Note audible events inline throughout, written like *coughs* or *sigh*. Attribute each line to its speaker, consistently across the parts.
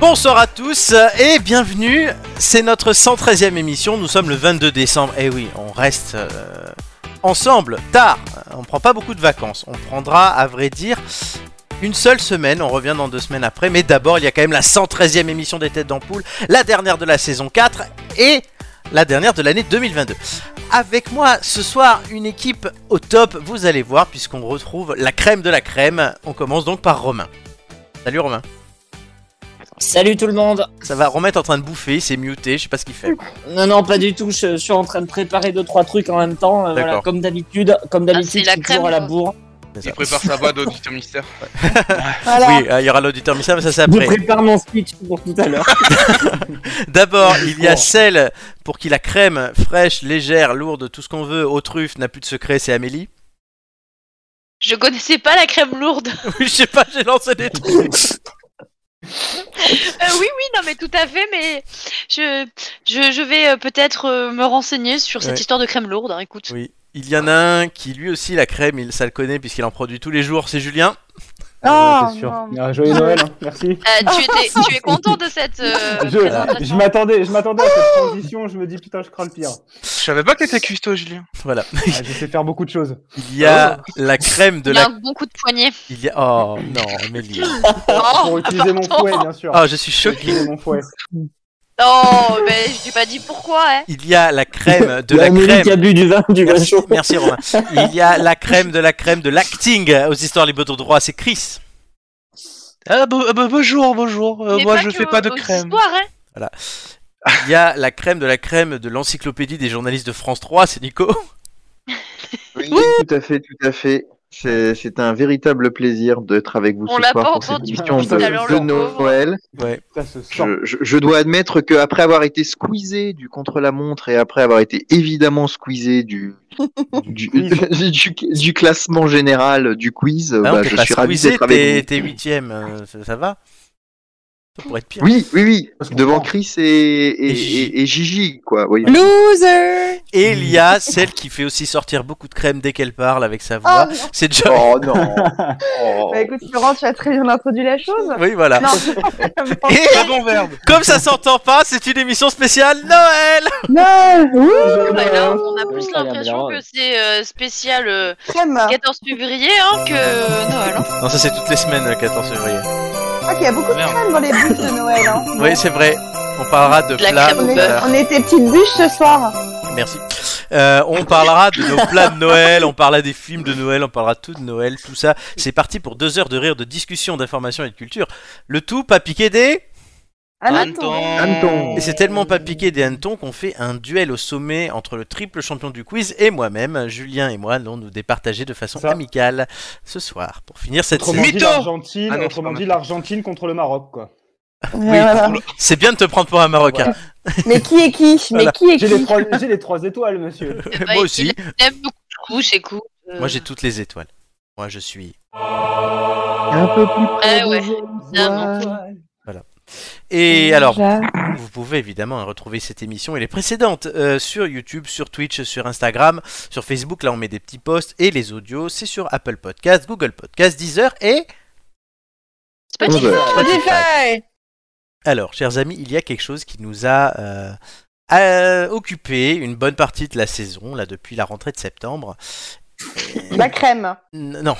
Speaker 1: Bonsoir à tous et bienvenue. C'est notre 113e émission. Nous sommes le 22 décembre. Et oui, on reste euh, ensemble tard. On prend pas beaucoup de vacances. On prendra, à vrai dire, une seule semaine. On revient dans deux semaines après. Mais d'abord, il y a quand même la 113e émission des Têtes d'Ampoule, la dernière de la saison 4 et la dernière de l'année 2022. Avec moi ce soir, une équipe au top. Vous allez voir, puisqu'on retrouve la crème de la crème. On commence donc par Romain. Salut Romain.
Speaker 2: Salut tout le monde
Speaker 1: Ça va, Romain est en train de bouffer, il s'est muté, je sais pas ce qu'il fait.
Speaker 2: Non, non, pas du tout, je, je suis en train de préparer deux trois trucs en même temps, euh, voilà,
Speaker 1: D'accord.
Speaker 2: comme d'habitude, comme
Speaker 3: Ah,
Speaker 4: c'est
Speaker 2: d'habitude,
Speaker 4: la
Speaker 2: je suis toujours
Speaker 4: crème,
Speaker 2: à la
Speaker 4: quoi.
Speaker 2: bourre.
Speaker 1: Ça.
Speaker 5: *laughs* Il prépare sa voix d'auditeur mystère.
Speaker 2: *laughs* Voilà,
Speaker 1: Oui, euh, il y aura l'auditeur mystère, mais ça c'est
Speaker 2: je
Speaker 1: après.
Speaker 2: prépare mon speech pour tout à
Speaker 1: *laughs*
Speaker 2: l'heure.
Speaker 1: D'abord, il y a
Speaker 2: Bon.
Speaker 1: celle pour qui la crème fraîche, légère, lourde, tout ce qu'on veut, aux truffes, n'a plus de secret, c'est Amélie. *laughs*
Speaker 4: Je connaissais pas la crème lourde. Euh,
Speaker 1: Oui, je sais pas, j'ai lancé des trucs.
Speaker 5: *laughs*
Speaker 4: Euh, oui, oui, non, mais tout à fait, mais je, je, je vais euh, peut-être euh, me renseigner sur cette
Speaker 1: Ouais.
Speaker 4: histoire de crème lourde. hein, écoute,
Speaker 1: Oui, il y en a un qui lui aussi la crème, il, ça le connaît puisqu'il en produit tous les jours, c'est Julien.
Speaker 6: Ah,
Speaker 7: Ah, c'est sûr.
Speaker 6: non.
Speaker 7: Ah, joyeux Noël, hein. merci.
Speaker 4: Euh, tu, étais, *laughs* tu es content de cette euh,
Speaker 7: Je, je
Speaker 4: présentation
Speaker 7: m'attendais, je m'attendais à cette transition, je me dis putain, je crains
Speaker 1: *laughs*
Speaker 7: le pire.
Speaker 5: Je savais pas que t'étais cuistot, Julien.
Speaker 1: Voilà. Euh,
Speaker 7: Ah, je sais faire beaucoup de choses.
Speaker 1: Il y a Ah, la crème de
Speaker 4: Il y a
Speaker 1: la.
Speaker 4: un bon coup de poignet.
Speaker 1: Il y a. Oh non,
Speaker 4: *laughs*
Speaker 1: Amélie.
Speaker 4: Oh,
Speaker 7: Pour utiliser mon fouet, bien sûr.
Speaker 1: Oh, je suis
Speaker 7: Pour
Speaker 1: choqué.
Speaker 7: utiliser mon fouet.
Speaker 4: non, mais je t'ai pas dit pourquoi, hein.
Speaker 1: Il y a la crème de la
Speaker 2: Amélie
Speaker 1: crème.
Speaker 2: qui a bu du vin, du vin
Speaker 1: Merci,
Speaker 2: chaud.
Speaker 1: merci Romain. Il y a la crème de la crème de l'acting aux histoires les de droit, c'est Chris.
Speaker 5: Ah, bo- bah, bonjour, bonjour. Euh,
Speaker 4: Mais
Speaker 5: moi,
Speaker 4: pas
Speaker 5: je
Speaker 4: que
Speaker 5: fais pas de
Speaker 4: aux
Speaker 5: crème.
Speaker 4: histoires, hein.
Speaker 1: Il y a la crème de la crème de l'encyclopédie des journalistes de France 3, c'est
Speaker 8: Euh,
Speaker 1: Nico.
Speaker 8: Oui, tout à fait, tout à fait. C'est c'est un véritable plaisir d'être avec vous
Speaker 4: On
Speaker 8: ce
Speaker 4: l'a
Speaker 8: soir
Speaker 4: pas
Speaker 8: pour cette
Speaker 4: entendu
Speaker 8: émission
Speaker 7: tout
Speaker 8: de,
Speaker 7: à l'heure,
Speaker 8: de
Speaker 4: le pauvre.
Speaker 8: Noël.
Speaker 7: Ça se sent.
Speaker 8: Je, je- je dois admettre qu'après avoir été squeezé du contre-la-montre et après avoir été évidemment squeezé
Speaker 7: *laughs*
Speaker 8: du, du, du- du classement général du quiz,
Speaker 1: Ah non,
Speaker 8: bah,
Speaker 1: t'es
Speaker 8: je
Speaker 1: pas
Speaker 8: suis ravi
Speaker 1: squeezé,
Speaker 8: d'être avec
Speaker 1: t'es
Speaker 8: vous.
Speaker 1: t'es huitième, euh, ça, ça va Ça pourrait être pire.
Speaker 8: Oui, oui, oui,
Speaker 7: Ça se
Speaker 8: devant
Speaker 7: comprend.
Speaker 8: Chris et, et,
Speaker 1: Et Gigi.
Speaker 8: et- et Gigi, quoi. Oui.
Speaker 6: Loser
Speaker 1: Et
Speaker 7: Mm.
Speaker 1: il y a celle qui fait aussi sortir beaucoup de crème dès qu'elle parle avec sa
Speaker 6: Oh,
Speaker 1: voix, c'est John.
Speaker 8: Oh
Speaker 1: *laughs*
Speaker 8: non. Oh.
Speaker 6: Bah écoute, Florent, tu as très bien introduit la chose.
Speaker 1: Oui, voilà.
Speaker 6: Non,
Speaker 1: *laughs*
Speaker 6: *laughs*
Speaker 1: Et
Speaker 5: Très bon verbe.
Speaker 1: comme ça s'entend pas, c'est une émission spéciale Noël
Speaker 6: non, ouh,
Speaker 4: Bah là, Bah on a plus
Speaker 2: Ça a l'air
Speaker 4: l'impression
Speaker 2: bien,
Speaker 4: que c'est euh, spécial euh,
Speaker 6: crème.
Speaker 4: 14 février hein, que Noël. hein.
Speaker 1: Non, ça c'est toutes les semaines, le 14 février.
Speaker 6: Ok, il y a beaucoup de
Speaker 5: Merde.
Speaker 6: crème dans les bûches de Noël. Hein.
Speaker 1: Oui, c'est vrai. On parlera de
Speaker 4: De la
Speaker 1: plats
Speaker 4: crème au
Speaker 6: On
Speaker 1: tout à
Speaker 4: beurre.
Speaker 1: l'heure.
Speaker 6: est, on est tes petites bûches ce soir.
Speaker 1: Merci. Euh, on parlera de nos plats de Noël, on parlera des films de Noël, on parlera tout de Noël, tout ça. C'est parti pour deux heures de rire, de discussion, d'information et de culture. Le tout pas piqué des...
Speaker 6: Un
Speaker 8: Anton.
Speaker 1: Et c'est tellement pas piqué des hannetons qu'on fait un duel au sommet entre le triple champion du quiz et moi-même. Julien et moi allons nous départager de façon
Speaker 7: Ça.
Speaker 1: amicale ce soir pour finir cette
Speaker 7: Autrement
Speaker 1: série.
Speaker 7: dit,
Speaker 5: Mytho
Speaker 7: l'Argentine,
Speaker 5: Ah non, c'est
Speaker 7: autrement
Speaker 5: pas
Speaker 7: dit, l'Argentine contre le Maroc, quoi.
Speaker 6: Voilà.
Speaker 1: C'est bien de te prendre pour un Marocain.
Speaker 6: Mais qui est qui Mais
Speaker 1: Voilà.
Speaker 6: qui est
Speaker 7: J'ai les,
Speaker 6: qui
Speaker 7: trois, j'ai les trois étoiles,
Speaker 1: *laughs*
Speaker 7: monsieur.
Speaker 4: Euh, bah,
Speaker 1: Moi aussi.
Speaker 4: Il aime beaucoup de coups, écoute. euh,
Speaker 1: Moi j'ai toutes les étoiles. Moi je suis.
Speaker 8: Un peu plus près
Speaker 4: Eh ouais,
Speaker 8: de vos
Speaker 4: évidemment.
Speaker 8: voix.
Speaker 1: Et alors,
Speaker 6: Déjà.
Speaker 1: Vous pouvez évidemment hein, retrouver cette émission et les précédentes euh, sur YouTube, sur Twitch, sur Instagram, sur Facebook. Là, on met des petits posts et les audios. C'est sur Apple Podcast, Google Podcast, Deezer et
Speaker 4: c'est pas difficile.
Speaker 6: Spotify.
Speaker 1: Alors, chers amis, il y a quelque chose qui nous a euh, euh, occupé une bonne partie de la saison, là, depuis la rentrée de septembre.
Speaker 6: La crème.
Speaker 1: N- non,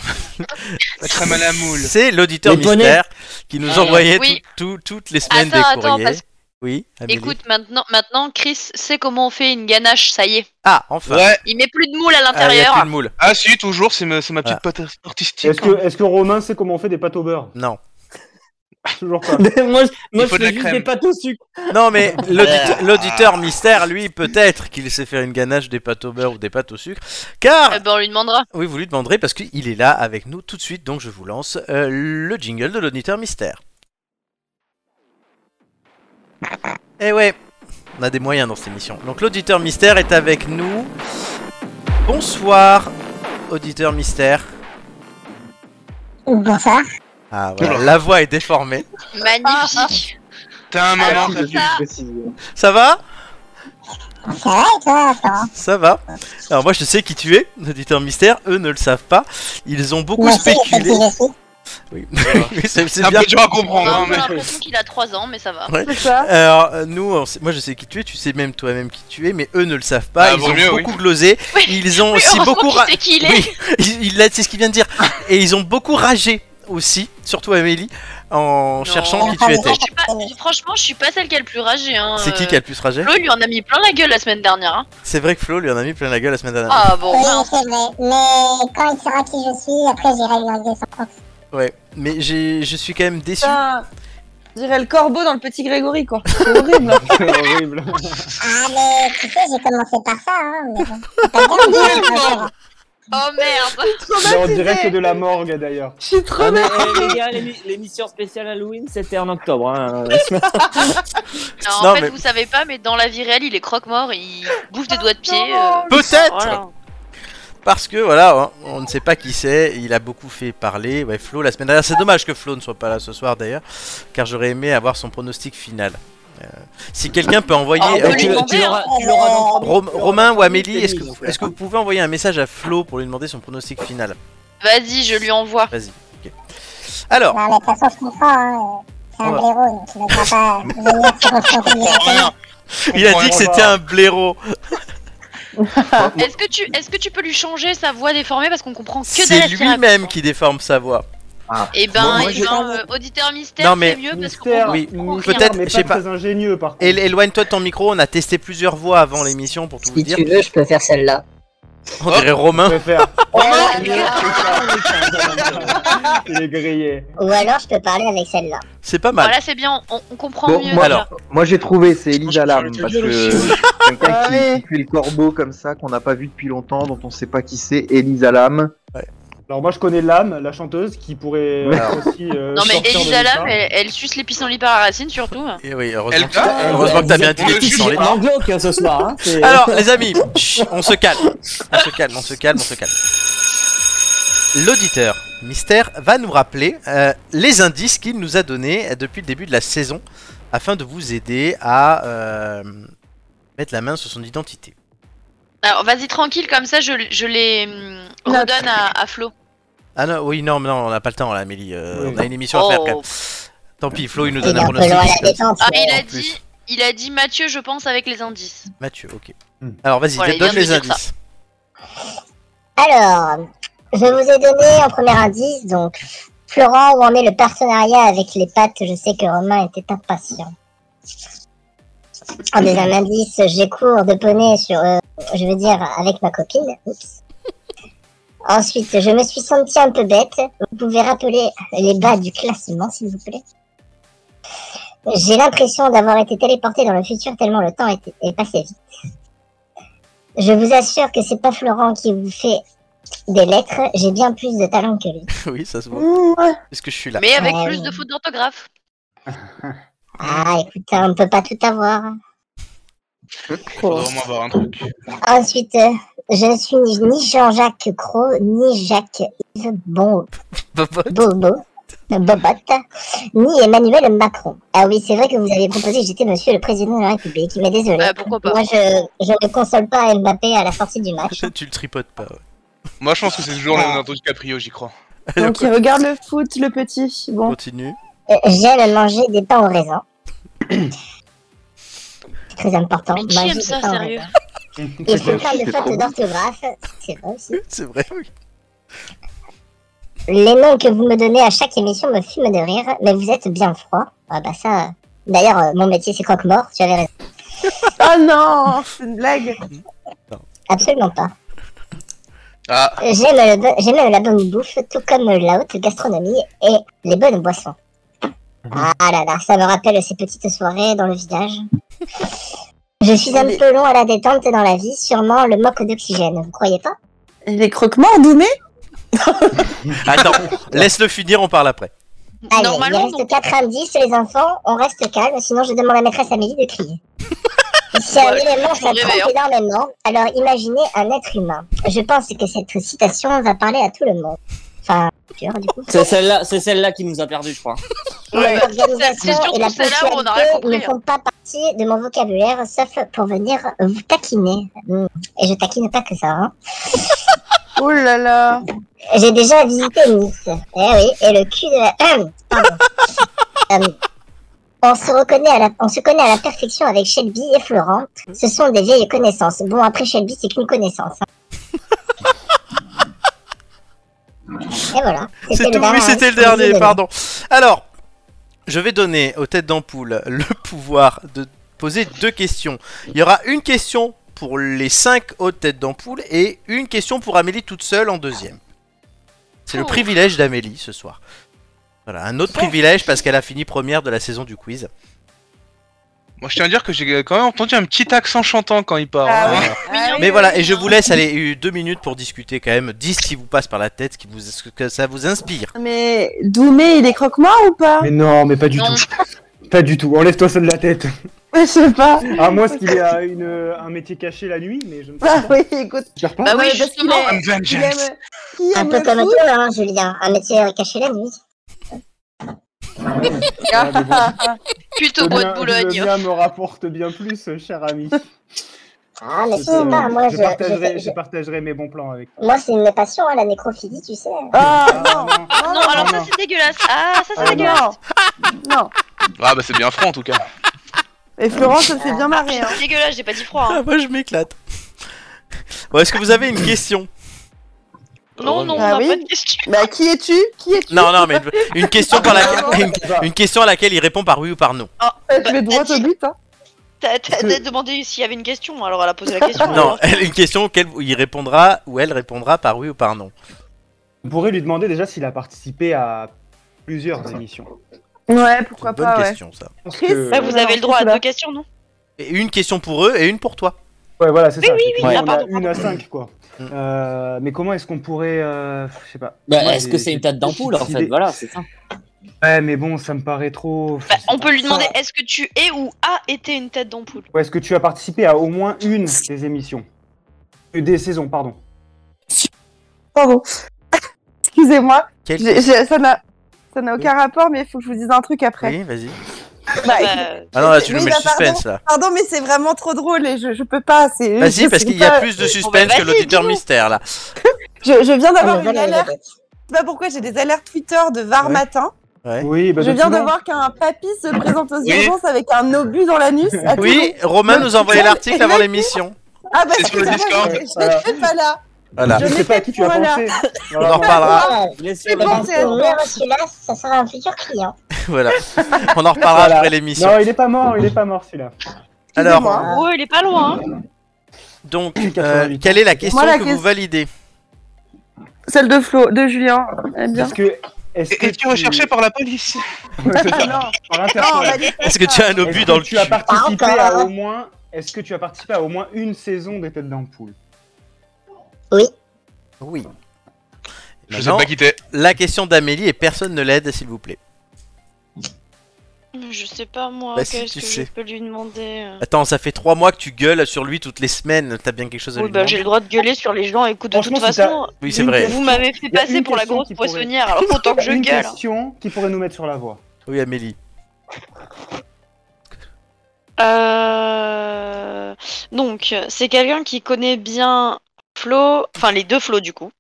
Speaker 5: *laughs* La crème à la moule.
Speaker 1: c'est l'auditeur
Speaker 2: Les poneys.
Speaker 1: mystère qui nous
Speaker 5: Ah,
Speaker 1: envoyait
Speaker 4: oui.
Speaker 1: tout- tout- toutes les semaines
Speaker 4: Attends,
Speaker 1: des
Speaker 4: attends,
Speaker 1: courriers.
Speaker 4: parce que
Speaker 1: Oui, Amélie
Speaker 4: Écoute, maintenant, maintenant, Chris sait comment on fait une ganache, ça y est.
Speaker 1: Ah, enfin,
Speaker 5: Ouais.
Speaker 4: Il met plus de moule à
Speaker 1: Ah, il y a
Speaker 4: l'intérieur.
Speaker 1: plus de moule. Ah.
Speaker 5: Ah, si, toujours, c'est ma, c'est ma petite patte artistique.
Speaker 7: Est-ce que, est-ce que Romain sait comment on fait des pâtes au beurre
Speaker 1: Non.
Speaker 7: *laughs* Toujours pas.
Speaker 2: moi, je- moi,
Speaker 5: Il
Speaker 2: je fais
Speaker 5: faut de la
Speaker 2: juste
Speaker 5: crème.
Speaker 2: des pâtes au sucre.
Speaker 1: Non, mais
Speaker 4: Euh,
Speaker 1: l'audite- l'auditeur mystère, lui, peut-être qu'il sait faire une ganache des pâtes au beurre ou des pâtes au sucre. Car,
Speaker 4: Euh, ben, on lui demandera.
Speaker 1: oui, vous lui demanderez parce qu'il est là avec nous tout de suite, donc je vous lance euh, le jingle de l'auditeur mystère. Eh ouais, on a des moyens dans cette émission. Donc l'auditeur mystère est avec nous. Bonsoir, auditeur mystère.
Speaker 9: Bonsoir.
Speaker 1: Ah voilà, la voix est déformée.
Speaker 4: Magnifique.
Speaker 5: Putain,
Speaker 4: Ah,
Speaker 5: maman, t'as
Speaker 8: Merci
Speaker 5: vu.
Speaker 8: de préciser.
Speaker 1: Ça
Speaker 9: Ça
Speaker 1: va
Speaker 9: va et toi, Florent
Speaker 1: Ça va. Alors moi je sais qui tu es, l'auditeur mystère, eux ne le savent pas. Ils ont beaucoup
Speaker 9: Merci,
Speaker 1: spéculé.
Speaker 9: merci, merci.
Speaker 1: Oui, *laughs* c'est c'est
Speaker 5: un
Speaker 1: bien.
Speaker 5: peu dur à
Speaker 1: Oh,
Speaker 4: On
Speaker 5: comprendre,
Speaker 4: a
Speaker 5: hein, mais...
Speaker 4: l'impression qu'il a 3 ans, mais ça va.
Speaker 6: C'est ça.
Speaker 1: Alors, euh, nous, on sait- moi je sais qui tu es, tu sais même toi-même qui tu es, mais eux ne le savent pas.
Speaker 5: Ah,
Speaker 1: ils
Speaker 5: vaut
Speaker 1: ont
Speaker 5: mieux, oui.
Speaker 1: beaucoup glosé.
Speaker 4: Oui,
Speaker 1: Ils ont
Speaker 4: oui,
Speaker 1: aussi
Speaker 4: heureusement
Speaker 1: beaucoup.
Speaker 4: qu'il
Speaker 1: ra-
Speaker 4: sait qui il est.
Speaker 1: Oui, il, il a- c'est ce qu'il vient de dire. Et ils ont beaucoup ragé aussi, surtout Amélie, en cherchant qui
Speaker 9: Ah,
Speaker 1: tu étais.
Speaker 4: Je suis pas- franchement, je suis pas celle qui a le plus ragé. Hein.
Speaker 1: C'est qui
Speaker 4: Euh,
Speaker 1: qui a le plus ragé
Speaker 4: Flo lui en a mis plein la gueule la semaine dernière. hein.
Speaker 1: C'est vrai que Flo lui en a mis plein la gueule la semaine dernière.
Speaker 4: Ah bon,
Speaker 9: Oui, en
Speaker 4: mince.
Speaker 9: fait, mais, mais quand il saura qui je suis, après j'irai lui enlever son croc.
Speaker 1: Ouais, mais j'ai- je suis quand même déçu.
Speaker 4: Ah.
Speaker 6: Putain. Je dirais le corbeau dans le petit Grégory, quoi. C'est horrible.
Speaker 7: *laughs* C'est horrible.
Speaker 9: Ah, mais tu sais, j'ai commencé par ça, hein. Mais bon. C'est pas grave, hein, c'est pas grave.
Speaker 4: Oh merde.
Speaker 7: Mais en direct de la morgue d'ailleurs.
Speaker 6: Je suis trop
Speaker 2: Ah, mais, eh, les gars, l'émi- l'émission spéciale Halloween, c'était en octobre. *laughs* Hein.
Speaker 4: Non, en
Speaker 1: Non,
Speaker 4: fait,
Speaker 1: mais-
Speaker 4: vous savez pas, mais dans la vie réelle, il est croque-mort, il bouffe des doigts de pied. euh,
Speaker 1: Peut-être
Speaker 4: voilà.
Speaker 1: Parce que voilà, hein, on ne sait pas qui c'est, il a beaucoup fait parler. Ouais, Flo la semaine dernière, c'est dommage que Flo ne soit pas là ce soir d'ailleurs, car j'aurais aimé avoir son pronostic final. Euh, si quelqu'un peut envoyer.
Speaker 4: Ah, on peut
Speaker 1: euh,
Speaker 4: lui
Speaker 1: tu-
Speaker 4: demander,
Speaker 1: tu-
Speaker 4: hein.
Speaker 1: Rom- Romain ou Amélie, est-ce que, vous- est-ce
Speaker 2: est
Speaker 1: que vous pouvez envoyer un message à Flo pour lui demander son pronostic final
Speaker 4: Vas-y, je lui envoie.
Speaker 1: Alors,
Speaker 9: Non, mais de toute façon, je comprends, hein. C'est un
Speaker 1: Ouais.
Speaker 9: blaireau, donc il ne va pas
Speaker 8: *laughs*
Speaker 9: venir sur le front directement.
Speaker 1: *laughs* il a dit que c'était un blaireau. Ah.
Speaker 4: Est-ce que tu, est-ce que tu peux lui changer sa voix déformée parce qu'on comprend que dalle à ce
Speaker 1: C'est
Speaker 4: qu'il raconte.
Speaker 1: lui-même qui déforme sa voix.
Speaker 3: Ah.
Speaker 4: Eh ben,
Speaker 9: Bon, moi,
Speaker 4: eh
Speaker 9: je-
Speaker 4: ben, euh, auditeur mystère,
Speaker 1: Non, mais-
Speaker 4: c'est mieux parce qu'on
Speaker 7: Mystère,
Speaker 4: comprend-
Speaker 1: oui,
Speaker 4: comprend rien.
Speaker 1: peut-être-
Speaker 7: mais
Speaker 1: je sais
Speaker 7: pas,
Speaker 1: pas.
Speaker 7: très ingénieux par contre.
Speaker 1: Et- Éloigne-toi de ton micro, on a testé plusieurs voix avant l'émission pour tout vous
Speaker 10: Si
Speaker 1: dire.
Speaker 10: tu veux, je peux faire celle-là.
Speaker 1: On dirait
Speaker 7: Je
Speaker 1: Romain.
Speaker 7: préfère. Il est grillé.
Speaker 9: Ou alors, je peux parler avec celle-là.
Speaker 1: C'est pas mal.
Speaker 4: Voilà, c'est bien, on, on comprend
Speaker 8: Bon,
Speaker 4: mieux.
Speaker 8: moi,
Speaker 4: déjà.
Speaker 8: moi j'ai trouvé, c'est Elisa
Speaker 5: Moi, je
Speaker 8: Lam,
Speaker 5: suis
Speaker 8: parce
Speaker 5: sur le
Speaker 8: que *laughs* quelqu'un
Speaker 6: Ah
Speaker 8: qui,
Speaker 6: oui.
Speaker 8: qui fait le corbeau comme ça, qu'on n'a pas vu depuis longtemps, dont on sait pas qui c'est, Elisa Lam.
Speaker 7: Alors moi je connais Lame, la chanteuse, qui pourrait
Speaker 1: Alors.
Speaker 7: aussi. euh,
Speaker 4: Non mais
Speaker 7: sortir de
Speaker 4: Elisa Lam,
Speaker 7: l'histoire.
Speaker 4: elle, elle suce les pissenlits par la racine surtout.
Speaker 1: Et oui, heureusement,
Speaker 5: Elle
Speaker 1: que t'as- heureusement que t'as bien dit les
Speaker 5: Elle-
Speaker 1: petits sans les
Speaker 2: En glauque hein, ce soir. Hein. C'est-
Speaker 1: Alors, les amis, chut, on se calme. On se calme, on se calme, on se calme. L'auditeur mystère va nous rappeler euh, les indices qu'il nous a donnés depuis le début de la saison afin de vous aider à euh, mettre la main sur son identité.
Speaker 4: Alors vas-y tranquille comme ça, je, je les hum,
Speaker 6: Note.
Speaker 4: redonne à, à Flo.
Speaker 1: Ah non, oui, non, non, on n'a pas le temps là, Amélie. euh,
Speaker 7: Oui.
Speaker 1: On a une émission à faire quand même. Tant pis, Flo, il nous
Speaker 9: Il
Speaker 1: donne
Speaker 9: est
Speaker 1: un
Speaker 9: un peu loin à la
Speaker 1: pronostic.
Speaker 9: détente.
Speaker 4: Ah
Speaker 9: mais-
Speaker 4: il a
Speaker 1: en plus.
Speaker 4: dit, il a dit Mathieu, je pense avec les indices.
Speaker 1: Mathieu, ok.
Speaker 7: Hmm.
Speaker 1: Alors vas-y,
Speaker 4: Voilà, il
Speaker 1: donne
Speaker 4: vient de
Speaker 1: les
Speaker 4: dire ça.
Speaker 1: indices.
Speaker 9: Alors, je vous ai donné en premier indice, donc, Florent, où en est le partenariat avec les pattes Je sais que Romain était impatient. En deuxième indice, Ah, j'ai cours de poney sur, euh, je veux dire, avec ma copine. Oups. Ensuite, je me suis sentie un peu bête. Vous pouvez rappeler les bas du classement, s'il vous plaît. J'ai l'impression d'avoir été téléporté dans le futur tellement le temps est, est passé vite. Je vous assure que c'est pas Florent qui vous fait des lettres, j'ai bien plus de talent que lui.
Speaker 1: *laughs* oui, ça se voit.
Speaker 6: Ouh, ouais.
Speaker 1: Parce que je suis là.
Speaker 4: Mais avec
Speaker 11: Ah,
Speaker 9: Ouais.
Speaker 4: plus de fautes d'orthographe.
Speaker 9: Ah, écoute, on peut pas tout avoir.
Speaker 7: Oh.
Speaker 5: Faudrait vraiment avoir un truc.
Speaker 9: Ensuite, euh, je ne suis ni- ni Jean-Jacques Cro, ni Jacques-Yves Bon Bobo, Bobotte, ni Emmanuel Macron. Ah oui, c'est vrai que vous avez proposé que j'étais monsieur le président de la République, mais désolé.
Speaker 4: Bah, pourquoi pas
Speaker 9: Moi, je, je ne console pas Mbappé à la sortie du
Speaker 5: *laughs*
Speaker 9: match.
Speaker 1: *laughs* tu le tripotes pas. ouais.
Speaker 5: Moi, je pense que c'est toujours
Speaker 7: Ah.
Speaker 5: Leonardo DiCaprio,
Speaker 1: *laughs*
Speaker 5: j'y crois.
Speaker 6: Donc il regarde le foot, le petit. Bon.
Speaker 1: Continue.
Speaker 9: Euh, J'aime manger des pains au raisin. C'est Très important.
Speaker 4: Mais qui
Speaker 9: manger
Speaker 4: aime
Speaker 9: des
Speaker 4: ça,
Speaker 9: pains au
Speaker 4: sérieux
Speaker 9: raisin. ah, Et je vous parle de fautes d'orthographe, c'est vrai aussi.
Speaker 1: C'est vrai, oui.
Speaker 9: Les noms que vous me donnez à chaque émission me fument de rire, mais vous êtes bien froid. Ah bah ça. euh, D'ailleurs, euh, mon métier c'est croque-mort, tu avais raison.
Speaker 6: *laughs* Oh non, c'est une blague.
Speaker 9: Absolument pas.
Speaker 5: Ah,
Speaker 9: J'aime le bo- j'aime la bonne bouffe, tout comme la haute gastronomie et les bonnes boissons. Ah là là, ça me rappelle ces petites soirées dans le village.
Speaker 6: *laughs*
Speaker 9: Je suis un peu long à la détente dans la vie, sûrement le manque d'oxygène, vous croyez pas
Speaker 6: Il est croque-mort, Doumé
Speaker 1: *laughs* Attends, Ah laisse-le finir, on parle après.
Speaker 9: Allez,
Speaker 4: Normalement,
Speaker 9: il
Speaker 4: non.
Speaker 9: reste 4 indices, les enfants, on reste calme, sinon je demande à maîtresse Amélie de
Speaker 4: *laughs*
Speaker 9: crier. Si un
Speaker 4: Ouais,
Speaker 9: élément,
Speaker 4: je
Speaker 9: ça
Speaker 4: m'en réveille,
Speaker 9: trompe énormément, alors imaginez un être humain. Je pense que cette citation va parler à tout le monde. Enfin, sûr, du coup.
Speaker 2: C'est celle-là, c'est celle-là qui nous a perdu, je crois.
Speaker 4: Ouais, bah, c'est
Speaker 9: L'organisation
Speaker 4: surtout
Speaker 9: et la
Speaker 4: celle-là où on a rien
Speaker 9: ponctualité
Speaker 4: compris, hein.
Speaker 9: ne font pas partie de mon vocabulaire,
Speaker 1: *laughs*
Speaker 9: sauf pour venir vous taquiner. Hmm, Et je taquine pas que ça, hein.
Speaker 11: Oh là là.
Speaker 9: J'ai déjà visité Nice. Eh oui, et le cul de la. Ah Pardon.
Speaker 1: *laughs*
Speaker 9: Euh, on se reconnaît à la... on se connaît à la perfection avec Shelby et Florent. Ce sont des vieilles connaissances. Bon, après Shelby, c'est qu'une
Speaker 1: *laughs*
Speaker 9: connaissance. hein. et voilà.
Speaker 1: C'est tout,
Speaker 9: hein.
Speaker 1: oui,
Speaker 11: hein.
Speaker 1: c'était le dernier, pardon. Alors, je vais donner aux têtes d'ampoule le pouvoir de poser deux questions. Il y aura une question pour les cinq autres têtes d'ampoule et une question pour Amélie toute seule en deuxième.
Speaker 11: Oh.
Speaker 1: C'est le privilège d'Amélie ce soir. Voilà, un autre privilège parce qu'elle a fini première de la saison du quiz.
Speaker 5: Moi, je tiens à dire que j'ai quand même entendu un petit accent chantant quand il parle.
Speaker 11: Ah
Speaker 1: *laughs*
Speaker 5: hein.
Speaker 11: ouais. Ah oui,
Speaker 1: Mais voilà,
Speaker 11: oui,
Speaker 1: et je
Speaker 11: non.
Speaker 1: vous laisse aller euh, deux minutes pour discuter quand même. 10 qui vous passe par la tête, qui vous, ce que ça vous inspire.
Speaker 11: Ah, Mais Doumé, il est croque-mort ou pas
Speaker 7: Mais non, mais pas du
Speaker 3: Non.
Speaker 7: tout. *laughs* Pas du tout. Enlève-toi ça de la tête.
Speaker 11: Je sais pas.
Speaker 7: À moins qu'il ait euh, une, euh, un métier caché la nuit, mais je ne sais
Speaker 11: Ah
Speaker 7: pas.
Speaker 11: oui, écoute.
Speaker 7: Je reprends.
Speaker 3: Bah oui,
Speaker 11: Ouais, parce qu'il
Speaker 3: justement.
Speaker 11: est-
Speaker 5: I'm
Speaker 11: il
Speaker 5: vengeance.
Speaker 11: aime- qui
Speaker 9: Un
Speaker 11: aime
Speaker 9: peu
Speaker 11: le
Speaker 9: comme
Speaker 11: foot
Speaker 9: toi, hein, Julien. Un métier caché la nuit.
Speaker 3: *laughs*
Speaker 7: Ah, mais bon.
Speaker 3: Plutôt bois de Boulogne.
Speaker 7: bien me rapporte bien plus, euh, cher ami.
Speaker 9: Ah, mais je sais
Speaker 7: Euh,
Speaker 9: pas, moi, je, je-
Speaker 7: partagerai,
Speaker 9: je-
Speaker 7: je partagerai mes bons plans avec toi.
Speaker 9: moi, c'est une de mes passions, hein, la nécrophilie, tu sais.
Speaker 11: Ah
Speaker 7: Ah, non.
Speaker 11: non,
Speaker 3: Non, alors
Speaker 7: non.
Speaker 3: ça c'est dégueulasse. Ah, ça c'est
Speaker 7: Ah, non.
Speaker 3: dégueulasse.
Speaker 11: non, *laughs* non.
Speaker 5: Ah, bah, c'est bien franc en tout
Speaker 7: *laughs*
Speaker 5: cas.
Speaker 11: Et Florence, elle s'est bien marrée. Hein.
Speaker 3: C'est Ah, dégueulasse, j'ai pas dit froid. hein.
Speaker 1: Ah, moi je m'éclate. *laughs* Bon, est-ce que vous avez une question
Speaker 3: Non, non, on
Speaker 11: Ah
Speaker 3: a
Speaker 11: oui.
Speaker 3: pas de question.
Speaker 11: Bah, qui es-tu Qui es-tu
Speaker 1: Non, non, mais une question,
Speaker 11: *laughs*
Speaker 1: par laquelle, une,
Speaker 7: Bah,
Speaker 1: une question à laquelle il répond par oui ou par non.
Speaker 3: Oh,
Speaker 11: Je vais droit au but. Hein.
Speaker 3: bah, T'as t'as- t'as demandé s'il y avait une question, alors elle a posé la question.
Speaker 1: Non,
Speaker 3: alors.
Speaker 1: elle- une question auquel il répondra ou elle répondra par oui ou par non.
Speaker 7: On pourrait lui demander déjà s'il a participé à plusieurs émissions.
Speaker 11: Ouais,
Speaker 1: C'est une
Speaker 11: pourquoi
Speaker 1: bonne
Speaker 11: pas, ouais.
Speaker 1: question, ça.
Speaker 7: Je pense
Speaker 11: Chris,
Speaker 7: que-
Speaker 3: Ouais, vous avez le droit à deux questions, non
Speaker 1: Et une question pour eux et une pour toi.
Speaker 7: Ouais, voilà, c'est ça.
Speaker 3: oui,
Speaker 7: On
Speaker 3: ah,
Speaker 7: a
Speaker 3: pardon,
Speaker 7: une à cinq, quoi.
Speaker 1: Mm.
Speaker 7: Euh, mais comment est-ce qu'on pourrait. euh, je sais pas.
Speaker 2: Bah,
Speaker 7: Moi,
Speaker 2: est-ce
Speaker 7: j'ai-
Speaker 2: que c'est une tête d'ampoule en
Speaker 7: j'ai-
Speaker 2: fait Voilà, c'est ça.
Speaker 7: Ouais, mais bon, ça me paraît trop.
Speaker 3: Bah,
Speaker 7: je sais
Speaker 3: On
Speaker 7: pas.
Speaker 3: peut lui demander est-ce que tu es ou as été une tête d'ampoule
Speaker 7: Ouais, est-ce que tu as participé à au moins une des émissions Euh, Des saisons, pardon.
Speaker 11: Pardon. Excusez-moi.
Speaker 1: Quel-
Speaker 11: J'ai- j'ai- Ça n'a. Ça n'a aucun rapport, mais il faut que je vous dise un truc après.
Speaker 1: Oui, vas-y.
Speaker 11: Bah, écoute,
Speaker 3: Bah,
Speaker 1: Ah non, là tu
Speaker 11: Oui,
Speaker 1: nous mets
Speaker 11: bah,
Speaker 1: le suspense là.
Speaker 11: Pardon, mais c'est vraiment trop drôle et je, je peux pas. c'est- je
Speaker 1: Vas-y,
Speaker 11: sais
Speaker 1: parce qu'il y a
Speaker 11: pas. Euh,
Speaker 1: plus
Speaker 3: Bon,
Speaker 1: de
Speaker 3: bah,
Speaker 1: suspense que
Speaker 3: vas-y,
Speaker 1: l'auditeur
Speaker 3: dis-nous.
Speaker 1: mystère là.
Speaker 11: Je, je viens
Speaker 9: Ah, mais
Speaker 11: d'avoir une
Speaker 9: voilà, il y a
Speaker 11: alerte.
Speaker 9: des-
Speaker 11: Je sais pas pourquoi j'ai des alertes Twitter de var
Speaker 7: Ouais.
Speaker 11: matin.
Speaker 1: Ouais.
Speaker 7: Oui, bah,
Speaker 11: je
Speaker 7: de
Speaker 11: viens
Speaker 7: tout
Speaker 11: de
Speaker 7: le monde.
Speaker 11: voir qu'un papy se présente aux
Speaker 5: Oui.
Speaker 11: urgences avec un obus dans l'anus. à Toulon.
Speaker 1: Oui, Romain
Speaker 11: Le
Speaker 1: nous a envoyé
Speaker 11: suspense,
Speaker 1: l'article avant l'émission.
Speaker 11: Ah bah
Speaker 5: C'est sur le
Speaker 11: vrai,
Speaker 5: Discord.
Speaker 11: j'étais-
Speaker 7: Voilà.
Speaker 11: J'étais pas là.
Speaker 1: Voilà.
Speaker 7: Je
Speaker 11: Je
Speaker 7: sais pas à qui tu as
Speaker 11: voilà.
Speaker 7: pensé.
Speaker 1: *laughs* On en reparlera.
Speaker 9: Ah,
Speaker 2: Laissez
Speaker 11: bon,
Speaker 9: bah,
Speaker 11: c'est
Speaker 9: pour
Speaker 11: bon.
Speaker 9: moi, celui-là, ça sera un futur client.
Speaker 1: *laughs* Voilà. On en reparlera
Speaker 7: Voilà.
Speaker 1: après l'émission.
Speaker 7: Non, il est pas mort, il est pas
Speaker 1: *laughs*
Speaker 7: mort celui-là.
Speaker 1: Alors,
Speaker 11: Excusez-moi.
Speaker 3: en gros, il est pas loin. hein.
Speaker 1: donc,
Speaker 7: Quatre-vingt-huit
Speaker 1: euh,
Speaker 7: ans.
Speaker 1: quelle est la question
Speaker 11: Moi, la
Speaker 1: que vous
Speaker 11: question-
Speaker 1: validez
Speaker 11: Celle de Flo, de Julien. Eh bien.
Speaker 7: Est-ce que. Est-ce que
Speaker 5: Et tu recherché par la
Speaker 3: *laughs*
Speaker 5: police
Speaker 7: *laughs* C'est
Speaker 11: Non,
Speaker 7: ça, par
Speaker 11: non,
Speaker 7: Interpol.
Speaker 11: bah, dis-
Speaker 1: Est-ce que tu as un
Speaker 7: Est-ce
Speaker 1: obus
Speaker 7: que
Speaker 1: dans le cul
Speaker 7: tu as participé
Speaker 9: Pas
Speaker 7: à
Speaker 9: encore.
Speaker 7: au moins Est-ce que tu as participé à au moins une saison des têtes d'ampoule
Speaker 1: Oui.
Speaker 5: Je sais
Speaker 1: Maintenant,
Speaker 5: pas qui t'es.
Speaker 1: la question d'Amélie et personne ne l'aide, s'il vous plaît.
Speaker 3: Je sais pas moi,
Speaker 1: Bah, si,
Speaker 3: qu'est-ce
Speaker 1: tu
Speaker 3: Oh, que
Speaker 1: sais.
Speaker 3: je peux lui demander euh.
Speaker 1: Attends, ça fait trois mois que tu gueules sur lui toutes les semaines. T'as bien quelque chose à
Speaker 3: Oui,
Speaker 1: lui
Speaker 3: bah, j'ai le droit
Speaker 1: demander
Speaker 3: de gueuler sur les gens, écoute, de
Speaker 7: Franchement,
Speaker 3: toute
Speaker 7: si t'as-
Speaker 3: façon,
Speaker 1: Oui, c'est
Speaker 7: une
Speaker 1: vrai.
Speaker 3: vous m'avez fait
Speaker 7: Il y a
Speaker 3: passer
Speaker 7: une
Speaker 3: pour la
Speaker 7: question
Speaker 3: grosse
Speaker 7: qui pourrait-
Speaker 3: poissonnière, alors Ah, autant que je
Speaker 7: *laughs* Une
Speaker 3: gueule. hein.
Speaker 7: question qui pourrait nous mettre sur la voie.
Speaker 1: Oui, Amélie.
Speaker 3: Euh... Donc, c'est quelqu'un qui connaît bien Flo, enfin les deux Flo du coup,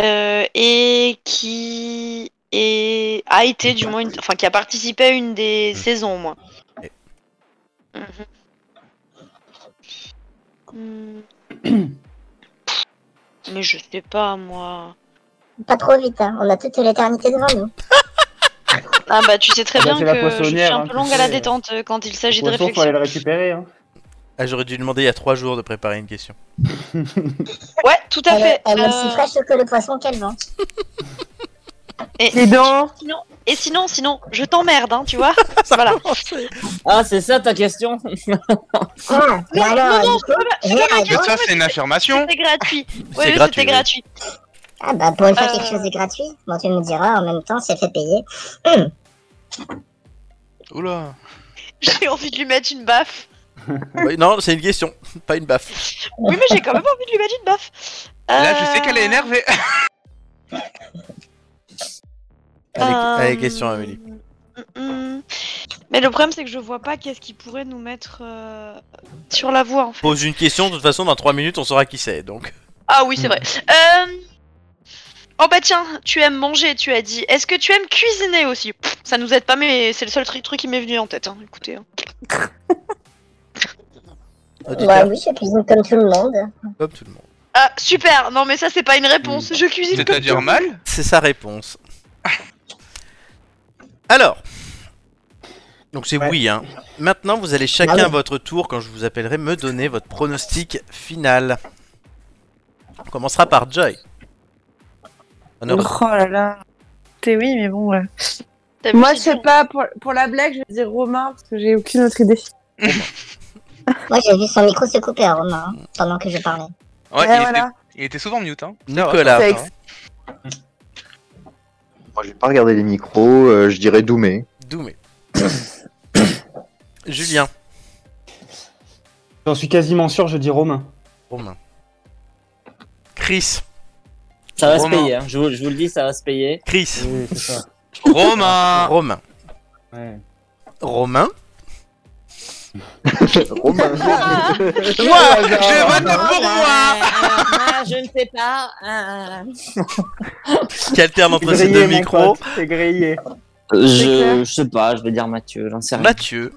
Speaker 3: Euh, et qui est- a été du moins, une- enfin qui a participé à une des
Speaker 7: Hmm.
Speaker 3: saisons Mm-hmm. au moins.
Speaker 1: Et-
Speaker 3: Mhm.
Speaker 7: *coughs*
Speaker 3: Hmm. Mais je sais pas moi.
Speaker 9: Pas trop vite, hein. on a toute l'éternité devant nous.
Speaker 3: *laughs* Ah bah tu sais très
Speaker 7: Ah bah,
Speaker 3: bien
Speaker 7: c'est la
Speaker 3: que je suis
Speaker 7: poissonnière,
Speaker 3: un
Speaker 7: hein,
Speaker 3: peu
Speaker 7: tu
Speaker 3: longue à la
Speaker 7: sais.
Speaker 3: détente euh, quand il s'agit de
Speaker 7: Pour faut aller
Speaker 3: réflexion.
Speaker 7: le récupérer. Hein.
Speaker 1: Ah, j'aurais dû lui demander il y a trois jours de préparer une question.
Speaker 3: Ouais,
Speaker 1: *laughs*
Speaker 3: tout à
Speaker 9: Elle,
Speaker 3: fait.
Speaker 9: est- elle est
Speaker 3: Euh,
Speaker 9: aussi fraîche que le poisson qu'elle vend.
Speaker 3: *laughs* et-
Speaker 11: dis donc.
Speaker 3: Sinon- et sinon, sinon, je t'emmerde, hein,
Speaker 2: *laughs*
Speaker 3: tu vois. voilà.
Speaker 2: Ah, c'est ça ta question
Speaker 9: Ah, mais
Speaker 3: Non,
Speaker 2: *laughs*
Speaker 9: alors,
Speaker 3: non, non,
Speaker 9: du coup,
Speaker 3: c'est pas ma
Speaker 9: Gérald,
Speaker 3: question.
Speaker 5: Ah, Ça, c'est une affirmation.
Speaker 3: C'était gratuit.
Speaker 1: C'est
Speaker 3: Oui, oui,
Speaker 1: gratuit,
Speaker 3: c'était
Speaker 1: oui.
Speaker 3: gratuit.
Speaker 9: Ah bah pour une fois quelque
Speaker 3: Euh.
Speaker 9: chose est gratuit, bon tu me diras en même temps c'est fait payer. *clears throat*
Speaker 1: Ah,
Speaker 5: Oula.
Speaker 3: *laughs* J'ai envie de lui mettre une baffe.
Speaker 1: Oui, non, c'est une question, *laughs* pas une baffe.
Speaker 3: Oui, mais j'ai quand même envie de lui mettre une baffe.
Speaker 5: Là,
Speaker 3: Euh,
Speaker 5: je sais qu'elle est énervée.
Speaker 1: Allez,
Speaker 3: euh,
Speaker 1: allez, question, Amélie.
Speaker 3: mm, mm. Mais le problème, c'est que je vois pas qu'est-ce qui pourrait nous mettre euh, sur la voie, en fait.
Speaker 1: Pose une question, de toute façon, dans trois minutes, on saura qui c'est. Donc,
Speaker 3: Ah oui, c'est vrai. Euh... Oh bah tiens, tu aimes manger, tu as dit. Est-ce que tu aimes cuisiner aussi Pff, Ça nous aide pas, mais c'est le seul truc, truc qui m'est venu en tête. hein, Écoutez, hein.
Speaker 9: Bah oui, je cuisine comme tout le monde.
Speaker 1: Comme tout le monde.
Speaker 3: Ah super. Non mais ça c'est pas une réponse. Je cuisine. comme
Speaker 5: C'est-à-dire mal
Speaker 1: C'est sa réponse. Alors. Donc c'est
Speaker 7: Ouais.
Speaker 1: oui, hein. Maintenant, vous allez chacun
Speaker 9: Ah oui.
Speaker 1: à votre tour, quand je vous appellerai, me donner votre pronostic final. On commencera par Joy. En ordre.
Speaker 11: Oh là là. C'est oui, mais bon, ouais.
Speaker 3: T'as vu,
Speaker 11: Moi, je
Speaker 3: c'est
Speaker 11: sais
Speaker 3: bon.
Speaker 11: pas, pour, pour la blague, je vais dire Romain, parce que j'ai aucune autre idée.
Speaker 9: *laughs* Moi, j'ai vu son micro se couper à Romain hein, pendant que je parlais.
Speaker 5: Ouais,
Speaker 7: Eh,
Speaker 5: il,
Speaker 11: Ouais,
Speaker 5: était,
Speaker 11: voilà.
Speaker 5: il était souvent mute, hein.
Speaker 1: Nicolas.
Speaker 11: C'est ex-
Speaker 8: Moi, j'ai pas regardé les micros, euh, je dirais Doumé.
Speaker 1: Doumé. Julien.
Speaker 7: J'en suis quasiment sûr, je dis Romain.
Speaker 1: Romain. Chris.
Speaker 2: Ça va se
Speaker 5: Romain.
Speaker 2: payer, hein. je, vous, je vous le dis, ça va se payer.
Speaker 1: Chris.
Speaker 7: Oui, c'est ça.
Speaker 5: Romain
Speaker 1: Romain.
Speaker 7: Ouais.
Speaker 1: Romain.
Speaker 3: *laughs*
Speaker 8: Romain.
Speaker 5: Moi, je
Speaker 11: Oh,
Speaker 5: vote pour moi
Speaker 11: bah, je ne sais pas. Ah, ah, ah.
Speaker 1: *laughs* Qui alterne entre ces deux
Speaker 7: mon
Speaker 1: micros.
Speaker 7: pote, C'est grillé.
Speaker 2: Euh, Je,
Speaker 11: clair.
Speaker 2: je sais pas, je vais dire Mathieu, j'en sais rien.
Speaker 1: Mathieu.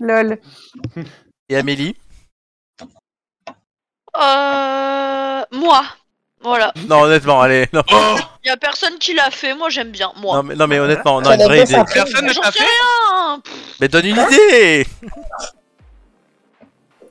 Speaker 11: Lol.
Speaker 1: Et Amélie.
Speaker 3: Euh... Moi. Voilà.
Speaker 1: Non, honnêtement, allez. Non,
Speaker 3: Y a personne qui l'a fait. Moi j'aime bien. Moi.
Speaker 1: non, mais, non, mais honnêtement, non,
Speaker 9: C'est
Speaker 1: une
Speaker 9: les
Speaker 1: vraie
Speaker 9: deux
Speaker 1: idée.
Speaker 9: sorties.
Speaker 5: Personne ne
Speaker 3: J'en
Speaker 5: t'a
Speaker 3: sais
Speaker 5: fait
Speaker 3: rien. Pff,
Speaker 1: Mais donne
Speaker 3: Hein
Speaker 1: une idée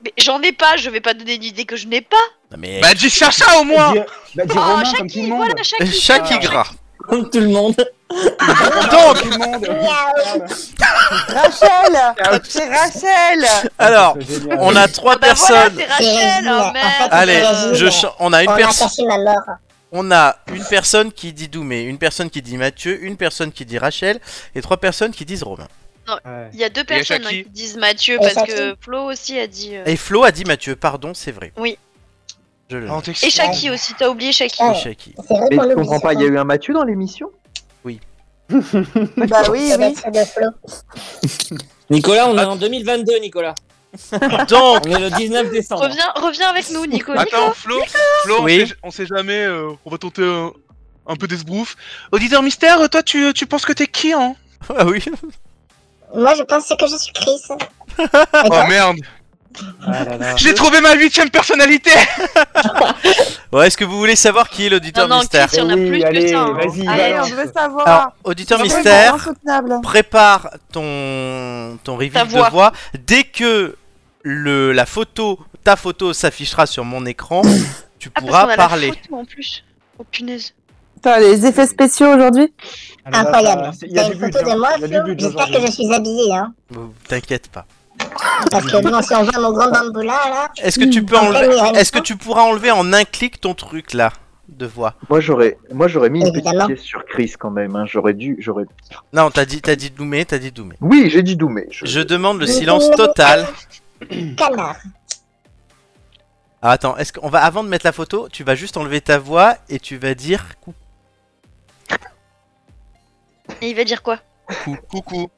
Speaker 3: mais J'en ai pas. Je vais pas donner une idée que je n'ai pas.
Speaker 1: Non, mais.
Speaker 5: Bah dis Chacha au moins
Speaker 7: Dis- bah, dis
Speaker 3: Ah,
Speaker 11: Oh,
Speaker 7: Romain comme tout
Speaker 3: Shaki,
Speaker 7: le monde.
Speaker 3: voilà, Shaki.
Speaker 1: Chaque gras.
Speaker 7: Ah,
Speaker 2: Comme tout le monde.
Speaker 1: *laughs* Donc,
Speaker 7: Tout
Speaker 3: *laughs*
Speaker 7: le monde.
Speaker 1: Hein.
Speaker 11: Rachel C'est Rachel
Speaker 1: alors,
Speaker 7: C'est génial.
Speaker 1: on a trois
Speaker 3: Ah bah voilà,
Speaker 1: personnes.
Speaker 3: c'est Rachel,
Speaker 9: Régine.
Speaker 3: hein,
Speaker 9: En
Speaker 3: merde.
Speaker 9: fait, c'est
Speaker 1: Allez,
Speaker 9: Régine.
Speaker 1: je ch- on a une
Speaker 9: On a
Speaker 1: personne.
Speaker 9: caché ma mort.
Speaker 1: On a une personne qui dit Doumé, une personne qui dit Mathieu, une personne qui dit Rachel et trois personnes qui disent Romain.
Speaker 7: Ouais.
Speaker 3: Il y a deux personnes hein,
Speaker 5: Shaki.
Speaker 3: qui disent Mathieu
Speaker 9: Et
Speaker 3: parce
Speaker 9: Shaki.
Speaker 3: que Flo aussi a dit. euh,
Speaker 1: Et Flo a dit Mathieu, pardon, c'est vrai.
Speaker 3: Oui.
Speaker 1: Je le
Speaker 5: Oh,
Speaker 1: note.
Speaker 5: t'es
Speaker 3: Et
Speaker 5: chiant.
Speaker 3: Shaki aussi, t'as oublié Shaki.
Speaker 9: Ouais.
Speaker 1: Et Shaki.
Speaker 9: C'est vrai
Speaker 8: Mais
Speaker 9: qu'on
Speaker 8: je
Speaker 9: l'oublie.
Speaker 8: comprends pas, il y a eu un Mathieu dans l'émission
Speaker 7: *laughs*
Speaker 11: Bah oui,
Speaker 9: Ça doit
Speaker 11: oui.
Speaker 9: être de Flo.
Speaker 2: Nicolas, on est en 2022, Nicolas.
Speaker 1: Ah. *laughs* Donc,
Speaker 2: On est le 19 décembre.
Speaker 3: Reviens, reviens avec nous, Nico.
Speaker 5: Attends, Flo, Flo, on
Speaker 1: Oui.
Speaker 5: sait- on sait jamais, euh, on va tenter un, un peu d'esbrouf. Auditeur mystère, toi, tu, euh, tu penses que t'es qui, hein
Speaker 1: ah oui,
Speaker 9: Moi, je pense que je suis Chris. Et
Speaker 5: Oh
Speaker 9: toi
Speaker 5: merde
Speaker 7: Ah là là.
Speaker 5: J'ai trouvé ma huitième personnalité
Speaker 1: ouais, est-ce que vous voulez savoir qui est l'auditeur
Speaker 3: Non, non,
Speaker 1: mystère
Speaker 3: Si on a
Speaker 7: Eh oui,
Speaker 3: plus que
Speaker 7: allez,
Speaker 3: ça, hein.
Speaker 7: Vas-y,
Speaker 3: Allez,
Speaker 11: Allez, on
Speaker 7: balance.
Speaker 11: veut savoir.
Speaker 1: Alors, auditeur
Speaker 11: C'est
Speaker 1: mystère,
Speaker 11: insoutenable.
Speaker 1: prépare ton ton reveal
Speaker 3: Ta
Speaker 1: de
Speaker 3: voix.
Speaker 1: voix dès que le la photo ta photo s'affichera sur
Speaker 3: *coughs*
Speaker 1: mon écran, tu
Speaker 3: Ah, parce qu'on
Speaker 1: pourras
Speaker 3: a
Speaker 1: parler.
Speaker 3: la photo en plus. Oh punaise.
Speaker 11: Putain, les effets spéciaux aujourd'hui.
Speaker 7: Alors Ah là,
Speaker 9: Incroyable.
Speaker 7: ça- Il y
Speaker 9: T'as
Speaker 7: a du
Speaker 9: une
Speaker 7: but.
Speaker 9: photo de
Speaker 7: hein.
Speaker 9: moi,
Speaker 7: Il y a du
Speaker 9: Flo
Speaker 7: but
Speaker 9: J'espère que
Speaker 7: aujourd'hui.
Speaker 9: je suis habillée, hein.
Speaker 1: Vous- T'inquiète pas.
Speaker 9: Parce que bon, si on voit mon grand bamboula, là,
Speaker 1: Est-ce que tu
Speaker 7: Mmh.
Speaker 1: peux
Speaker 9: Après,
Speaker 1: enlever
Speaker 9: il y a une
Speaker 1: Est-ce que
Speaker 9: fin.
Speaker 1: tu pourras enlever en un clic ton truc là de voix
Speaker 8: Moi, j'aurais, moi, j'aurais mis une
Speaker 9: Évidemment.
Speaker 8: petite pièce sur Chris quand même. hein. J'aurais dû, j'aurais.
Speaker 1: Non, t'as dit t'as dit Doumé, t'as dit Doumé.
Speaker 8: Oui, j'ai dit Doumé. Je...
Speaker 1: Je demande le silence total.
Speaker 9: canard.
Speaker 1: Ah, attends, est-ce qu'on va avant de mettre la photo, tu vas juste enlever ta voix et tu vas dire coucou.
Speaker 3: Et il va dire quoi
Speaker 5: Coucou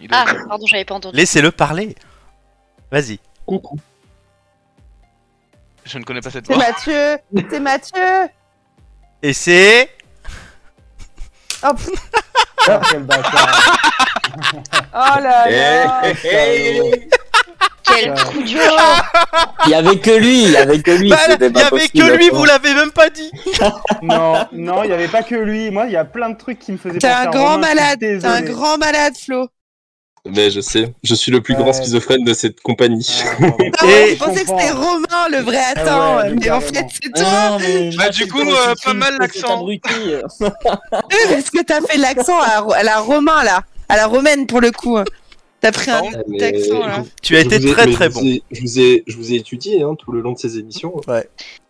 Speaker 5: Il doit
Speaker 3: Ah,
Speaker 5: dire
Speaker 3: pardon, j'avais pas entendu.
Speaker 1: Laissez-le parler. Vas-y.
Speaker 5: Coucou Je ne connais pas cette
Speaker 11: C'est
Speaker 5: voix.
Speaker 11: Mathieu. C'est Mathieu.
Speaker 1: Et c'est
Speaker 7: Ah, quel bâtard.
Speaker 11: Oh là là.
Speaker 10: Eh,
Speaker 1: Eh,
Speaker 3: Quel
Speaker 7: Ouais.
Speaker 3: coup
Speaker 11: *laughs*
Speaker 3: dur hein.
Speaker 2: Il y avait que lui, il y avait que lui.
Speaker 1: Bah,
Speaker 2: c'était
Speaker 1: il y
Speaker 2: pas
Speaker 1: avait
Speaker 2: possible,
Speaker 1: que lui,
Speaker 2: quoi.
Speaker 1: vous l'avez même pas dit.
Speaker 7: *laughs* Non, non, il n'y avait pas que lui. Moi, il y a plein de trucs qui me faisaient
Speaker 11: T'es
Speaker 7: penser
Speaker 11: un
Speaker 7: à
Speaker 11: grand
Speaker 7: Romain, je suis
Speaker 11: malade. T'es un
Speaker 7: désolé.
Speaker 11: grand malade, Flo.
Speaker 10: Mais je sais, je suis le plus
Speaker 7: Ouais.
Speaker 10: grand schizophrène de cette compagnie. *laughs*
Speaker 7: Ah,
Speaker 6: Eh,
Speaker 11: Ah
Speaker 1: Et-
Speaker 11: ouais, je pensais que c'était Romain le vrai
Speaker 7: ouais,
Speaker 11: attends, mais en fait
Speaker 7: carrément.
Speaker 11: c'est
Speaker 6: *laughs*
Speaker 11: toi. *laughs*
Speaker 2: Ah, mais je
Speaker 5: Bah,
Speaker 2: rachète
Speaker 5: du coup,
Speaker 2: pour le
Speaker 5: euh,
Speaker 2: petit
Speaker 5: pas
Speaker 2: film,
Speaker 5: mal
Speaker 2: parce que
Speaker 5: l'accent.
Speaker 2: t'as abruti, euh.
Speaker 11: Oui, parce que t'as fait l'accent à, Ro- à la Romain là, à la Romaine pour le coup. T'as pris un
Speaker 5: Pardon,
Speaker 10: mais-
Speaker 11: accent là.
Speaker 1: Tu as
Speaker 10: Je
Speaker 1: été
Speaker 10: vous ai-
Speaker 1: très
Speaker 10: mais
Speaker 1: très
Speaker 10: je vous
Speaker 1: bon.
Speaker 10: ai- Je vous ai, je vous ai étudié hein, tout le long de ces émissions.
Speaker 1: Tu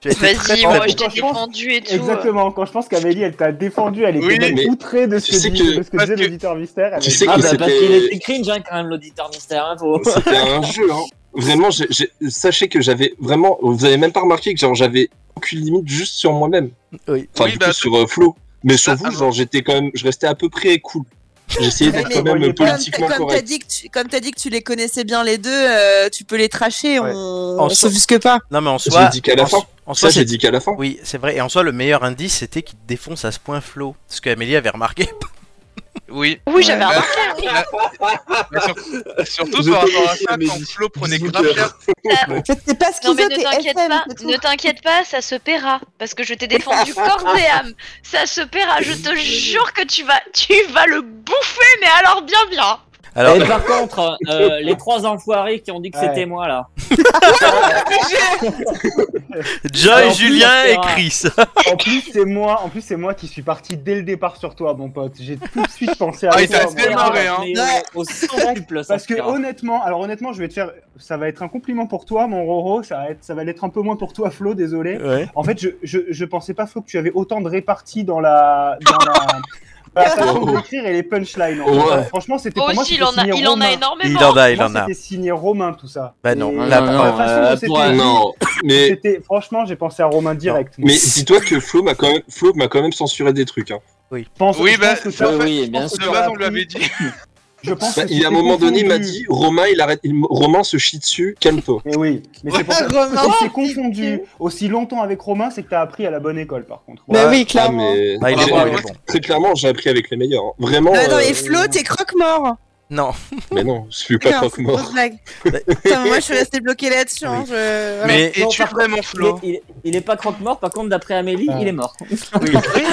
Speaker 1: as
Speaker 3: Vas-y,
Speaker 1: été très, très
Speaker 3: moi
Speaker 1: bon.
Speaker 3: je t'ai
Speaker 7: Quand je pense-
Speaker 3: défendu et tout.
Speaker 7: Exactement, quand je pense qu'Amélie, elle t'a défendu, elle était
Speaker 5: Oui,
Speaker 7: même
Speaker 10: mais
Speaker 7: outrée de ce
Speaker 10: tu
Speaker 7: que,
Speaker 10: sais
Speaker 7: dis-
Speaker 10: que-
Speaker 7: de ce que
Speaker 5: parce
Speaker 7: disait
Speaker 5: que-
Speaker 7: l'auditeur mystère. Elle
Speaker 10: Tu
Speaker 7: était-
Speaker 10: sais
Speaker 2: Ah,
Speaker 10: que
Speaker 2: bah, parce
Speaker 10: c'était-
Speaker 2: qu'il était cringe, hein, quand même, l'auditeur mystère, hein, faut-
Speaker 10: C'était
Speaker 2: *laughs*
Speaker 10: un jeu. Hein. Vraiment, j'ai- j'ai- sachez que j'avais vraiment. Vous avez même pas remarqué que genre j'avais aucune limite juste sur moi-même.
Speaker 1: Oui.
Speaker 10: Enfin,
Speaker 5: Oui,
Speaker 10: du
Speaker 5: bah,
Speaker 10: coup, sur euh, Flo. Mais sur
Speaker 5: Ah,
Speaker 10: vous,
Speaker 5: ah,
Speaker 10: genre j'étais quand même, je restais à peu près cool. J'ai essayé d'être
Speaker 6: Mais-
Speaker 10: quand même
Speaker 7: mais-
Speaker 6: Comme,
Speaker 10: politiquement
Speaker 6: comme t'as
Speaker 10: correct.
Speaker 6: dit que tu, comme t'as dit que tu les connaissais bien les deux, euh, tu peux les tracher.
Speaker 7: Ouais.
Speaker 6: On,
Speaker 1: En
Speaker 6: on
Speaker 1: so-
Speaker 6: s'offusque pas.
Speaker 1: Non, mais en
Speaker 10: J'ai
Speaker 1: soi.
Speaker 10: dit qu'à la
Speaker 1: en
Speaker 10: fin.
Speaker 1: so- En
Speaker 10: Ça,
Speaker 1: soi,
Speaker 10: j'ai
Speaker 1: c'est.
Speaker 10: dit qu'à la fin.
Speaker 1: Oui, c'est vrai. Et en soi, le meilleur indice, c'était qu'il te défonce à ce point Flo. Ce que Amélie avait remarqué.
Speaker 5: Oui.
Speaker 4: *laughs* Ah bah Oui, j'avais un.
Speaker 5: Mais Bah, sur- Surtout
Speaker 10: Je
Speaker 5: par
Speaker 10: t'ai
Speaker 5: rapport à
Speaker 10: laissé,
Speaker 5: ça,
Speaker 10: mais
Speaker 5: quand
Speaker 10: dis-
Speaker 5: Flo prenait
Speaker 10: dis-moi.
Speaker 5: grave cher.
Speaker 6: C'est pas ce qu'ils
Speaker 4: Non mais
Speaker 6: ont
Speaker 4: ne t'inquiète pas, ne t'inquiète pas, ça se paiera parce que je
Speaker 6: *laughs*
Speaker 4: t'ai défendu corps et âme. Ça se paiera, je te jure que tu vas, tu vas le bouffer, mais alors bien bien.
Speaker 1: Alors,
Speaker 2: Et par contre, euh, les trois enfoirés qui ont dit que
Speaker 7: Ouais.
Speaker 2: c'était moi là.
Speaker 1: Joy,
Speaker 2: Alors,
Speaker 1: Julien
Speaker 2: plus,
Speaker 1: et
Speaker 2: on fera-
Speaker 4: *laughs*
Speaker 1: Chris.
Speaker 7: En plus, c'est moi, en plus, c'est moi qui suis parti dès le départ sur toi, mon pote. J'ai tout de suite pensé à
Speaker 5: Ah, il
Speaker 7: toi,
Speaker 5: t'a
Speaker 7: moi.
Speaker 5: fait marrer, hein.
Speaker 2: Mais
Speaker 6: Ouais.
Speaker 2: Au centuple, ça
Speaker 7: Parce
Speaker 2: se
Speaker 7: que
Speaker 2: fera.
Speaker 7: honnêtement, alors honnêtement, je vais te faire, ça va être un compliment pour toi, mon Roro, ça va être, ça va l'être un peu moins pour toi, Flo, désolé.
Speaker 1: Ouais.
Speaker 7: En fait, je, je, je pensais pas, Flo, que tu avais autant de réparties dans la, dans la, dans la
Speaker 1: Oh.
Speaker 7: façon d'écrire et les punchlines. en fait.
Speaker 10: Ouais.
Speaker 7: Alors, Franchement, c'était pour
Speaker 4: Moi
Speaker 7: moi,
Speaker 4: aussi, il
Speaker 7: c'était
Speaker 4: en Oh, a,
Speaker 7: signé
Speaker 4: il en
Speaker 7: Romain.
Speaker 4: a
Speaker 1: Il
Speaker 4: énormément.
Speaker 1: en a, il
Speaker 7: Moi,
Speaker 1: en a.
Speaker 7: c'était signé Romain, tout ça.
Speaker 1: Bah non,
Speaker 7: Et-
Speaker 1: la-
Speaker 7: la
Speaker 2: non,
Speaker 7: façon
Speaker 2: euh,
Speaker 7: dont c'était
Speaker 2: toi,
Speaker 7: dit,
Speaker 10: Non, mais,
Speaker 7: c'était- Franchement, j'ai pensé à Romain direct. moi.
Speaker 10: mais dis-toi que Flo m'a quand, même- Flo m'a quand même censuré des trucs. hein.
Speaker 7: Je pense,
Speaker 5: Oui,
Speaker 7: je
Speaker 5: bah,
Speaker 7: pense que
Speaker 2: Oui,
Speaker 7: ça-
Speaker 2: oui,
Speaker 7: je
Speaker 2: bien
Speaker 7: pense que
Speaker 2: sûr.
Speaker 5: De
Speaker 7: ça
Speaker 5: base,
Speaker 7: l'a
Speaker 5: on lui avait
Speaker 7: pris.
Speaker 5: dit.
Speaker 7: Je pense
Speaker 10: Bah,
Speaker 7: que
Speaker 10: il, à un
Speaker 7: c'était
Speaker 10: moment donné, il m'a
Speaker 7: confondu.
Speaker 10: dit Romain, il arrête, il- Romain se chie dessus, calme-toi.
Speaker 7: Mais oui, mais c'est
Speaker 10: *laughs*
Speaker 7: pour ça
Speaker 6: Romain,
Speaker 7: Si t'es confondu aussi longtemps avec Romain, c'est que t'as appris à la bonne école, par contre.
Speaker 6: Mais
Speaker 1: Ouais.
Speaker 6: oui,
Speaker 10: Ah,
Speaker 6: clairement.
Speaker 10: mais
Speaker 1: Ah, il est
Speaker 10: j'ai-
Speaker 1: bon, il est bon.
Speaker 10: Très clairement, j'ai appris avec les meilleurs. hein. Vraiment.
Speaker 11: Bah,
Speaker 6: Non, Ah, non,
Speaker 10: euh,
Speaker 6: mais Flo, t'es croque-mort.
Speaker 1: Non.
Speaker 10: *laughs* Mais non, je suis pas
Speaker 6: Putain, c'est une
Speaker 10: croque-mort.
Speaker 6: grosse
Speaker 10: *laughs*
Speaker 6: blague. Putain, moi, je suis restée bloquée là-dessus. hein,
Speaker 1: Oui.
Speaker 6: je- voilà.
Speaker 1: Mais
Speaker 5: Et
Speaker 2: Non,
Speaker 5: tu
Speaker 2: par
Speaker 5: vraiment
Speaker 2: Il est,
Speaker 5: Flo.
Speaker 2: il est- il est pas croque-mort, par contre, d'après Amélie,
Speaker 7: Ah.
Speaker 2: il est mort.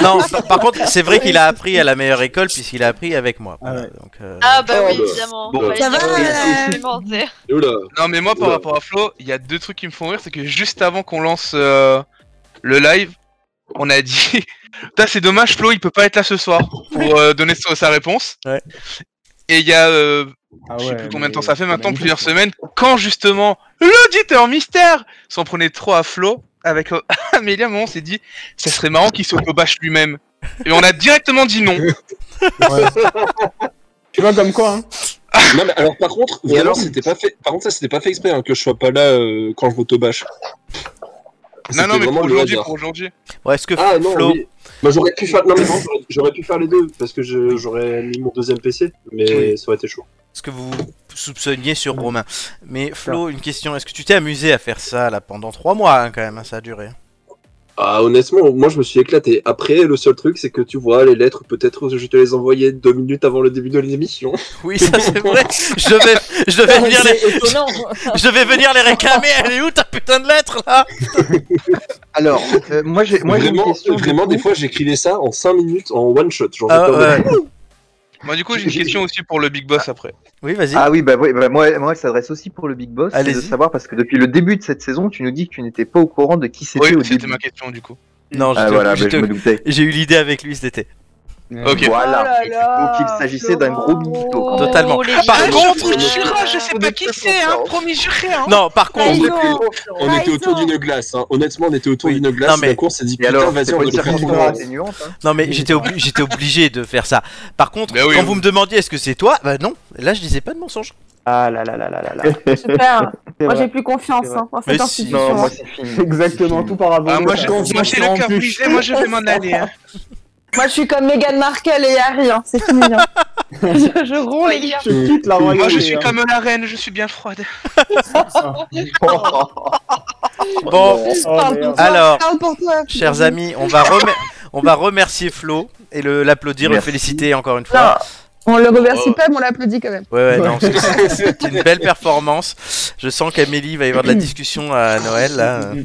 Speaker 1: non, par- par contre, c'est vrai qu'il a appris à la meilleure école puisqu'il a appris avec moi.
Speaker 7: Ah
Speaker 1: Voilà, donc, euh,
Speaker 4: Ah bah oui,
Speaker 10: Oh, bah.
Speaker 4: évidemment.
Speaker 10: Bon.
Speaker 4: Fallait
Speaker 6: Ça
Speaker 4: dire
Speaker 6: va,
Speaker 4: que c'était
Speaker 6: euh,
Speaker 4: supplémentaire.
Speaker 10: Oula.
Speaker 5: Non, mais moi, par
Speaker 10: Oula.
Speaker 5: rapport à Flo, il y a deux trucs qui me font rire. C'est que juste avant qu'on lance euh, le live, on a dit *laughs* Putain, c'est dommage, Flo, il peut pas être là ce soir pour euh, donner son- sa réponse.
Speaker 1: Ouais.
Speaker 5: Et il y a, euh,
Speaker 7: Ah
Speaker 5: je sais plus
Speaker 7: ouais,
Speaker 5: combien de
Speaker 7: mais-
Speaker 5: temps ça fait maintenant,
Speaker 7: mais-
Speaker 5: plusieurs semaines, quand justement l'auditeur mystère s'en prenait trop à Flo avec *laughs* euh, Amélie. À un moment, on s'est dit Ça serait marrant qu'il s'autobâche lui-même. Et on a directement dit
Speaker 7: *laughs*
Speaker 5: non.
Speaker 7: Tu vois comme quoi, hein
Speaker 10: *laughs* Non, mais alors par contre,
Speaker 8: Et
Speaker 10: vraiment,
Speaker 8: alors
Speaker 10: c'était pas fait. Par contre, ça c'était pas fait exprès hein, que je sois pas là euh, quand je m'autobâche. C'était
Speaker 5: Non, non, mais
Speaker 10: vraiment
Speaker 5: pour
Speaker 10: le
Speaker 5: aujourd'hui,
Speaker 10: hasard.
Speaker 5: pour aujourd'hui.
Speaker 1: ouais, est-ce que
Speaker 10: Ah non,
Speaker 1: Flo,
Speaker 10: oui. Bah, j'aurais pu faire. Non, mais bon, j'aurais- j'aurais pu faire les deux parce que je- j'aurais mis mon deuxième PC, mais ça aurait été chaud.
Speaker 1: ce que vous soupçonniez sur Romain. Mais Flo, une question, est-ce que tu t'es amusé à faire ça là pendant trois mois hein, quand même hein, Ça a duré.
Speaker 10: Ah, honnêtement, moi je me suis éclaté. Après, le seul truc, c'est que tu vois, les lettres, peut-être je te les envoyais deux minutes avant le début de l'émission.
Speaker 1: *laughs*
Speaker 10: Ah,
Speaker 1: Oui, ça c'est vrai. Je vais, je vais venir les,
Speaker 2: C'est étonnant.
Speaker 1: *laughs* je vais venir les réclamer. Elle est où ta putain de lettre là
Speaker 8: Alors, euh, moi j'ai moi, j'ai une
Speaker 10: vraiment,
Speaker 8: question. du
Speaker 10: vraiment
Speaker 8: coup.
Speaker 10: des fois, j'écrivais ça en cinq minutes en one shot. Genre,
Speaker 1: Ah,
Speaker 10: j'étais en mode,
Speaker 5: Moi, du coup, j'ai une question aussi pour le Big Boss après.
Speaker 1: Oui, vas-y.
Speaker 8: Ah oui, bah, oui, bah, moi, moi, elle s'adresse aussi pour le Big Boss. C'est de
Speaker 1: Allez-y.
Speaker 8: savoir parce que depuis le début de cette saison, tu nous dis que tu n'étais pas au courant de qui c'était
Speaker 5: Oui,
Speaker 8: au
Speaker 5: c'était
Speaker 8: début.
Speaker 5: ma question du coup.
Speaker 1: non,
Speaker 8: Ah
Speaker 1: j'étais-
Speaker 8: voilà, bah, je
Speaker 1: j'étais-
Speaker 8: me doutais.
Speaker 1: j'ai eu l'idée avec lui cet été.
Speaker 5: Ok.
Speaker 7: Oh
Speaker 8: Voilà. Donc il s'agissait d'un gros mytho.
Speaker 1: Oh, Totalement.
Speaker 4: les
Speaker 1: Par
Speaker 4: vieux
Speaker 10: Ah,
Speaker 1: contre,
Speaker 4: joueurs.
Speaker 5: promis juré, hein.
Speaker 1: Non, par
Speaker 4: bah,
Speaker 6: Ah,
Speaker 1: contre,
Speaker 6: ils
Speaker 10: était-
Speaker 6: ont-
Speaker 10: on
Speaker 6: Ah,
Speaker 10: était
Speaker 6: ils
Speaker 10: autour
Speaker 6: ont-
Speaker 10: d'une glace. hein. Honnêtement, on était autour
Speaker 1: Oui.
Speaker 10: d'une glace.
Speaker 1: Non, mais-
Speaker 10: D'un coup, on s'est dit,
Speaker 8: Et
Speaker 10: putain,
Speaker 8: alors,
Speaker 10: vas-y,
Speaker 8: c'est
Speaker 10: on
Speaker 8: pas
Speaker 10: va
Speaker 8: une
Speaker 10: faire une
Speaker 8: circonstance
Speaker 10: glace.
Speaker 8: atténuante, hein.
Speaker 1: non mais j'étais obli- j'étais obligé de faire ça. Par contre,
Speaker 5: Bah oui,
Speaker 1: quand
Speaker 5: oui.
Speaker 1: vous me demandiez est-ce que c'est toi, bah non. Là, je disais pas de mensonge.
Speaker 7: Ah là là là là là
Speaker 11: Super.
Speaker 8: *laughs*
Speaker 7: là. C'est
Speaker 11: Moi,
Speaker 7: vrai.
Speaker 11: j'ai plus confiance
Speaker 7: C'est
Speaker 11: hein, en
Speaker 1: Mais
Speaker 11: cette
Speaker 1: si.
Speaker 11: institution.
Speaker 8: Non, moi c'est fini.
Speaker 7: Exactement, tout par avant.
Speaker 5: Ah, moi, j'ai moi, j'ai le cœur brisé, moi, je vais m'en aller. hein.
Speaker 11: *laughs* Moi, je suis comme Meghan Markle et Harry. hein, C'est fini. hein. *laughs* je, je roule.
Speaker 4: Ouais, hier.
Speaker 7: Je quitte la hein. royauté.
Speaker 5: Moi, je
Speaker 10: hein.
Speaker 5: suis comme la reine, je suis
Speaker 1: *laughs*
Speaker 5: bien froide.
Speaker 1: Bon,
Speaker 7: Oh, merde.
Speaker 1: alors.
Speaker 6: Parle pour toi.
Speaker 1: Chers amis, on va, remer- *laughs* on va remercier Flo et le- l'applaudir, le
Speaker 8: Merci.
Speaker 1: féliciter encore une
Speaker 11: Non,
Speaker 10: Ah.
Speaker 1: fois.
Speaker 11: on le remercie pas, mais on l'applaudit quand même.
Speaker 1: Oh. Ouais, ouais, non,
Speaker 10: *laughs*
Speaker 1: c'est- c'est une belle performance. Je sens qu'Amélie va y avoir de la discussion à Noël. Là.
Speaker 10: Mm.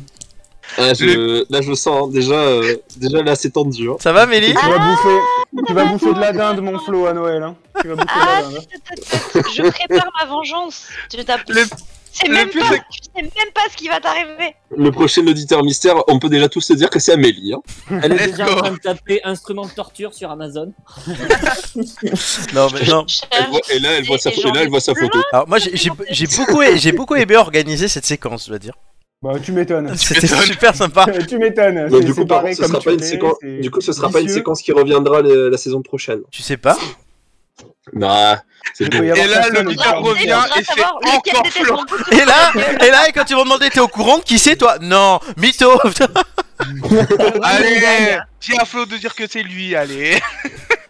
Speaker 10: Ah, je- Là, je sens hein, déjà, euh, déjà là, c'est tendu. hein.
Speaker 1: Ça va,
Speaker 7: Tu
Speaker 1: Amélie
Speaker 7: vas
Speaker 4: Ah.
Speaker 7: bouffer, tu vas bouffer de la dinde, mon Flo, à Noël. Hein. Tu vas bouffer
Speaker 4: Ah,
Speaker 7: de la dinde. hein.
Speaker 4: tut, tut, tut, je prépare ma vengeance. Je t'appelle.
Speaker 5: Le-
Speaker 4: C'est
Speaker 5: le
Speaker 4: même
Speaker 5: plus-
Speaker 4: pas, tu sais même pas ce qui va t'arriver.
Speaker 10: Le prochain auditeur mystère, on peut déjà tous se dire que c'est Amélie. hein.
Speaker 2: Elle est
Speaker 5: Let's
Speaker 2: déjà
Speaker 5: go.
Speaker 2: en train de taper instrument de torture sur Amazon.
Speaker 1: Non, mais non.
Speaker 10: Elle voit- et là, elle voit sa, et là, elle voit sa photo.
Speaker 1: Alors, moi, j'ai j'ai- j'ai beaucoup, j'ai beaucoup aimé organiser cette séquence, je dois dire.
Speaker 7: Bah, tu m'étonnes.
Speaker 1: C'était
Speaker 5: m'étonnes.
Speaker 1: super sympa.
Speaker 7: *laughs* tu m'étonnes.
Speaker 10: Donc,
Speaker 7: c'est-
Speaker 10: Bah, du coup,
Speaker 7: c'est
Speaker 10: par
Speaker 7: barré
Speaker 10: contre, ce sera
Speaker 7: comme
Speaker 10: pas une
Speaker 7: tu l'es,
Speaker 10: séquence.
Speaker 7: c'est
Speaker 10: Du coup, ce sera pas une
Speaker 7: vicieux.
Speaker 10: séquence qui reviendra le- la saison prochaine.
Speaker 1: Tu sais pas
Speaker 10: Nah, c'est
Speaker 7: Il peut
Speaker 10: bon.
Speaker 7: y avoir
Speaker 5: Et là,
Speaker 10: Ah,
Speaker 7: personne
Speaker 5: le
Speaker 7: au
Speaker 5: leader
Speaker 7: Parlement.
Speaker 5: revient.
Speaker 4: Oh,
Speaker 5: et c'est encore Flo.
Speaker 1: Et
Speaker 8: Ah,
Speaker 1: là, et là, et quand ils vont demander, t'es au courant de qui c'est toi Non,
Speaker 10: *laughs*
Speaker 1: mytho
Speaker 5: Allez, tiens à Flo de dire que c'est lui, allez.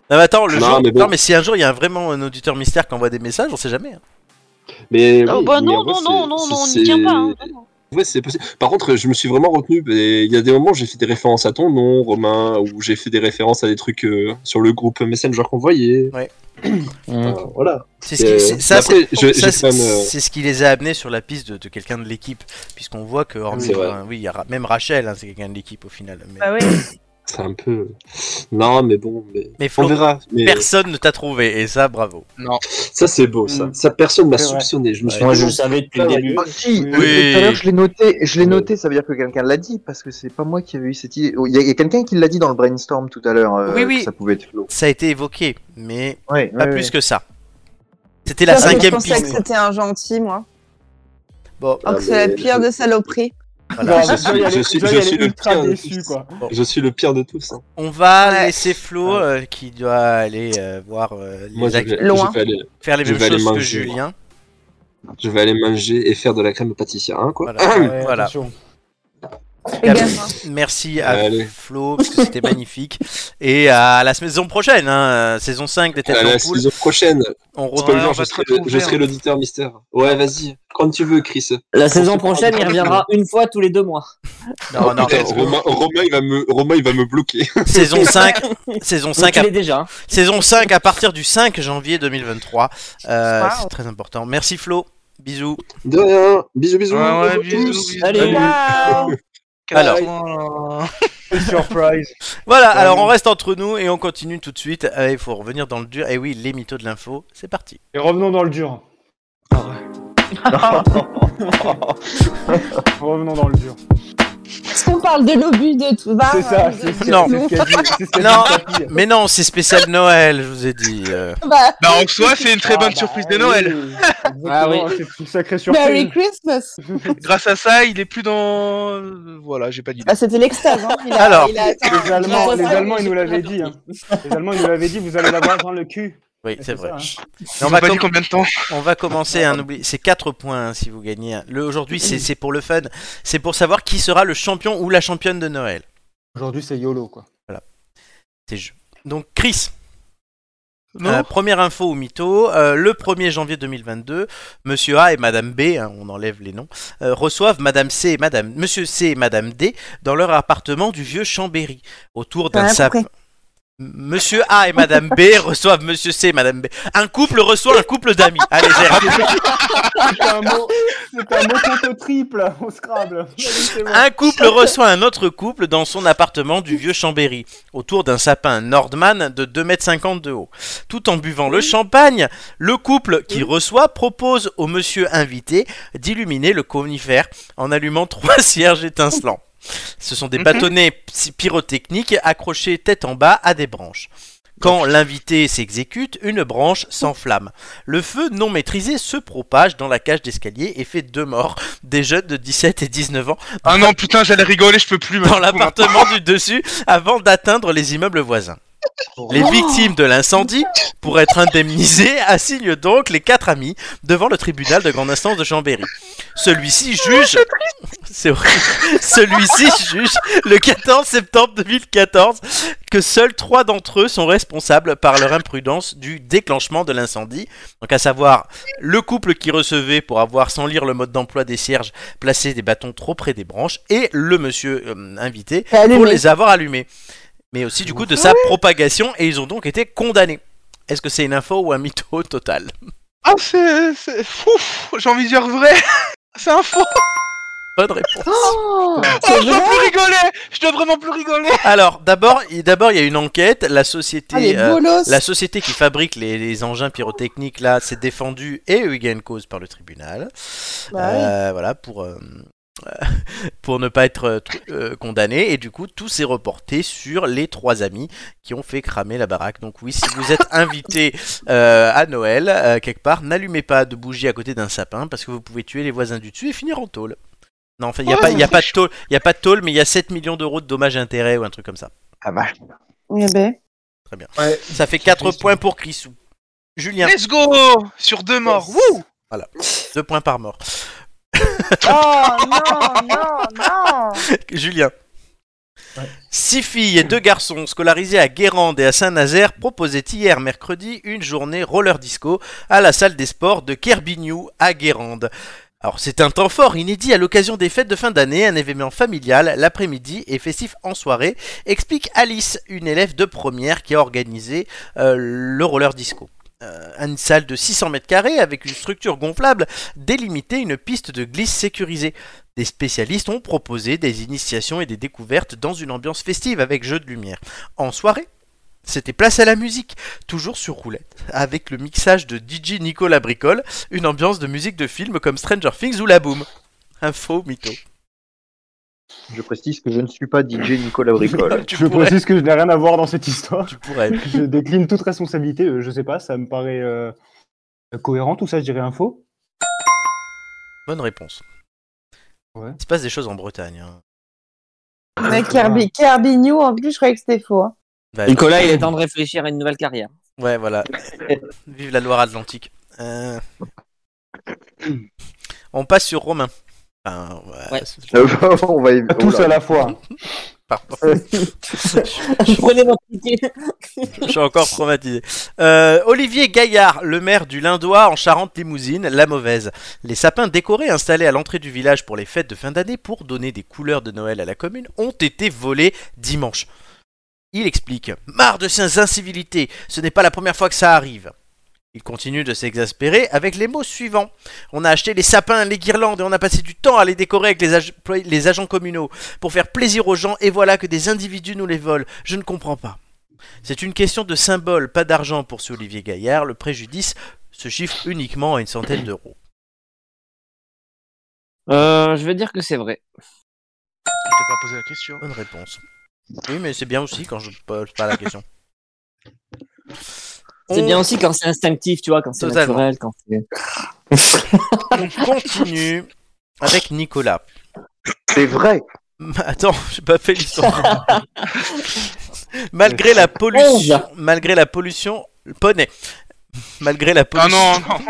Speaker 1: Non, mais attends, le
Speaker 10: Non,
Speaker 1: jour-
Speaker 10: mais bon.
Speaker 1: non, mais si un jour il y a vraiment un auditeur mystère qui envoie des messages, on sait jamais. hein.
Speaker 10: Mais
Speaker 4: Oh,
Speaker 10: oui,
Speaker 4: bah
Speaker 10: mais
Speaker 4: non,
Speaker 10: en vrai,
Speaker 4: non,
Speaker 10: c'est-
Speaker 4: non, non, non, on
Speaker 10: c'est-
Speaker 4: n'y tient pas. hein,
Speaker 10: c'est-
Speaker 4: vraiment.
Speaker 10: Ouais, c'est possible. Par contre, je me suis vraiment retenu. mais Il y a des moments, où j'ai fait des références à ton nom, Romain, ou j'ai fait des références à des trucs euh, sur le groupe Messenger qu'on voyait.
Speaker 1: Ouais.
Speaker 10: *clears throat* Euh, voilà.
Speaker 1: C'est ce
Speaker 10: Euh,
Speaker 1: qui, c'est- ça,
Speaker 10: mais après,
Speaker 1: c'est-
Speaker 10: je-
Speaker 1: ça,
Speaker 10: j'ai
Speaker 1: c'est-
Speaker 10: quand même, euh,
Speaker 1: c'est ce qui les a amenés sur la piste de, de quelqu'un de l'équipe, puisqu'on voit que hormis,
Speaker 10: C'est vrai.
Speaker 1: euh, oui, il y a Ra- même Rachel, hein, c'est quelqu'un de l'équipe au final. Mais,
Speaker 11: Bah oui.
Speaker 10: C'est un peu. Non, mais bon. Mais,
Speaker 1: *coughs* mais
Speaker 10: on
Speaker 1: Flo,
Speaker 10: verra. Mais
Speaker 1: personne ne t'a trouvé, et ça, bravo.
Speaker 5: Non.
Speaker 10: ça, c'est beau. Ça,
Speaker 7: Mm.
Speaker 10: ça personne m'a
Speaker 7: C'est vrai.
Speaker 10: soupçonné. Je me suis
Speaker 2: Moi,
Speaker 10: dit,
Speaker 2: je le savais depuis le début.
Speaker 8: Ah, si,
Speaker 7: Oui.
Speaker 8: le- tout à l'heure, je l'ai noté, je l'ai noté, ça veut dire que quelqu'un l'a dit, parce que c'est pas moi qui avais eu cette idée. Oh, Il y a, il y a quelqu'un qui l'a dit dans le brainstorm tout à l'heure, euh,
Speaker 1: Oui, oui.
Speaker 8: que ça pouvait être Flo.
Speaker 1: Ça a été évoqué, mais
Speaker 8: Ouais,
Speaker 1: pas
Speaker 8: ouais,
Speaker 1: plus
Speaker 8: ouais.
Speaker 1: que ça. C'était la
Speaker 11: Parce que
Speaker 1: cinquième
Speaker 11: Je pensais que
Speaker 1: piste.
Speaker 11: c'était un gentil, moi.
Speaker 1: Bon,
Speaker 11: Alors
Speaker 10: Ah,
Speaker 11: que c'est la
Speaker 10: mais-
Speaker 11: pire des saloperies.
Speaker 1: voilà.
Speaker 10: Je suis-
Speaker 7: Joy,
Speaker 10: je
Speaker 7: elle est-
Speaker 10: suis-
Speaker 7: Joy,
Speaker 10: je
Speaker 7: elle
Speaker 10: suis
Speaker 7: est
Speaker 10: le
Speaker 7: ultra
Speaker 10: pire de
Speaker 7: déçue,
Speaker 10: tous.
Speaker 7: quoi.
Speaker 10: Je suis le pire de tous. hein.
Speaker 1: On va
Speaker 11: Ouais.
Speaker 1: laisser Flo, euh, qui doit aller euh, voir euh, les
Speaker 10: Moi, je
Speaker 1: actes-
Speaker 10: vais,
Speaker 11: Loin.
Speaker 10: je vais aller,
Speaker 1: faire les
Speaker 10: je
Speaker 1: mêmes
Speaker 10: vais aller
Speaker 1: choses que
Speaker 10: manger, moi.
Speaker 1: Julien.
Speaker 10: je vais aller manger et faire de la crème pâtissière. Hein, quoi.
Speaker 1: Voilà.
Speaker 10: *clears throat*
Speaker 7: Ouais,
Speaker 1: Voilà.
Speaker 7: attention.
Speaker 11: Également.
Speaker 1: Merci à
Speaker 10: Allez.
Speaker 1: Flo, parce que c'était magnifique. Et à la saison prochaine, hein, saison 5 des Têtes
Speaker 10: À
Speaker 1: en
Speaker 10: la
Speaker 1: Poule.
Speaker 10: saison prochaine.
Speaker 1: On
Speaker 10: C'est pas le
Speaker 1: revient.
Speaker 10: genre,
Speaker 5: on
Speaker 10: je
Speaker 5: va se
Speaker 10: serai,
Speaker 5: retrouver,
Speaker 10: je serai
Speaker 5: hein.
Speaker 10: l'auditeur mystère. Ouais, vas-y, quand tu veux, Chris.
Speaker 2: La saison prochaine, il *laughs* reviendra une fois tous les deux mois.
Speaker 1: Non, non,
Speaker 10: Peut-être, Romain, Romain, il va me, Romain, il va me bloquer. *laughs*
Speaker 1: saison 5, saison
Speaker 2: Donc,
Speaker 1: 5
Speaker 2: tu
Speaker 1: à
Speaker 2: l'es déjà. hein.
Speaker 1: Saison 5 à partir du 5 janvier 2023. Euh,
Speaker 11: Wow.
Speaker 1: C'est très important. Merci Flo. Bisous.
Speaker 10: De rien. Bisous, bisous.
Speaker 5: Ouais, ouais,
Speaker 10: à
Speaker 5: bisous,
Speaker 10: tous.
Speaker 5: bisous.
Speaker 2: Allez.
Speaker 11: Ciao.
Speaker 10: *laughs*
Speaker 1: Alors. Ah.
Speaker 5: Alors.
Speaker 7: Surprise.
Speaker 1: Voilà,
Speaker 7: Salut.
Speaker 1: alors on reste entre nous et on continue tout de suite. Euh, Il faut revenir dans le dur. Et oui, les mythos de l'info, c'est parti.
Speaker 7: Et revenons dans le dur. Revenons dans le dur.
Speaker 11: Est-ce qu'on parle de l'obus de tout va hein,
Speaker 7: C'est ça,
Speaker 11: de-
Speaker 7: c'est c'est-
Speaker 1: Non.
Speaker 7: c'est ce qu'a dit, c'est ce qu'a dit
Speaker 1: Non.
Speaker 7: Papy.
Speaker 1: Mais non, c'est spécial Noël, je vous ai dit.
Speaker 2: *laughs*
Speaker 1: euh.
Speaker 11: Bah,
Speaker 5: Bah, en soi, c'est une très
Speaker 7: Ah,
Speaker 5: bonne
Speaker 7: bah,
Speaker 5: surprise de
Speaker 7: oui.
Speaker 5: Noël. *laughs*
Speaker 7: Exactement,
Speaker 2: Ah oui.
Speaker 7: C'est une sacrée
Speaker 11: Merry
Speaker 7: surprise.
Speaker 11: Christmas.
Speaker 5: *laughs* Grâce à ça, il est plus dans. euh, Voilà, j'ai pas d'idée.
Speaker 11: Bah, c'était l'extase. Hein. Il a,
Speaker 1: Alors.
Speaker 11: il a atteint-
Speaker 7: Les Allemands,
Speaker 11: Ouais,
Speaker 7: les
Speaker 11: ouais,
Speaker 7: Allemands, ils nous
Speaker 2: j'ai
Speaker 7: l'avaient
Speaker 2: pas
Speaker 7: dit. hein. Les Allemands, ils nous l'avaient dit, vous allez l'avoir dans le cul.
Speaker 1: Oui, c'est vrai.
Speaker 7: ça, hein.
Speaker 1: Mais on,
Speaker 5: On
Speaker 1: va
Speaker 5: m'a pas dit
Speaker 1: com-
Speaker 5: combien de temps
Speaker 1: on va commencer un oubli. C'est 4 points hein, si vous gagnez. un. Le Aujourd'hui, c'est c'est pour le fun. C'est pour savoir qui sera le champion ou la championne de Noël.
Speaker 7: Aujourd'hui, c'est YOLO, quoi.
Speaker 1: C'est jeu. Donc, Chris.
Speaker 5: Non.
Speaker 1: Euh, première info au mytho, euh, le 1er janvier 2022, Monsieur A et Madame B, hein, on enlève les noms, euh, reçoivent Madame C et Madame, Monsieur C et Madame D dans leur appartement du vieux Chambéry, autour d'un
Speaker 9: Ah,
Speaker 11: Ouais,
Speaker 1: sapin.
Speaker 11: compris.
Speaker 1: *laughs* Monsieur A et Madame B reçoivent Monsieur C et Madame B. Un couple reçoit un couple d'amis. Allez, j'ai raté.
Speaker 7: C'est un mot, c'est un mot contre triple
Speaker 1: *laughs*
Speaker 7: au Scrabble. Allez, c'est bon.
Speaker 1: Un couple reçoit un autre couple dans son appartement du vieux Chambéry, autour d'un sapin Nordman de 2m50 de haut. Tout en buvant le champagne, le couple qui reçoit propose au monsieur invité d'illuminer le conifère en allumant *laughs* trois cierges étincelants. Ce sont des
Speaker 5: Mhm.
Speaker 1: bâtonnets psy- pyrotechniques accrochés tête en bas à des branches. Quand l'invité s'exécute, une branche s'enflamme. Le feu non maîtrisé se propage dans la cage d'escalier et fait deux morts, *laughs* des jeunes de 17 et 19 ans
Speaker 5: Ah non, putain, j'allais rigoler, je peux plus.
Speaker 1: dans
Speaker 5: maintenant.
Speaker 1: l'appartement du dessus avant d'atteindre les immeubles voisins. Les
Speaker 5: Oh.
Speaker 1: victimes de l'incendie, pour être indemnisées, *laughs* assignent donc les quatre amis devant le tribunal de grande instance de Chambéry. Celui-ci
Speaker 5: Oh,
Speaker 1: juge. C'est horrible. *laughs* Celui-ci juge le 14 septembre 2014 que seuls trois d'entre eux sont responsables par leur imprudence du déclenchement de l'incendie. Donc à savoir le couple qui recevait pour avoir sans lire le mode d'emploi des cierges placé des bâtons trop près des branches et le monsieur euh, invité
Speaker 11: il a allumé.
Speaker 1: pour les avoir allumés. Mais aussi du coup de sa propagation et ils ont donc été condamnés. Est-ce que c'est une info ou un mytho total
Speaker 5: Ah, c'est. c'est- Ouf, j'ai envie de dire vrai. *laughs* C'est un faux.
Speaker 1: Bonne réponse.
Speaker 5: *laughs*
Speaker 11: Oh,
Speaker 5: Je
Speaker 11: c'est
Speaker 5: dois
Speaker 11: vrai.
Speaker 5: plus rigoler. Je dois vraiment plus rigoler.
Speaker 1: Alors d'abord, il d'abord, il y a une enquête. La société,
Speaker 11: Ah, les
Speaker 1: euh,
Speaker 11: bolos.
Speaker 1: la société qui fabrique les, les engins pyrotechniques là, s'est défendue et eu gain de cause par le tribunal.
Speaker 11: Bah oui.
Speaker 1: Euh, Voilà pour. euh, *laughs* pour ne pas être euh, tr- euh, condamné et du coup tout s'est reporté sur les trois amis qui ont fait cramer la baraque donc oui si
Speaker 11: *laughs*
Speaker 1: vous êtes invité euh, à Noël euh, quelque part n'allumez pas de bougie à côté d'un sapin parce que vous pouvez tuer les voisins du dessus et finir en tôle non en fait il n'y a,
Speaker 5: Ouais,
Speaker 1: pas- il y a
Speaker 5: c'est
Speaker 1: pas de tôle il y a pas de tôle mais il y a 7 millions d'euros de dommages et intérêts ou un truc comme ça
Speaker 8: Ah bah,
Speaker 11: Eh ben.
Speaker 7: Ouais.
Speaker 1: ça fait 4 points pour Chrisou Julien
Speaker 5: Let's go Sur deux morts. Wouh
Speaker 1: 2 points par mort
Speaker 11: Oh non, non, non
Speaker 1: *laughs* Julien
Speaker 7: Ouais.
Speaker 1: Six filles et deux garçons scolarisés à Guérande et à Saint-Nazaire proposaient hier mercredi une journée roller disco à la salle des sports de Kerbignou à Guérande. Alors c'est un temps fort inédit à l'occasion des fêtes de fin d'année, un événement familial l'après-midi et festif en soirée, explique Alice, une élève de première qui a organisé euh, le roller disco. Euh, une salle de 600 mètres carrés avec une structure gonflable délimitait une piste de glisse sécurisée. Des spécialistes ont proposé des initiations et des découvertes dans une ambiance festive avec jeux de lumière. En soirée, c'était place à la musique, toujours sur roulette, avec le mixage de DJ Nicolas Bricole, une ambiance de musique de film comme Stranger Things ou La Boom. Un faux mytho.
Speaker 8: Je précise que je ne suis pas DJ Nicolas Bricole.
Speaker 1: *laughs* Tu
Speaker 7: je
Speaker 1: pourrais.
Speaker 7: précise que je n'ai rien à voir dans cette histoire.
Speaker 1: Tu pourrais.
Speaker 7: je décline toute responsabilité. euh, Je sais pas, ça me paraît euh, cohérent tout ça, je dirais un faux.
Speaker 1: Bonne réponse.
Speaker 7: Ouais.
Speaker 1: Il se passe des choses en Bretagne. hein.
Speaker 11: Mais Kirby, Kirby New, en plus, je croyais que c'était faux. hein.
Speaker 1: Bah,
Speaker 2: Nicolas, il est temps de réfléchir à une nouvelle carrière.
Speaker 1: Ouais, voilà. *laughs* Vive la Loire-Atlantique. Euh. On passe sur Romain. Enfin, ouais,
Speaker 2: Ouais.
Speaker 1: c'est-
Speaker 8: Euh, *laughs* on va y... oh
Speaker 7: Pas *laughs* tous
Speaker 8: oula.
Speaker 7: à la fois.
Speaker 2: *laughs*
Speaker 1: pardon. *laughs*
Speaker 8: *laughs*
Speaker 2: Prenez votre ticket.
Speaker 1: Je suis encore traumatisé. Euh, Olivier Gaillard, le maire du Lindois en Charente-Limousine, la mauvaise. Les sapins décorés installés à l'entrée du village pour les fêtes de fin d'année pour donner des couleurs de Noël à la commune ont été volés dimanche. Il explique Marre de ces incivilités, ce n'est pas la première fois que ça arrive. Il continue de s'exaspérer avec les mots suivants. On a acheté les sapins, les guirlandes et on a passé du temps à les décorer avec les, ag- les agents communaux pour faire plaisir aux gens et voilà que des individus nous les volent. Je ne comprends pas. C'est une question de symbole, pas d'argent pour ce Olivier Gaillard. Le préjudice se chiffre uniquement à une centaine d'euros.
Speaker 2: Euh, je veux dire que c'est vrai.
Speaker 5: Je t'ai pas posé la question.
Speaker 1: Bonne réponse. Oui, mais c'est bien aussi quand je pose pas la question.
Speaker 2: C'est
Speaker 1: On
Speaker 2: bien aussi quand c'est instinctif, tu vois, quand c'est
Speaker 1: Totalement.
Speaker 2: naturel, quand c'est.
Speaker 1: continue avec Nicolas.
Speaker 8: C'est vrai.
Speaker 1: *laughs* Attends, j'ai pas fait l'histoire. malgré la pollution, malgré la pollution, le poney. Malgré la
Speaker 5: Ah
Speaker 1: pollution.
Speaker 5: non, non.
Speaker 1: *laughs*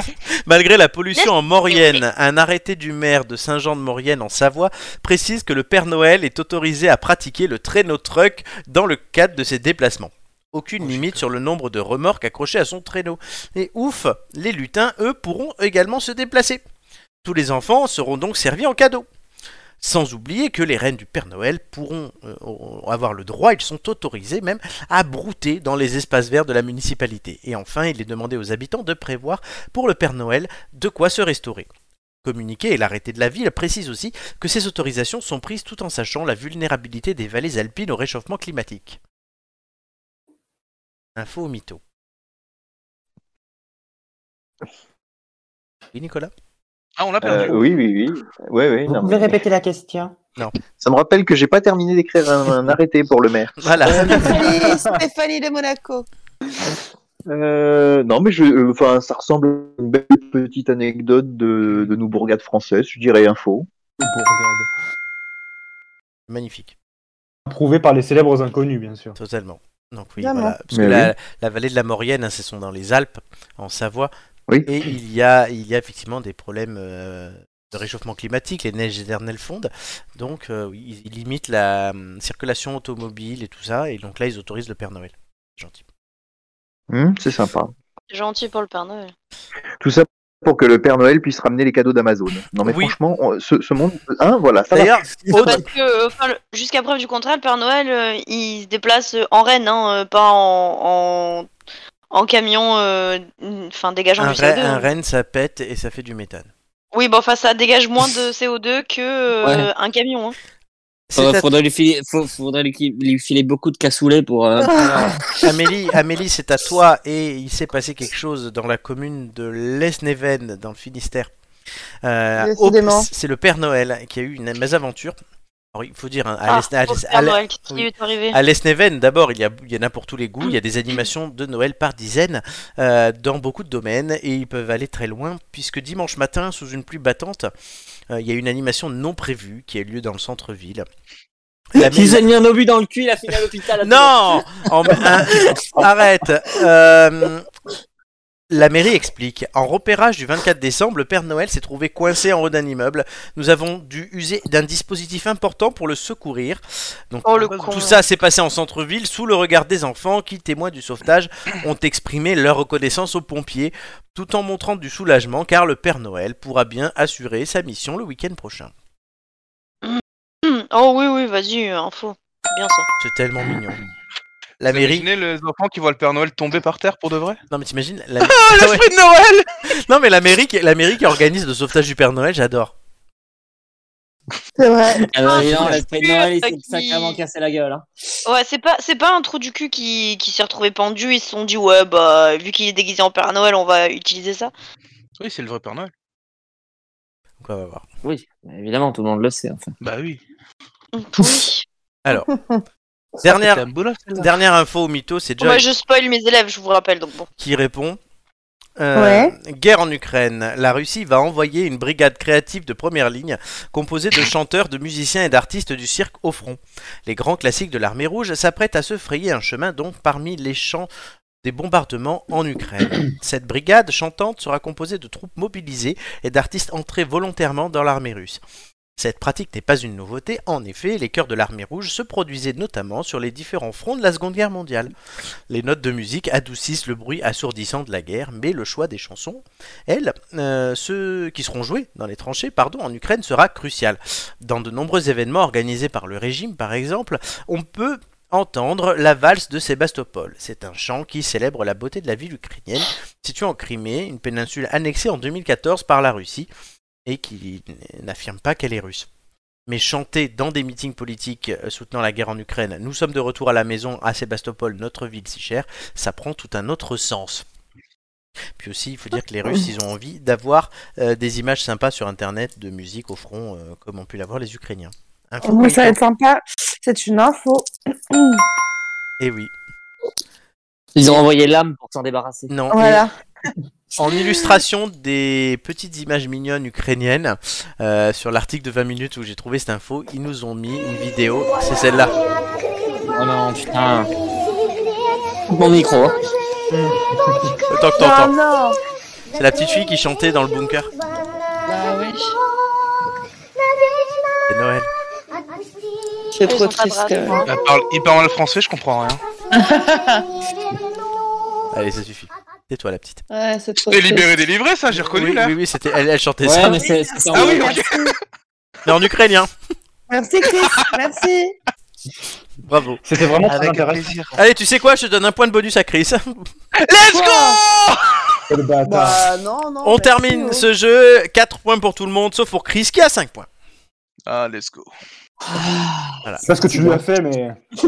Speaker 1: Malgré la pollution en Maurienne, un arrêté du maire de Saint-Jean-de-Maurienne en Savoie précise que le Père Noël est autorisé à pratiquer le traîneau truck dans le cadre de ses déplacements. Aucune limite sur le nombre de remorques accrochées à son traîneau. Et ouf, les lutins, eux, pourront également se déplacer. Tous les enfants seront donc servis en cadeau. Sans oublier que les reines du Père Noël pourront euh, avoir le droit, ils sont autorisés même, à brouter dans les espaces verts de la municipalité. Et enfin, il est demandé aux habitants de prévoir pour le Père Noël de quoi se restaurer. Communiqué et l'arrêté de la ville précise aussi que ces autorisations sont prises tout en sachant la vulnérabilité des vallées alpines au réchauffement climatique. Info au mytho. Oui, Nicolas
Speaker 5: Ah, on l'a
Speaker 8: Euh,
Speaker 5: perdu.
Speaker 8: oui, oui, oui. Ouais, ouais, non, mais-
Speaker 6: la question
Speaker 8: Ça me rappelle que j'ai pas terminé d'écrire un, un arrêté pour le maire.
Speaker 1: Voilà.
Speaker 6: Stéphanie, Stéphanie de Monaco.
Speaker 8: Euh, non, mais je, euh, enfin, ça ressemble à une belle petite anecdote de, de nos bourgades françaises. Je dirais info.
Speaker 7: Bourgade.
Speaker 1: Magnifique,
Speaker 7: Prouvé par les célèbres inconnus, bien sûr.
Speaker 1: totalement. Donc oui,
Speaker 6: Vraiment.
Speaker 1: voilà. Parce que
Speaker 8: Mais
Speaker 1: la, la vallée de la Maurienne, hein, ce sont dans les Alpes, en Savoie,
Speaker 8: Oui.
Speaker 1: et il y a, il y a effectivement des problèmes euh, de réchauffement climatique, les neiges éternelles fondent, donc euh, oui, ils, ils limitent la hum, circulation automobile et tout ça, et donc là ils autorisent le Père Noël. Gentil.
Speaker 8: Hum, c'est sympa.
Speaker 4: Gentil pour le Père Noël.
Speaker 8: Tout ça pour que le Père Noël puisse ramener les cadeaux d'Amazon. Non, mais
Speaker 1: Oui.
Speaker 8: franchement, on- ce, ce monde, hein, voilà. Ça va.
Speaker 1: D'ailleurs,
Speaker 4: Parce que, euh, enfin, le- jusqu'à preuve du contraire, le Père Noël, euh, il se déplace euh, en Rennes, hein, euh, pas en, en, en camion, euh, enfin,
Speaker 3: Ah,
Speaker 4: dégageant
Speaker 1: un,
Speaker 4: du
Speaker 1: renne-
Speaker 4: CO2.
Speaker 1: un
Speaker 4: hein.
Speaker 1: renne ça pète et ça fait du méthane.
Speaker 2: Oh,
Speaker 4: Oui, bon, enfin, ça dégage moins de CO2 que euh, un camion. hein.
Speaker 1: C'est à-
Speaker 2: faudrait, lui filer, faut- faudrait lui, qui- lui filer beaucoup de cassoulets pour.
Speaker 1: *laughs*
Speaker 2: euh,
Speaker 1: Ah. Amélie, Amélie c'est à toi et il s'est passé quelque chose dans la commune de Lesneven, dans le Finistère. Euh, au-
Speaker 11: Décidément.
Speaker 1: c'est le Père Noël qui a eu une mésaventure. Alors, il faut dire, hein, à
Speaker 4: Ah,
Speaker 1: Lesne- à
Speaker 4: pauvre
Speaker 1: Les- à
Speaker 4: Père
Speaker 1: Le-
Speaker 4: Noël, qu'est-ce qui
Speaker 1: oui.
Speaker 4: lui est arrivé Mm.
Speaker 1: À l'Esneven, d'abord, il y, a- il y en a pour tous les goûts. Il y a des animations de Noël par dizaines euh, dans beaucoup de domaines et ils peuvent aller très loin puisque dimanche matin, sous une pluie battante, euh, il y a une animation non prévue qui a eu lieu dans le centre-ville. La
Speaker 2: Il s'est mis un obus dans le cul, il a fini à l'hôpital. *laughs*
Speaker 1: Non En- un- Arrête Euh, La mairie explique En repérage du 24 décembre, le Père Noël s'est trouvé coincé en haut d'un immeuble. Nous avons dû user d'un dispositif important pour le secourir. Donc,
Speaker 4: Oh, le
Speaker 1: tout
Speaker 4: con.
Speaker 1: ça s'est passé en centre-ville sous le regard des enfants qui, témoins
Speaker 4: *clears throat*
Speaker 1: du sauvetage, ont exprimé leur reconnaissance aux pompiers tout en montrant du soulagement car le Père Noël pourra bien assurer sa mission le week-end prochain.
Speaker 4: Hmm, Oh oui, oui, vas-y, euh, info. Bien ça.
Speaker 1: C'est tellement mignon.
Speaker 5: Ah
Speaker 1: La mairie.
Speaker 5: Imaginez les enfants qui voient le Père Noël tomber par terre pour de vrai
Speaker 1: Non, mais t'imagines
Speaker 5: *laughs*
Speaker 1: la... Ah
Speaker 5: L'esprit de Noël
Speaker 1: Non, mais la mairie, qui... la mairie qui organise le sauvetage du Père Noël, j'adore.
Speaker 9: C'est
Speaker 2: *laughs*
Speaker 9: vrai.
Speaker 2: Alors,
Speaker 4: Ah,
Speaker 2: non,
Speaker 4: c'est
Speaker 2: l'esprit de Noël, il
Speaker 4: sûr
Speaker 2: s'est
Speaker 4: qui-
Speaker 2: sacrément cassé la gueule. Hein.
Speaker 4: Ouais, c'est pas, c'est pas un trou du cul qui, qui s'est retrouvé pendu. Ils se sont dit, ouais, bah, vu qu'il est déguisé en Père Noël, on va utiliser ça.
Speaker 5: Oui, c'est le vrai Père Noël.
Speaker 1: Donc, on va voir.
Speaker 2: Oui, évidemment, tout le monde le sait. Enfin.
Speaker 5: Bah oui.
Speaker 4: Hmm. Oui.
Speaker 1: Alors,
Speaker 4: *laughs*
Speaker 1: dernière,
Speaker 5: Ah, putain, boulot, celle-là.
Speaker 1: dernière info au mytho, c'est Joy
Speaker 4: Oh, Moi, je spoil mes élèves, je vous rappelle, donc bon.
Speaker 1: qui répond. Euh, Guerre en Ukraine. La Russie va envoyer une brigade créative de première ligne composée de chanteurs, de musiciens et d'artistes du cirque au front. Les grands classiques de l'armée rouge s'apprêtent à se frayer un chemin donc parmi les champs des bombardements en Ukraine. Cette brigade chantante sera composée de troupes mobilisées et d'artistes entrés volontairement dans l'armée russe. Cette pratique n'est pas une nouveauté, en effet, les chœurs de l'armée rouge se produisaient notamment sur les différents fronts de la Seconde Guerre mondiale. Les notes de musique adoucissent le bruit assourdissant de la guerre, mais le choix des chansons, elles, euh, ceux qui seront joués dans les tranchées pardon, en Ukraine, sera crucial. Dans de nombreux événements organisés par le régime, par exemple, on peut entendre la valse de Sébastopol. C'est un chant qui célèbre la beauté de la ville ukrainienne, située en Crimée, une péninsule annexée en 2014 par la Russie, et qui n'affirme pas qu'elle est russe mais chanter dans des meetings politiques euh, soutenant la guerre en Ukraine, nous sommes de retour à la maison à Sébastopol, notre ville si chère, ça prend tout un autre sens. Puis aussi, il faut dire que les Russes, ils ont envie d'avoir euh, des images sympas sur Internet de musique au front, euh, comme ont pu l'avoir les Ukrainiens. Info
Speaker 11: Bon, ça va
Speaker 1: culture.
Speaker 11: être sympa. C'est une info.
Speaker 1: Eh oui.
Speaker 2: Ils ont envoyé l'âme pour s'en débarrasser.
Speaker 1: Non. et
Speaker 11: Voilà.
Speaker 1: *laughs* En illustration des petites images mignonnes ukrainiennes, euh, sur l'article de 20 minutes où j'ai trouvé cette info, ils nous ont mis une vidéo. C'est celle-là.
Speaker 2: Oh non, putain. Mon micro. hein.
Speaker 1: Tant que
Speaker 11: Ah
Speaker 1: t'entends.
Speaker 11: non.
Speaker 1: C'est la petite fille qui chantait dans le bunker.
Speaker 9: Bah oui.
Speaker 1: C'est Noël.
Speaker 11: C'est
Speaker 4: Ils
Speaker 11: trop
Speaker 4: sont pas
Speaker 11: triste. euh.
Speaker 4: braves.
Speaker 11: ouais.
Speaker 5: Il parle, il parle mal français, je comprends rien.
Speaker 1: Allez, ça suffit. Tais-toi la petite.
Speaker 11: Ouais, c'est trop
Speaker 5: C'est
Speaker 11: triste.
Speaker 5: libéré, délivré, ça, j'ai reconnu
Speaker 1: oui,
Speaker 5: là.
Speaker 1: oui, oui, c'était elle, elle chantait
Speaker 2: Ouais,
Speaker 1: ça,
Speaker 2: mais c'est c'est en
Speaker 5: Ah oui,
Speaker 2: anglais.
Speaker 5: ok.
Speaker 1: mais en ukrainien.
Speaker 11: Merci Chris, merci.
Speaker 1: Bravo.
Speaker 7: C'était vraiment très
Speaker 5: Avec
Speaker 7: intéressant.
Speaker 5: plaisir.
Speaker 1: Allez, tu sais quoi Je te donne un point de bonus à Chris.
Speaker 5: Let's go
Speaker 7: le bâtard.
Speaker 11: Bah non, non.
Speaker 1: On
Speaker 11: merci,
Speaker 1: termine
Speaker 11: oh.
Speaker 1: ce jeu. 4 points pour tout le monde, sauf pour Chris qui a 5 points.
Speaker 5: Ah, let's go.
Speaker 7: Je sais pas ce que tu lui as fait, mais
Speaker 11: Ah bah,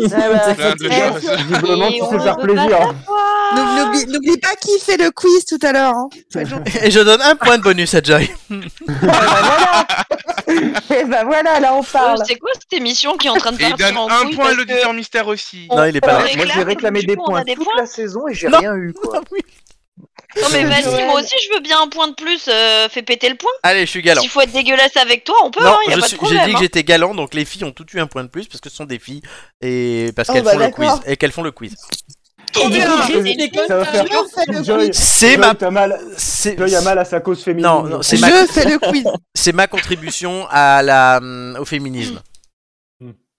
Speaker 5: Plein de
Speaker 11: c'est-
Speaker 5: choses.
Speaker 7: visiblement,
Speaker 4: Et
Speaker 7: tu
Speaker 4: on
Speaker 7: sais
Speaker 4: ne
Speaker 7: faire
Speaker 4: veut pas
Speaker 1: *laughs*
Speaker 7: plaisir.
Speaker 6: N'oub- N'oublie n'oublie pas qui fait le quiz tout à l'heure. hein.
Speaker 1: Et je donne un point de bonus à Joy.
Speaker 11: Eh bah voilà, là on parle.
Speaker 4: Euh, c'est quoi cette émission qui est en train de
Speaker 5: Et il
Speaker 4: partir
Speaker 5: donne
Speaker 4: en
Speaker 5: un
Speaker 4: couille
Speaker 5: point à
Speaker 4: parce
Speaker 5: l'auditeur mystère aussi.
Speaker 4: que
Speaker 1: Non, il est pas là.
Speaker 4: on réclame,
Speaker 8: Moi, j'ai réclamé
Speaker 4: du
Speaker 8: des
Speaker 4: coup, on
Speaker 8: points
Speaker 4: a des
Speaker 8: toute
Speaker 4: points.
Speaker 8: la saison et j'ai
Speaker 1: Non.
Speaker 8: rien eu. Quoi.
Speaker 4: Non mais vas-y,
Speaker 11: Joël.
Speaker 4: moi aussi je veux bien un point de plus, euh, fais péter le point.
Speaker 1: Allez, je suis galant.
Speaker 4: S'il faut être dégueulasse avec toi, on peut,
Speaker 1: hein. Non,
Speaker 4: hein, y a
Speaker 1: je
Speaker 4: pas
Speaker 1: suis-
Speaker 4: de
Speaker 1: j'ai dit
Speaker 4: problème.
Speaker 1: que
Speaker 4: hein.
Speaker 1: j'étais galant, donc les filles ont toutes eu un point de plus parce que ce sont des filles et parce
Speaker 11: Oh,
Speaker 1: qu'elles
Speaker 11: bah,
Speaker 1: font le quiz
Speaker 11: d'accord.
Speaker 1: et qu'elles font le quiz.
Speaker 2: Et du coup, Chris,
Speaker 7: Ça
Speaker 2: il est con.
Speaker 7: va faire
Speaker 6: Je fais le
Speaker 7: Joy,
Speaker 6: quiz.
Speaker 1: C'est
Speaker 7: Joy,
Speaker 1: ma,
Speaker 7: t'as mal,
Speaker 1: c'est,
Speaker 7: Joy a mal à sa cause féminine.
Speaker 1: Non, non, c'est ma-
Speaker 6: Je fais le quiz.
Speaker 1: *laughs* c'est ma contribution à la, hum, au féminisme.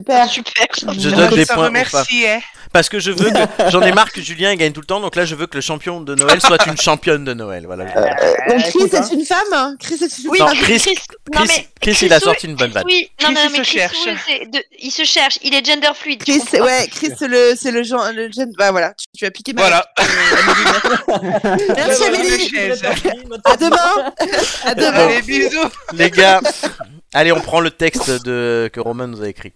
Speaker 11: Super.
Speaker 4: Super.
Speaker 1: Je donne des
Speaker 5: Ça
Speaker 1: points aux femmes.
Speaker 5: remercie,
Speaker 6: Euh,
Speaker 5: eh.
Speaker 1: Parce que je veux que. J'en ai marre que Julien il gagne tout le temps, donc là je veux que le champion de Noël soit une championne de Noël. Voilà.
Speaker 11: Bah, euh,
Speaker 6: Donc
Speaker 7: écoute,
Speaker 6: Chris
Speaker 7: hein.
Speaker 6: est une femme. hein. Chris est une
Speaker 4: Euh, Oui,
Speaker 1: Non,
Speaker 6: femme.
Speaker 1: bah, Chris-
Speaker 4: non,
Speaker 1: Chris,
Speaker 4: mais
Speaker 1: Chris, il a
Speaker 4: Chris,
Speaker 1: sorti une bonne vanne.
Speaker 4: Oui, non,
Speaker 5: Chris,
Speaker 4: non,
Speaker 5: il
Speaker 4: mais
Speaker 5: se
Speaker 4: Chris,
Speaker 5: cherche.
Speaker 4: oui, c'est de- il se cherche, il est gender fluid. tu
Speaker 6: Chris,
Speaker 4: comprends
Speaker 6: ouais, Chris, c'est le, c'est le genre, le jeune. Bah voilà, tu, tu as piqué ma.
Speaker 5: Voilà.
Speaker 6: *laughs* Merci
Speaker 5: Voilà la
Speaker 6: Amélie.
Speaker 5: chaise.
Speaker 6: À demain.
Speaker 11: Euh,
Speaker 6: à demain.
Speaker 5: Allez, bisous.
Speaker 1: Les gars, allez, on prend le texte de... que Roman nous a écrit.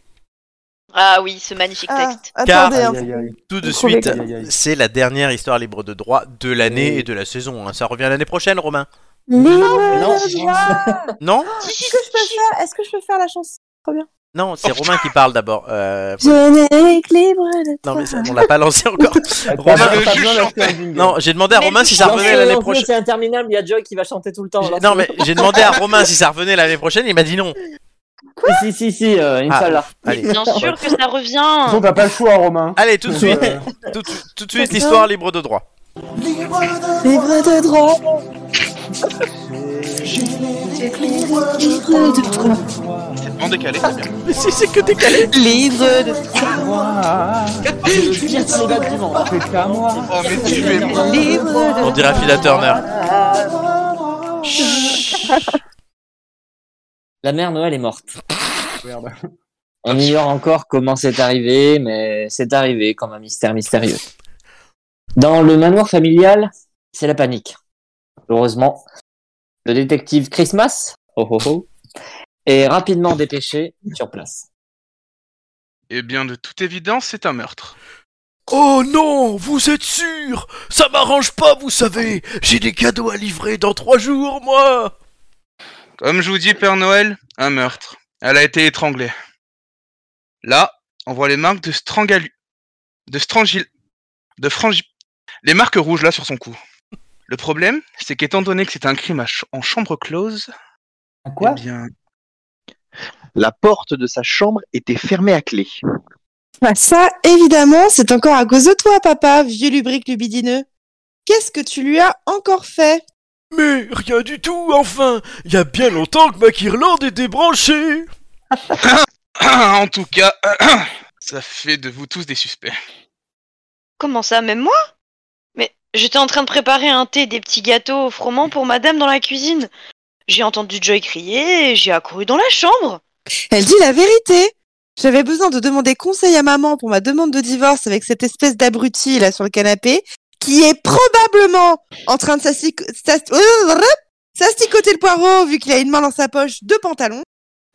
Speaker 4: Ah oui, ce magnifique
Speaker 11: Ah,
Speaker 4: texte.
Speaker 11: attendez,
Speaker 7: Aïe,
Speaker 11: hein.
Speaker 7: aïe, aïe.
Speaker 1: Tout de
Speaker 11: Trop
Speaker 1: suite,
Speaker 7: Aïe, aïe, aïe.
Speaker 1: c'est la dernière histoire libre de droit de l'année et de la saison. hein. Ça revient l'année prochaine, Romain.
Speaker 2: Non,
Speaker 1: Non
Speaker 4: Si, si,
Speaker 11: Est-ce que je peux faire, est-ce que je peux faire la chanson
Speaker 1: Non, c'est Romain qui parle d'abord. Euh,
Speaker 11: Je l'équilibre de
Speaker 1: Non, mais ça, on l'a pas lancé encore.
Speaker 7: T'as
Speaker 1: Romain-
Speaker 7: pas
Speaker 5: Je
Speaker 7: besoin
Speaker 5: chantais.
Speaker 7: d'acheter un jingle.
Speaker 1: Non, j'ai demandé à
Speaker 4: Mais
Speaker 1: Romain
Speaker 4: tu
Speaker 1: si ça
Speaker 2: Non,
Speaker 1: revenait
Speaker 2: mais
Speaker 1: l'année
Speaker 2: non plus,
Speaker 1: prochaine.
Speaker 2: C'est interminable, il y a Joy qui va chanter tout le temps. alors
Speaker 1: Non, mais j'ai demandé
Speaker 2: *laughs*
Speaker 1: à Romain si ça revenait l'année prochaine, il m'a dit non.
Speaker 2: Si, si, si, euh,
Speaker 1: Ah.
Speaker 2: Inch'Allah.
Speaker 1: Allez.
Speaker 4: Bien sûr que ça
Speaker 7: De toute façon,
Speaker 4: revient.
Speaker 7: t'as pas le choix, Romain.
Speaker 1: Allez, tout de suite,
Speaker 7: Euh,
Speaker 1: tout, tout de suite, histoire libre de droit.
Speaker 11: Libre de droit. Libre de droit.
Speaker 5: C'est en décalé, c'est bien.
Speaker 1: Mais si c'est que décalé
Speaker 11: Libre de
Speaker 7: C'est à moi.
Speaker 5: Oh, mais tu es bon.
Speaker 11: Libre de
Speaker 1: On dirait Phila Turner.
Speaker 2: La mère Noël est morte.
Speaker 7: Merde.
Speaker 2: On ignore encore comment c'est arrivé, mais c'est arrivé comme un mystère mystérieux. Dans le manoir familial, c'est la panique. Heureusement, le détective Christmas oh oh oh, est rapidement dépêché sur place.
Speaker 5: Eh bien, de toute évidence, c'est un meurtre.
Speaker 1: Oh non, vous êtes sûr Ça m'arrange pas, vous savez J'ai des cadeaux à livrer dans trois jours, moi
Speaker 5: Comme je vous dis, Père Noël, un meurtre. Elle a été étranglée. Là, on voit les marques de strangalu... De strangil... De frangi... Les marques rouges, là, sur son cou. Le problème, c'est qu'étant donné que c'est un crime à ch- en chambre close...
Speaker 7: À quoi
Speaker 5: eh bien...
Speaker 8: La porte de sa chambre était fermée à clé.
Speaker 11: Bah ça, évidemment, c'est encore à cause de toi, papa, vieux lubrique lubidineux. Qu'est-ce que tu lui as encore fait
Speaker 1: Mais rien du tout, enfin Il y a bien longtemps que ma guirlande est débranchée
Speaker 5: *coughs* en tout cas, *coughs* ça fait de vous tous des suspects.
Speaker 3: Comment ça, même moi Mais j'étais en train de préparer un thé, des petits gâteaux au froment pour madame dans la cuisine. J'ai entendu Joy crier et j'ai accouru dans la chambre.
Speaker 11: Elle dit la vérité. J'avais besoin de demander conseil à maman pour ma demande de divorce avec cette espèce d'abruti là sur le canapé qui est probablement en train de s'astic- s'ast- euh, s'asticoter le poireau vu qu'il a une main dans sa poche, deux pantalons.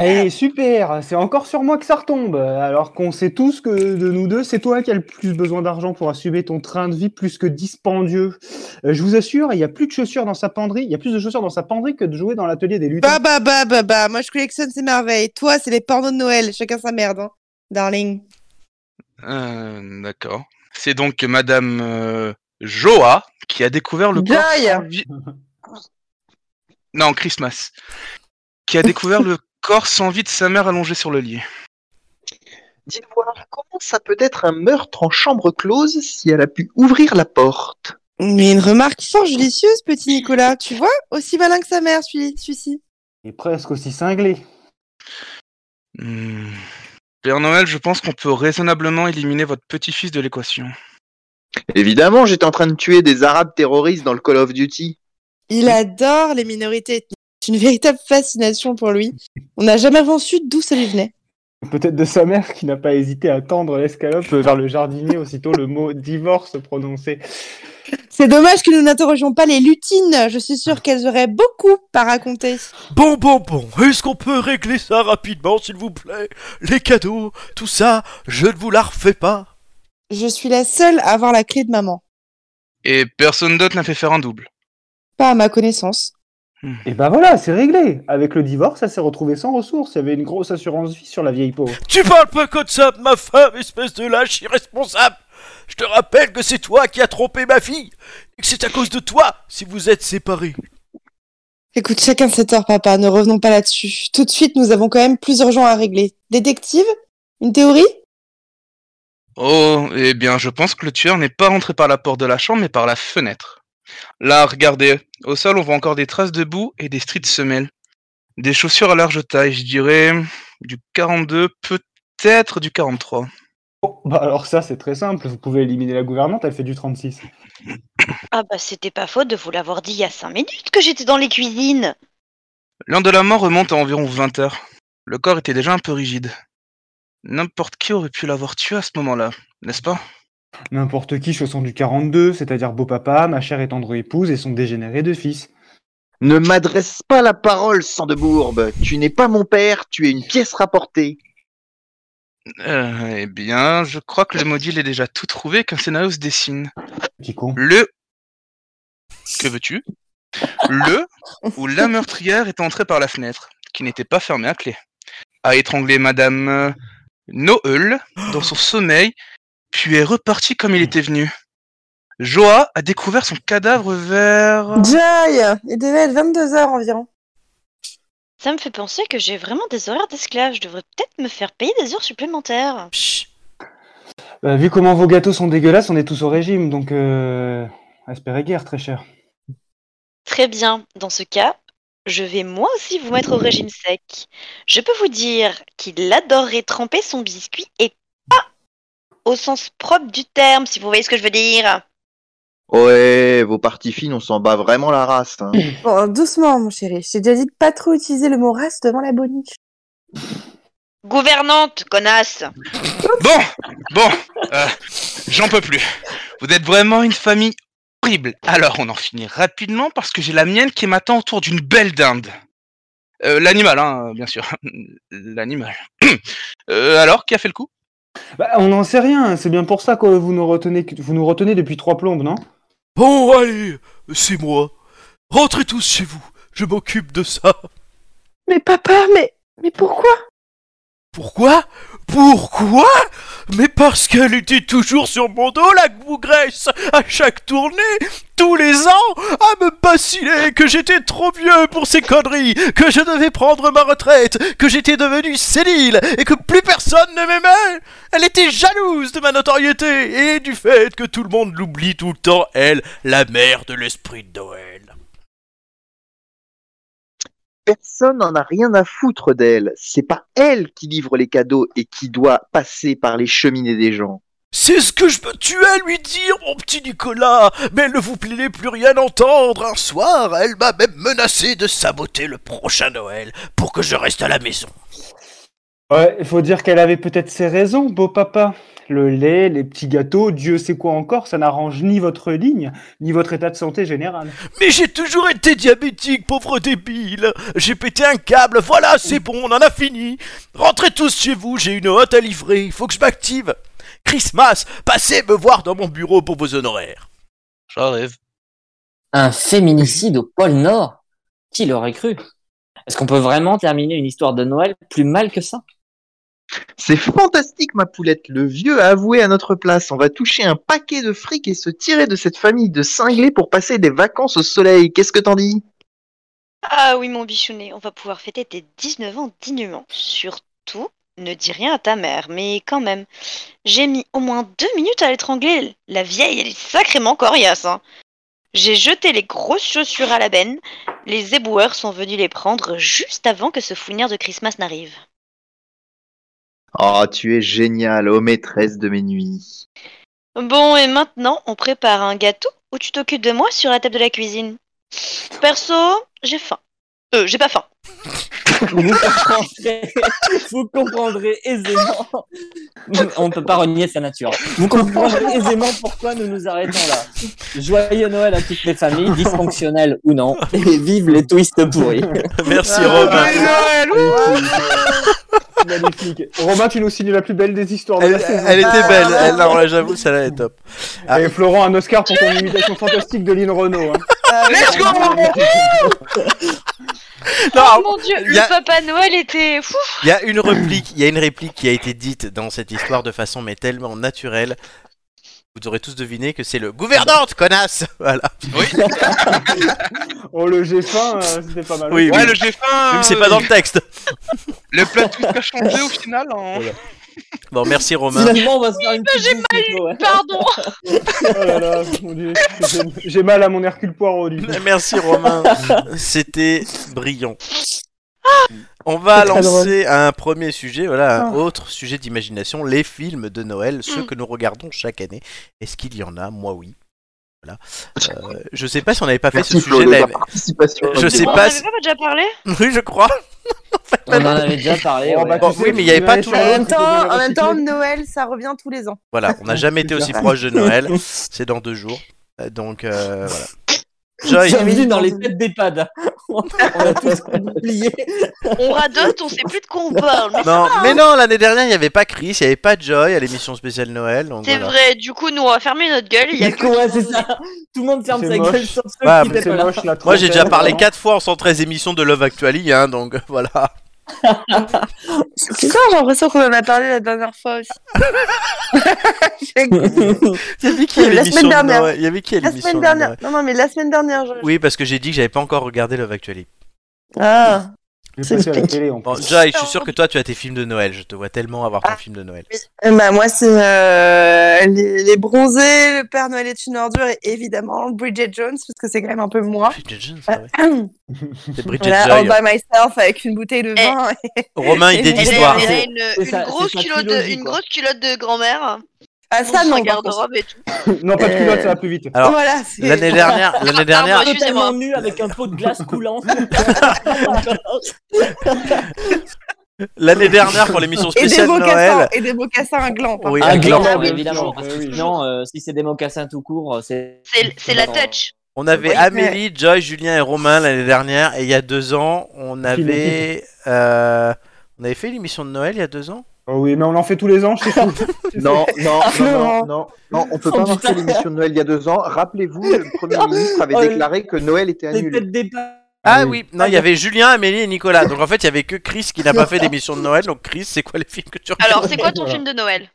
Speaker 7: Allez, Eh, super, c'est encore sur moi que ça retombe. Alors qu'on sait tous que de nous deux, c'est toi qui as le plus besoin d'argent pour assumer ton train de vie plus que dispendieux. Euh, je vous assure, il y a plus de chaussures dans sa penderie, il y a plus de chaussures dans sa penderie que de jouer dans l'atelier des lutins.
Speaker 11: Bah bah bah bah bah, moi je collectionne ces merveilles. Toi, c'est les pornos de Noël, chacun sa merde, hein. Darling.
Speaker 5: Euh, D'accord. C'est donc Madame euh, Joa qui a découvert le corps.
Speaker 12: Joy
Speaker 5: vi- Non, Christmas. Qui a
Speaker 8: *laughs*
Speaker 5: découvert le corps sans vie de sa mère allongée sur le lit.
Speaker 8: Dis-moi, comment ça peut être un meurtre en chambre close si elle a pu ouvrir la porte
Speaker 11: Mais une remarque fort judicieuse, petit Nicolas. Tu vois, aussi malin que sa mère, celui- celui-ci.
Speaker 7: Et presque aussi cinglé.
Speaker 5: Hmm. Père Noël, je pense qu'on peut raisonnablement éliminer votre petit-fils de l'équation.
Speaker 8: Évidemment, j'étais en train de tuer des arabes terroristes dans le Call of Duty.
Speaker 11: Il adore les minorités ethniques. C'est une véritable fascination pour lui. On n'a jamais vraiment su d'où ça lui venait.
Speaker 7: *laughs* Peut-être de sa mère qui n'a pas hésité à tendre l'escalope vers le jardinier aussitôt le mot divorce prononcé.
Speaker 11: C'est dommage que nous n'interrogions pas les lutines. Je suis sûre qu'elles auraient beaucoup à raconter.
Speaker 1: Bon, bon, bon, est-ce qu'on peut régler ça rapidement, s'il vous plaît Les cadeaux, tout ça, je ne vous la refais pas
Speaker 11: Je suis la seule à avoir la clé de maman.
Speaker 5: Et personne d'autre n'a fait faire un double.
Speaker 11: Pas à ma connaissance.
Speaker 7: Et ben voilà, c'est réglé. Avec le divorce, elle s'est retrouvée sans ressources. Il y avait une grosse assurance vie sur la vieille peau.
Speaker 1: Tu parles pas comme ça, ma femme, espèce de lâche irresponsable Je te rappelle que c'est toi qui as trompé ma fille Et que c'est à cause de toi si vous êtes séparés
Speaker 11: Écoute, chacun cette heure, papa. Ne revenons pas là-dessus. Tout de suite, nous avons quand même plusieurs gens à régler. Détective Une théorie
Speaker 5: Oh, eh bien, je pense que le tueur n'est pas rentré par la porte de la chambre, mais par la fenêtre. Là, regardez, au sol, on voit encore des traces de boue et des stries de semelles. Des chaussures à large taille, je dirais du 42, peut-être du 43.
Speaker 7: Bon, bah alors ça, c'est très simple. Vous pouvez éliminer la gouvernante, elle fait du 36.
Speaker 3: Ah bah c'était pas faute de vous l'avoir dit il y a 5 minutes que j'étais dans les cuisines.
Speaker 5: L'heure de la mort remonte à environ 20 heures. Le corps était déjà un peu rigide. N'importe qui aurait pu l'avoir tué à ce moment-là, n'est-ce pas
Speaker 7: N'importe qui chaussant du 42, c'est-à-dire beau papa, ma chère et tendre épouse et son dégénéré de fils.
Speaker 8: Ne m'adresse pas la parole, sang de bourbe. Tu n'es pas mon père, tu es une pièce rapportée.
Speaker 5: Euh, Eh bien, je crois que le maudit est déjà tout trouvé qu'un scénario se dessine.
Speaker 7: Petit con.
Speaker 5: Le. Que veux-tu Le ou la meurtrière est entrée par la fenêtre, qui n'était pas fermée à clé, a étranglé Madame euh, Noël dans son sommeil, puis est reparti comme il était venu. Joa a découvert son cadavre vers.
Speaker 11: Joy Il devait être 22h environ.
Speaker 3: Ça me fait penser que j'ai vraiment des horaires d'esclave. Je devrais peut-être me faire payer des heures supplémentaires.
Speaker 7: Bah, vu comment vos gâteaux sont dégueulasses, on est tous au régime, donc euh, Espérez guère, très cher.
Speaker 3: Très bien, dans ce cas, je vais moi aussi vous mettre au régime sec. Je peux vous dire qu'il adorerait tremper son biscuit et pas au sens propre du terme, si vous voyez ce que je veux dire.
Speaker 8: Ouais, vos parties fines, on s'en bat vraiment la race.
Speaker 2: *clears throat*
Speaker 8: hein.
Speaker 11: Bon, doucement, mon chéri. Je t'ai déjà dit de pas trop utiliser le mot race devant la boniche.
Speaker 3: Gouvernante, connasse
Speaker 5: Bon, bon, euh, j'en peux plus. Vous êtes vraiment une famille horrible. Alors, on en finit rapidement parce que j'ai la mienne qui m'attend autour d'une belle dinde. Euh, L'animal, hein, bien sûr. *laughs* L'animal. *clears throat* Euh, alors, qui a fait le coup
Speaker 7: Bah, on n'en sait rien, c'est bien pour ça que vous nous retenez, que vous nous retenez depuis trois plombes, non
Speaker 1: Bon, allez, c'est moi. Rentrez tous chez vous. Je m'occupe de ça.
Speaker 11: Mais papa, mais, mais pourquoi
Speaker 1: Pourquoi Pourquoi Mais parce qu'elle était toujours sur mon dos, la bougresse, à chaque tournée, tous les ans, à me bassiner que j'étais trop vieux pour ces conneries, que je devais prendre ma retraite, que j'étais devenu sénile et que plus personne ne m'aimait. Elle était jalouse de ma notoriété et du fait que tout le monde l'oublie tout le temps, elle, la mère de l'esprit de Noël.
Speaker 8: Personne n'en a rien à foutre d'elle. C'est pas elle qui livre les cadeaux et qui doit passer par les cheminées des gens.
Speaker 1: C'est ce que je peux tuer à lui dire, mon petit Nicolas, mais elle ne vous plaît plus rien entendre. Un soir, elle m'a même menacé de saboter le prochain Noël pour que je reste à la maison.
Speaker 7: Ouais, il faut dire qu'elle avait peut-être ses raisons, beau papa. Le lait, les petits gâteaux, Dieu sait quoi encore, ça n'arrange ni votre ligne, ni votre état de santé général.
Speaker 1: Mais j'ai toujours été diabétique, pauvre débile. J'ai pété un câble, voilà, c'est bon, on en a fini. Rentrez tous chez vous, j'ai une hôte à livrer, il faut que je m'active. Christmas, passez me voir dans mon bureau pour vos honoraires.
Speaker 5: J'arrive.
Speaker 2: Un féminicide au pôle Nord Qui l'aurait cru Est-ce qu'on peut vraiment terminer une histoire de Noël plus mal que ça
Speaker 8: C'est fantastique, ma poulette. Le vieux a avoué à notre place. On va toucher un paquet de fric et se tirer de cette famille de cinglés pour passer des vacances au soleil. Qu'est-ce que t'en dis
Speaker 3: Ah oui, mon bichounet, on va pouvoir fêter tes 19 ans dignement. Surtout, ne dis rien à ta mère, mais quand même, j'ai mis au moins deux minutes à l'étrangler. La vieille, elle est sacrément coriace. hein. J'ai jeté les grosses chaussures à la benne. Les éboueurs sont venus les prendre juste avant que ce fouinard de Christmas n'arrive.
Speaker 8: Oh, tu es génial, ô maîtresse de mes nuits.
Speaker 3: Bon, et maintenant, on prépare un gâteau ou tu t'occupes de moi sur la table de la cuisine Perso, j'ai faim. Euh, j'ai pas faim.
Speaker 2: vous comprendrez, vous comprendrez aisément. *laughs* On ne peut pas renier sa nature. Vous comprendrez bah, aisément pourquoi nous nous arrêtons là. Joyeux Noël à toutes les familles, dysfonctionnelles ou non, et vive les twists pourris.
Speaker 1: *laughs* Merci
Speaker 7: Ah,
Speaker 1: Robin.
Speaker 7: ouais.
Speaker 5: Noël
Speaker 7: Magnifique. Romain, tu nous signes la plus belle des histoires de la
Speaker 1: Elle,
Speaker 7: saison.
Speaker 1: elle
Speaker 5: Ah,
Speaker 1: était belle, elle, non, là, j'avoue, celle-là est top.
Speaker 7: Ah.
Speaker 1: Ah.
Speaker 7: Et Florent, un Oscar pour ton imitation fantastique de Lynn Renault. hein.
Speaker 5: Let's go
Speaker 3: oh mon dieu,
Speaker 1: y a-
Speaker 3: le Papa Noël était fou.
Speaker 1: Il y a une réplique, il y a une réplique qui a été dite dans cette histoire de façon mais tellement naturelle. Vous aurez tous deviné que c'est le gouvernante, connasse. *laughs* Voilà.
Speaker 7: Oh, le G1, euh, c'était pas mal.
Speaker 1: Oui,
Speaker 5: Ouais,
Speaker 1: oui.
Speaker 5: le G1
Speaker 1: Même c'est pas dans le texte.
Speaker 5: Le plat tout a changé au final. hein.
Speaker 1: Bon, merci Romain.
Speaker 2: Finalement, on va se faire une petite vidéo, ouais.
Speaker 3: Pardon.
Speaker 7: Oh là là, mon dieu. J'ai- J'ai mal à mon Hercule Poirot, du coup.
Speaker 1: Merci
Speaker 7: *laughs*
Speaker 1: Romain. C'était brillant. On va
Speaker 11: C'est très
Speaker 1: lancer un premier sujet, voilà, un
Speaker 11: Ah.
Speaker 1: autre sujet d'imagination, les films de Noël, ceux
Speaker 3: Mm.
Speaker 1: que nous regardons chaque année. Est-ce qu'il y en a Moi, oui. Voilà. Euh, je sais pas si on n'avait pas fait
Speaker 8: Merci
Speaker 1: ce
Speaker 8: Flo
Speaker 1: sujet
Speaker 8: de
Speaker 1: l'année-
Speaker 8: ta participation.
Speaker 1: Je sais
Speaker 3: on
Speaker 1: pas
Speaker 3: en
Speaker 1: si-
Speaker 3: avait pas déjà parlé
Speaker 1: *laughs* Oui, je crois.
Speaker 2: Ah, On en avait déjà parlé.
Speaker 7: Oh,
Speaker 2: ouais.
Speaker 7: bah,
Speaker 1: Bon,
Speaker 7: tu sais,
Speaker 1: oui, mais il y avait
Speaker 7: tu
Speaker 1: pas
Speaker 7: l'avais
Speaker 1: tout
Speaker 11: En
Speaker 1: le
Speaker 7: fait,
Speaker 11: même
Speaker 7: tu devais
Speaker 11: temps,
Speaker 7: le
Speaker 11: en même temps,
Speaker 7: recycler.
Speaker 11: Noël, ça revient tous les ans.
Speaker 1: Voilà, on n'a jamais été aussi proche de Noël. C'est dans deux jours. Euh, Donc
Speaker 2: *laughs*
Speaker 1: euh, voilà. Joy,
Speaker 2: Bienvenue dans les têtes d'EHPAD. On a tous oublié.
Speaker 3: On radote, on sait plus de quoi on parle. mais
Speaker 1: non, mais non, l'année dernière, il n'y avait pas Chris, il n'y avait pas Joy à l'émission spéciale Noël. Donc
Speaker 3: C'est
Speaker 1: voilà.
Speaker 3: vrai, du coup, nous, on va fermer notre gueule. Il y a
Speaker 2: Du coup,
Speaker 3: que...
Speaker 2: ouais, c'est ça. Tout le monde ferme
Speaker 7: C'est
Speaker 2: sa
Speaker 7: moche.
Speaker 2: gueule sauf ceux
Speaker 1: Bah,
Speaker 2: qui
Speaker 1: mais
Speaker 2: étaient
Speaker 7: C'est
Speaker 2: là.
Speaker 7: moche, la
Speaker 1: Moi, j'ai déjà
Speaker 7: trentaine,
Speaker 1: parlé
Speaker 7: vraiment.
Speaker 1: quatre fois en 113 émissions de Love Actually, hein, donc *laughs* voilà.
Speaker 11: C'est
Speaker 13: C'est ça, j'ai l'impression qu'on en a parlé la dernière fois aussi. J'ai-
Speaker 1: Il y avait qui à
Speaker 13: La
Speaker 1: l'émission
Speaker 13: semaine
Speaker 1: de
Speaker 13: dernière.
Speaker 1: Noël Il y avait qui à
Speaker 13: la
Speaker 1: l'émission
Speaker 13: semaine
Speaker 1: de
Speaker 13: dernière.
Speaker 1: Noël
Speaker 13: Non, non, mais la semaine dernière. je-
Speaker 1: Oui, parce que j'ai dit que j'avais pas encore regardé Love Actually.
Speaker 13: Ah.
Speaker 7: Je passe à la télé en
Speaker 1: Bon,
Speaker 7: plus.
Speaker 1: Jai, je suis sûr que toi, tu as tes films de Noël. Je te vois tellement avoir ton
Speaker 11: Ah.
Speaker 1: film de Noël.
Speaker 11: Euh, bah, moi, c'est euh, les, les bronzés, le Père Noël est une ordure et évidemment Bridget Jones, parce que c'est quand même un peu moi. Euh,
Speaker 1: Bridget Jones, ah ouais.
Speaker 11: *clears throat*
Speaker 1: C'est Bridget
Speaker 11: Voilà,
Speaker 1: Joy.
Speaker 11: all by myself avec une bouteille de
Speaker 3: Eh.
Speaker 11: vin.
Speaker 1: *laughs* Romain,
Speaker 11: Et-
Speaker 1: idée
Speaker 3: Elle
Speaker 1: d'histoire.
Speaker 3: a, elle a
Speaker 2: c'est
Speaker 3: une, une
Speaker 2: ça-
Speaker 3: grosse
Speaker 2: c'est
Speaker 11: *laughs*
Speaker 2: sa
Speaker 3: culotte de,
Speaker 2: trilogie,
Speaker 3: une
Speaker 2: quoi.
Speaker 3: grosse culotte de grand-mère.
Speaker 11: Ah, ça, non, par contre.
Speaker 3: garde-robe et tout.
Speaker 7: non, pas de
Speaker 11: Euh,
Speaker 7: culotte, ça va plus vite.
Speaker 1: Eh. Alors,
Speaker 11: Voilà, c'est-
Speaker 1: L'année dernière,
Speaker 2: Ah,
Speaker 1: l'année dernière,
Speaker 3: Pardon, excusez-moi.
Speaker 2: Totalement nu avec un pot de
Speaker 1: *laughs*
Speaker 2: glace coulant.
Speaker 1: l'année dernière pour l'émission
Speaker 11: Et des
Speaker 1: spéciale
Speaker 11: mocassins,
Speaker 1: Noël.
Speaker 11: et des mocassins à gland. par
Speaker 1: Oui,
Speaker 11: contre.
Speaker 1: à
Speaker 2: Ah,
Speaker 1: gland.
Speaker 2: gland,
Speaker 7: oui,
Speaker 2: évidemment.
Speaker 7: gland,
Speaker 2: Parce
Speaker 7: oui.
Speaker 2: que sinon, euh, si c'est des mocassins tout court, euh, c'est.
Speaker 3: C'est c'est la touch.
Speaker 1: On avait
Speaker 11: Oui,
Speaker 1: Amélie, Joy, Julien et Romain l'année dernière. Et il y a deux ans, on avait, euh, on avait fait l'émission de Noël il y a deux ans.
Speaker 7: Oh oui, mais on en fait tous les ans, je sais pas. Ah,
Speaker 8: Non,
Speaker 7: *laughs*
Speaker 8: non, non,
Speaker 11: Florent.
Speaker 8: non, non, non, on peut
Speaker 2: Oh,
Speaker 8: pas marquer
Speaker 2: putain.
Speaker 8: l'émission de Noël il y a deux ans. Rappelez-vous, le Premier ministre avait
Speaker 2: Oh, le-
Speaker 8: déclaré que Noël était
Speaker 2: Les
Speaker 8: annulé.
Speaker 2: têtes d'épingle.
Speaker 1: Ah
Speaker 7: Ah
Speaker 1: oui, non, il y avait Julien, Amélie et Nicolas. Donc en fait, il y avait que Chris qui n'a pas fait d'émission de Noël. Donc Chris, c'est quoi les films que tu regardes
Speaker 3: Alors, c'est quoi
Speaker 2: *laughs*
Speaker 3: ton
Speaker 7: Voilà.
Speaker 3: film de
Speaker 1: *laughs*
Speaker 3: Noël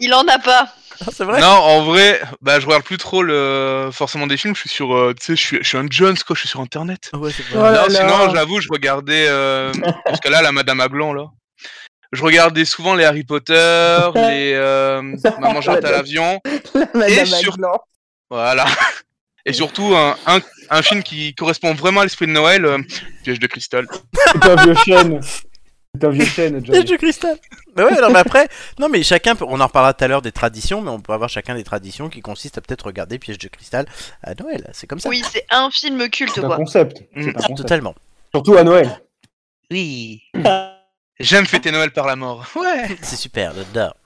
Speaker 3: Il en a pas.
Speaker 2: Ah,
Speaker 1: C'est vrai
Speaker 5: Non, en vrai, bah, je regarde plus trop le... forcément des films. Je suis sur, euh, tu sais, je suis, je suis un Jones, quoi. Je suis sur Internet.
Speaker 3: Ah
Speaker 1: Ouais, c'est vrai.
Speaker 11: Oh là
Speaker 5: non,
Speaker 11: là.
Speaker 5: sinon, j'avoue, je regardais. euh, Parce que là, la Madame à Blanc, là. Je regardais souvent les Harry Potter, les euh, Maman j'arrête à l'avion.
Speaker 11: Madame
Speaker 5: sur-
Speaker 11: Aglan.
Speaker 5: Voilà. Et surtout, un, un, un film qui correspond vraiment à l'esprit de Noël, euh, Piège de cristal.
Speaker 3: Ah,
Speaker 7: C'est un vieux chêne. C'est un vieux chêne, John.
Speaker 1: Piège de cristal. Mais ouais, non, mais après, non, mais chacun peut- on en reparlera tout à l'heure des traditions, mais on peut avoir chacun des traditions qui consistent à peut-être regarder Piège de cristal à Noël. C'est comme ça.
Speaker 3: Oui, c'est un film culte,
Speaker 7: C'est un
Speaker 3: quoi.
Speaker 7: concept. C'est
Speaker 5: Mm.
Speaker 7: un concept.
Speaker 1: Totalement.
Speaker 7: Surtout à Noël. *laughs*
Speaker 5: Oui. J'aime fêter Noël par la mort. Ouais.
Speaker 1: *laughs* C'est super, j'adore.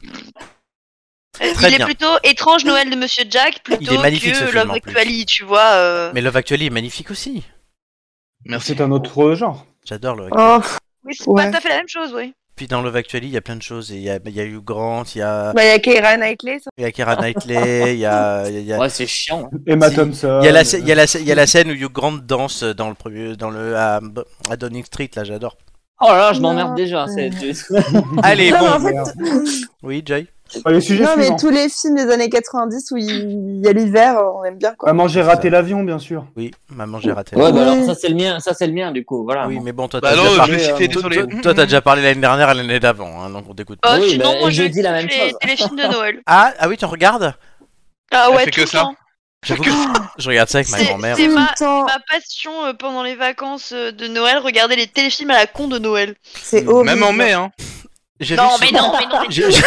Speaker 1: Très
Speaker 3: Euh, Il est
Speaker 1: bien.
Speaker 3: plutôt étrange Noël de Monsieur Jack plutôt
Speaker 1: magnifique, ce
Speaker 3: que
Speaker 1: film,
Speaker 3: Love
Speaker 1: en plus.
Speaker 3: Actually, tu vois. euh.
Speaker 1: Mais Love Actually est magnifique aussi.
Speaker 5: Merci.
Speaker 7: C'est un autre genre.
Speaker 1: J'adore Love Actually.
Speaker 11: Oh,
Speaker 3: Oui, c'est
Speaker 11: Ouais.
Speaker 3: pas tout à fait la même chose, oui.
Speaker 1: Puis dans Love Actually, il y a plein de choses. Il y a, il y a Hugh Grant, il y a,
Speaker 11: bah, il y a Keira Knightley. ça.
Speaker 1: il y a Keira Knightley, il y a, il y a,
Speaker 2: Ouais, c'est chiant. hein.
Speaker 7: Emma
Speaker 1: Si.
Speaker 7: Thompson.
Speaker 1: il y a la, scè- il y a la, scè- il y a la scène où Hugh Grant danse dans le premier, dans le à, à Downing Street. Là, j'adore.
Speaker 2: Oh là là, je
Speaker 11: Non.
Speaker 2: m'emmerde déjà. c'est-
Speaker 1: *laughs* Allez,
Speaker 11: Non,
Speaker 1: bon.
Speaker 11: mais en fait,
Speaker 1: Oui, Jay.
Speaker 7: Ah, le sujet
Speaker 11: non, mais
Speaker 7: suivant.
Speaker 11: tous les films des années 90 où il y a l'hiver, on aime bien, quoi.
Speaker 7: Maman, Ah, j'ai raté l'avion, bien sûr.
Speaker 1: Oui, maman, j'ai raté.
Speaker 2: Ouais, bah
Speaker 11: Oui.
Speaker 2: alors ça c'est le mien, ça c'est le mien du coup, voilà.
Speaker 1: Oui, mais bon, toi,
Speaker 5: Bah
Speaker 1: t'as
Speaker 5: non,
Speaker 1: déjà,
Speaker 5: je
Speaker 1: parlé...
Speaker 5: vais
Speaker 2: parlé,
Speaker 5: citer,
Speaker 2: euh,
Speaker 5: désolé.
Speaker 1: toi- toi, t'as déjà parlé l'année dernière et l'année d'avant, hein, donc on t'écoute pas.
Speaker 3: Oh,
Speaker 2: Oui,
Speaker 3: sinon,
Speaker 2: bah,
Speaker 3: moi,
Speaker 2: je dis la
Speaker 3: écoute
Speaker 2: même
Speaker 3: les
Speaker 2: chose.
Speaker 3: téléfilms de Noël.
Speaker 1: Ah, ah oui, tu regardes
Speaker 3: Ah
Speaker 5: Elle
Speaker 3: ouais,
Speaker 5: fait
Speaker 3: tout
Speaker 5: que
Speaker 3: le
Speaker 5: ça.
Speaker 3: temps.
Speaker 1: J'avoue que
Speaker 11: Ah.
Speaker 1: je regarde ça avec ma
Speaker 3: C'est-
Speaker 1: grand-mère.
Speaker 3: c'est
Speaker 11: En
Speaker 3: ma-
Speaker 11: même temps,
Speaker 3: Ma passion euh, pendant les vacances euh, de Noël, regarder les téléfilms à la con de Noël.
Speaker 11: c'est horrible.
Speaker 5: Même en mai, hein.
Speaker 1: J'ai
Speaker 3: Non, mais
Speaker 1: vu ce-
Speaker 3: non,
Speaker 1: *laughs*
Speaker 3: mais non.
Speaker 1: j'ai- j'ai-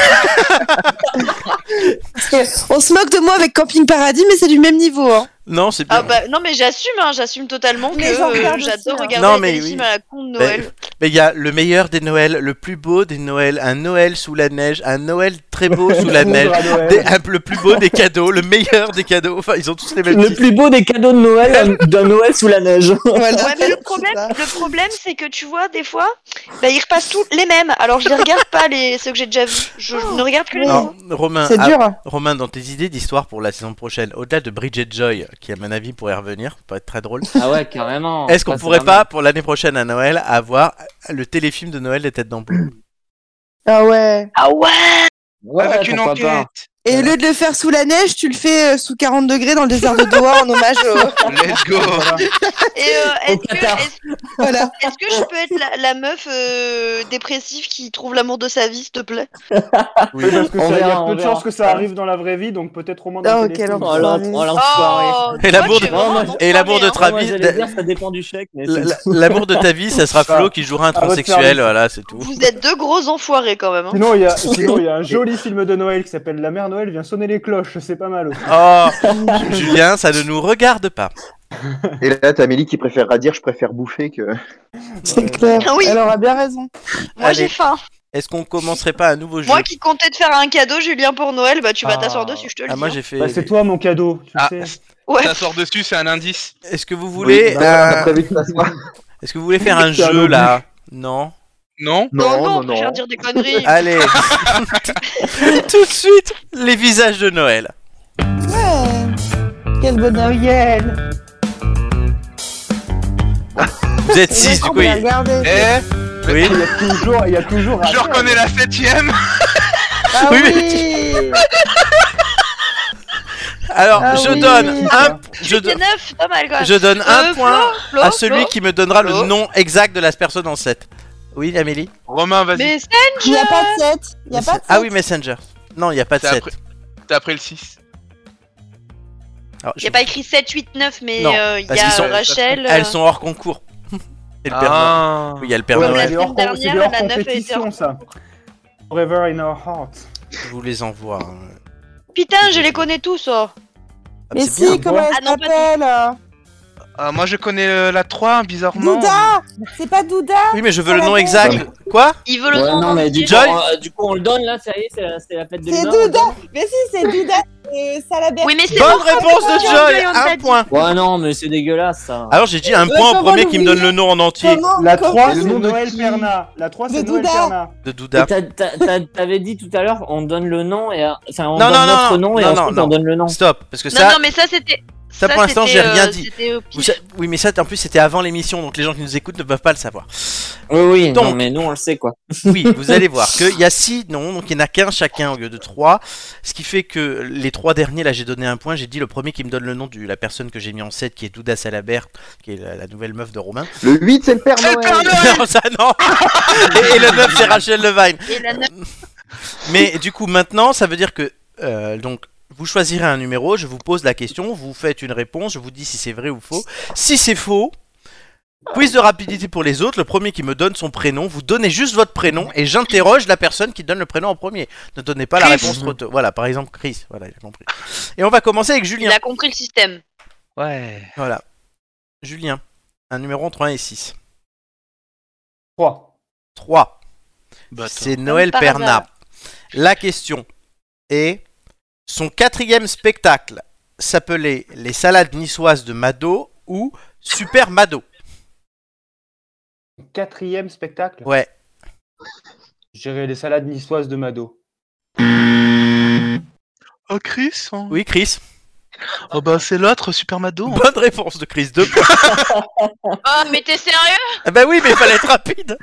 Speaker 11: Parce que On se moque de moi avec Camping Paradis, mais c'est du même niveau. Hein.
Speaker 1: Non, c'est bien.
Speaker 3: Ah bah non, mais j'assume, hein, j'assume totalement que
Speaker 11: Mais j'en
Speaker 3: euh,
Speaker 11: regarde aussi,
Speaker 3: j'adore
Speaker 11: hein.
Speaker 3: regarder
Speaker 1: Non,
Speaker 3: les
Speaker 1: mais
Speaker 3: téléfilms
Speaker 1: oui.
Speaker 3: à la con de
Speaker 1: *laughs*
Speaker 3: Noël.
Speaker 1: Mais il y a le meilleur des Noëls, le plus beau des Noëls, un Noël sous la neige, un Noël très beau sous la neige,
Speaker 7: Bonjour à Noël.
Speaker 1: des- un- le plus beau des cadeaux, le meilleur des cadeaux. Enfin, ils ont tous les mêmes
Speaker 2: Le
Speaker 1: titres.
Speaker 2: plus beau des cadeaux de Noël euh, d'un Noël sous
Speaker 6: *laughs*
Speaker 2: la neige.
Speaker 11: Voilà.
Speaker 3: Ouais, mais le problème, le problème, c'est que tu vois, des fois, bah, ils repassent tous les mêmes. Alors, je les regarde pas, les... ceux que j'ai déjà vus. Je ne regarde que les mêmes.
Speaker 1: Non, Romain,
Speaker 11: C'est
Speaker 1: ah,
Speaker 11: dur.
Speaker 1: Romain, dans tes idées d'histoire pour la saison prochaine, au-delà de Bridget Joy, qui à mon avis pourrait revenir, peut être très drôle,
Speaker 2: Ah ouais, carrément.
Speaker 1: est-ce qu'on
Speaker 2: Ça, c'est
Speaker 1: pourrait
Speaker 2: vraiment-
Speaker 1: pas, pour l'année prochaine à Noël, avoir le téléfilm de Noël des têtes d'ampoule
Speaker 11: Ah ouais.
Speaker 3: Ah ouais
Speaker 2: Ouais,
Speaker 5: Avec une
Speaker 2: pourquoi
Speaker 5: enquête.
Speaker 2: pas.
Speaker 11: Et au lieu de le faire sous la neige, tu le fais euh, sous 40 degrés dans le désert de Doha en hommage
Speaker 1: *laughs*
Speaker 11: au...
Speaker 5: Let's go.
Speaker 3: Et euh,
Speaker 2: Au
Speaker 3: est-ce que,
Speaker 2: Qatar.
Speaker 3: est-ce-
Speaker 11: Voilà.
Speaker 3: est-ce que je peux être la, la meuf euh, dépressive qui trouve l'amour de sa vie, s'il te plaît
Speaker 7: Oui, parce que
Speaker 2: On
Speaker 7: ça, il y
Speaker 2: verra,
Speaker 7: a peu
Speaker 2: on
Speaker 7: de
Speaker 2: verra.
Speaker 7: chances que ça arrive dans la vraie vie, donc peut-être au moins dans
Speaker 11: Oh,
Speaker 7: le téléfilm.
Speaker 11: quel
Speaker 2: Oh l'en- oh, l'enfoiré.
Speaker 3: Oh toi,
Speaker 1: Et l'amour
Speaker 3: tu
Speaker 1: de-
Speaker 3: es vraiment un
Speaker 1: et l'amour de
Speaker 3: enfoiré, hein.
Speaker 2: Ah, moi,
Speaker 1: Travis.
Speaker 2: j'allais dire, ça dépend du chèque, mais c'est-
Speaker 1: L- L'amour de ta vie, ça sera
Speaker 7: Ça.
Speaker 1: Flo qui jouera un
Speaker 7: votre
Speaker 1: transsexuel,
Speaker 7: service.
Speaker 1: voilà, c'est tout.
Speaker 3: Vous êtes deux gros enfoirés quand même. hein.
Speaker 7: Sinon, il
Speaker 1: *laughs*
Speaker 7: y a, sinon, il y a un joli film de Noël qui s'appelle La mère Noël vient sonner les cloches. C'est pas mal aussi.
Speaker 1: Oh,
Speaker 2: *laughs*
Speaker 1: Julien, ça ne nous regarde pas.
Speaker 8: Et là, t'as Amélie qui préférera dire je préfère bouffer que.
Speaker 11: C'est
Speaker 4: Ah
Speaker 11: clair.
Speaker 3: Oui.
Speaker 11: Elle aura bien raison.
Speaker 3: Moi,
Speaker 1: Euh, Allez.
Speaker 3: j'ai faim.
Speaker 1: Est-ce qu'on commencerait pas un nouveau jeu
Speaker 3: Moi qui comptais te faire un cadeau, Julien, pour Noël, bah tu vas
Speaker 7: Ah.
Speaker 3: t'asseoir dessus, je te le
Speaker 1: Ah,
Speaker 3: dis.
Speaker 1: moi
Speaker 3: hein.
Speaker 1: j'ai fait.
Speaker 7: Bah, c'est toi mon cadeau, tu
Speaker 5: Ah,
Speaker 7: sais.
Speaker 3: Ouais.
Speaker 5: ça sort dessus, c'est un indice.
Speaker 1: Est-ce que vous voulez,
Speaker 8: Oui, bah,
Speaker 1: euh,
Speaker 8: t'as prévu de t'asseoir.
Speaker 1: est-ce que vous voulez faire un
Speaker 7: Putain,
Speaker 1: jeu
Speaker 7: non.
Speaker 1: là Non.
Speaker 5: Non
Speaker 3: Non,
Speaker 8: Non, non,
Speaker 3: je
Speaker 8: non.
Speaker 3: dire des conneries.
Speaker 1: Allez. *laughs* Tout de suite, les visages de Noël.
Speaker 11: Quel bonheur. Noël.
Speaker 1: Vous êtes 6 du coup.
Speaker 11: Oui.
Speaker 1: Oui.
Speaker 5: Eh
Speaker 11: Regardez.
Speaker 1: Oui.
Speaker 7: Il y a toujours, il y a toujours.
Speaker 5: Je reconnais la septième
Speaker 11: Ah
Speaker 1: Oui,
Speaker 11: oui.
Speaker 1: Alors,
Speaker 11: Ah
Speaker 1: je
Speaker 11: oui.
Speaker 1: donne un, je, do-
Speaker 4: 9, pas mal quand même.
Speaker 1: je donne un
Speaker 4: Euh,
Speaker 1: point
Speaker 4: Flo, Flo,
Speaker 1: à celui
Speaker 4: Flo.
Speaker 1: qui me donnera
Speaker 4: Flo.
Speaker 1: le nom exact de la personne en 7. Oui, Amélie
Speaker 5: Romain, vas-y.
Speaker 4: Mais
Speaker 6: Il n'y a pas de 7. Il n'y a pas de 7.
Speaker 1: Ah oui, Messenger. Non, il n'y a pas de
Speaker 5: T'as
Speaker 1: 7.
Speaker 5: appris- T'as après le 6.
Speaker 1: Alors,
Speaker 4: Il
Speaker 1: je-
Speaker 4: n'y a pas écrit 7, 8, 9, mais
Speaker 1: Non,
Speaker 4: euh, il
Speaker 1: parce
Speaker 4: y a
Speaker 1: qu'ils sont-
Speaker 4: Rachel. euh.
Speaker 1: Elles sont hors concours. *laughs* C'est le Père Noël.
Speaker 5: Ah.
Speaker 1: Oui, il y a le Père
Speaker 7: Ouais,
Speaker 4: la
Speaker 7: mais
Speaker 1: Noël.
Speaker 7: c'est hors-
Speaker 4: semaine
Speaker 7: c'est
Speaker 4: dernière,
Speaker 7: hors
Speaker 4: la neuf était
Speaker 7: compétition,
Speaker 4: en-
Speaker 7: ça. Forever in our hearts.
Speaker 1: Je vous les envoie. hein.
Speaker 4: Putain, je les connais tous. Oh.
Speaker 1: Ah,
Speaker 6: Mais
Speaker 1: c'est
Speaker 6: si,
Speaker 1: bien.
Speaker 6: comment
Speaker 7: bon.
Speaker 6: elle
Speaker 4: Ah non, pas
Speaker 6: s'appelle euh,
Speaker 5: Ah, moi, je connais euh, la 3, bizarrement.
Speaker 6: Douda C'est pas Douda
Speaker 1: Oui, mais je veux le
Speaker 6: Ah,
Speaker 1: nom
Speaker 6: bon.
Speaker 1: exact. Quoi
Speaker 4: Il veut le
Speaker 2: Ouais,
Speaker 4: nom
Speaker 2: non,
Speaker 4: en
Speaker 2: mais
Speaker 4: entier.
Speaker 2: du coup,
Speaker 1: Joy
Speaker 2: on, euh, du coup, on le donne là, ça y est, c'est la, c'est la fête de
Speaker 6: C'est
Speaker 2: l'humain. on le
Speaker 6: Douda
Speaker 2: donne.
Speaker 6: Mais si, c'est Douda euh, Salabert.
Speaker 4: Oui, mais c'est
Speaker 1: Bonne
Speaker 4: bon.
Speaker 1: réponse de Joy Ah.
Speaker 4: Joy, on t'a
Speaker 1: Un
Speaker 4: dit.
Speaker 1: point
Speaker 2: Ouais, non, mais c'est dégueulasse ça.
Speaker 1: Alors j'ai dit un
Speaker 6: Ouais,
Speaker 1: point au
Speaker 6: comment
Speaker 1: premier qui me donne le nom en entier
Speaker 6: Comment
Speaker 7: La
Speaker 6: comment-
Speaker 7: 3,
Speaker 8: Le
Speaker 7: c'est
Speaker 8: nom de
Speaker 7: Noël
Speaker 8: qui
Speaker 7: Perna. La 3,
Speaker 6: De
Speaker 7: c'est Noël
Speaker 6: Douda.
Speaker 7: Perna.
Speaker 1: de Douda.
Speaker 2: Mais t'as- t'as- t'as- T'avais dit tout à l'heure, on donne le nom et euh, enfin on
Speaker 1: Non,
Speaker 2: donne
Speaker 1: non, non,
Speaker 2: notre
Speaker 1: non,
Speaker 2: nom et
Speaker 1: non,
Speaker 2: ensuite on
Speaker 1: non, non.
Speaker 2: donne le nom.
Speaker 1: Stop, parce que
Speaker 4: Non,
Speaker 1: ça,
Speaker 4: non, mais ça c'était.
Speaker 1: ça, pour l'instant,
Speaker 4: c'était,
Speaker 1: j'ai rien
Speaker 4: euh,
Speaker 1: dit.
Speaker 4: c'était au pif.
Speaker 1: vous sa- oui, mais ça, en plus, c'était avant l'émission, donc les gens qui nous écoutent ne peuvent pas le savoir.
Speaker 2: Oui, oui, non,
Speaker 1: Donc-
Speaker 2: mais nous on le sait quoi.
Speaker 1: Oui, vous
Speaker 2: *laughs*
Speaker 1: allez voir qu'il y a six noms, donc il n'y en a qu'un chacun au lieu de trois. Ce qui fait que les trois derniers, là j'ai donné un point, j'ai dit le premier qui me donne le nom de la personne que j'ai mis en 7, qui est Douda Salabert, qui est la, la nouvelle meuf de Romain.
Speaker 8: Le 8, c'est le Père
Speaker 5: C'est le Père
Speaker 8: Noël.
Speaker 5: Noël
Speaker 1: non, ça non
Speaker 8: *laughs*
Speaker 1: et, et le neuf, c'est Rachel Levine.
Speaker 4: Et la neuf-
Speaker 1: Mais du coup, maintenant, ça veut dire que euh, donc vous choisirez un numéro, je vous pose la question, vous faites une réponse, je vous dis si c'est vrai ou faux. Si c'est faux, quiz de rapidité pour les autres, le premier qui me donne son prénom, vous donnez juste votre prénom et j'interroge la personne qui donne le prénom en premier. Ne donnez pas la
Speaker 5: Chris.
Speaker 1: réponse trop tôt. Voilà, par exemple Chris, voilà, j'ai compris. Et on va commencer avec
Speaker 4: Il
Speaker 1: Julien.
Speaker 4: a compris le système.
Speaker 5: Ouais.
Speaker 1: Voilà. Julien, un numéro entre 1 et 6.
Speaker 7: 3.
Speaker 1: 3.
Speaker 5: Bah, attends.
Speaker 1: C'est Noël
Speaker 4: par
Speaker 1: Perna.
Speaker 4: hasard.
Speaker 1: La question est son quatrième spectacle s'appelait Les salades niçoises de Mado ou Super Mado.
Speaker 7: Quatrième spectacle.
Speaker 1: Ouais.
Speaker 7: J'irai les salades niçoises de Mado.
Speaker 2: euh,
Speaker 5: Oh, Chris hein.
Speaker 1: Oui, Chris.
Speaker 5: Oh, bah, c'est l'autre, Super Mado. hein.
Speaker 1: Bonne réponse de Chris. Deux points.
Speaker 4: Oh, mais t'es sérieux
Speaker 1: Ah bah oui, mais il fallait être rapide.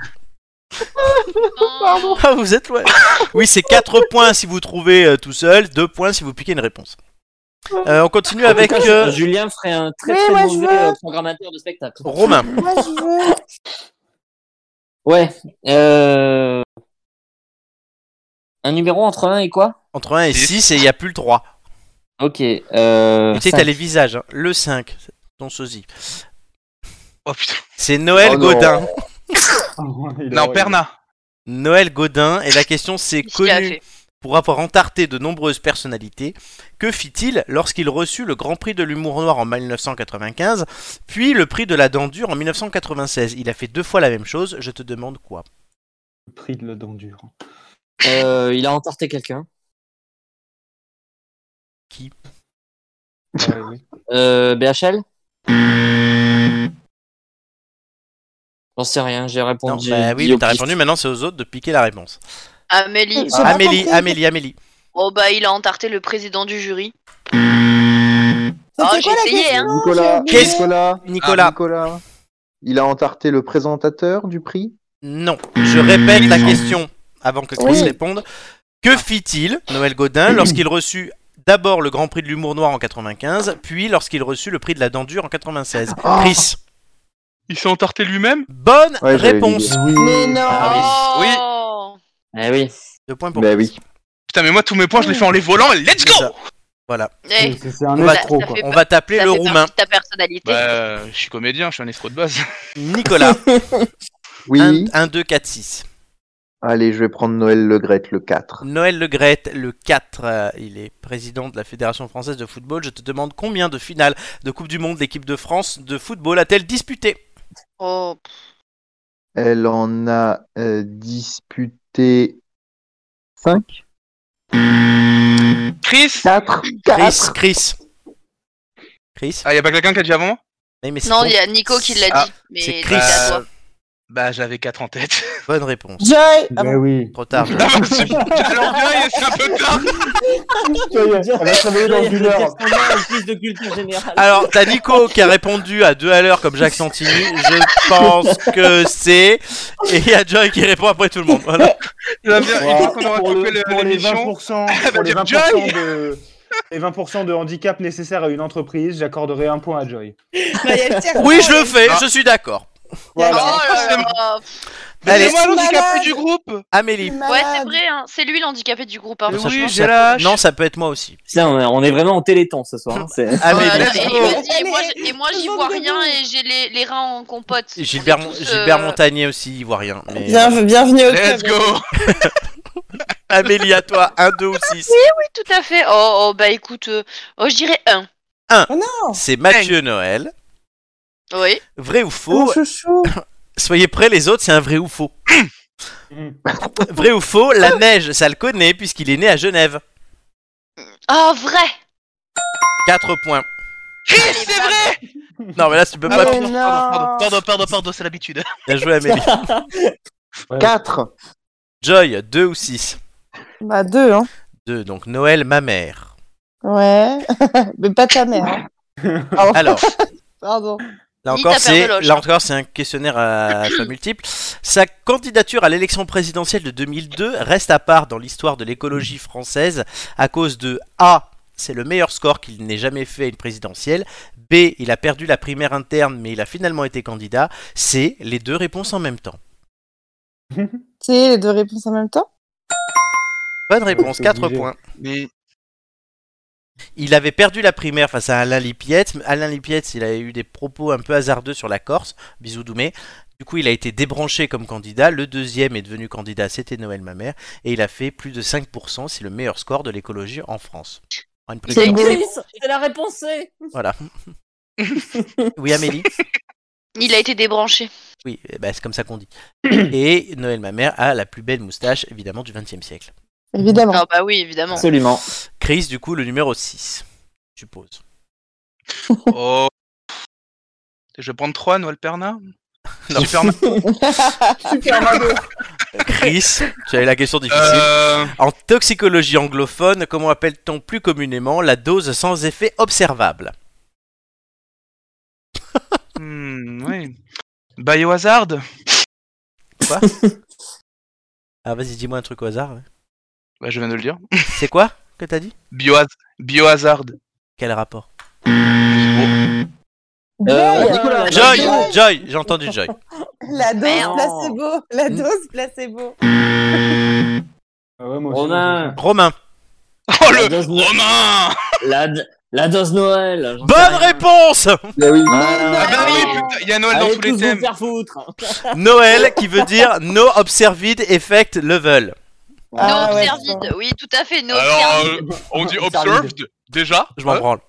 Speaker 4: Pardon.
Speaker 1: Ah, vous êtes loin. Oui, c'est quatre points si vous trouvez euh, tout seul, deux points si vous piquez une réponse. Euh, on continue
Speaker 2: En
Speaker 1: avec
Speaker 2: tout cas,
Speaker 1: euh,
Speaker 2: Julien ferait un très
Speaker 6: Oui,
Speaker 2: très
Speaker 6: moi, je
Speaker 2: mauvais
Speaker 6: veux.
Speaker 2: euh, programmateur de spectacle.
Speaker 1: Romain.
Speaker 6: Moi, je veux.
Speaker 2: Ouais. Euh... Un numéro entre 1 et quoi
Speaker 1: Entre 1 et 6 et il n'y a plus le 3.
Speaker 2: Ok. Euh...
Speaker 1: Tu sais,
Speaker 2: cinq.
Speaker 1: t'as les visages. hein. Le 5, ton sosie.
Speaker 5: Oh, putain.
Speaker 1: C'est Noël
Speaker 8: Oh non.
Speaker 1: Godin. *laughs*
Speaker 4: *laughs*
Speaker 5: Non, Perna.
Speaker 1: Noël Godin, et la question c'est
Speaker 4: Qu'est-ce qu'il a
Speaker 1: connu
Speaker 4: fait
Speaker 1: pour avoir entarté de nombreuses personnalités. Que fit-il lorsqu'il reçut le Grand Prix de l'humour noir en 1995, puis le Prix de la dent dure en 1996 Il a fait deux fois la même chose, je te demande quoi
Speaker 7: Le prix de la dent dure.
Speaker 2: Euh, il a entorté quelqu'un.
Speaker 7: Ah, oui.
Speaker 2: Euh, BHL J'en sais rien, j'ai
Speaker 1: Non,
Speaker 2: répondu.
Speaker 1: bah oui,
Speaker 2: dit
Speaker 1: mais
Speaker 2: au
Speaker 1: t'as
Speaker 2: pif.
Speaker 1: répondu, maintenant c'est aux autres de piquer la réponse.
Speaker 4: Amélie.
Speaker 6: J'ai pas
Speaker 1: Amélie,
Speaker 6: compris.
Speaker 1: Amélie, Amélie.
Speaker 4: Oh, bah, il a entarté le président du jury.
Speaker 6: C'était
Speaker 4: Ah, j'ai
Speaker 6: quoi la
Speaker 4: essayé,
Speaker 3: Eh,
Speaker 6: question
Speaker 4: hein.
Speaker 8: Nicolas.
Speaker 6: J'ai oublié.
Speaker 1: Qu'est-ce-
Speaker 8: Nicolas.
Speaker 1: Nicolas,
Speaker 8: Nicolas. Il a entarté le présentateur du prix.
Speaker 1: non, je répète
Speaker 8: Mmh.
Speaker 1: la question avant que Chris
Speaker 6: Oui.
Speaker 1: réponde. Que fit-il, Noël Godin, lorsqu'il reçut d'abord le Grand Prix de l'humour noir en 95, puis lorsqu'il reçut le Prix de la dent dure en 96
Speaker 8: Oh.
Speaker 5: Ah.
Speaker 1: Chris
Speaker 5: Il s'est entarté lui-même
Speaker 1: Bonne
Speaker 8: Ouais, j'avais
Speaker 1: réponse.
Speaker 8: l'idée.
Speaker 6: Mais non
Speaker 1: Ah
Speaker 5: oui.
Speaker 4: Oh.
Speaker 2: Eh oui.
Speaker 1: Deux points pour
Speaker 8: Bah
Speaker 1: Chris.
Speaker 8: oui.
Speaker 5: Putain, mais moi, tous mes points, je les fais en les volant. et Let's
Speaker 1: C'est
Speaker 5: go
Speaker 1: ça. Voilà.
Speaker 4: Eh,
Speaker 7: C'est c'est un
Speaker 1: On va-
Speaker 7: escroc,
Speaker 4: ça
Speaker 7: quoi.
Speaker 4: fait-
Speaker 1: On va t'appeler
Speaker 4: ça
Speaker 1: le
Speaker 4: fait
Speaker 1: roumain.
Speaker 4: partie de ta personnalité.
Speaker 5: Bah, euh, je suis comédien, je suis un escroc de base. *laughs*
Speaker 1: Nicolas.
Speaker 8: Oui.
Speaker 1: 1, 2, 4, 6.
Speaker 8: Allez, je vais prendre Noël Le Grette, le 4.
Speaker 1: Noël Le Legrette, le 4. euh, il est président de la Fédération Française de Football. Je te demande combien de finales de Coupe du Monde l'équipe de France de football a-t-elle disputé
Speaker 4: Oh,
Speaker 8: Elle en a euh, disputé 5,
Speaker 5: Chris
Speaker 8: 4,
Speaker 1: Chris,
Speaker 8: 4.
Speaker 1: Chris. Chris
Speaker 5: Ah, y a pas quelqu'un qui a dit avant moi
Speaker 1: Oui, mais c'est
Speaker 4: Non,
Speaker 1: ton-
Speaker 4: il y a Nico qui l'a
Speaker 5: Ah,
Speaker 4: dit. Mais
Speaker 1: c'est Chris.
Speaker 4: c'est à toi.
Speaker 5: Bah, j'avais 4 en tête. *laughs*
Speaker 1: Bonne réponse.
Speaker 6: Joy Ah
Speaker 7: Mais
Speaker 6: bon.
Speaker 7: oui.
Speaker 1: Trop tard.
Speaker 5: Ah, bah, c'est- Alors,
Speaker 1: Ah,
Speaker 5: bien, c'est un
Speaker 7: *laughs*
Speaker 5: peu tard.
Speaker 7: Ça Ah. y est, Elle va travailler dans une heure.
Speaker 2: En plus de culture générale.
Speaker 1: Alors, t'as Nico qui a répondu à deux à l'heure comme Jacques Santini. Je pense que c'est. Et il y a Joy qui répond après tout le monde. Voilà.
Speaker 5: J'avais- Il faut qu'on aura
Speaker 7: Pour,
Speaker 5: coupé
Speaker 7: le-
Speaker 5: le-
Speaker 7: pour
Speaker 5: *laughs*
Speaker 7: les
Speaker 5: l'émission.
Speaker 7: 20%,
Speaker 5: va
Speaker 7: pour les
Speaker 5: dire
Speaker 7: 20 de, les 20% de handicap nécessaires à une entreprise, j'accorderai un point à Joy.
Speaker 11: Non, il y a le tiers
Speaker 1: Oui,
Speaker 11: temps,
Speaker 1: je le
Speaker 11: et-
Speaker 1: fais, je suis d'accord.
Speaker 5: Ah, bah,
Speaker 11: Voilà.
Speaker 4: Oh
Speaker 1: Allez.
Speaker 5: C'est moi l'handicapé
Speaker 11: Malade.
Speaker 5: du groupe
Speaker 1: Amélie.
Speaker 4: Ouais, c'est vrai, hein. c'est lui l'handicapé du groupe. Hein.
Speaker 5: Mais
Speaker 1: Non, ça-
Speaker 5: oui,
Speaker 1: ça-
Speaker 5: j'ai lâche.
Speaker 1: Non, ça peut être moi aussi.
Speaker 2: Putain, on est- on est vraiment en téléthon ce soir. hein, c'est-
Speaker 4: Voilà,
Speaker 1: Amélie.
Speaker 4: et,
Speaker 5: go.
Speaker 4: vas-y, et moi, je- et moi, j'y
Speaker 11: Allez,
Speaker 4: vois
Speaker 11: tout le monde
Speaker 4: rien
Speaker 11: debout.
Speaker 4: et j'ai les, les reins en compote. On est
Speaker 1: Gilbert, Mon-
Speaker 4: tous, euh,
Speaker 1: Gilbert Montagnier aussi, il voit rien. mais- euh,
Speaker 11: Bien- bienvenue au club.
Speaker 5: Let's go
Speaker 1: Amélie, à toi, 1, 2 ou 6.
Speaker 4: Oui, tout à fait. Oh, oh, bah écoute, euh, oh, je dirais un.
Speaker 5: Oh
Speaker 1: C'est Mathieu Noël.
Speaker 4: Oui.
Speaker 1: Vrai ou
Speaker 11: Mon
Speaker 5: Oh,
Speaker 1: faux
Speaker 11: chouchou.
Speaker 1: Soyez prêts, les autres, c'est un vrai ou faux. Vrai ou faux La neige, ça le connaît puisqu'il est né à Genève.
Speaker 4: *coughs* Ah, vrai
Speaker 1: 4 points.
Speaker 5: Yes, c'est vrai
Speaker 1: Non, mais là, tu peux
Speaker 5: Ah
Speaker 1: pas.
Speaker 5: bon,
Speaker 1: finir.
Speaker 5: pardon, pardon, pardon, pardon, pardon,
Speaker 1: *laughs*
Speaker 5: c'est l'habitude.
Speaker 1: Bien joué,
Speaker 5: *laughs*
Speaker 1: Amélie.
Speaker 8: 4.
Speaker 1: Joy, 2 ou 6
Speaker 11: Bah, deux, hein.
Speaker 1: 2. Donc, Noël, ma mère.
Speaker 11: Ouais. *laughs* Mais pas ta mère. hein.
Speaker 5: Ah
Speaker 1: Alors,
Speaker 11: Pardon.
Speaker 1: là
Speaker 4: Ni
Speaker 1: encore,
Speaker 4: ta paire de
Speaker 1: c'est
Speaker 4: loges.
Speaker 1: là encore, c'est un questionnaire à choix multiple. Sa candidature à l'élection présidentielle de 2002 reste à part dans l'histoire de l'écologie française à cause de A. C'est le meilleur score qu'il n'ait jamais fait à une présidentielle. B. Il a perdu la primaire interne, mais il a finalement été candidat. C. Les deux réponses en même temps.
Speaker 11: Tu sais, les deux réponses en même temps
Speaker 1: Bonne réponse,
Speaker 7: c'est
Speaker 1: 4
Speaker 7: obligé.
Speaker 1: points.
Speaker 5: Mais
Speaker 1: Il avait perdu la primaire face à Alain Lipietz. Alain Lipietz, il avait eu des propos un peu hasardeux sur la Corse. Bisous Doumé. Du coup, il a été débranché comme candidat. Le deuxième est devenu candidat, c'était Noël Mamère. Et il a fait plus de 5%. C'est le meilleur score de l'écologie en France. En une présidence.
Speaker 2: C'est la réponse C.
Speaker 1: *laughs* Voilà. oui, Amélie.
Speaker 4: Il a été débranché.
Speaker 1: Oui, eh ben, c'est comme ça qu'on dit. Et Noël Mamère a la plus belle moustache, évidemment, du XXe siècle.
Speaker 11: Évidemment.
Speaker 4: Ah, bah oui, évidemment.
Speaker 2: Absolument.
Speaker 4: *laughs*
Speaker 1: Chris, du coup, le numéro 6.
Speaker 5: *laughs*
Speaker 1: Suppose.
Speaker 5: Oh. Je vais prendre 3, Noël Perna.
Speaker 1: Non.
Speaker 5: Superman.
Speaker 3: *laughs*
Speaker 7: Super Mario.
Speaker 1: Chris, tu avais la question difficile.
Speaker 5: Euh,
Speaker 1: En toxicologie anglophone, comment appelle-t-on plus communément la dose sans effet observable
Speaker 5: hmm, oui. Biohazard
Speaker 2: *laughs*
Speaker 1: Ah vas-y, dis-moi un truc au hasard. ouais.
Speaker 5: bah, Je viens de le dire.
Speaker 1: C'est quoi que t'as dit
Speaker 5: Biohaz- Biohazard.
Speaker 1: Quel rapport
Speaker 5: Mmh.
Speaker 2: Euh,
Speaker 11: Joy,
Speaker 2: Nicolas,
Speaker 11: euh,
Speaker 1: Joy
Speaker 11: Joy.
Speaker 1: Joy J'ai
Speaker 2: *laughs*
Speaker 1: entendu Joy.
Speaker 11: La dose
Speaker 2: Merde.
Speaker 11: placebo. La
Speaker 1: Hmm.
Speaker 11: dose placebo.
Speaker 7: Ah ouais, moi aussi,
Speaker 2: Romain.
Speaker 1: Romain.
Speaker 5: Oh
Speaker 2: La
Speaker 5: le
Speaker 2: dose, no-
Speaker 5: Romain
Speaker 2: la, la dose Noël. j'en sais
Speaker 1: Bonne
Speaker 2: rien.
Speaker 1: réponse
Speaker 8: Bah oui.
Speaker 2: Voilà.
Speaker 5: Ah bah oui,
Speaker 2: Allez,
Speaker 5: putain, il y a Noël dans tous les
Speaker 2: tous vous
Speaker 5: thèmes.
Speaker 2: faire foutre.
Speaker 1: Noël qui veut dire No Observed Effect Level.
Speaker 4: No
Speaker 11: Ah ouais,
Speaker 4: observed. oui, tout à fait. No
Speaker 5: Alors,
Speaker 4: observed.
Speaker 5: euh, on Hein dit observed déjà
Speaker 1: Je m'en
Speaker 5: Ouais.
Speaker 1: branle.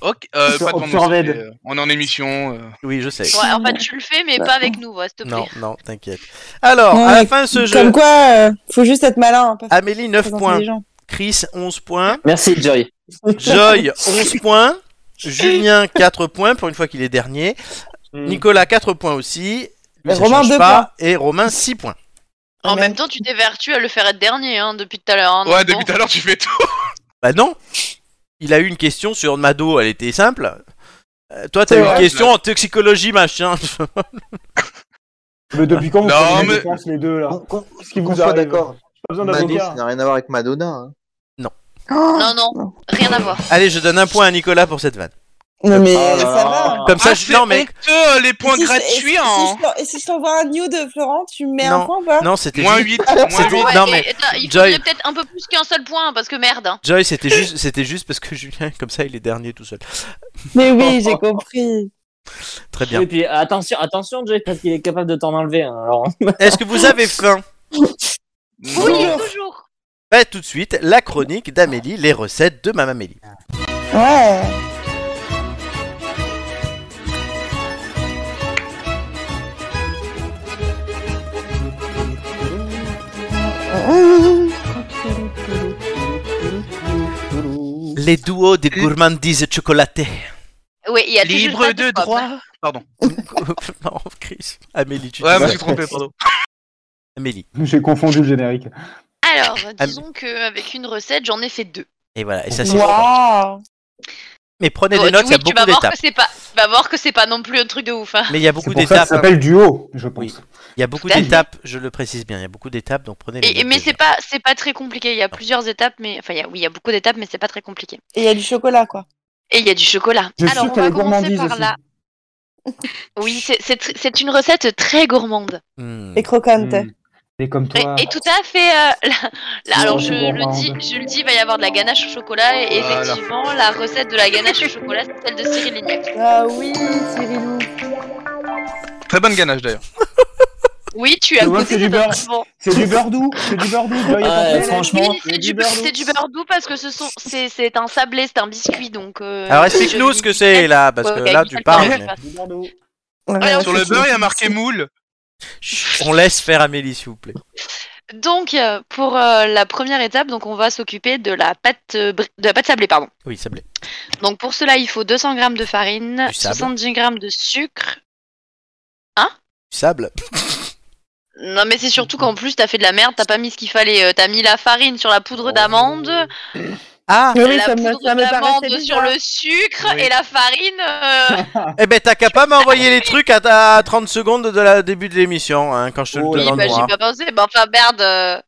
Speaker 5: Ok, euh, pas de
Speaker 7: Observed.
Speaker 5: problème, euh, On est en émission. euh.
Speaker 1: Oui, je sais.
Speaker 4: Ouais, en fait, tu le fais, mais pas avec nous, ouais, s'il te
Speaker 1: Non,
Speaker 4: plaît.
Speaker 1: non, t'inquiète. Alors, à la
Speaker 11: Ouais,
Speaker 1: fin de ce
Speaker 11: Comme
Speaker 1: jeu,
Speaker 11: quoi, euh, faut juste être malin. hein, pas
Speaker 1: Amélie 9
Speaker 11: présenter
Speaker 1: points,
Speaker 11: les gens.
Speaker 1: Chris 11 points,
Speaker 2: Merci, Joy.
Speaker 1: Joy 11 points, Julien 4 points pour une fois qu'il est dernier. Nicolas 4 points aussi. Lui,
Speaker 11: Et
Speaker 1: ça
Speaker 11: Romain,
Speaker 1: change
Speaker 11: deux
Speaker 1: pas. Et Romain 6 points.
Speaker 4: En
Speaker 11: Amen.
Speaker 4: même temps, tu t'es vertu à le faire être dernier hein, depuis tout à l'heure. hein,
Speaker 5: Ouais,
Speaker 4: donc
Speaker 5: depuis tout à l'heure, tu fais tout.
Speaker 1: Bah non Il a eu une question sur Mado, elle était simple. Euh, toi, t'as eu une
Speaker 5: vrai.
Speaker 1: question en toxicologie, machin. *laughs*
Speaker 7: Mais depuis quand vous
Speaker 5: Non,
Speaker 7: prenez
Speaker 5: mais-
Speaker 7: les dépenses, les deux, là
Speaker 8: Qu'on- qu'on-
Speaker 7: Qu'est-ce qui
Speaker 8: qu'on
Speaker 7: vous
Speaker 8: soit
Speaker 7: arrive
Speaker 8: d'accord.
Speaker 7: Pas besoin
Speaker 8: Mado,
Speaker 7: d'avocat.
Speaker 8: ça n'a rien à voir avec Madonna. hein.
Speaker 7: Oh.
Speaker 4: bon. Non, non, rien à voir.
Speaker 1: Allez, je donne un point à Nicolas pour cette vanne.
Speaker 11: Non, mais
Speaker 2: Oh là
Speaker 11: ça
Speaker 2: là.
Speaker 11: va.
Speaker 1: Comme ça,
Speaker 5: Ah,
Speaker 1: je...
Speaker 5: c'est
Speaker 1: non mais
Speaker 5: honteux, euh, les points
Speaker 11: Et si- et si-
Speaker 5: gratuits,
Speaker 11: si
Speaker 5: hein.
Speaker 11: je t'en- Et si je t'envoie un nude de Florent, tu me mets
Speaker 1: Non.
Speaker 11: un point ou pas
Speaker 1: non, c'était
Speaker 5: Moins
Speaker 1: juste-
Speaker 5: 8.
Speaker 1: C'était-
Speaker 4: Ouais,
Speaker 1: non
Speaker 4: et-
Speaker 1: mais
Speaker 4: et
Speaker 3: Ah,
Speaker 4: t'as- il
Speaker 1: Joy-
Speaker 4: faudrait peut-être un peu plus qu'un seul point, hein, parce que merde. hein.
Speaker 1: Joy, c'était
Speaker 3: *laughs*
Speaker 1: juste, c'était juste parce que Julien, comme ça, il est dernier tout seul.
Speaker 11: Mais oui, j'ai compris.
Speaker 1: Très bien.
Speaker 2: Et puis attention, attention, Joy, parce qu'il est capable de t'en enlever. hein, Alors,
Speaker 1: Est-ce que vous avez faim
Speaker 4: Oui, toujours.
Speaker 1: Bah, tout de suite, la chronique d'Amélie, les recettes de Maman Amélie.
Speaker 11: Ouais.
Speaker 1: Les duos des gourmandises chocolatées.
Speaker 4: Oui, il y a toujours
Speaker 5: Libre
Speaker 4: pas
Speaker 5: de
Speaker 4: pop.
Speaker 5: droit.
Speaker 1: *laughs*
Speaker 5: Pardon.
Speaker 1: non, Chris. Amélie, tu
Speaker 5: Ouais,
Speaker 1: dis
Speaker 5: je me
Speaker 1: ça.
Speaker 5: suis trompé, pardon.
Speaker 1: Amélie.
Speaker 7: J'ai confondu le générique.
Speaker 4: Alors, disons que avec une recette, j'en ai fait deux.
Speaker 1: Et voilà, et ça c'est.
Speaker 11: Waouh.
Speaker 1: Mais prenez
Speaker 3: Bon,
Speaker 1: des notes, il y a
Speaker 3: Euh, oui, tu
Speaker 1: beaucoup
Speaker 3: vas voir que
Speaker 1: d'étapes.
Speaker 3: c'est pas, tu vas voir que c'est pas non plus un truc de ouf. hein.
Speaker 1: Mais il y a
Speaker 7: C'est
Speaker 1: beaucoup
Speaker 7: pour ça que ça
Speaker 1: d'étapes. hein.
Speaker 7: s'appelle duo, je pense.
Speaker 1: Oui. Il y a beaucoup
Speaker 3: Tout à fait.
Speaker 1: d'étapes, je le précise bien, il y a beaucoup d'étapes, donc prenez les
Speaker 3: Et, et-
Speaker 1: notes
Speaker 3: mais
Speaker 1: déjà.
Speaker 3: c'est pas, c'est pas très compliqué. Il y a plusieurs étapes, mais enfin, il y a- oui, il y a beaucoup d'étapes, mais c'est pas très compliqué.
Speaker 11: Et il y a du chocolat, quoi.
Speaker 3: Et il y a du chocolat.
Speaker 7: Je suis
Speaker 3: Alors,
Speaker 7: sûr
Speaker 3: on
Speaker 7: qu'elle
Speaker 3: va
Speaker 7: est
Speaker 3: commencer
Speaker 7: gourmandise
Speaker 3: par
Speaker 7: aussi.
Speaker 3: là. Oui, c'est- c'est tr- c'est une recette très gourmande.
Speaker 1: Hmm.
Speaker 11: Et croquante.
Speaker 7: Hmm. Et comme
Speaker 3: Et,
Speaker 7: toi.
Speaker 3: et tout à fait. euh, *laughs* la- la-
Speaker 7: Sinon,
Speaker 3: alors
Speaker 7: c'est
Speaker 3: je le,
Speaker 7: gourmand.
Speaker 3: dis, je le dis, il va y avoir de la ganache au chocolat. Et
Speaker 5: Voilà.
Speaker 3: effectivement, la recette de la ganache au chocolat, c'est celle de Cyril Lignac.
Speaker 11: Ah oui, Cyrilou.
Speaker 5: Très bonne ganache d'ailleurs.
Speaker 3: Oui, tu as
Speaker 7: Tu vois,
Speaker 3: goûté
Speaker 7: c'est du
Speaker 3: c'est
Speaker 7: beurre.
Speaker 3: très bon.
Speaker 7: C'est du beurre doux, c'est du beurre doux. Joy est
Speaker 5: Ah,
Speaker 7: en
Speaker 2: Ouais,
Speaker 7: pleine.
Speaker 2: franchement,
Speaker 3: Oui, c'est du, c'est du beurre doux parce que ce sont, c'est, c'est un sablé, c'est un biscuit donc. euh,
Speaker 1: Alors
Speaker 3: je-
Speaker 1: explique-nous ce que c'est là, parce que
Speaker 3: Ouais,
Speaker 1: là
Speaker 3: Gabi,
Speaker 1: tu
Speaker 3: ça
Speaker 1: parles.
Speaker 3: parle,
Speaker 1: mais-
Speaker 3: ça.
Speaker 7: Du beurre doux.
Speaker 11: Ouais,
Speaker 5: Sur le
Speaker 11: c'est
Speaker 5: beurre, il y a
Speaker 11: tout.
Speaker 5: marqué moule.
Speaker 1: Chut, On laisse faire Amélie, s'il vous plaît.
Speaker 3: Donc euh, pour euh, la première étape, donc on va s'occuper de la pâte euh, bri- de la pâte sablée pardon.
Speaker 1: Oui, Sablé.
Speaker 3: Donc pour cela, il faut 200 grammes de farine,
Speaker 1: Du sable.
Speaker 3: 70 grammes de sucre.
Speaker 1: Du sable.
Speaker 3: Non mais c'est surtout qu'en plus t'as fait de la merde, t'as pas mis ce qu'il fallait, euh, t'as mis la farine sur la poudre d'amande,
Speaker 1: Ah
Speaker 11: Mais oui,
Speaker 3: la
Speaker 11: ça me-
Speaker 3: poudre
Speaker 11: ça me paraissait
Speaker 3: d'amande sur
Speaker 11: bizarre.
Speaker 3: le sucre et la farine. euh,
Speaker 1: Eh ben t'as qu'à pas m'envoyer les trucs à, ta- à 30 secondes de la début de l'émission, hein, quand je te
Speaker 7: Oh
Speaker 1: le
Speaker 7: là
Speaker 3: oui,
Speaker 1: donne
Speaker 3: bah,
Speaker 1: en
Speaker 3: j'ai
Speaker 1: noir.
Speaker 3: pas pensé, bah enfin merde. euh,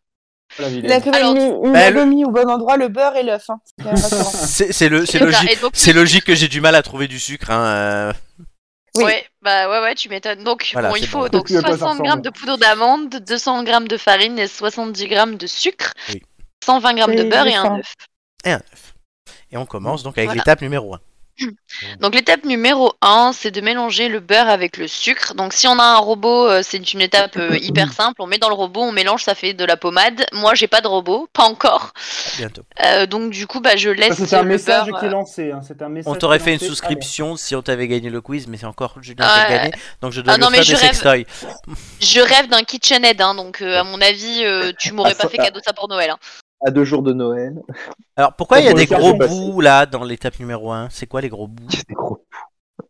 Speaker 11: Il
Speaker 7: La
Speaker 11: a
Speaker 7: vilaine.
Speaker 11: quand même
Speaker 3: Alors,
Speaker 11: mis, il
Speaker 1: bah,
Speaker 11: avait mis au bon endroit le beurre et l'œuf. hein. C'est quand même rassurant.
Speaker 1: C'est c'est le, c'est
Speaker 3: et ça,
Speaker 1: logique.
Speaker 3: et donc,
Speaker 1: C'est logique que j'ai du mal à trouver du sucre. Hein. euh.
Speaker 11: Oui.
Speaker 3: Ouais, bah ouais, ouais, tu m'étonnes. Donc,
Speaker 1: Voilà,
Speaker 3: bon,
Speaker 1: c'est
Speaker 3: il
Speaker 1: bon.
Speaker 3: faut donc
Speaker 7: Tu vois pas, ça
Speaker 3: 60
Speaker 7: ressemble.
Speaker 3: grammes de poudre d'amande, 200 grammes de farine et 70 grammes de sucre,
Speaker 1: Oui.
Speaker 3: 120 grammes de
Speaker 11: Oui,
Speaker 3: beurre
Speaker 11: j'ai
Speaker 3: et un
Speaker 11: faim.
Speaker 3: œuf.
Speaker 1: Et un œuf. Et on commence donc avec
Speaker 3: Voilà.
Speaker 1: l'étape numéro 1.
Speaker 3: Donc, l'étape numéro 1, c'est de mélanger le beurre avec le sucre. Donc, si on a un robot, euh, c'est une étape euh, hyper simple. On met dans le robot, on mélange, ça fait de la pommade. Moi, j'ai pas de robot, pas encore.
Speaker 1: Bientôt.
Speaker 3: Euh, donc, du coup, bah, je laisse.
Speaker 7: Ça, c'est un
Speaker 3: le
Speaker 7: message
Speaker 3: beurre, euh,
Speaker 7: qui est lancé. hein, C'est un message.
Speaker 1: On t'aurait
Speaker 7: qui est
Speaker 1: fait une
Speaker 7: lancé.
Speaker 1: souscription si on t'avait gagné le quiz, mais c'est encore Julien
Speaker 3: Ah,
Speaker 1: qui a gagné, donc je dois
Speaker 3: Ah,
Speaker 1: lui
Speaker 3: non,
Speaker 1: offrir
Speaker 3: mais je
Speaker 1: des
Speaker 3: rêve.
Speaker 1: sextoys.
Speaker 3: Je rêve d'un KitchenAid, hein, donc euh, à mon avis, euh,
Speaker 1: Ah,
Speaker 3: tu m'aurais pas fait cadeau ça pour Noël. hein.
Speaker 8: À deux jours de Noël.
Speaker 1: Alors pourquoi il y a
Speaker 8: Pour
Speaker 1: des
Speaker 8: le faire
Speaker 1: gros
Speaker 8: repasser.
Speaker 1: bouts là dans l'étape numéro 1 C'est quoi les gros bouts
Speaker 8: C'est gros.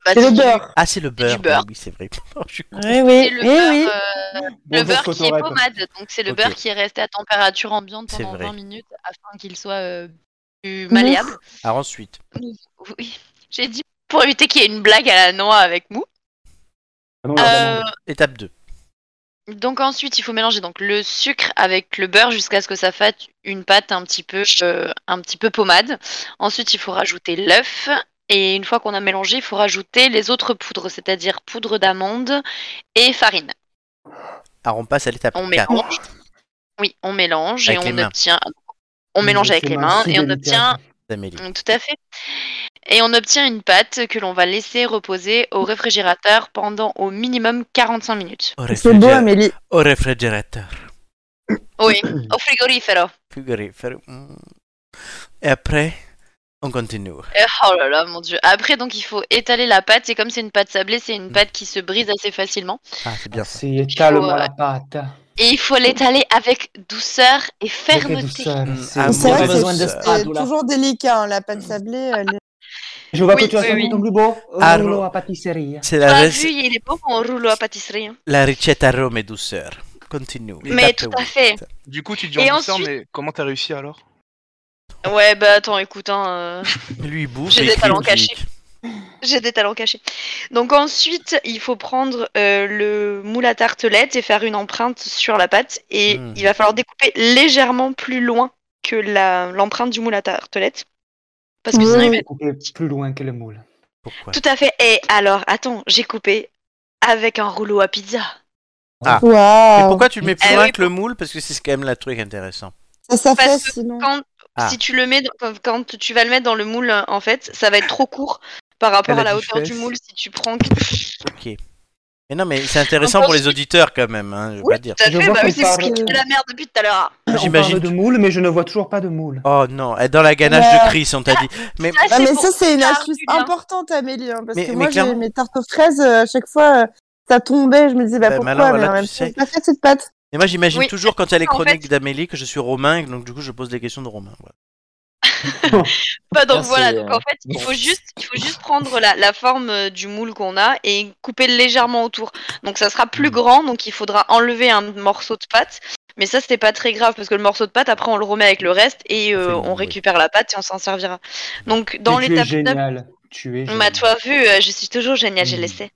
Speaker 3: Bah,
Speaker 11: C'est le
Speaker 3: du-
Speaker 11: beurre.
Speaker 1: Ah, c'est le beurre.
Speaker 3: beurre.
Speaker 1: Oui, c'est vrai. *laughs* Je suis con.
Speaker 11: Oui,
Speaker 3: C'est
Speaker 11: oui,
Speaker 3: le
Speaker 11: oui,
Speaker 3: beurre.
Speaker 11: oui.
Speaker 3: euh, le
Speaker 7: Bonjour,
Speaker 3: beurre qui est
Speaker 7: Cotorep.
Speaker 3: pommade, donc c'est le
Speaker 1: Ok.
Speaker 3: beurre qui est resté à température ambiante
Speaker 1: C'est
Speaker 3: pendant
Speaker 1: vrai.
Speaker 3: 20 minutes afin qu'il soit euh, plus malléable.
Speaker 1: Alors ensuite,
Speaker 3: Oui. J'ai dit pour éviter qu'il y ait une blague à la noix avec mou.
Speaker 7: Ah non, la
Speaker 3: Euh,
Speaker 7: vilaine.
Speaker 1: étape 2.
Speaker 3: donc ensuite, il faut mélanger donc le sucre avec le beurre jusqu'à ce que ça fasse une pâte un petit peu euh, un petit peu pommade. Ensuite, il faut rajouter l'œuf. Et une fois qu'on a mélangé, il faut rajouter les autres poudres, c'est-à-dire poudre d'amande et farine.
Speaker 1: Alors on passe à l'étape
Speaker 3: On
Speaker 1: 4.
Speaker 3: mélange. Oui, on mélange
Speaker 1: Avec
Speaker 3: et
Speaker 1: les
Speaker 3: on
Speaker 1: mains.
Speaker 3: obtient. On
Speaker 7: Mmh,
Speaker 3: mélange
Speaker 7: c'est
Speaker 3: avec les
Speaker 7: ma
Speaker 3: mains
Speaker 7: si
Speaker 3: et on
Speaker 7: délicate.
Speaker 3: obtient.
Speaker 1: Amélie.
Speaker 3: Mm, Tout à fait. Et on obtient une pâte que l'on va laisser reposer au réfrigérateur pendant au minimum 45 minutes.
Speaker 1: Au
Speaker 11: C'est beau,
Speaker 1: réfrigé-
Speaker 11: Amélie.
Speaker 1: Au réfrigérateur.
Speaker 3: Oui, au frigorifero.
Speaker 1: Frigorifero. Mm. Et après, on continue.
Speaker 3: Euh, Oh là là, mon dieu. Après, donc, il faut étaler la pâte. Et comme c'est une pâte sablée, c'est une pâte qui se brise assez facilement.
Speaker 1: Ah, c'est bien ça.
Speaker 7: C'est étale-moi
Speaker 3: Ouais.
Speaker 7: la pâte.
Speaker 3: Et il faut l'étaler avec douceur et fermeté. Hmm.
Speaker 7: douceur. Ah,
Speaker 1: Mm,
Speaker 7: c'est-
Speaker 1: amour
Speaker 11: C'est vrai que
Speaker 2: besoin de
Speaker 1: douceur.
Speaker 11: C'est
Speaker 2: Spatula.
Speaker 11: toujours délicat, hein, la pâte sablée. elle est-
Speaker 7: Je vois
Speaker 3: Oui,
Speaker 7: que tu as
Speaker 3: oui,
Speaker 7: sorti
Speaker 3: oui.
Speaker 7: ton plus beau
Speaker 1: Ah,
Speaker 7: rouleau
Speaker 1: non.
Speaker 7: à pâtisserie.
Speaker 1: C'est
Speaker 3: T'as
Speaker 1: la,
Speaker 3: vu,
Speaker 1: rec-
Speaker 3: il est beau mon rouleau à pâtisserie. hein.
Speaker 1: la ricette à Rome et douceur. Continue.
Speaker 3: Mais
Speaker 1: Étape
Speaker 3: tout à
Speaker 1: huit.
Speaker 3: fait.
Speaker 5: Du coup, tu dis
Speaker 3: Et
Speaker 5: en douceur,
Speaker 3: ensuite-
Speaker 5: mais comment t'as réussi alors
Speaker 3: Ouais, bah attends, écoute, hein. euh,
Speaker 1: Lui il bouffe.
Speaker 3: J'ai
Speaker 1: et
Speaker 3: des
Speaker 1: il
Speaker 3: talents
Speaker 1: critique.
Speaker 3: J'ai des talents cachés. Donc ensuite, il faut prendre euh, le moule à tartelette et faire une empreinte sur la pâte. Et
Speaker 1: Mm.
Speaker 3: il va falloir découper légèrement plus loin que la- l'empreinte du moule à tartelette. Parce que sinon, il va être...
Speaker 7: Coupé plus loin que le moule.
Speaker 1: Pourquoi
Speaker 3: Tout à fait. Et alors, attends, j'ai coupé avec un rouleau à pizza.
Speaker 1: Mais
Speaker 11: Waouh.
Speaker 1: Ah. pourquoi tu le mets plus
Speaker 3: Eh
Speaker 1: loin
Speaker 3: oui,
Speaker 1: que le moule Parce que c'est quand même la truc intéressant.
Speaker 11: Ça, ça fait
Speaker 3: Parce que
Speaker 11: sinon.
Speaker 3: Quand,
Speaker 1: Ah.
Speaker 3: si tu le mets, dans- quand tu vas le mettre dans le moule, en fait, ça va être trop court par rapport
Speaker 5: Elle
Speaker 3: à
Speaker 5: a
Speaker 3: la
Speaker 5: dit
Speaker 3: hauteur du
Speaker 5: fesse.
Speaker 3: moule si tu prends.
Speaker 1: Ok. Mais non, mais c'est intéressant
Speaker 3: Donc,
Speaker 1: pour les auditeurs quand même. hein, je veux
Speaker 3: Oui,
Speaker 1: pas dire.
Speaker 3: tout à
Speaker 7: Je
Speaker 3: fait.
Speaker 7: vois
Speaker 3: Bah
Speaker 7: qu'on
Speaker 3: oui, c'est
Speaker 7: parle-
Speaker 3: ce qui fait la merde depuis tout à l'heure.
Speaker 1: J'imagine
Speaker 7: On parle de moule, mais je ne vois toujours pas de moule.
Speaker 1: Oh non, eh, dans la ganache
Speaker 11: Ouais.
Speaker 1: de Chris, on t'a dit. Mais
Speaker 3: Ah,
Speaker 11: Ah, mais
Speaker 3: pour
Speaker 11: ça, c'est une
Speaker 3: Bah, ça,
Speaker 11: astuce
Speaker 3: Julien.
Speaker 11: importante, Amélie. hein, parce
Speaker 1: Mais-
Speaker 11: que
Speaker 1: mais
Speaker 11: moi, j'ai
Speaker 1: clairement.
Speaker 11: mes tartes aux fraises, euh, à chaque fois, euh, ça tombait. Je me disais, bah,
Speaker 1: Bah,
Speaker 11: pourquoi
Speaker 1: maintenant,
Speaker 11: Mais
Speaker 1: voilà,
Speaker 11: en même
Speaker 1: tu
Speaker 11: temps,
Speaker 1: sais.
Speaker 11: c'est pas fait cette pâte.
Speaker 1: Mais moi, j'imagine
Speaker 3: Oui,
Speaker 1: toujours quand il y a les
Speaker 3: en fait-
Speaker 1: chroniques d'Amélie que je suis Romain, et donc du coup, je pose des questions de Romain. voilà.
Speaker 3: *laughs* Bah donc
Speaker 2: Merci,
Speaker 3: voilà, donc
Speaker 2: euh,
Speaker 3: en fait, il faut juste, il faut juste prendre la, la forme euh, du moule qu'on a
Speaker 7: Mm.
Speaker 3: et couper légèrement autour. Donc ça sera plus grand, donc il faudra enlever un morceau de pâte. Mais ça, c'était pas très grave parce que le morceau de pâte, après, on le remet avec le reste et euh, on récupère la pâte et on s'en servira. Donc, dans
Speaker 7: Mais tu es
Speaker 3: l'étape 9,
Speaker 7: génial. Tu es génial.
Speaker 3: M'a toi vu, euh, je suis toujours géniale, j'ai
Speaker 7: Mm.
Speaker 3: laissé.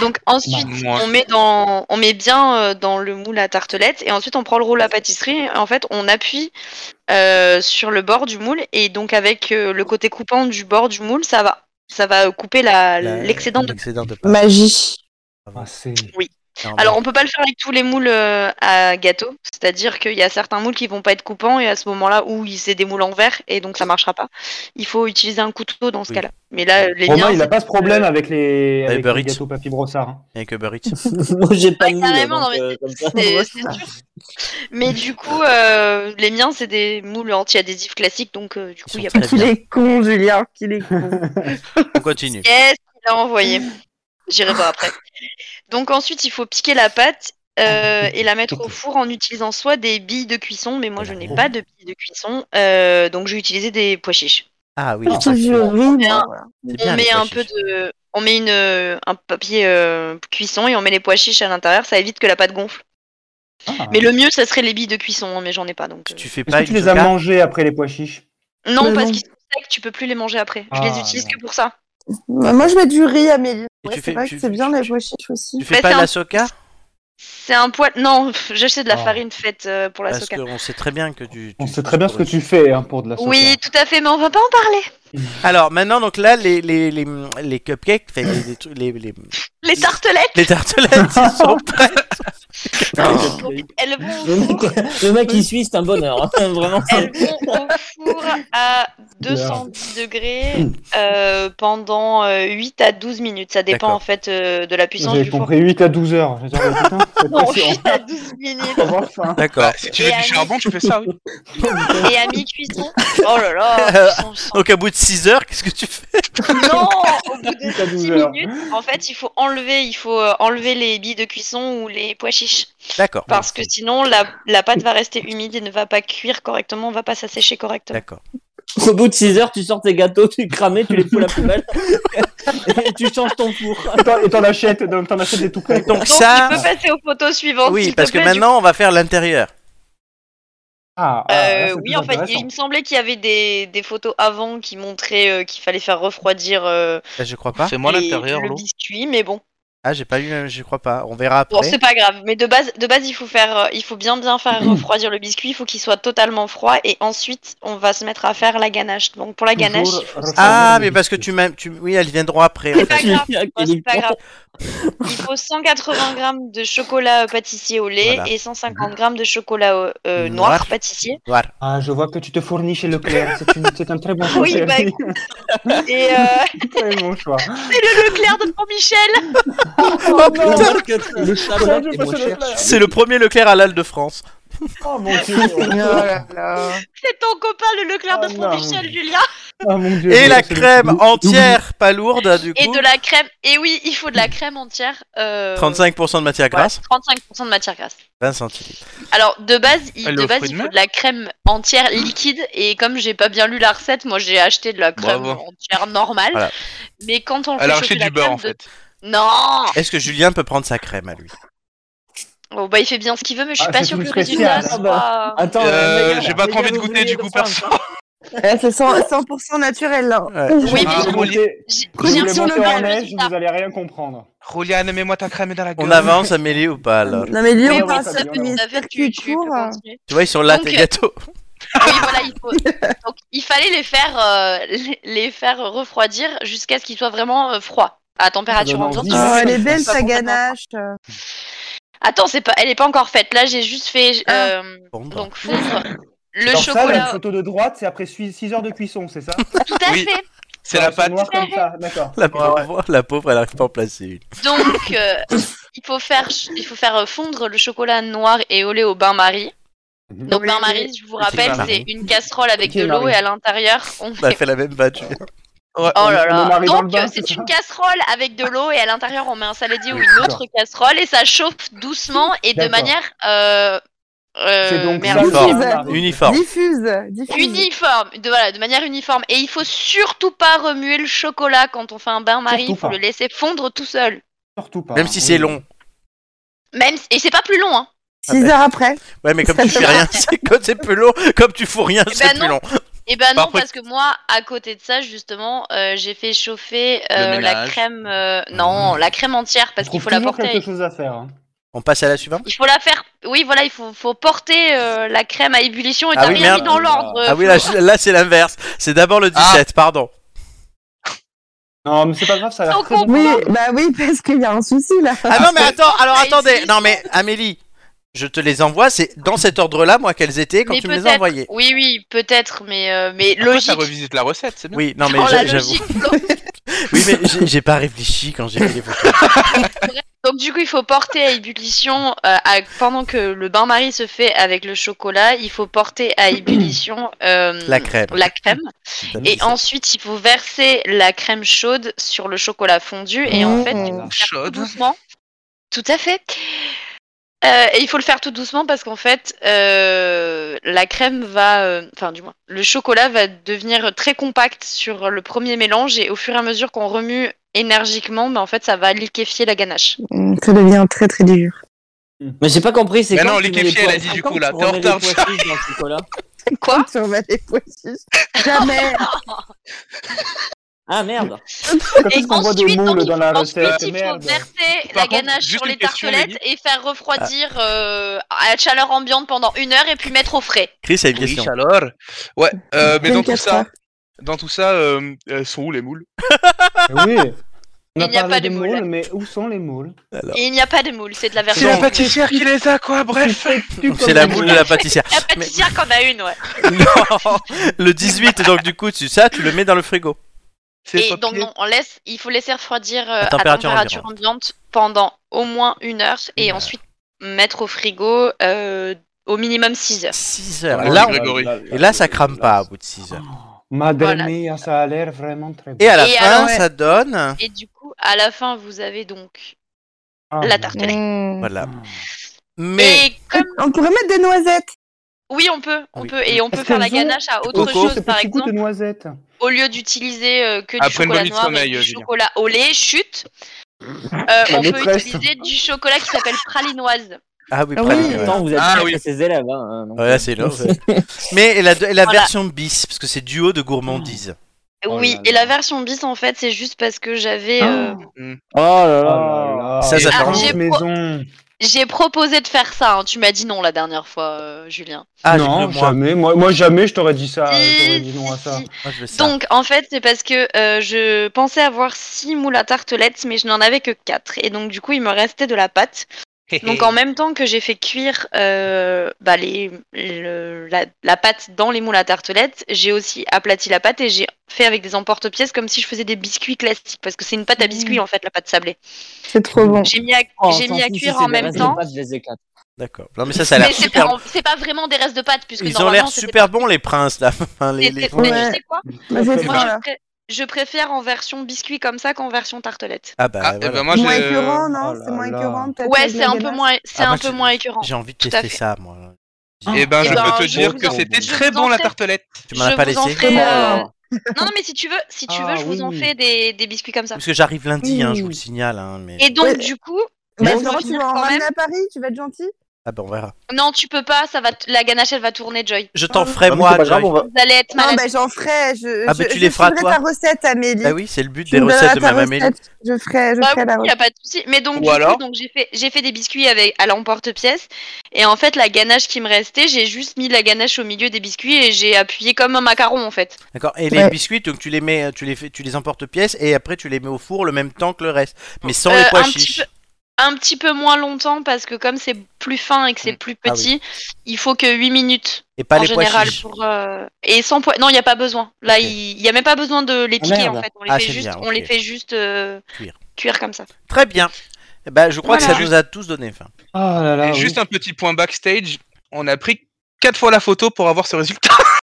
Speaker 3: Donc ensuite,
Speaker 7: Bah, moi.
Speaker 3: on met dans, on met bien euh, dans le moule à tartelette et ensuite on prend le roule à pâtisserie. En fait, on appuie euh, sur le bord du moule et donc avec euh, le côté coupant du bord du moule, ça va, ça va euh, couper la l'excédent de.
Speaker 1: L'excédent de pâte.
Speaker 11: Magie.
Speaker 7: Avancé.
Speaker 3: Oui. Alors on peut pas le faire avec tous les moules euh, à gâteau, c'est-à-dire qu'il y a certains moules qui vont pas être coupants et à ce moment-là où il- c'est des moules en verre et donc ça marchera pas. Il faut utiliser un couteau dans ce cas-là. Mais là, les
Speaker 7: Romain,
Speaker 3: miens,
Speaker 7: il a
Speaker 3: c'est-
Speaker 7: pas ce problème avec les, avec
Speaker 1: Uber
Speaker 7: les
Speaker 1: Eats.
Speaker 7: gâteaux papy brossard. hein.
Speaker 1: Avec Uber
Speaker 7: *laughs*
Speaker 1: Eats.
Speaker 2: Moi, Oh, j'ai pas de moule,
Speaker 3: carrément,
Speaker 2: donc,
Speaker 3: non, mais
Speaker 2: euh, comme ça.
Speaker 3: C'est c'est sûr. Mais du coup, euh, les miens, c'est des moules anti-adhésifs classiques, donc euh, du coup, il n'y a pas de
Speaker 1: Très
Speaker 11: Qu'il
Speaker 1: bien.
Speaker 11: est con, Julien, qu'il est
Speaker 1: *laughs*
Speaker 11: con.
Speaker 1: On continue.
Speaker 3: pièce qu'il a envoyé. J'irai voir après. Donc ensuite, il faut piquer la pâte euh, et la mettre au four en utilisant soit des billes de cuisson, mais moi, je n'ai pas de billes de cuisson, euh, donc j'ai utilisé des pois chiches.
Speaker 1: Ah oui, c'est
Speaker 11: Toujours
Speaker 3: bien. Bah,
Speaker 1: bien,
Speaker 3: on
Speaker 1: les
Speaker 3: met
Speaker 1: pois
Speaker 3: un
Speaker 1: chiches.
Speaker 3: peu de... On met une, euh, un papier euh, cuisson et on met les pois chiches à l'intérieur, ça évite que la pâte gonfle.
Speaker 7: Ah.
Speaker 3: Mais le mieux, ça serait les billes de cuisson, hein, mais j'en ai pas, donc... euh,
Speaker 1: Tu fais
Speaker 7: Est-ce
Speaker 1: pas
Speaker 7: que tu
Speaker 1: une
Speaker 7: les as
Speaker 1: carte
Speaker 7: mangés après les pois chiches
Speaker 3: Non,
Speaker 11: Mais
Speaker 3: parce
Speaker 11: non.
Speaker 3: qu'ils sont secs, tu peux plus les manger après. Je
Speaker 7: Ah,
Speaker 3: les utilise que pour ça.
Speaker 11: Bah, Moi, je mets du riz à mes livres.
Speaker 1: Et
Speaker 11: Ouais,
Speaker 1: tu fais-
Speaker 11: c'est vrai
Speaker 1: tu-
Speaker 11: que c'est
Speaker 1: tu-
Speaker 11: bien
Speaker 1: tu-
Speaker 11: les pois chiches aussi.
Speaker 1: Tu fais
Speaker 3: Mais
Speaker 1: pas
Speaker 3: Bah, c'est
Speaker 1: de la
Speaker 3: un-
Speaker 1: soca
Speaker 3: C'est un poil. Non, pff, j'ai acheté de la
Speaker 7: Ah.
Speaker 3: farine faite euh, pour la
Speaker 1: Parce
Speaker 3: soca.
Speaker 1: qu'on sait très bien que tu.
Speaker 7: On
Speaker 1: tu-
Speaker 7: sait très bien ce que tu fais hein, pour de la sauce.
Speaker 3: Oui, tout à fait, mais on va pas en parler.
Speaker 1: Alors maintenant, donc là, les, les, les, les cupcakes, enfin, les, les, trucs- les, les,
Speaker 3: Les tartelettes,
Speaker 1: les tartelettes
Speaker 7: *laughs*
Speaker 1: sont prêtes.
Speaker 3: elles vont,
Speaker 2: Le
Speaker 3: au
Speaker 2: mec,
Speaker 3: four,
Speaker 2: le mec, il suit, c'est un bonheur. hein, *laughs* Vraiment.
Speaker 3: elles vont au four euh, à 210 degrés euh, pendant euh, 8 à 12 minutes. Ça dépend
Speaker 1: D'accord.
Speaker 3: en fait euh, de la puissance
Speaker 7: J'avais
Speaker 3: du four.
Speaker 7: compris 8 à 12 heures. Je veux dire, mais putain, c'est
Speaker 3: Non,
Speaker 7: précis,
Speaker 3: 8 à 12 minutes.
Speaker 7: on commence, hein.
Speaker 1: D'accord.
Speaker 5: Bah, Si tu veux
Speaker 3: Et
Speaker 5: du
Speaker 3: Annie-
Speaker 5: charbon, tu fais ça, oui.
Speaker 3: Et à mi-cuisson. Oh là là, ils sont- ils sont
Speaker 1: *laughs* Donc à bout de 6 heures, qu'est-ce que tu fais
Speaker 3: Non, au bout de
Speaker 7: Jusqu'à 12
Speaker 3: 10
Speaker 7: heures.
Speaker 3: minutes, en fait, il faut enlever, il faut euh, enlever les billes de cuisson ou les pois chiches
Speaker 1: D'accord.
Speaker 3: parce que sinon la, la pâte va rester humide et ne va pas cuire correctement, va pas s'assécher correctement.
Speaker 1: D'accord.
Speaker 2: Au bout de 6 heures, tu sors tes gâteaux, tu les crames, tu les fous à la poubelle *laughs* et tu changes ton four.
Speaker 7: Et t'en- Et t'en achètes, non, t'en achètes des tout prêts. quoi.
Speaker 3: Donc
Speaker 1: Donc ça,
Speaker 3: tu peux passer aux photos suivantes. s'il
Speaker 1: oui,
Speaker 3: te
Speaker 1: parce que
Speaker 3: plaît, du-
Speaker 1: maintenant on va faire l'intérieur.
Speaker 7: Ah, ah, là,
Speaker 3: Euh,
Speaker 7: c'est
Speaker 3: oui,
Speaker 7: plus
Speaker 3: en fait,
Speaker 7: intéressant.
Speaker 3: il me semblait qu'il y avait des, des photos avant qui montraient euh, qu'il fallait faire refroidir euh,
Speaker 1: Là, Ah, je crois pas.
Speaker 5: Fais-moi
Speaker 3: les-
Speaker 5: l'intérieur,
Speaker 3: le
Speaker 5: l'eau.
Speaker 3: biscuit, mais bon,
Speaker 1: Ah, j'ai pas lu, je crois pas. On verra
Speaker 3: bon,
Speaker 1: après.
Speaker 3: c'est pas grave. Mais de base, de base, il faut faire, euh, il faut bien bien
Speaker 7: *clears throat*
Speaker 3: faire refroidir le biscuit. Il faut qu'il soit totalement froid et ensuite on va se mettre à faire la ganache. Donc pour la ganache,
Speaker 7: Toujours
Speaker 3: il faut
Speaker 1: Ah,
Speaker 7: refaire
Speaker 1: mais
Speaker 7: le
Speaker 1: parce que
Speaker 7: biscuit.
Speaker 1: tu m'aimes. Tu... Oui, elles viendront après. en
Speaker 3: C'est pas
Speaker 1: fait.
Speaker 7: *laughs*
Speaker 3: grave,
Speaker 2: Julien,
Speaker 3: Bon,
Speaker 2: quel
Speaker 3: c'est pas
Speaker 2: con.
Speaker 3: grave. Il faut 180 grammes de chocolat euh, pâtissier au lait
Speaker 1: Voilà.
Speaker 3: et
Speaker 7: Mhm.
Speaker 3: 150 grammes de chocolat euh, euh, noir,
Speaker 1: Noir.
Speaker 7: *laughs*
Speaker 3: pâtissier.
Speaker 1: *laughs* Voilà.
Speaker 7: Ah, je vois que tu te fournis chez Leclerc. C'est une- C'est un très bon choix.
Speaker 3: Oui, bah,
Speaker 7: Thierry.
Speaker 3: Et euh,
Speaker 7: *laughs* Très bon choix.
Speaker 3: c'est le Leclerc de Pont-Michel
Speaker 1: Oh
Speaker 2: Le
Speaker 1: putain,
Speaker 7: Ah, je
Speaker 2: tabac est
Speaker 7: vais passer
Speaker 2: moins cher.
Speaker 7: Leclerc.
Speaker 1: c'est le premier Leclerc à l'Al de France.
Speaker 7: Oh mon dieu.
Speaker 11: Oh là là.
Speaker 3: *laughs* C'est ton copain le Leclerc de
Speaker 7: Ah,
Speaker 3: Pont-Michel,
Speaker 7: non.
Speaker 3: Julien
Speaker 7: Ah, mon dieu.
Speaker 1: Et la
Speaker 7: C'est le-
Speaker 1: crème entière, pas lourde, du
Speaker 3: Et
Speaker 1: coup.
Speaker 3: de la crème. Et oui, il faut de la crème entière. euh,
Speaker 1: 35% de matière
Speaker 3: voilà,
Speaker 1: grasse,
Speaker 3: 35% de matière grasse.
Speaker 1: 20 centilitres.
Speaker 3: Alors, de base, il,
Speaker 5: Elle
Speaker 3: de
Speaker 5: est aux
Speaker 3: base,
Speaker 5: fruits
Speaker 3: il
Speaker 5: de
Speaker 3: faut
Speaker 5: mer
Speaker 3: de la crème entière liquide. Et comme j'ai pas bien lu la recette, moi j'ai acheté de la crème
Speaker 5: Bravo.
Speaker 3: entière normale.
Speaker 1: Voilà.
Speaker 3: Mais quand on
Speaker 5: Elle
Speaker 3: fait
Speaker 5: a
Speaker 3: chauffer
Speaker 5: acheté
Speaker 3: la
Speaker 5: du beurre,
Speaker 3: crème
Speaker 5: en
Speaker 3: de-
Speaker 5: fait.
Speaker 3: Non
Speaker 1: Est-ce que Julien peut prendre sa crème à lui
Speaker 3: Oh bah il fait bien ce qu'il veut, mais je suis
Speaker 7: Ah,
Speaker 3: pas
Speaker 7: c'est
Speaker 3: sûre
Speaker 7: une
Speaker 3: que le résultat
Speaker 7: spéciale.
Speaker 3: soit.
Speaker 2: Attends,
Speaker 5: Euh,
Speaker 2: les gars,
Speaker 5: j'ai pas
Speaker 2: les
Speaker 5: trop envie
Speaker 2: gars,
Speaker 5: de
Speaker 2: vous
Speaker 5: goûter,
Speaker 2: oubliez
Speaker 5: du
Speaker 2: de
Speaker 5: coup,
Speaker 2: prendre.
Speaker 5: perso.
Speaker 11: *laughs* Eh, c'est 100%, 100% naturel là.
Speaker 1: Ouais.
Speaker 3: Oui,
Speaker 7: Si
Speaker 3: mais
Speaker 5: Ah,
Speaker 7: vous
Speaker 3: j'ai-
Speaker 5: oui.
Speaker 7: montez-
Speaker 3: j'ai
Speaker 7: si vous
Speaker 3: j'ai un
Speaker 11: Regarde
Speaker 7: voulez
Speaker 3: petit
Speaker 11: sur le
Speaker 7: monter
Speaker 3: peu
Speaker 7: en
Speaker 3: mal
Speaker 7: neige,
Speaker 3: résultat.
Speaker 7: vous allez rien comprendre.
Speaker 5: Juliane, mets-moi ta crème dans la gueule.
Speaker 1: On avance, Amélie, ou pas alors
Speaker 11: Non mais lui,
Speaker 3: Oui,
Speaker 11: on
Speaker 3: oui,
Speaker 7: on
Speaker 11: passe
Speaker 7: ça
Speaker 3: ça
Speaker 11: à
Speaker 7: bien,
Speaker 3: peut-
Speaker 11: des
Speaker 3: ça fait
Speaker 11: circuits
Speaker 3: tu- tu peux
Speaker 11: courts. hein.
Speaker 3: continuer.
Speaker 1: Tu vois, ils sont là,
Speaker 3: Donc,
Speaker 1: tes
Speaker 3: euh,
Speaker 1: gâteaux.
Speaker 3: Oui, voilà, il faut. Donc, il fallait les faire, euh, *laughs* les- les faire refroidir jusqu'à ce qu'ils soient vraiment euh, froids, à température
Speaker 7: donne
Speaker 3: ambiante.
Speaker 7: envie.
Speaker 3: sinon,
Speaker 11: Oh,
Speaker 3: ils
Speaker 11: elle est
Speaker 3: sont
Speaker 11: belle
Speaker 3: pas
Speaker 11: sa
Speaker 3: complètement
Speaker 11: ganache.
Speaker 3: froids. Attends, c'est pas, elle est pas encore faite. Là, j'ai juste fait
Speaker 11: Ah.
Speaker 3: euh,
Speaker 1: Bon, bah.
Speaker 3: donc fondre le
Speaker 7: Alors ça, la
Speaker 3: chocolat.
Speaker 7: photo de droite, c'est après 6 heures de
Speaker 3: *laughs*
Speaker 7: cuisson, c'est ça
Speaker 3: Tout à
Speaker 5: Oui.
Speaker 3: fait.
Speaker 5: C'est
Speaker 3: euh,
Speaker 5: la
Speaker 7: Sur
Speaker 5: pâte.
Speaker 7: noir comme ça, d'accord.
Speaker 1: La pauvre, la pauvre, elle arrive pas à en placer une.
Speaker 3: Donc, euh, il faut faire, il faut faire euh, fondre le chocolat noir et au lait au bain-marie. Donc
Speaker 11: Au lait,
Speaker 3: bain-marie, je vous rappelle,
Speaker 1: Bain-marie.
Speaker 3: c'est une casserole avec
Speaker 7: Ok,
Speaker 3: de l'eau
Speaker 7: Marie.
Speaker 3: et à l'intérieur, on
Speaker 10: Bah,
Speaker 1: On a
Speaker 3: fait...
Speaker 1: fait la même batch. Julien.
Speaker 3: Oh là
Speaker 7: On met
Speaker 3: là
Speaker 7: Marie dans le
Speaker 3: Donc
Speaker 7: bain,
Speaker 3: c'est
Speaker 7: c'est
Speaker 3: une casserole avec de l'eau et à l'intérieur on met un saladier ou une autre casserole et ça chauffe doucement et de
Speaker 7: D'accord.
Speaker 3: manière euh, euh,
Speaker 7: C'est donc
Speaker 3: merde,
Speaker 7: ça,
Speaker 3: c'est-
Speaker 11: Uniforme.
Speaker 7: ça,
Speaker 1: Uniforme.
Speaker 11: Diffuse, diffuse.
Speaker 3: uniforme, de, voilà, de manière uniforme. Et il faut surtout pas remuer le chocolat quand on fait un bain-marie, il
Speaker 7: Surtout
Speaker 3: faut
Speaker 7: pas.
Speaker 3: le laisser fondre tout seul.
Speaker 7: Surtout pas.
Speaker 1: Même si c'est long.
Speaker 3: Même si- et c'est pas plus long, hein.
Speaker 11: 6 heures après.
Speaker 1: Ouais, mais comme tu fais rien, *laughs* c'est quand c'est plus long. Comme tu fous rien,
Speaker 3: Eh
Speaker 1: c'est
Speaker 3: ben
Speaker 1: plus
Speaker 3: non.
Speaker 1: long.
Speaker 3: Et ben
Speaker 1: Par
Speaker 3: non,
Speaker 1: contre-
Speaker 3: parce que moi, à côté de ça, justement, euh, j'ai fait chauffer
Speaker 1: Le
Speaker 3: euh, la
Speaker 1: ménage.
Speaker 3: crème. euh, non, la crème entière, parce qu'il faut la
Speaker 7: Mmh. toujours
Speaker 3: porter.
Speaker 7: quelque chose à faire. hein.
Speaker 1: On passe à la suivante
Speaker 3: Il faut la faire. Oui, voilà, il faut, faut porter euh, la crème à ébullition et t'as rien mis dans l'ordre. euh,
Speaker 1: Ah oui,
Speaker 3: Flo.
Speaker 1: là, je- là, c'est l'inverse. C'est d'abord
Speaker 5: Ah.
Speaker 1: le 17, pardon.
Speaker 7: Non, mais c'est pas grave, ça a l'air très bon.
Speaker 11: Oui, bah oui, parce qu'il y a un souci là.
Speaker 1: Ah non, mais attends, alors attendez. Non, mais Amélie, je te les envoie. C'est dans cet ordre-là, moi, qu'elles étaient quand
Speaker 3: Mais
Speaker 1: tu me les as
Speaker 3: peut-être-
Speaker 1: envoyées.
Speaker 3: Oui, oui, peut-être, mais, euh, mais
Speaker 5: Après,
Speaker 3: logique.
Speaker 5: ça revisite la recette, c'est bien.
Speaker 1: Oui, non, mais
Speaker 3: Oh, la
Speaker 1: j'a- j'avoue.
Speaker 3: logique, Flo.
Speaker 1: Oui, mais j'ai- j'ai pas réfléchi quand j'ai fait les
Speaker 3: *laughs*
Speaker 1: photos.
Speaker 3: Donc du coup, il faut porter à ébullition euh, à- pendant que le bain-marie se fait avec le chocolat. Il faut porter à
Speaker 1: *clears throat*
Speaker 3: ébullition euh,
Speaker 1: La crème.
Speaker 3: la crème.
Speaker 1: T'as mis
Speaker 3: Et
Speaker 1: ça.
Speaker 3: ensuite, il faut verser la crème chaude sur le chocolat fondu. Et
Speaker 11: Mm.
Speaker 3: en fait, il faut
Speaker 5: La
Speaker 3: faire tout
Speaker 5: Chaude.
Speaker 3: doucement. Tout à fait. Euh, et il faut le faire tout doucement parce qu'en fait, euh, la crème va, euh, enfin du moins, le chocolat va devenir très compact sur le premier mélange et au fur et à mesure qu'on remue énergiquement, bah, en fait, ça va liquéfier la ganache.
Speaker 11: Hum, Ça devient très très dur.
Speaker 2: *laughs* Mais j'ai pas compris, c'est
Speaker 5: Mais
Speaker 2: quand
Speaker 5: non,
Speaker 2: tu mets
Speaker 5: liquéfié,
Speaker 2: les
Speaker 5: elle a
Speaker 2: pois-
Speaker 5: dit du
Speaker 2: quand
Speaker 5: coup, là,
Speaker 2: tu
Speaker 5: t'es en
Speaker 2: remets les
Speaker 5: retard,
Speaker 2: pois
Speaker 5: Charles.
Speaker 2: chiches dans le chocolat
Speaker 3: Quoi
Speaker 11: Tu remets les pois chiches. Jamais.
Speaker 2: Ah merde
Speaker 7: Quand
Speaker 3: Et
Speaker 7: est-ce qu'on voit de
Speaker 3: ensuite,
Speaker 7: moules
Speaker 3: donc,
Speaker 7: dans la
Speaker 3: ensuite,
Speaker 7: recette
Speaker 3: il faut
Speaker 7: Merde.
Speaker 3: verser
Speaker 5: Par
Speaker 3: la
Speaker 5: contre,
Speaker 3: ganache
Speaker 5: juste
Speaker 3: sur
Speaker 5: une
Speaker 3: les
Speaker 5: question,
Speaker 3: tartelettes et faire refroidir euh, à la chaleur ambiante pendant une heure et puis mettre au frais.
Speaker 1: Chris a une
Speaker 5: Oui,
Speaker 1: question.
Speaker 5: alors. Ouais, euh, mais dans tout
Speaker 11: 24
Speaker 5: ça,
Speaker 11: heures.
Speaker 5: dans tout ça, euh, elles sont où les moules
Speaker 7: *laughs* Oui. On
Speaker 3: Il n'y a
Speaker 7: parlé
Speaker 3: pas
Speaker 7: des
Speaker 3: de moules.
Speaker 7: mais où sont les moules
Speaker 3: Et il n'y a pas de moule, c'est de la
Speaker 5: C'est
Speaker 3: version.
Speaker 5: la pâtissière qui les a, quoi, bref
Speaker 1: C'est la moule de la pâtissière.
Speaker 3: La pâtissière qu'on a une, ouais.
Speaker 1: Non, le 18, donc du coup, tu, ça, tu le mets dans le frigo.
Speaker 5: C'est
Speaker 3: Et
Speaker 5: pas
Speaker 3: donc
Speaker 5: plié.
Speaker 3: non, on laisse, il faut laisser refroidir euh,
Speaker 1: À
Speaker 3: à
Speaker 1: température
Speaker 3: température, ambiante pendant au moins une heure et
Speaker 1: Une heure.
Speaker 3: ensuite mettre au frigo euh, au minimum 6 heures.
Speaker 1: 6 heures.
Speaker 5: Ouais,
Speaker 1: Là, on-
Speaker 5: Ah Grégory.
Speaker 1: Et là, ça crame pas au bout de 6 heures.
Speaker 3: Oh.
Speaker 7: Madame
Speaker 3: Voilà.
Speaker 7: mia, ça a l'air vraiment très bon.
Speaker 1: Et à la
Speaker 3: Et
Speaker 1: fin,
Speaker 7: Ah
Speaker 3: alors, ouais.
Speaker 1: ça donne.
Speaker 3: Et du coup, à la fin, vous avez donc
Speaker 7: Ah,
Speaker 3: la tartelette.
Speaker 11: Hum.
Speaker 1: Voilà. Mais
Speaker 3: Et comme
Speaker 11: On pourrait mettre des noisettes.
Speaker 3: oui, on peut, on
Speaker 1: Oui.
Speaker 3: peut et on peut
Speaker 7: Est-ce
Speaker 3: faire la
Speaker 7: qu'elles ont
Speaker 3: ganache à autre
Speaker 1: Coco,
Speaker 3: chose
Speaker 7: ce
Speaker 3: par
Speaker 7: petit goût
Speaker 3: exemple
Speaker 7: de noisette.
Speaker 3: au lieu d'utiliser euh, que du
Speaker 5: Après une bonne
Speaker 3: chocolat
Speaker 5: nuit de
Speaker 3: noir
Speaker 5: sommeil,
Speaker 3: et
Speaker 5: euh,
Speaker 3: du
Speaker 5: Julien.
Speaker 3: chocolat au lait chute. Euh, on peut
Speaker 7: détresse.
Speaker 3: utiliser du chocolat qui s'appelle pralinoise.
Speaker 1: ah oui,
Speaker 11: Ah
Speaker 1: près
Speaker 11: oui.
Speaker 1: de- ouais.
Speaker 2: Attends, vous êtes
Speaker 5: Ah
Speaker 2: ah,
Speaker 5: oui.
Speaker 2: ses élèves. Hein, donc,
Speaker 1: Ouais, là, c'est long. Mais et la, et la
Speaker 3: Voilà.
Speaker 1: version bis, parce que c'est duo de gourmandise.
Speaker 7: Oh
Speaker 3: oui,
Speaker 7: là
Speaker 3: et
Speaker 7: là.
Speaker 3: la version bis en fait, c'est juste parce que j'avais euh,
Speaker 2: Oh là
Speaker 7: Oh
Speaker 2: là
Speaker 7: là là.
Speaker 1: Ça, ça fait
Speaker 3: Ah,
Speaker 1: envie.
Speaker 3: j'ai-
Speaker 7: maison.
Speaker 3: J'ai proposé de faire ça, hein. tu m'as dit non la dernière fois, euh, Julien.
Speaker 1: Ah, j'ai
Speaker 7: non,
Speaker 1: plus le moins.
Speaker 7: jamais. Moi, moi, jamais, je t'aurais dit ça.
Speaker 3: Si,
Speaker 7: J'aurais dit non à
Speaker 3: si,
Speaker 7: ça.
Speaker 3: si.
Speaker 1: Moi, je veux ça.
Speaker 3: Donc en fait c'est parce que euh, je pensais avoir 6 moules à tartelettes mais je n'en avais que 4 et donc du coup il me restait de la
Speaker 2: *laughs*
Speaker 3: pâte. Donc en même temps que j'ai fait cuire euh, bah, les, le- la, la pâte dans les moules à tartelettes, j'ai aussi aplati la pâte et j'ai fait avec des emporte-pièces comme si je faisais des biscuits classiques parce que c'est une pâte à biscuits en fait la pâte sablée.
Speaker 11: C'est trop bon.
Speaker 3: J'ai mis à,
Speaker 2: Oh,
Speaker 3: j'ai
Speaker 2: on
Speaker 3: mis
Speaker 2: s'en
Speaker 3: à
Speaker 2: fout si
Speaker 3: cuire
Speaker 2: c'est
Speaker 3: en
Speaker 2: des
Speaker 3: même
Speaker 2: restes de
Speaker 3: temps.
Speaker 2: pâtes, je les éclate.
Speaker 1: D'accord. Non, mais ça, ça a l'air
Speaker 3: Mais c'est
Speaker 1: super.
Speaker 3: pas, c'est pas vraiment des restes de pâte puisque
Speaker 1: Ils ont
Speaker 3: normalement
Speaker 1: l'air
Speaker 3: c'est des
Speaker 1: super bons, les princes, là. *laughs* Enfin,
Speaker 3: Mais
Speaker 1: les, les
Speaker 3: c'est-
Speaker 1: fonds.
Speaker 3: mais
Speaker 11: Ouais. Bah,
Speaker 3: tu sais quoi
Speaker 11: Moi, j'ai faim,
Speaker 3: Moi, je,
Speaker 11: là.
Speaker 3: pré- je préfère en version biscuit comme ça qu'en version tartelette.
Speaker 1: Ah bah,
Speaker 5: Ah, eh
Speaker 1: voilà.
Speaker 5: ben moi,
Speaker 11: Moins
Speaker 5: j'ai...
Speaker 1: euh,
Speaker 11: écœurant,
Speaker 7: Oh
Speaker 11: non
Speaker 7: là
Speaker 11: C'est moins
Speaker 7: là.
Speaker 11: écœurant, peut-être.
Speaker 3: Ouais,
Speaker 11: avec
Speaker 3: c'est
Speaker 11: la
Speaker 3: un peu
Speaker 11: ganache.
Speaker 3: moins, c'est
Speaker 1: Ah,
Speaker 3: un
Speaker 1: moi,
Speaker 3: peu
Speaker 1: je-
Speaker 3: moins écœurant.
Speaker 1: J'ai envie de
Speaker 3: Tout à
Speaker 1: tester
Speaker 3: fait.
Speaker 1: ça, moi.
Speaker 5: Eh ben,
Speaker 3: Eh
Speaker 5: je
Speaker 3: ben,
Speaker 5: peux te
Speaker 3: je
Speaker 5: dire
Speaker 3: vous
Speaker 5: que
Speaker 3: en-
Speaker 5: c'était
Speaker 3: je
Speaker 5: très
Speaker 3: vous
Speaker 5: bon
Speaker 3: en
Speaker 5: la
Speaker 3: fais-
Speaker 5: tartelette.
Speaker 1: Tu m'en as
Speaker 3: Je
Speaker 1: pas
Speaker 3: vous en
Speaker 1: laissé
Speaker 3: ferai, euh,
Speaker 2: Oh.
Speaker 3: *laughs* Non, non, mais si tu veux, si tu
Speaker 7: Ah,
Speaker 3: veux, je vous en
Speaker 7: oui.
Speaker 3: fais des, des biscuits comme ça.
Speaker 1: Parce que j'arrive lundi, hein, je vous
Speaker 11: Mmh.
Speaker 1: le signale. Hein, mais...
Speaker 3: Et donc
Speaker 11: Ouais.
Speaker 3: du coup,
Speaker 11: Mais
Speaker 3: Bon,
Speaker 11: Florent,
Speaker 3: on va
Speaker 11: tu
Speaker 3: finir
Speaker 11: vas en
Speaker 3: quand
Speaker 11: ramener
Speaker 3: même.
Speaker 11: à Paris Tu vas être gentil
Speaker 1: Ah bah, on verra.
Speaker 3: non, tu peux pas, ça va, t- la ganache elle va tourner, Joy.
Speaker 1: Je t'en
Speaker 11: Ah.
Speaker 1: ferai,
Speaker 8: Non, mais
Speaker 1: moi,
Speaker 8: c'est pas
Speaker 1: Joy.
Speaker 8: grave, on va-
Speaker 3: Vous allez être
Speaker 11: Non,
Speaker 3: malade.
Speaker 11: bah j'en ferai. Je,
Speaker 1: Ah,
Speaker 11: je,
Speaker 1: mais tu
Speaker 11: je
Speaker 1: les feras,
Speaker 11: suivrai
Speaker 1: toi.
Speaker 11: ta recette, Amélie.
Speaker 1: Bah oui, c'est le but
Speaker 11: Tu
Speaker 1: des
Speaker 11: me donneras
Speaker 1: recettes de
Speaker 11: ta
Speaker 1: Madame Amélie.
Speaker 11: recette, Je ferai, Ah, je
Speaker 3: Bah
Speaker 11: ferai la
Speaker 3: oui, y a
Speaker 11: recette.
Speaker 3: pas de souci. Mais donc
Speaker 5: Ou
Speaker 3: du
Speaker 5: alors-
Speaker 3: coup, donc j'ai fait j'ai fait des biscuits avec à l'emporte-pièce et en fait la ganache qui me restait, j'ai juste mis la ganache au milieu des biscuits et j'ai appuyé comme un macaron en fait.
Speaker 1: D'accord. Et les
Speaker 11: Ouais.
Speaker 1: biscuits, donc tu les mets, tu les fais, tu les emportes pièces et après tu les mets au four le même temps que le reste, mais sans
Speaker 3: Euh,
Speaker 1: les pois
Speaker 3: un petit
Speaker 1: chiches.
Speaker 3: peu- Un petit peu moins longtemps parce que comme c'est plus fin et que c'est
Speaker 1: Mm.
Speaker 3: plus
Speaker 1: Ah
Speaker 3: petit, il faut que 8 minutes
Speaker 1: Et pas
Speaker 3: en
Speaker 1: les pois
Speaker 3: général
Speaker 1: chiches.
Speaker 3: pour euh, et sans poids. Non, il n'y a pas besoin. Là,
Speaker 1: Ok.
Speaker 3: il n'y a même pas besoin de les
Speaker 2: Ah,
Speaker 3: piquer
Speaker 2: merde.
Speaker 3: en fait. On les
Speaker 1: Ah,
Speaker 3: fait
Speaker 1: c'est
Speaker 3: juste,
Speaker 1: bien,
Speaker 3: on les
Speaker 1: ok.
Speaker 3: fait juste euh,
Speaker 1: Cuire.
Speaker 3: cuire comme ça.
Speaker 1: Très bien. Eh ben, je crois que ça
Speaker 3: Voilà.
Speaker 1: nous a tous donné faim.
Speaker 7: Ah là là.
Speaker 5: Et
Speaker 7: oui.
Speaker 5: juste un petit point backstage, on a pris quatre fois la photo pour avoir ce résultat. *laughs*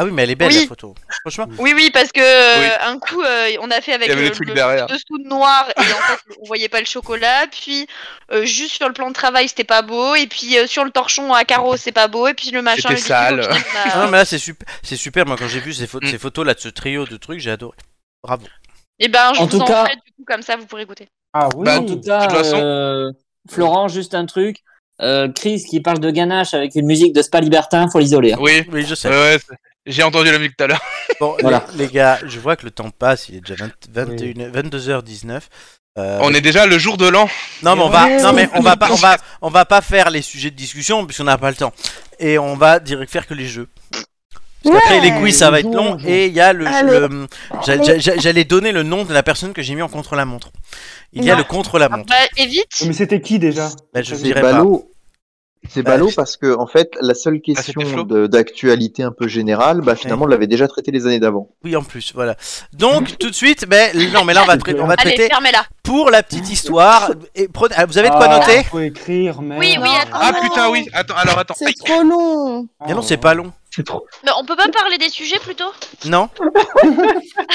Speaker 1: Ah oui, mais elle est belle
Speaker 3: Oui.
Speaker 1: la photo. Franchement.
Speaker 3: Oui, oui, parce que
Speaker 5: Oui.
Speaker 3: euh, un coup, euh, on a fait
Speaker 5: Il
Speaker 3: avec
Speaker 5: y avait
Speaker 3: euh,
Speaker 5: le truc derrière.
Speaker 3: dessous de noir et en fait, on voyait pas le chocolat. Puis euh, juste sur le plan de travail, c'était pas beau. Et puis euh, sur le torchon à carreaux, c'est pas beau. Et puis le machin.
Speaker 5: C'était
Speaker 3: le bidule, au
Speaker 5: sale.
Speaker 3: final, on a-
Speaker 1: Ah non, mais là c'est super, c'est super. Moi quand j'ai vu ces, pho-
Speaker 5: Mm.
Speaker 1: ces photos là de ce trio de trucs, j'ai adoré. Bravo.
Speaker 3: Eh ben, je
Speaker 2: En
Speaker 3: vous
Speaker 2: tout
Speaker 3: en
Speaker 2: cas-
Speaker 3: ferai du coup comme ça, vous pourrez goûter.
Speaker 7: Ah oui.
Speaker 5: Bah,
Speaker 2: En tout cas,
Speaker 5: toute façon-
Speaker 2: euh, Florent, juste un truc. euh, Chris qui parle de ganache avec une musique de Spa Libertin, faut l'isoler. hein.
Speaker 5: Oui,
Speaker 1: Oui, je sais.
Speaker 5: ouais, ouais, c'est- j'ai entendu la musique tout à l'heure. *laughs*
Speaker 1: Bon,
Speaker 2: Voilà.
Speaker 1: les, les gars, je vois que le temps passe, il est déjà 20 21 22h19. Euh,
Speaker 5: On est déjà le jour de l'an.
Speaker 1: Non mais on va,
Speaker 6: Ouais.
Speaker 1: non mais on va pas, on
Speaker 5: *laughs*
Speaker 1: va, on va pas faire les sujets de discussion puisqu'on n'a pas le temps. Et on va direct faire que les jeux. Parce qu'après les quiz, ça va être long. Et il y a le,
Speaker 11: Allez.
Speaker 1: le- j'a- j'a- j'a- j'allais donner le nom de la personne que j'ai mis en contre la montre. Il y a
Speaker 3: Non.
Speaker 1: le contre la montre.
Speaker 3: Bah, évite.
Speaker 7: Mais c'était qui déjà
Speaker 1: Bah, je
Speaker 8: C'est
Speaker 1: dirais pas.
Speaker 8: ballot. C'est
Speaker 1: Bah,
Speaker 8: ballot
Speaker 1: je-
Speaker 8: parce que, en fait, la seule question
Speaker 5: Ah, c'était Flo.
Speaker 8: de- d'actualité un peu générale, bah, finalement, on l'avait déjà traité les années d'avant.
Speaker 1: Oui, en plus, voilà.
Speaker 7: *laughs*
Speaker 1: Donc tout de suite, mais non, mais là on va traiter, on va
Speaker 3: Allez,
Speaker 1: traiter
Speaker 3: fermez-la.
Speaker 1: pour la petite histoire. Et prenez- ah, vous avez de quoi
Speaker 7: Ah,
Speaker 1: noter
Speaker 7: Faut écrire, merde.
Speaker 3: Oui, oui, attends.
Speaker 5: Ah
Speaker 11: non.
Speaker 5: putain, oui. Attends, alors attends.
Speaker 11: C'est trop long.
Speaker 1: Mais non, c'est pas long.
Speaker 8: C'est trop.
Speaker 3: Mais on peut pas parler des sujets plutôt
Speaker 7: *laughs*
Speaker 1: Non.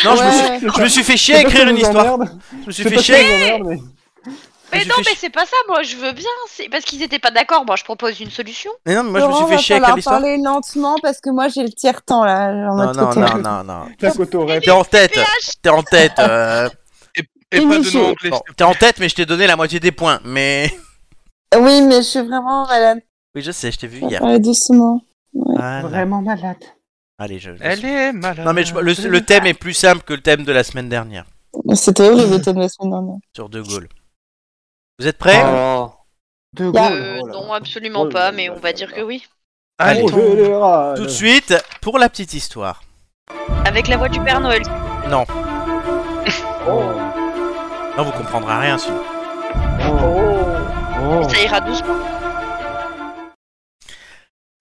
Speaker 1: non, je me suis-
Speaker 11: Ouais.
Speaker 1: je me suis fait chier à écrire une histoire. Je me suis fait chier. Je
Speaker 3: Mais
Speaker 1: suis
Speaker 3: non,
Speaker 1: fait
Speaker 3: mais
Speaker 1: chier.
Speaker 3: c'est pas ça, moi je veux bien. C'est parce qu'ils étaient pas d'accord. Moi je propose une solution.
Speaker 1: Mais non, mais moi je me suis
Speaker 11: Laurent,
Speaker 1: fait
Speaker 11: va
Speaker 1: chier avec
Speaker 11: falloir
Speaker 1: l'histoire.
Speaker 11: parler lentement parce que moi j'ai le tiers temps là. en
Speaker 1: Non,
Speaker 11: mode
Speaker 1: non,
Speaker 11: côté.
Speaker 1: non, non, non.
Speaker 7: Tac au torrent.
Speaker 1: T'es en tête, t'es en tête. euh,
Speaker 5: Et
Speaker 11: Et
Speaker 5: pas de
Speaker 11: Michel.
Speaker 5: nom anglais.
Speaker 1: bon, t'es en tête, mais je t'ai donné la moitié des points. Mais
Speaker 11: Oui, mais je suis vraiment malade.
Speaker 1: oui, je sais, je t'ai vu
Speaker 11: Faut
Speaker 1: hier.
Speaker 11: Parler doucement.
Speaker 1: Voilà.
Speaker 7: Vraiment malade.
Speaker 1: Allez, je. je-
Speaker 5: Elle est malade.
Speaker 1: Non mais je- le, le thème est plus simple que le thème de la semaine dernière
Speaker 11: C'était horrible le thème de la semaine dernière.
Speaker 1: sur De Gaulle. Vous êtes prêts
Speaker 7: De
Speaker 11: Ah,
Speaker 3: Euh,
Speaker 7: oh là
Speaker 3: non,
Speaker 7: là.
Speaker 3: absolument
Speaker 7: Oh là
Speaker 3: pas,
Speaker 7: là
Speaker 3: mais
Speaker 7: là
Speaker 3: on
Speaker 7: là
Speaker 3: va dire
Speaker 7: là.
Speaker 3: que oui.
Speaker 1: Allez,
Speaker 7: Oh, je les rats,
Speaker 1: tout
Speaker 7: là.
Speaker 1: de suite pour la petite histoire.
Speaker 3: Avec la voix du Père Noël.
Speaker 1: Non, vous comprendrez rien sinon.
Speaker 7: Oh.
Speaker 3: Ça ira doucement.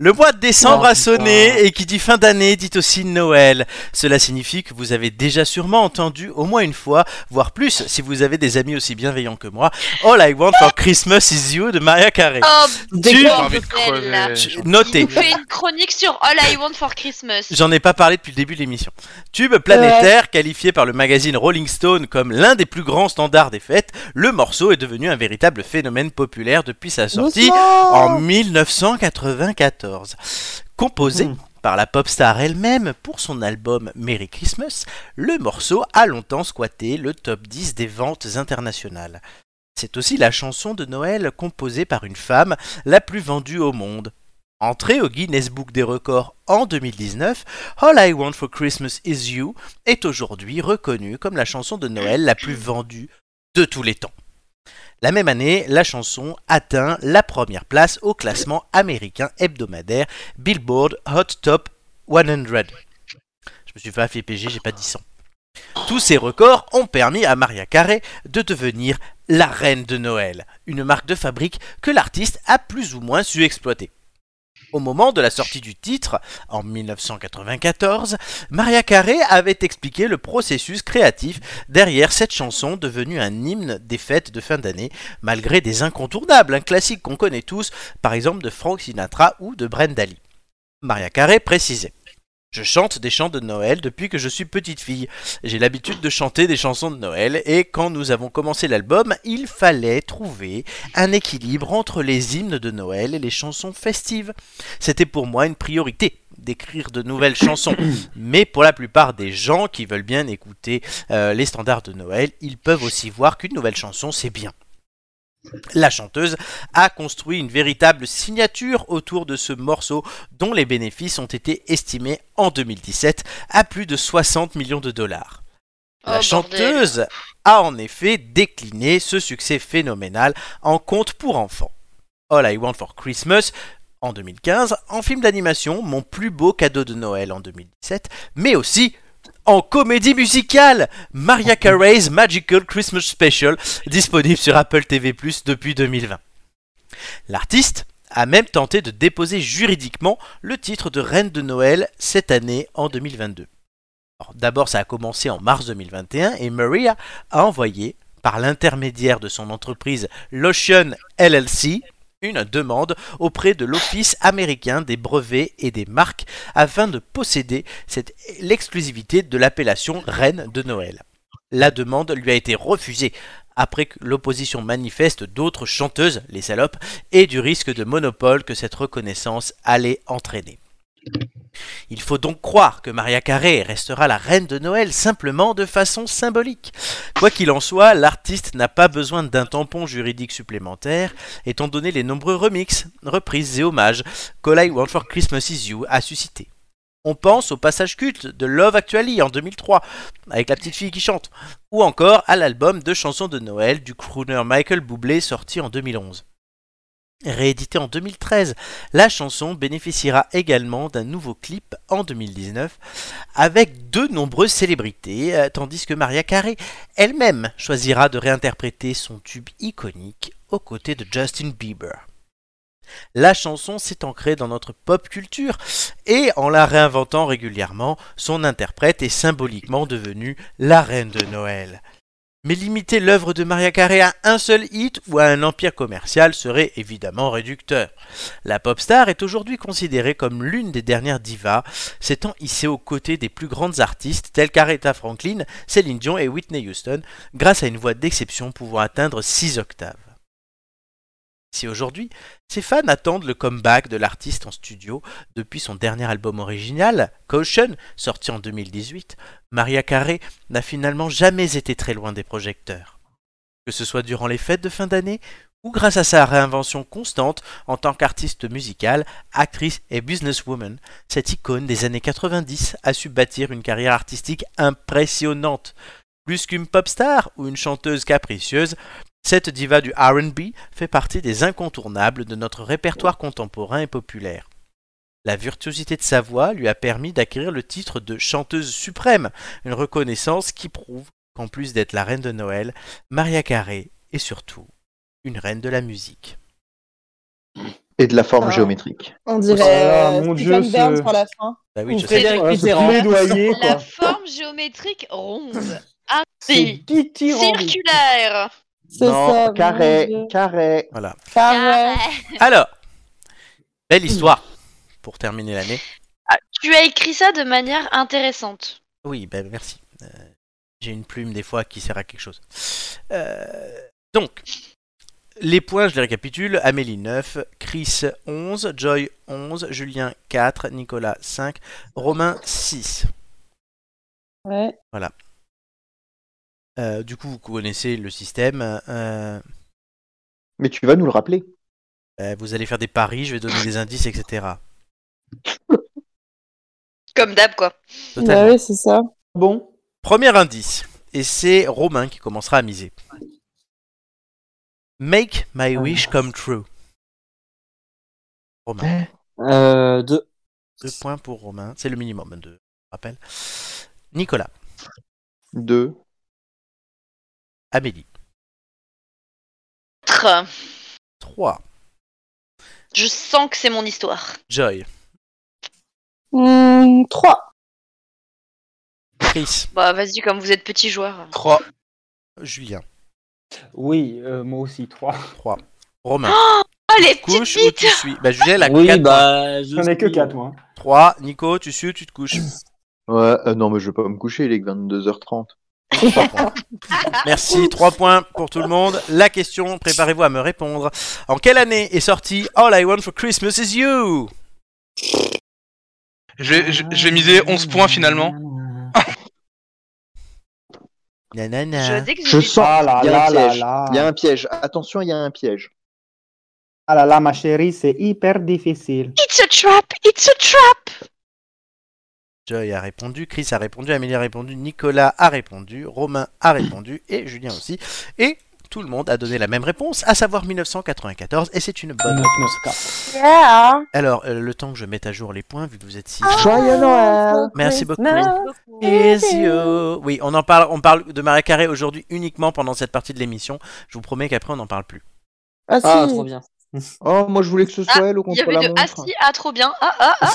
Speaker 1: Le mois de décembre
Speaker 7: Oh,
Speaker 1: a sonné
Speaker 7: putain.
Speaker 1: et qui dit fin d'année dit aussi Noël. Cela signifie que vous avez déjà sûrement entendu au moins une fois, voire plus si vous avez des amis aussi bienveillants que moi, All I Want for Christmas is You de Maria Carey.
Speaker 3: Oh,
Speaker 1: Tu-
Speaker 5: J'ai envie de
Speaker 3: bordel, là.
Speaker 5: crever.
Speaker 1: Tu-
Speaker 5: j'en-
Speaker 1: Notez,
Speaker 3: il fait une chronique sur All I Want for Christmas.
Speaker 1: j'en ai pas parlé depuis le début de l'émission. Tube planétaire, qualifié par le magazine Rolling Stone comme l'un des plus grands standards des fêtes, le morceau est devenu un véritable phénomène populaire depuis sa sortie en 1994. Composé
Speaker 7: Hmm.
Speaker 1: par la pop star elle-même pour son album Merry Christmas, le morceau a longtemps squatté le top 10 des ventes internationales. C'est aussi la chanson de Noël composée par une femme la plus vendue au monde. Entrée au Guinness Book des records en 2019, All I Want for Christmas Is You est aujourd'hui reconnue comme la chanson de Noël la plus vendue de tous les temps. La même année, la chanson atteint la première place au classement américain hebdomadaire Billboard Hot Top 100. Je me suis fait AFPG, j'ai pas dit 100. Tous ces records ont permis à Maria Carey de devenir la reine de Noël, une marque de fabrique que l'artiste a plus ou moins su exploiter. Au moment de la sortie du titre, en 1994, Maria Carey avait expliqué le processus créatif derrière cette chanson devenue un hymne des fêtes de fin d'année, malgré des incontournables, un classique qu'on connaît tous, par exemple de Frank Sinatra ou de Brenda Lee. Maria Carey précisait Je chante des chants de Noël depuis que je suis petite fille. J'ai l'habitude de chanter des chansons de Noël et quand nous avons commencé l'album, il fallait trouver un équilibre entre les hymnes de Noël et les chansons festives. C'était pour moi une priorité d'écrire de nouvelles chansons. Mais pour la plupart des gens qui veulent bien écouter euh, les standards de Noël, ils peuvent aussi voir qu'une nouvelle chanson, c'est bien. La chanteuse a construit une véritable signature autour de ce morceau dont les bénéfices ont été estimés en 2017 à plus de 60 millions de dollars.
Speaker 3: Oh,
Speaker 1: La
Speaker 3: bordel.
Speaker 1: chanteuse a en effet décliné ce succès phénoménal en conte pour enfants. All I Want for Christmas en 2015, en film d'animation Mon plus beau cadeau de Noël en 2017, mais aussi en comédie musicale Maria Carey's Magical Christmas Special, disponible sur Apple TV+ depuis 2020. L'artiste a même tenté de déposer juridiquement le titre de reine de Noël cette année en 2022. Alors, D'abord, ça a commencé en mars 2021 et Maria a envoyé, par l'intermédiaire de son entreprise Lotion LLC, une demande auprès de l'Office américain des brevets et des marques afin de posséder cette- l'exclusivité de l'appellation Reine de Noël. La demande lui a été refusée après que l'opposition manifeste d'autres chanteuses, les salopes, et du risque de monopole que cette reconnaissance allait entraîner. Il faut donc croire que Maria Carré restera la reine de Noël simplement de façon symbolique. Quoi qu'il en soit, l'artiste n'a pas besoin d'un tampon juridique supplémentaire, étant donné les nombreux remixes, reprises et hommages qu'All I Want for Christmas Is You a suscité. On pense au passage culte de Love Actually en 2003, avec la petite fille qui chante, ou encore à l'album de chansons de Noël du crooner Michael Bublé sorti en 2011. Réédité en 2013, la chanson bénéficiera également d'un nouveau clip en 2019 avec de nombreuses célébrités, euh, tandis que Maria Carey elle-même choisira de réinterpréter son tube iconique aux côtés de Justin Bieber. La chanson s'est ancrée dans notre pop culture et en la réinventant régulièrement, son interprète est symboliquement devenue la reine de Noël. Mais limiter l'œuvre de Maria Carey à un seul hit ou à un empire commercial serait évidemment réducteur. La pop star est aujourd'hui considérée comme l'une des dernières divas, s'étant hissée aux côtés des plus grandes artistes telles qu'Aretha Franklin, Céline Dion et Whitney Houston, grâce à une voix d'exception pouvant atteindre 6 octaves. Si aujourd'hui, ses fans attendent le comeback de l'artiste en studio depuis son dernier album original, Caution, sorti en 2018, Maria Carey n'a finalement jamais été très loin des projecteurs. Que ce soit durant les fêtes de fin d'année ou grâce à sa réinvention constante en tant qu'artiste musicale, actrice et businesswoman, cette icône des années 90 a su bâtir une carrière artistique impressionnante. Plus qu'une pop star ou une chanteuse capricieuse, cette diva du RB fait partie des incontournables de notre répertoire contemporain et populaire. La virtuosité de sa voix lui a permis d'acquérir le titre de chanteuse suprême, une reconnaissance qui prouve qu'en plus d'être la reine de Noël, Maria Carré est surtout une reine de la musique.
Speaker 8: Et de la forme
Speaker 11: Ah.
Speaker 8: géométrique.
Speaker 11: On dirait
Speaker 7: Ah,
Speaker 11: euh,
Speaker 7: mon
Speaker 11: Stéphane
Speaker 7: Dieu, ce-
Speaker 11: Bern par la fin.
Speaker 1: Bah
Speaker 11: Ou
Speaker 1: oui, je sais.
Speaker 11: Frédéric
Speaker 7: Voilà, ce
Speaker 11: Mitterrand.
Speaker 7: plaidoyer,
Speaker 3: La
Speaker 7: quoi.
Speaker 3: forme géométrique ronde,
Speaker 7: C'est
Speaker 3: arrondie,
Speaker 7: dithyrambique.
Speaker 3: circulaire.
Speaker 11: C'est ça, mon
Speaker 8: carré,
Speaker 11: Dieu.
Speaker 8: carré.
Speaker 1: Voilà.
Speaker 3: Ah
Speaker 11: Carré.
Speaker 1: Alors, belle histoire pour terminer l'année.
Speaker 3: Ah, Tu as écrit ça de manière intéressante.
Speaker 1: Oui, ben merci. Euh, J'ai une plume des fois qui sert à quelque chose. Euh, donc, les points, je les récapitule. Amélie 9, Chris 11, Joy 11, Julien 4, Nicolas 5, Romain 6.
Speaker 11: Ouais.
Speaker 1: Euh, du coup, vous connaissez le système. euh,
Speaker 8: Mais tu vas nous le rappeler.
Speaker 1: euh, vous allez faire des paris, je vais donner des indices, etc.
Speaker 3: Comme d'hab, quoi.
Speaker 11: Bah
Speaker 1: Totalement.
Speaker 11: oui, c'est ça.
Speaker 7: Bon,
Speaker 1: Premier indice, et c'est Romain qui commencera à miser. Make
Speaker 8: Ah.
Speaker 1: my wish come true. Romain.
Speaker 8: Eh.
Speaker 2: Euh, deux.
Speaker 1: Deux points pour Romain, c'est le minimum de rappel. Nicolas,
Speaker 8: Deux.
Speaker 1: Amélie,
Speaker 3: Quatre.
Speaker 1: 3,
Speaker 3: Je sens que c'est mon histoire.
Speaker 1: Joy,
Speaker 11: Hmm, trois.
Speaker 1: Chris,
Speaker 3: Bah, vas-y, comme vous êtes petit joueur.
Speaker 5: 3.
Speaker 1: Julien,
Speaker 7: oui, euh, moi aussi, trois.
Speaker 1: 3, Romain,
Speaker 3: Oh, les petites
Speaker 1: couche ou
Speaker 3: bites
Speaker 1: tu suis Bah Julien, la
Speaker 2: oui,
Speaker 1: quatre
Speaker 2: bah, je
Speaker 7: J'en ai que
Speaker 2: suis-
Speaker 7: quatre, moi.
Speaker 1: 3, Nico, tu suis ou tu te couches
Speaker 8: Ouais, euh, non, mais je vais pas me coucher, il est que 22h30.
Speaker 1: Trois points. Merci, 3 points pour tout le monde. La question, préparez-vous à me répondre. En quelle année est sorti All I Want for Christmas is You
Speaker 5: Je, vais- je- je vais miser 11 points finalement.
Speaker 1: Nanana.
Speaker 3: Je sais que
Speaker 8: Je
Speaker 3: j'ai-
Speaker 8: sens.
Speaker 7: Ah là
Speaker 8: Il y a
Speaker 7: là
Speaker 8: un
Speaker 7: là
Speaker 8: piège.
Speaker 7: là.
Speaker 8: Il y a un piège. Attention, il y a un piège.
Speaker 7: Ah là là, ma chérie, c'est hyper difficile.
Speaker 3: It's a trap, it's a trap.
Speaker 1: Joy a répondu, Chris a répondu, Amélie a répondu, Nicolas a répondu, Romain a répondu et Julien aussi. Et tout le monde a donné la même réponse, à savoir 1994, et c'est une bonne réponse.
Speaker 11: Yeah.
Speaker 1: Alors, euh, le temps que je mette à jour les points, vu que vous êtes si...
Speaker 2: Joyeux Noël.
Speaker 1: Merci beaucoup.
Speaker 11: Is
Speaker 1: you. Oui, on en parle, on parle de Maria Carré aujourd'hui uniquement pendant cette partie de l'émission. Je vous promets qu'après on n'en parle plus.
Speaker 11: Ah, si.
Speaker 2: Ah, trop bien.
Speaker 8: *laughs* Oh, moi je voulais que ce soit elle au
Speaker 3: Il y
Speaker 8: contre
Speaker 3: avait
Speaker 8: la
Speaker 3: de Ah
Speaker 8: montre.
Speaker 3: si, ah trop bien, ah ah ah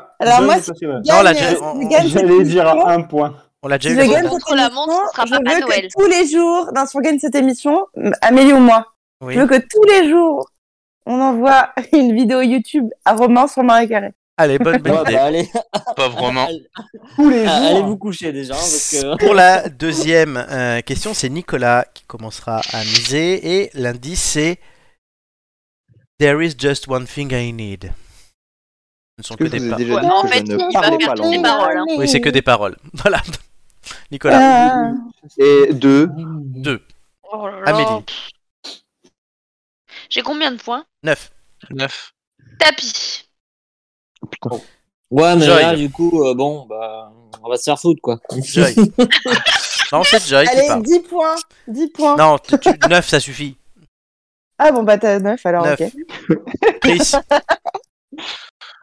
Speaker 3: ah.
Speaker 11: Alors
Speaker 7: Je
Speaker 11: moi,
Speaker 7: n'ai
Speaker 11: si
Speaker 7: pas su-
Speaker 1: Non, là,
Speaker 11: gagne,
Speaker 1: j'ai-
Speaker 11: euh,
Speaker 1: on-
Speaker 11: si gagne
Speaker 7: J'allais
Speaker 11: cette
Speaker 7: dire
Speaker 11: émission,
Speaker 7: un point.
Speaker 1: On l'a déjà
Speaker 11: si
Speaker 1: eu.
Speaker 11: je
Speaker 1: la
Speaker 11: gagne
Speaker 1: fois
Speaker 11: cette
Speaker 3: Contre la montre,
Speaker 11: émission,
Speaker 3: ce sera
Speaker 11: je
Speaker 3: pas à
Speaker 11: veux
Speaker 3: Noël.
Speaker 11: que tous les jours, dans sur gagne cette émission, m- Amélie ou moi,
Speaker 1: Oui.
Speaker 11: je veux que tous les jours, on envoie *laughs* une vidéo YouTube à Romain sur Marie Carré.
Speaker 2: *laughs*
Speaker 1: Allez, bonne, bonne
Speaker 2: Ouais,
Speaker 1: idée.
Speaker 2: bah, allez,
Speaker 5: Pauvre Romain.
Speaker 2: allez-
Speaker 7: *laughs* Tous les
Speaker 2: Ah, allez
Speaker 7: jours.
Speaker 2: vous coucher déjà. hein, Parce que...
Speaker 1: Pour la deuxième euh, question, c'est Nicolas qui commencera à miser et l'indice c'est There is just one thing I need. ne sont
Speaker 8: Est-ce
Speaker 1: que,
Speaker 8: que je
Speaker 1: des
Speaker 8: vous ai déjà
Speaker 1: paroles.
Speaker 8: dit
Speaker 3: Ouais, en
Speaker 8: que
Speaker 3: fait,
Speaker 8: je
Speaker 3: il
Speaker 8: ne
Speaker 3: va
Speaker 8: parle
Speaker 3: faire
Speaker 8: pas
Speaker 3: toutes les
Speaker 8: l'anglais
Speaker 3: paroles. hein.
Speaker 1: Oui, c'est que des paroles. *laughs* Voilà. Nicolas,
Speaker 11: Ah.
Speaker 8: Et deux,
Speaker 1: deux.
Speaker 3: Oh là là.
Speaker 1: Amélie,
Speaker 3: J'ai combien de points
Speaker 1: 9.
Speaker 5: 9.
Speaker 3: Tapis.
Speaker 2: *laughs* Ouais, mais
Speaker 1: Joy.
Speaker 2: là, du coup, euh, bon, bah, on va se faire foutre, quoi. *laughs*
Speaker 1: Joy. Non, c'est Joy qui
Speaker 11: Allez,
Speaker 1: parle.
Speaker 11: 10 points. 10 points.
Speaker 1: Non,
Speaker 3: *laughs*
Speaker 1: 9, ça suffit.
Speaker 11: Ah bon, bah t'as 9 alors,
Speaker 1: Neuf.
Speaker 11: ok.
Speaker 5: *laughs*
Speaker 1: Chris,
Speaker 11: *laughs*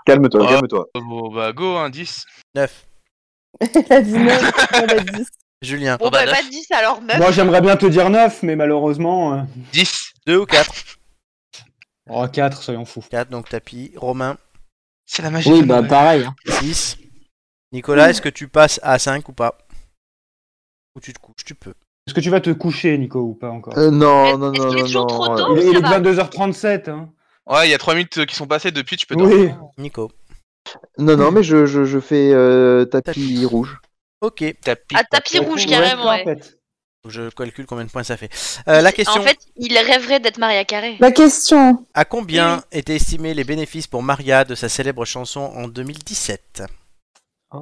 Speaker 8: calme-toi,
Speaker 5: Ah.
Speaker 8: calme-toi.
Speaker 5: Bon, bah, go, hein, 10.
Speaker 1: 9.
Speaker 11: Elle a dit 9, elle a
Speaker 5: *laughs*
Speaker 11: 10.
Speaker 1: Julien,
Speaker 3: Bon,
Speaker 5: Oh, bah,
Speaker 3: bah, pas 10 alors, meuf.
Speaker 7: Moi, j'aimerais bien te dire 9, mais malheureusement. euh,
Speaker 5: 10.
Speaker 1: 2 ou 4
Speaker 7: Oh, 4, soyons fous.
Speaker 1: 4, donc tapis. Romain,
Speaker 5: C'est la magie.
Speaker 2: Oui,
Speaker 5: de
Speaker 2: bah,
Speaker 5: Noël.
Speaker 2: pareil. hein.
Speaker 1: 6. Nicolas, est-ce que tu passes à 5 ou pas Ou tu te couches, tu peux.
Speaker 7: Est-ce que tu vas te coucher, Nico, ou pas encore
Speaker 8: Euh, non,
Speaker 3: Est-ce
Speaker 8: non,
Speaker 3: qu'il
Speaker 8: non,
Speaker 3: est
Speaker 8: non,
Speaker 3: toujours trop
Speaker 8: non.
Speaker 3: tôt
Speaker 8: euh,
Speaker 7: Il est, il est
Speaker 3: ça va.
Speaker 7: 22h37. Hein.
Speaker 5: Ouais, il y a 3 minutes euh, qui sont passées depuis, tu peux dormir.
Speaker 7: Oui.
Speaker 1: Nico.
Speaker 8: Non, non, mais je, je, je fais euh, tapis rouge.
Speaker 1: Ok,
Speaker 5: Tapis.
Speaker 3: À tapis rouge,
Speaker 7: Red
Speaker 3: carrément. ouais.
Speaker 7: carpet.
Speaker 1: je calcule combien de points ça fait. Euh, la question,
Speaker 3: En fait, il rêverait d'être marié à Carré.
Speaker 11: La question.
Speaker 1: à combien étaient estimés les bénéfices pour Maria de sa célèbre chanson en 2017
Speaker 5: Deux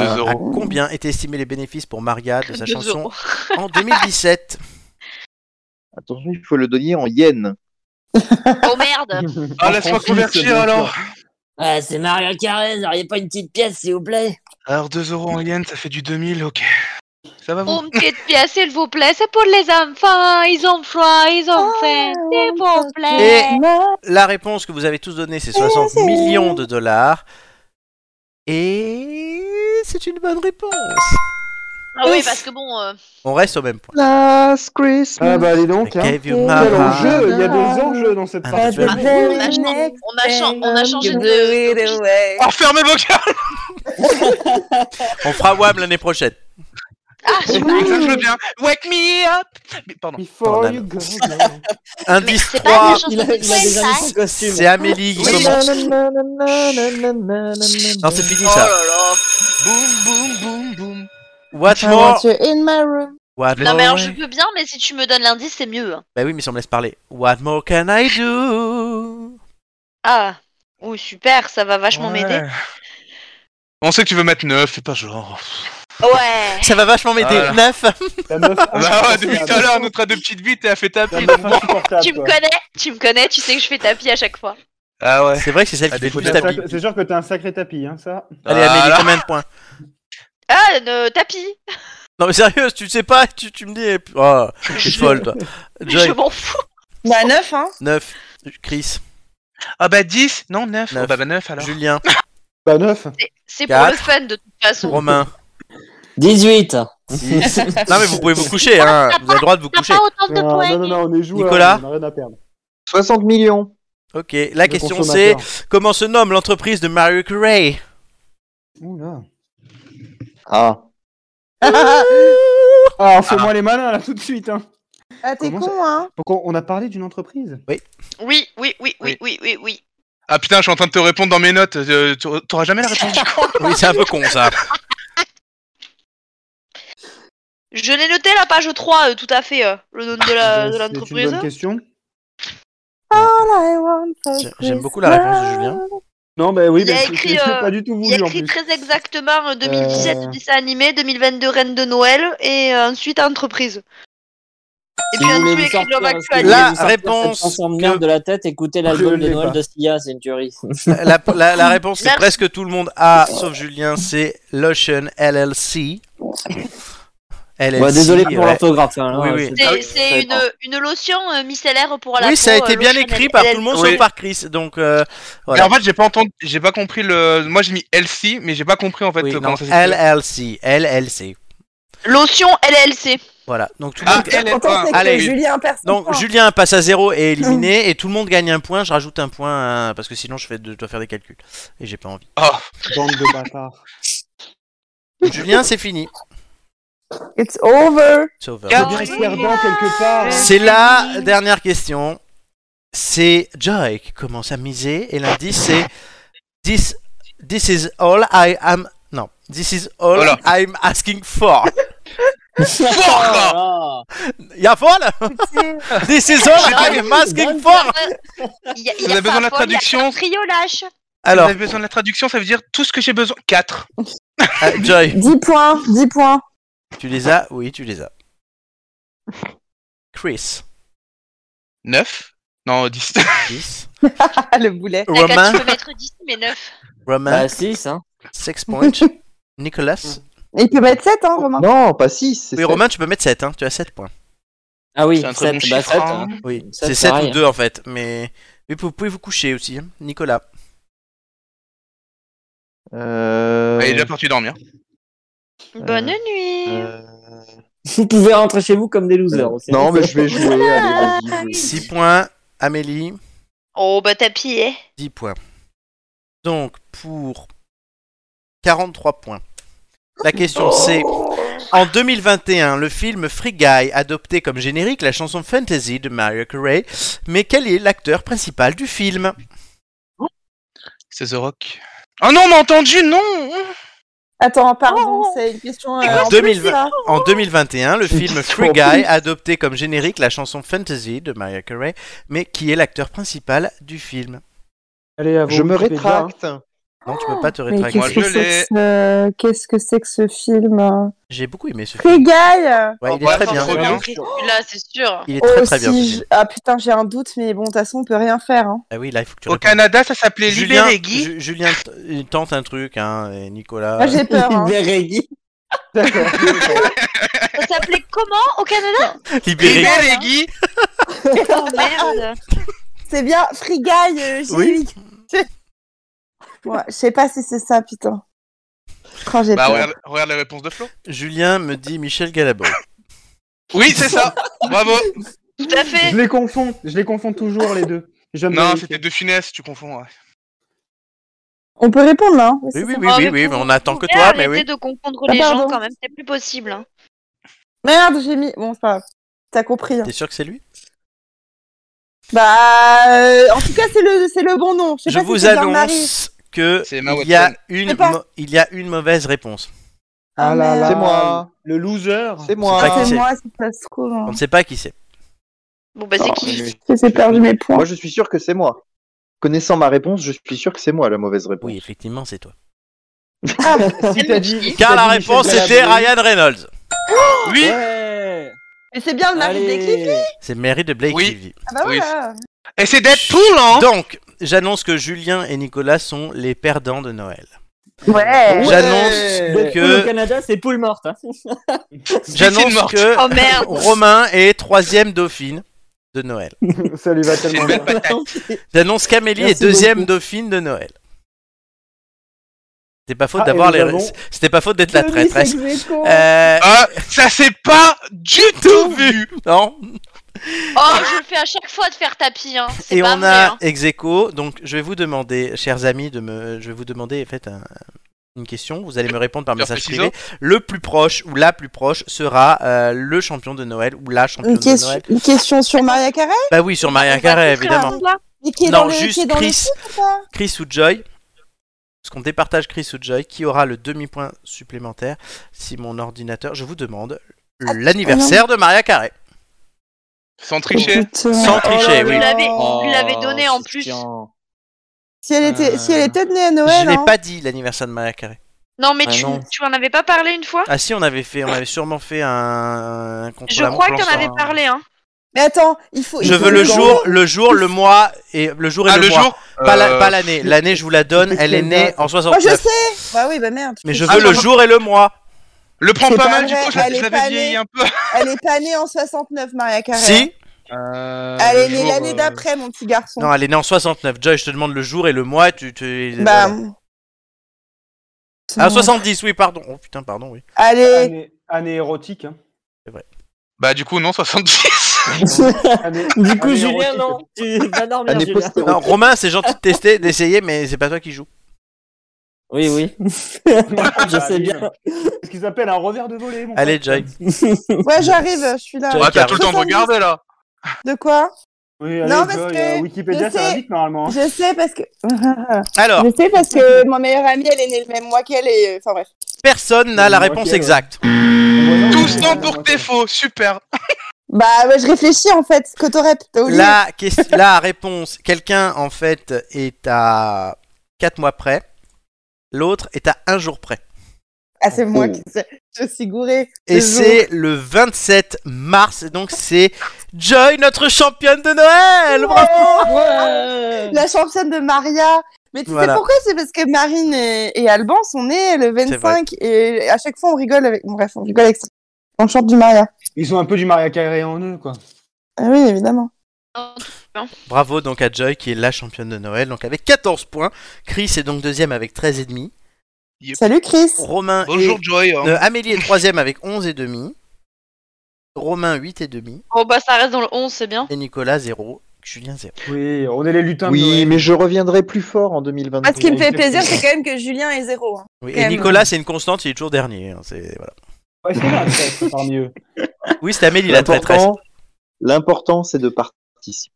Speaker 1: Euh,
Speaker 5: euros.
Speaker 1: À combien étaient estimés les bénéfices pour
Speaker 3: *laughs*
Speaker 1: Maria de sa
Speaker 3: Deux
Speaker 1: chanson
Speaker 3: euros.
Speaker 1: en 2017
Speaker 8: Attention, il faut le donner en yens.
Speaker 3: Oh merde
Speaker 5: Ah, laisse-moi
Speaker 7: Francis, bien
Speaker 5: convertir
Speaker 7: sûr.
Speaker 5: alors.
Speaker 2: Ouais, c'est Mario Carré, vous auriez pas une petite pièce, s'il vous plaît
Speaker 5: Alors, 2 euros en yens, ça fait du 2000, ok. Ça va, vous
Speaker 3: Une petite pièce, s'il vous plaît, c'est pour les enfants, ils ont froid, ils ont faim, s'il vous plaît.
Speaker 1: Et la réponse que vous avez tous donnée, c'est 60
Speaker 11: Eh,
Speaker 1: millions de dollars. Et c'est une bonne réponse.
Speaker 3: Ah oui, parce que bon, euh,
Speaker 1: On reste au même point.
Speaker 8: Last Christmas.
Speaker 7: Ah bah, dis donc.
Speaker 1: I
Speaker 7: Hein.
Speaker 1: gave you
Speaker 11: Quel
Speaker 8: Ah,
Speaker 1: my
Speaker 7: Quel
Speaker 1: heart.
Speaker 7: enjeu Il y a des enjeux dans cette
Speaker 1: Ah,
Speaker 7: partie.
Speaker 1: bah,
Speaker 3: ah, on, a changé, on, a chan- on a changé de... de-
Speaker 5: Oh, fermez vos cartes
Speaker 11: Bah,
Speaker 1: On fera WAM l'année prochaine.
Speaker 3: Ah, je
Speaker 5: Ça, je veux bien. Wake me up Mais, Pardon.
Speaker 7: Before you go.
Speaker 3: mais
Speaker 1: Indice
Speaker 3: c'est pas la
Speaker 1: 3,
Speaker 3: chanson
Speaker 2: Il a,
Speaker 3: de
Speaker 2: il a déjà
Speaker 3: Queen,
Speaker 2: mis son costume.
Speaker 1: Ah, c'est Amélie qui
Speaker 5: Oui.
Speaker 1: commence. Non,
Speaker 3: Oh
Speaker 1: c'est fini ça.
Speaker 5: Boum, boum, boum, boum.
Speaker 1: What
Speaker 11: I want
Speaker 1: more
Speaker 11: you in my room.
Speaker 1: What
Speaker 3: Non mais alors
Speaker 1: more
Speaker 3: je veux bien, mais si tu me donnes l'indice, c'est mieux. hein.
Speaker 1: Bah oui, mais si on me laisse parler. What more can I do
Speaker 3: Ah, oui, super, ça va vachement m'aider.
Speaker 1: *laughs*
Speaker 5: Ouais. On sait que tu veux mettre 9, c'est pas genre.
Speaker 3: Ouais.
Speaker 1: Ça va vachement m'aider.
Speaker 5: Voilà.
Speaker 1: 9
Speaker 7: La meuf.
Speaker 5: Bah ouais, depuis tout à l'heure, notre adoptive bite, elle a fait
Speaker 7: La
Speaker 5: taper.
Speaker 7: meuf insupportable,
Speaker 3: Tu me
Speaker 7: quoi.
Speaker 3: connais, tu me connais, tu sais que je fais tapis à chaque fois.
Speaker 5: Ah ouais.
Speaker 1: C'est vrai que c'est celle qui
Speaker 5: Ah,
Speaker 1: fait
Speaker 5: des
Speaker 1: le plus
Speaker 5: fois,
Speaker 1: tapis.
Speaker 7: C'est sûr que t'as un sacré tapis, hein, ça.
Speaker 1: Allez, Amélie,
Speaker 5: Voilà.
Speaker 1: combien de points
Speaker 3: Ah, ne tapis.
Speaker 1: Non, mais sérieux, tu sais pas, tu, tu me dis. Oh, t'es folle, toi.
Speaker 3: Je
Speaker 1: Joy,
Speaker 3: m'en fous.
Speaker 11: Bah 9, hein.
Speaker 1: 9. Chris,
Speaker 5: Ah bah 10 Non, 9.
Speaker 1: Neuf.
Speaker 5: Oh bah, bah 9 alors.
Speaker 1: Julien,
Speaker 7: Bah, 9.
Speaker 3: C'est- C'est pour le
Speaker 1: Quatre.
Speaker 3: fun de toute
Speaker 11: *laughs*
Speaker 3: façon.
Speaker 1: Romain.
Speaker 2: 18
Speaker 1: six. non, mais vous pouvez vous coucher, hein. Vous avez le droit de vous
Speaker 3: T'as
Speaker 1: coucher.
Speaker 3: pas autant de
Speaker 7: Non,
Speaker 3: points.
Speaker 7: Ah, non, non, non, on est joueurs,
Speaker 1: Nicolas
Speaker 7: on a rien à perdre.
Speaker 8: 60 millions.
Speaker 1: Ok, la
Speaker 7: Le
Speaker 1: question c'est
Speaker 7: consommateur.
Speaker 1: comment se nomme l'entreprise de Mario Carey
Speaker 7: Oula.
Speaker 8: Ah.
Speaker 7: Ah, on fait moins les malins là tout de suite. Hein.
Speaker 11: Ah, t'es
Speaker 7: Comment ça-
Speaker 11: con, hein.
Speaker 7: Donc on, on a parlé d'une entreprise.
Speaker 3: Oui, oui, oui, oui, oui, oui, oui.
Speaker 5: Ah putain, je suis en train de te répondre dans mes notes. euh, t'auras- T'auras jamais la réponse.
Speaker 1: Oui, c'est un peu con ça.
Speaker 3: Je l'ai noté la page 3, euh, tout à fait, euh, le nom de la- de
Speaker 7: Ah, C'est- C'est une
Speaker 3: l'entreprise.
Speaker 7: bonne question.
Speaker 11: All I want for
Speaker 1: J'ai- J'aime beaucoup la réponse de Julien.
Speaker 7: Non, bah oui,
Speaker 3: Il y a
Speaker 7: bah, c'est-
Speaker 3: écrit,
Speaker 7: c'est
Speaker 3: euh,
Speaker 7: pas du tout
Speaker 3: Il y a
Speaker 7: voulu en
Speaker 3: écrit
Speaker 7: plus.
Speaker 3: très exactement euh, 2017
Speaker 7: Euh.
Speaker 3: dessin animé, 2022 reine de Noël et euh, ensuite entreprise. Et
Speaker 2: Si
Speaker 3: puis
Speaker 2: vous
Speaker 3: en
Speaker 2: voulez
Speaker 3: dessous
Speaker 2: nous
Speaker 3: il y a écrit
Speaker 2: sortir-
Speaker 3: Globe
Speaker 2: si vous voulez
Speaker 3: Actualité.
Speaker 1: La
Speaker 2: nous sortir
Speaker 1: réponse
Speaker 2: cette chanson de
Speaker 1: que-
Speaker 2: merde de la tête, écoutez
Speaker 7: Je
Speaker 2: l'album de
Speaker 7: l'ai
Speaker 2: Noël
Speaker 7: pas.
Speaker 2: de Sia, c'est une tuerie.
Speaker 1: La, la- la réponse que
Speaker 3: Merci.
Speaker 1: presque tout le monde a, sauf Julien, c'est Lotion LLC. LLC.
Speaker 2: Bah, désolé pour
Speaker 1: ouais.
Speaker 2: l'orthographe. hein, là,
Speaker 1: Oui, oui.
Speaker 2: je-
Speaker 3: C'est-
Speaker 2: Ah oui, je
Speaker 3: C'est
Speaker 2: savais pas.
Speaker 3: une, une lotion euh, micellaire pour la
Speaker 1: Oui,
Speaker 3: peau,
Speaker 1: ça a été
Speaker 3: euh,
Speaker 1: bien
Speaker 3: lotion
Speaker 1: écrit
Speaker 3: L-
Speaker 1: par tout le monde
Speaker 5: Oui.
Speaker 1: sauf par Chris. Donc, euh,
Speaker 5: Mais
Speaker 1: voilà.
Speaker 5: en fait, j'ai pas entendu, j'ai pas compris le. Moi, j'ai mis LC, mais j'ai pas compris en fait
Speaker 1: Oui,
Speaker 5: euh,
Speaker 1: non,
Speaker 5: comment ça s'écrit.
Speaker 1: LLC. LLC.
Speaker 3: Lotion LLC.
Speaker 1: Voilà. Donc, tout le
Speaker 5: Ah,
Speaker 1: monde...
Speaker 5: LL.
Speaker 11: L'important, c'est
Speaker 1: Allez.
Speaker 11: que Julien perd son
Speaker 1: Donc
Speaker 11: point.
Speaker 1: Julien passe à 0 et est éliminé et tout le monde gagne un point. Je rajoute un point hein, parce que sinon je, fais, je dois faire des calculs et j'ai pas envie.
Speaker 5: Ah,
Speaker 7: Bande de bâtards.
Speaker 1: Julien, c'est fini.
Speaker 11: It's over.
Speaker 1: C'est over.
Speaker 5: Car-
Speaker 7: Faut bien se faire dans quelque part. hein.
Speaker 1: C'est la dernière question. C'est Joy qui commence à miser et l'indice c'est this, this is all I am. Non, this is all
Speaker 5: Voilà.
Speaker 1: I'm asking for.
Speaker 5: fort
Speaker 2: Ah,
Speaker 1: Y'a folle
Speaker 7: Ah,
Speaker 1: This is all I'm asking for.
Speaker 3: Il y a, il y
Speaker 5: Vous
Speaker 3: a
Speaker 5: avez besoin de la
Speaker 3: Pafol, il y a
Speaker 5: traduction
Speaker 7: Euh.
Speaker 3: Triolage.
Speaker 1: Alors.
Speaker 5: Vous avez besoin de la traduction, ça veut dire tout ce que j'ai besoin. 4.
Speaker 1: *laughs* Ah,
Speaker 4: *laughs*
Speaker 1: Joy,
Speaker 11: 10 points, 10 points.
Speaker 1: tu les as Oui, tu les as. Chris,
Speaker 5: 9. Non, 10.
Speaker 1: 10.
Speaker 11: Ah, le boulet.
Speaker 3: T'as quatre,
Speaker 1: Romain,
Speaker 3: tu peux mettre 10, mais 9.
Speaker 1: Romain,
Speaker 2: Bah, 6, hein.
Speaker 1: 6 points. Nicolas
Speaker 11: Il peut mettre 7, hein, Romain.
Speaker 8: Non, pas 6, c'est
Speaker 1: Oui,
Speaker 8: sept.
Speaker 1: Romain, tu peux mettre 7, hein. tu as 7 points.
Speaker 2: Ah oui,
Speaker 5: C'est un très
Speaker 2: 7,
Speaker 5: bon
Speaker 2: bah,
Speaker 5: chiffre,
Speaker 2: 7.
Speaker 5: hein.
Speaker 1: Oui,
Speaker 2: Ça,
Speaker 1: c'est
Speaker 2: c'est
Speaker 1: 7
Speaker 2: pareil. hein.
Speaker 1: ou 2 en fait, mais... mais vous pouvez vous coucher aussi. hein. Nicolas,
Speaker 8: Euh...
Speaker 5: Elle est déjà partie dormir.
Speaker 3: Bonne nuit.
Speaker 8: euh,
Speaker 2: *laughs* Vous pouvez rentrer chez vous comme des losers aussi.
Speaker 8: Non, mais
Speaker 2: *laughs*
Speaker 8: je vais jouer. allez, vas-y, joue.
Speaker 1: 6 points. Amélie,
Speaker 4: Oh, bah t'as pillé.
Speaker 1: 10 points. Donc, pour 43 points. La
Speaker 8: Oh.
Speaker 1: question c'est, en 2021, le film Free Guy adopté comme générique la chanson Fantasy de Mario Carey, mais quel est l'acteur principal du film
Speaker 5: C'est The Rock. Oh non, on m'a entendu, non Oh.
Speaker 11: Attends, pardon, c'est une question. euh, en plus,
Speaker 1: 2020.
Speaker 11: là.
Speaker 1: En 2021, le
Speaker 8: Une
Speaker 1: film
Speaker 8: question
Speaker 1: Free
Speaker 8: en
Speaker 1: Guy
Speaker 8: plus.
Speaker 1: adopté comme générique la chanson Fantasy de Mario Carey, mais qui est l'acteur principal du film
Speaker 7: Allez, à vos
Speaker 8: Je me
Speaker 7: Wikipédia, hein.
Speaker 8: rétracte.
Speaker 1: Non, tu peux pas te
Speaker 11: Mais
Speaker 1: rétracter.
Speaker 5: Moi,
Speaker 11: qu'est-ce que
Speaker 5: je l'ai.
Speaker 11: c'est que ce- qu'est-ce que c'est que ce film hein
Speaker 1: J'ai beaucoup aimé ce film.
Speaker 11: Free Guy
Speaker 1: Ouais,
Speaker 5: Oh,
Speaker 1: il est
Speaker 5: bah,
Speaker 1: très
Speaker 5: attends,
Speaker 1: bien.
Speaker 5: trop
Speaker 3: J'aurais
Speaker 5: bien.
Speaker 3: pris celui-là, c'est sûr.
Speaker 1: Il est très
Speaker 11: Oh,
Speaker 1: très bien.
Speaker 11: si
Speaker 1: ce
Speaker 11: je-
Speaker 1: film.
Speaker 11: Ah putain, j'ai un doute, mais bon, de toute façon, on peut rien faire. Hein.
Speaker 1: Ah oui, là, il faut que tu
Speaker 5: Au
Speaker 1: répondes.
Speaker 5: Canada, ça s'appelait
Speaker 1: Julien,
Speaker 5: Libéré Guy.
Speaker 1: Ju- Julien t- il tente un truc, hein, et Nicolas.
Speaker 11: Moi, j'ai peur.
Speaker 1: *laughs*
Speaker 11: hein.
Speaker 7: D'accord.
Speaker 3: Ça s'appelait comment au Canada
Speaker 1: Libéré.
Speaker 5: Libéré Guy
Speaker 3: Oh merde.
Speaker 11: C'est bien Free Guy euh, générique. Ouais, je sais pas si c'est ça, putain. Quand j'ai
Speaker 5: Bah,
Speaker 11: peur.
Speaker 5: regarde, regarde la réponse de Flo.
Speaker 1: Julien me dit Michel Galabru.
Speaker 5: *laughs* Oui, c'est ça. Bravo.
Speaker 3: Tout à fait.
Speaker 7: je les confonds, je les confonds toujours les deux. Je me
Speaker 5: Non,
Speaker 7: vérifie.
Speaker 5: c'était De Funès, tu confonds. ouais.
Speaker 11: On peut répondre là. hein
Speaker 1: Oui, oui, oui,
Speaker 3: Oh,
Speaker 1: oui,
Speaker 3: mais
Speaker 1: oui,
Speaker 3: vous-
Speaker 1: mais on attend
Speaker 3: vous
Speaker 1: que
Speaker 3: pouvez
Speaker 1: toi, mais
Speaker 3: arrêter
Speaker 1: oui.
Speaker 3: de confondre
Speaker 11: Ah,
Speaker 3: les gens
Speaker 11: pardon.
Speaker 3: quand même, c'est plus possible. hein.
Speaker 11: Merde, j'ai mis. Bon, c'est pas grave. T'as compris. hein.
Speaker 1: T'es sûr que c'est lui
Speaker 11: Bah, euh, en tout cas, c'est le, c'est le bon nom. Je, sais
Speaker 1: Je
Speaker 11: pas si
Speaker 1: vous
Speaker 11: c'est Jean-Marie.
Speaker 1: annonce que
Speaker 5: C'est Emma
Speaker 1: il y a
Speaker 5: Watson.
Speaker 1: une
Speaker 11: sais pas.
Speaker 1: mo- il y a une mauvaise réponse.
Speaker 11: Ah,
Speaker 7: Ah là
Speaker 11: merde.
Speaker 7: là.
Speaker 8: C'est moi.
Speaker 7: Le loser.
Speaker 8: C'est
Speaker 1: C'est pas
Speaker 8: moi.
Speaker 1: qui
Speaker 11: C'est moi, si ça se trouve. hein.
Speaker 1: On ne sait pas qui c'est.
Speaker 3: Bon, bah,
Speaker 1: Ah,
Speaker 3: c'est qui
Speaker 11: J'ai fait perdu mes points.
Speaker 8: Ah, Moi, je suis sûr que c'est moi. Connaissant ma réponse, je suis sûr que c'est moi la mauvaise réponse.
Speaker 1: Oui, effectivement, c'est toi.
Speaker 11: *laughs*
Speaker 8: Si t'as dit-
Speaker 1: Car
Speaker 8: t'as
Speaker 1: la
Speaker 8: dit Michel
Speaker 1: réponse
Speaker 8: Galabru,
Speaker 1: était Ryan Reynolds.
Speaker 3: Oh
Speaker 5: Oui,
Speaker 2: Ouais
Speaker 11: Mais c'est bien le mari des clips.
Speaker 1: C'est Mary de Blake
Speaker 5: Oui.
Speaker 1: TV.
Speaker 11: Ah bah
Speaker 5: Oui.
Speaker 11: voilà.
Speaker 5: et c'est Deadpool, hein
Speaker 1: Donc, j'annonce que Julien et Nicolas sont les perdants de Noël.
Speaker 11: Ouais.
Speaker 1: J'annonce
Speaker 2: Au
Speaker 1: que
Speaker 2: Canada, c'est poule morte. Hein. *laughs*
Speaker 1: *laughs*
Speaker 5: Piscine
Speaker 1: j'annonce
Speaker 5: morte.
Speaker 1: que
Speaker 3: Oh merde.
Speaker 1: Romain est troisième dauphine de Noël.
Speaker 7: *laughs* Ça lui va
Speaker 5: C'est une
Speaker 7: tellement
Speaker 5: belle
Speaker 7: bien.
Speaker 5: patate.
Speaker 1: J'annonce qu'Amélie est
Speaker 2: Merci
Speaker 1: deuxième
Speaker 2: beaucoup.
Speaker 1: dauphine de Noël. C'était pas faute
Speaker 7: Ah, et
Speaker 1: d'avoir
Speaker 7: nous
Speaker 1: les.
Speaker 7: avons-
Speaker 1: C'était pas faute d'être la
Speaker 2: Denis
Speaker 1: traîtresse.
Speaker 3: Oh,
Speaker 7: *laughs*
Speaker 2: Execo.
Speaker 1: Euh,
Speaker 5: Ah, ça s'est pas du tout vu.
Speaker 1: non.
Speaker 3: Oh, je le fais à chaque fois de faire tapis. Hein. C'est
Speaker 1: Et
Speaker 3: pas
Speaker 1: on
Speaker 3: vrai,
Speaker 1: a
Speaker 3: hein.
Speaker 1: Execo. Donc, je vais vous demander, chers amis, de me. Je vais vous demander, faites un- une question. Vous allez me répondre par
Speaker 5: Pierre
Speaker 1: message
Speaker 5: Précision.
Speaker 1: privé. Le plus proche ou la plus proche sera euh, le champion de Noël ou la championne
Speaker 11: Une
Speaker 1: de
Speaker 11: question,
Speaker 1: Noël.
Speaker 11: une question sur Maria Carey
Speaker 1: Bah oui, sur Maria Carré, évidemment.
Speaker 11: mais qui est
Speaker 1: Non,
Speaker 11: dans le, qui
Speaker 1: juste
Speaker 11: est dans le
Speaker 1: Chris.
Speaker 11: titre, ou pas
Speaker 1: Chris ou Joy. Parce qu'on départage Chris ou Joy. Qui aura le demi-point supplémentaire si mon ordinateur. Je vous demande
Speaker 11: Ah,
Speaker 1: l'anniversaire de Maria Carré.
Speaker 5: Sans
Speaker 11: Oh,
Speaker 5: tricher. Oh,
Speaker 11: putain.
Speaker 1: Sans tricher,
Speaker 3: Oh Vous
Speaker 1: oui.
Speaker 3: l'avez vous l'avez donné en plus.
Speaker 11: Si elle était, si
Speaker 1: Euh.
Speaker 11: elle était née à
Speaker 1: Je
Speaker 11: Noël,
Speaker 1: n'ai
Speaker 11: hein.
Speaker 1: pas dit l'anniversaire de Maria Carré.
Speaker 3: Non, mais
Speaker 2: Ah,
Speaker 3: tu,
Speaker 2: non.
Speaker 3: tu en avais pas parlé une fois
Speaker 1: Ah si, on avait fait, on avait sûrement fait un, un contre
Speaker 3: Je
Speaker 1: la montre.
Speaker 3: crois que t'en avais parlé. Hein.
Speaker 11: Mais attends, il faut. il
Speaker 1: Je
Speaker 11: faut
Speaker 1: veux le
Speaker 11: qu'on-
Speaker 1: jour, le jour, le mois et le jour et
Speaker 5: Ah,
Speaker 1: le,
Speaker 5: le
Speaker 1: mois.
Speaker 5: jour
Speaker 1: Pas la-
Speaker 5: Euh,
Speaker 1: pas l'année. l'année, je vous la donne. Elle est née en
Speaker 11: Oh, je
Speaker 1: 69.
Speaker 11: sais Bah oui, bah merde.
Speaker 1: mais je
Speaker 5: Ah,
Speaker 1: veux le
Speaker 5: non.
Speaker 1: jour et le mois.
Speaker 5: Le prends
Speaker 11: C'est
Speaker 5: pas,
Speaker 11: pas
Speaker 5: mal,
Speaker 11: vrai,
Speaker 5: du coup,
Speaker 11: elle
Speaker 5: je,
Speaker 11: est
Speaker 5: je
Speaker 11: pas
Speaker 5: l'avais vieilli
Speaker 11: née.
Speaker 5: un peu.
Speaker 11: Elle est pas née en 69, Maria Carey.
Speaker 1: Si
Speaker 11: Euh, Elle
Speaker 7: Euh,
Speaker 11: est née
Speaker 5: euh,
Speaker 11: l'année d'après, mon petit garçon.
Speaker 1: Non, elle est née en 69. Joy, je te demande le jour et le mois. Tu, tu...
Speaker 11: bah.
Speaker 1: Ah 70, oui, pardon. Oh putain, pardon, oui.
Speaker 11: Ah. Allez.
Speaker 7: Année, année érotique. Hein.
Speaker 5: Bah, du coup, non, 70.
Speaker 1: Ah,
Speaker 7: Année-
Speaker 2: Du coup,
Speaker 7: année
Speaker 2: Julien,
Speaker 7: érotique.
Speaker 2: non,
Speaker 7: *laughs*
Speaker 2: tu vas dormir,
Speaker 8: Année
Speaker 2: Julien.
Speaker 8: postérieure.
Speaker 1: Non, Romain, c'est gentil de tester, d'essayer, mais c'est pas toi qui joue.
Speaker 2: Oui,
Speaker 7: *laughs*
Speaker 2: oui. je sais bien.
Speaker 7: C'est Ce qu'ils appellent un revers de volée. Mon
Speaker 1: Allez,
Speaker 7: frère.
Speaker 1: Joy.
Speaker 11: Ouais, j'arrive, je suis là.
Speaker 1: Ouais,
Speaker 5: Ah, t'as tout le temps de
Speaker 11: 70.
Speaker 5: regarder là.
Speaker 11: De quoi
Speaker 7: Oui, allez,
Speaker 11: Non, parce
Speaker 7: Joy,
Speaker 11: que
Speaker 7: euh, Wikipédia,
Speaker 11: je
Speaker 7: ça va
Speaker 11: sais-
Speaker 7: vite normalement. hein.
Speaker 11: Je sais parce que. *laughs*
Speaker 1: Alors,
Speaker 11: Je sais parce
Speaker 7: *laughs*
Speaker 11: que mon meilleur ami, elle est née le même mois qu'elle et. euh, Enfin bref.
Speaker 1: personne n'a la
Speaker 7: Ok,
Speaker 1: réponse
Speaker 7: ouais.
Speaker 1: exacte.
Speaker 7: Voilà,
Speaker 5: Tout
Speaker 7: on-
Speaker 5: ce
Speaker 7: on-
Speaker 5: temps pour
Speaker 7: on-
Speaker 5: tes faux, super.
Speaker 11: Bah ouais, je réfléchis en fait. Cotorep, t'as oublié
Speaker 1: La, question- la réponse, quelqu'un en fait est à 4 mois près. L'autre est à un jour près.
Speaker 11: Ah, c'est moi
Speaker 1: Oh.
Speaker 11: qui je suis gouré.
Speaker 1: Et c'est le 27 mars, donc c'est Joy, notre championne de Noël Bravo
Speaker 11: La championne de Maria. Mais tu
Speaker 1: Euh, Voilà.
Speaker 11: sais pourquoi C'est parce que Marine et, et Alban sont nés le
Speaker 1: C'est vrai.
Speaker 11: 25 et à chaque fois on rigole avec. bon, bref, on rigole avec ça. On chante du Maria.
Speaker 7: Ils ont un peu du Maria Carré en eux, quoi.
Speaker 11: Ah oui, évidemment.
Speaker 1: Bravo donc à Joy qui est la championne de Noël, donc avec 14 points. Chris est donc deuxième avec 13 et demi.
Speaker 11: Salut Chris.
Speaker 1: Romain
Speaker 5: Bonjour
Speaker 1: est-
Speaker 5: Joy. hein.
Speaker 1: euh, Amélie est troisième avec 11 et demi. Romain 8 et demi.
Speaker 4: Oh,
Speaker 3: Bon, bah, ça reste dans le 11, c'est bien.
Speaker 1: Et Nicolas 0. Julien 0.
Speaker 7: Oui, on est les lutins. de
Speaker 8: Oui,
Speaker 7: Noël.
Speaker 8: mais je reviendrai plus fort en 2022.
Speaker 11: Ah, ce qui me fait plaisir, c'est quand même que Julien est zéro. hein.
Speaker 1: Oui,
Speaker 11: Quand
Speaker 1: et
Speaker 11: même.
Speaker 1: Nicolas c'est une constante, il est toujours dernier. hein, c'est- voilà.
Speaker 7: Ouais, c'est là, c'est parmi eux.
Speaker 1: Oui, c'est Amélie la traîtresse.
Speaker 8: L'important, l'important, c'est de participer.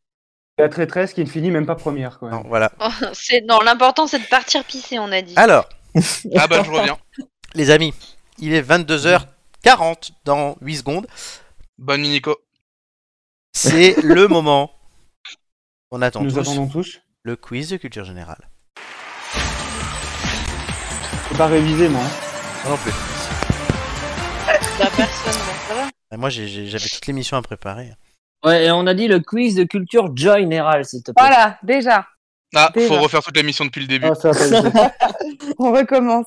Speaker 7: La traîtresse qui ne finit même pas première, quoi.
Speaker 1: Non, voilà.
Speaker 4: *laughs*
Speaker 3: Oh, c'est- non, l'important c'est de partir pisser, on a dit.
Speaker 1: Alors,
Speaker 5: *laughs* Ah bah je reviens.
Speaker 1: les amis, il est 22h40 dans 8 secondes.
Speaker 5: Bonne nuit Nico.
Speaker 1: C'est
Speaker 5: *laughs*
Speaker 1: le moment. On attend
Speaker 7: Nous
Speaker 1: tous
Speaker 7: attendons tous.
Speaker 1: le quiz de culture générale.
Speaker 7: Faut pas réviser, moi. hein.
Speaker 1: Non plus.
Speaker 3: La personne, bon, ça va.
Speaker 1: Ah, Moi, j'ai- j'ai- j'avais toute l'émission à préparer.
Speaker 2: Ouais, et on a dit le quiz de culture Joy Général, s'il te plaît.
Speaker 11: Voilà, déjà.
Speaker 5: Ah,
Speaker 11: Déjà.
Speaker 5: faut refaire toute l'émission depuis le début.
Speaker 7: Ah, ça va pas aider.
Speaker 11: *laughs* On recommence.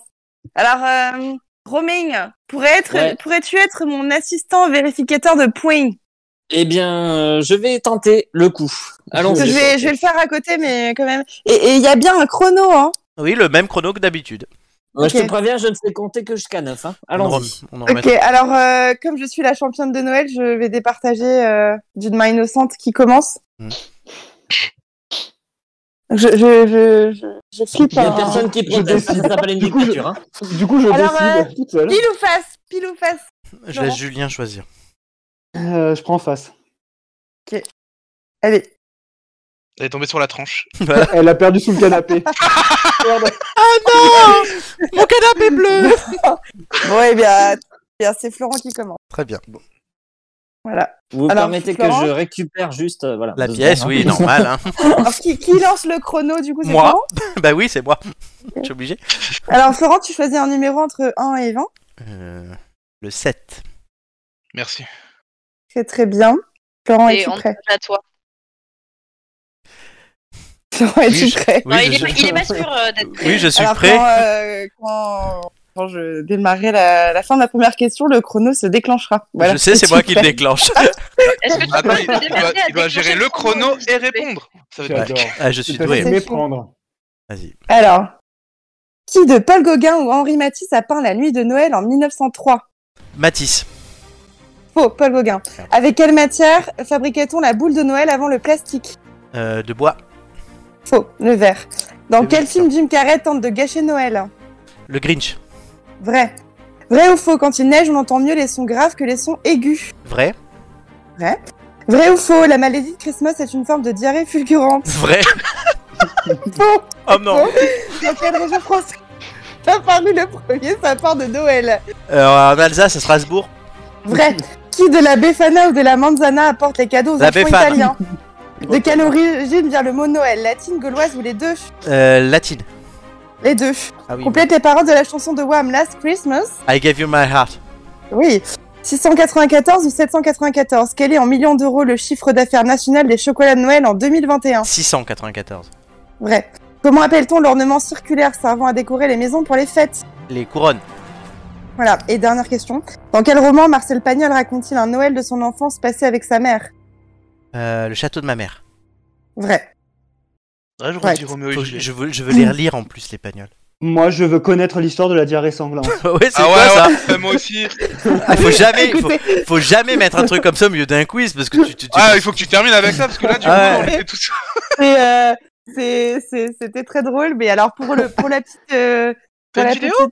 Speaker 11: Alors, euh, Romain, pourrais être,
Speaker 2: Ouais.
Speaker 11: pourrais-tu être mon assistant vérificateur de points
Speaker 2: Eh bien, euh, je vais tenter le coup. Allons-y.
Speaker 11: je vais, je vais le faire à côté, mais quand même. Et- Et il y a bien un chrono, hein
Speaker 1: Oui, le même chrono que d'habitude.
Speaker 2: Ouais, Bah, Je
Speaker 11: Ok.
Speaker 2: te préviens, je ne sais compter que jusqu'à 9. Hein.
Speaker 1: On,
Speaker 2: Allons-y.
Speaker 1: rem- on en
Speaker 11: Ok,
Speaker 1: remet.
Speaker 11: alors euh, comme je suis la championne de Noël, je vais départager euh, d'une main innocente qui commence.
Speaker 1: Mm.
Speaker 11: Je, je, je, je, je
Speaker 2: Il
Speaker 11: flippe.
Speaker 2: n'y a
Speaker 11: hein.
Speaker 2: personne qui proteste. Ça s'appelle une dictature. Hein.
Speaker 7: du coup, je
Speaker 11: Alors, euh,
Speaker 7: décide toute seule.
Speaker 11: Pile ou face Pile ou face
Speaker 1: Je laisse Julien choisir. *laughs*
Speaker 7: Euh, je prends face.
Speaker 11: Allez.
Speaker 1: *laughs*
Speaker 5: Elle est tombée sur la
Speaker 7: *laughs*
Speaker 5: tranche.
Speaker 7: Elle a perdu sous le canapé. Merde.
Speaker 1: Ah, *laughs* Mon canapé
Speaker 11: *laughs*
Speaker 1: bleu
Speaker 11: Bon, Oh eh bien, eh bien, c'est Florent qui commence.
Speaker 1: Très bien.
Speaker 11: Voilà.
Speaker 2: Vous
Speaker 11: Alors,
Speaker 2: permettez que
Speaker 11: Florent
Speaker 2: je récupère juste euh, voilà,
Speaker 1: La
Speaker 2: deux
Speaker 1: pièce,
Speaker 2: secondes, *laughs*
Speaker 1: oui,
Speaker 2: hein.
Speaker 1: normal. hein.
Speaker 11: Alors, qui, qui lance le chrono du coup c'est
Speaker 1: Moi.
Speaker 11: Florent
Speaker 1: bah oui, c'est moi. *laughs* Je suis obligé.
Speaker 11: Alors Florent, tu choisis un numéro entre 1 et 20.
Speaker 1: Euh, le 7.
Speaker 5: Merci.
Speaker 11: Très très bien. Florent,
Speaker 3: Et
Speaker 11: es-tu
Speaker 3: on
Speaker 11: prêt
Speaker 3: à toi.
Speaker 11: Florent,
Speaker 1: Oui,
Speaker 11: es-tu
Speaker 1: je-
Speaker 11: prêt
Speaker 1: Oui,
Speaker 3: non,
Speaker 1: je
Speaker 3: il, est,
Speaker 1: suis-
Speaker 3: il est pas sûr euh, d'être prêt.
Speaker 1: oui, je suis
Speaker 11: Alors,
Speaker 1: prêt.
Speaker 11: Quand, euh, quand- quand je démarrerai la, la fin de la première question, le chrono se déclenchera. Voilà.
Speaker 1: je sais, c'est
Speaker 11: Es-tu
Speaker 1: moi qui le
Speaker 11: prêt *laughs*
Speaker 1: déclenche.
Speaker 3: Est-ce que tu
Speaker 5: Attends,
Speaker 3: peux te
Speaker 5: il il doit,
Speaker 3: démerder à
Speaker 5: il doit gérer
Speaker 3: déclencher
Speaker 5: le chrono
Speaker 3: s'il te
Speaker 5: et
Speaker 3: plaît
Speaker 5: répondre. Ça va être
Speaker 7: J'adore.
Speaker 1: Ah, je suis
Speaker 7: Tu peux
Speaker 1: doué.
Speaker 11: C'est
Speaker 7: méprendre.
Speaker 1: Vas-y.
Speaker 11: Alors, qui de Paul Gauguin ou Henri Matisse a peint La Nuit de Noël en 1903
Speaker 1: Matisse.
Speaker 11: Faux, Paul Gauguin. Avec quelle matière fabriquait-on la boule de Noël avant le plastique
Speaker 1: Euh, de bois.
Speaker 11: Faux, le verre. Dans
Speaker 1: Oui,
Speaker 11: quel
Speaker 1: ça.
Speaker 11: film Jim Carrey tente de gâcher Noël
Speaker 1: Le Grinch.
Speaker 11: Vrai. Vrai ou faux, quand il neige, on entend mieux les sons graves que les sons aigus.
Speaker 1: Vrai.
Speaker 11: Vrai ou faux, la maladie de Christmas est une forme de diarrhée fulgurante.
Speaker 1: Vrai.
Speaker 11: *laughs* Faux.
Speaker 1: Oh non.
Speaker 11: Dans quelle région française a paru le premier sapin de Noël
Speaker 1: Euh, en Alsace, à Strasbourg.
Speaker 11: Vrai. Qui de la Befana ou de la Manzana apporte les cadeaux aux
Speaker 1: La
Speaker 11: enfants
Speaker 1: Befana.
Speaker 11: italiens De quelle origine vient le mot Noël Latine, gauloise ou les deux
Speaker 1: Euh, Latine.
Speaker 11: Les deux.
Speaker 1: Ah oui.
Speaker 11: Complète les paroles de la chanson de Wham Last Christmas.
Speaker 1: I gave you my heart.
Speaker 11: Oui. 694 ou 794 Quel est en millions d'euros le chiffre d'affaires national des chocolats de Noël en 2021
Speaker 1: 694.
Speaker 11: Vrai. Comment appelle-t-on l'ornement circulaire servant à décorer les maisons pour les fêtes
Speaker 1: Les couronnes.
Speaker 11: Voilà, et dernière question. Dans quel roman Marcel Pagnol raconte-t-il un Noël de son enfance passé avec sa mère
Speaker 1: Euh, le château de ma mère.
Speaker 11: Vrai.
Speaker 5: Ah, je
Speaker 11: Ouais.
Speaker 5: redis Roméo et
Speaker 1: Faut que je,
Speaker 5: Juliette.
Speaker 1: je veux, je veux les relire en plus,
Speaker 11: *laughs*
Speaker 1: les pagnoles.
Speaker 7: Moi, je veux connaître l'histoire de la diarrhée sanglante.
Speaker 1: *laughs* ouais, c'est
Speaker 5: Ah
Speaker 1: quoi ça
Speaker 5: ouais,
Speaker 7: *laughs*
Speaker 5: ouais, bah, moi aussi.
Speaker 1: Ah, faut jamais, faut,
Speaker 11: Écoutez,
Speaker 1: faut jamais mettre un truc comme ça au milieu d'un quiz parce que tu, tu, tu-
Speaker 5: Ah, il faut que tu termines avec ça parce que là, du
Speaker 1: Ah
Speaker 5: coup,
Speaker 1: ouais.
Speaker 5: *laughs* on était tous.
Speaker 11: c'est, euh, c'est- c'est- c'était très drôle, mais alors pour, le, pour la petite. euh, pour,
Speaker 5: T'as
Speaker 11: la
Speaker 5: une vidéo
Speaker 11: petite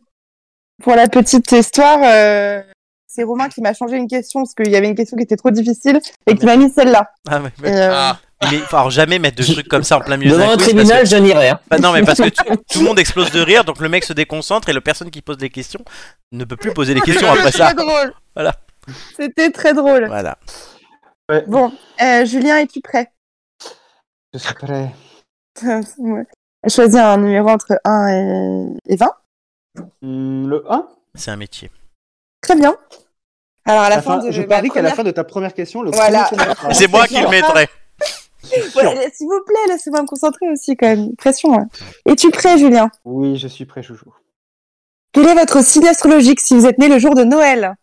Speaker 11: pour la petite histoire, euh, c'est Romain qui m'a changé une question parce qu'il y avait une question qui était trop difficile et qui m'a mis celle-là.
Speaker 1: Ah, mais,
Speaker 11: Et,
Speaker 1: mais-
Speaker 11: euh,
Speaker 5: Ah,
Speaker 1: mais faut alors jamais mettre de trucs comme ça en plein milieu
Speaker 2: Devant
Speaker 1: d'un
Speaker 2: un
Speaker 1: quiz.
Speaker 2: tribunal,
Speaker 1: parce
Speaker 2: je n'irai. hein.
Speaker 1: que- Bah, non, mais parce que tu- tout le monde explose de rire, donc le mec se déconcentre et la personne qui pose les questions ne peut
Speaker 11: *laughs*
Speaker 1: plus poser les questions après
Speaker 11: C'était
Speaker 1: ça.
Speaker 11: très drôle.
Speaker 1: Voilà.
Speaker 11: C'était très drôle.
Speaker 1: Voilà.
Speaker 11: Bon, euh, Julien, es-tu prêt *laughs*
Speaker 7: Je suis prêt.
Speaker 11: Ouais. choisir un numéro entre 1 et, et 20.
Speaker 7: le 1
Speaker 1: C'est un métier.
Speaker 11: Très bien. Alors, à la, fin, de
Speaker 7: je
Speaker 11: ma
Speaker 7: parie qu'à la
Speaker 11: première-
Speaker 7: fin de ta première question, le
Speaker 11: Voilà.
Speaker 7: premier qui mettra.
Speaker 1: C'est moi qui le mettrai.
Speaker 11: *laughs* Ouais, mais S'il vous plaît, laissez-moi me concentrer aussi, quand même. Pression. hein. Es-tu prêt, Julien
Speaker 7: Oui, je suis prêt, Chouchou.
Speaker 11: Quel est votre signe astrologique si vous êtes né le jour de Noël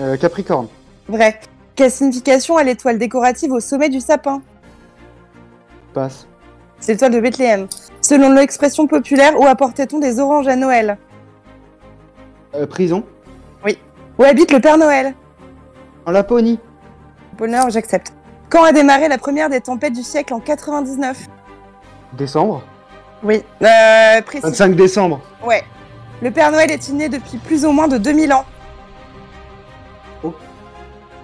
Speaker 7: Euh, Capricorne.
Speaker 11: Vrai. Quelle signification a l'étoile décorative au sommet du sapin
Speaker 7: Passe.
Speaker 11: C'est l'étoile de Bethléem. Selon l'expression populaire, où apportait-on des oranges à Noël
Speaker 7: Euh, prison.
Speaker 11: Où habite le Père Noël
Speaker 7: En Laponie.
Speaker 11: Bonheur, j'accepte. Quand a démarré la première des tempêtes du siècle en 99
Speaker 7: Décembre.
Speaker 11: Oui. Euh, précis.
Speaker 7: 25 décembre.
Speaker 11: Ouais. Le Père Noël est né depuis plus ou moins de 2000 ans.
Speaker 7: Oh.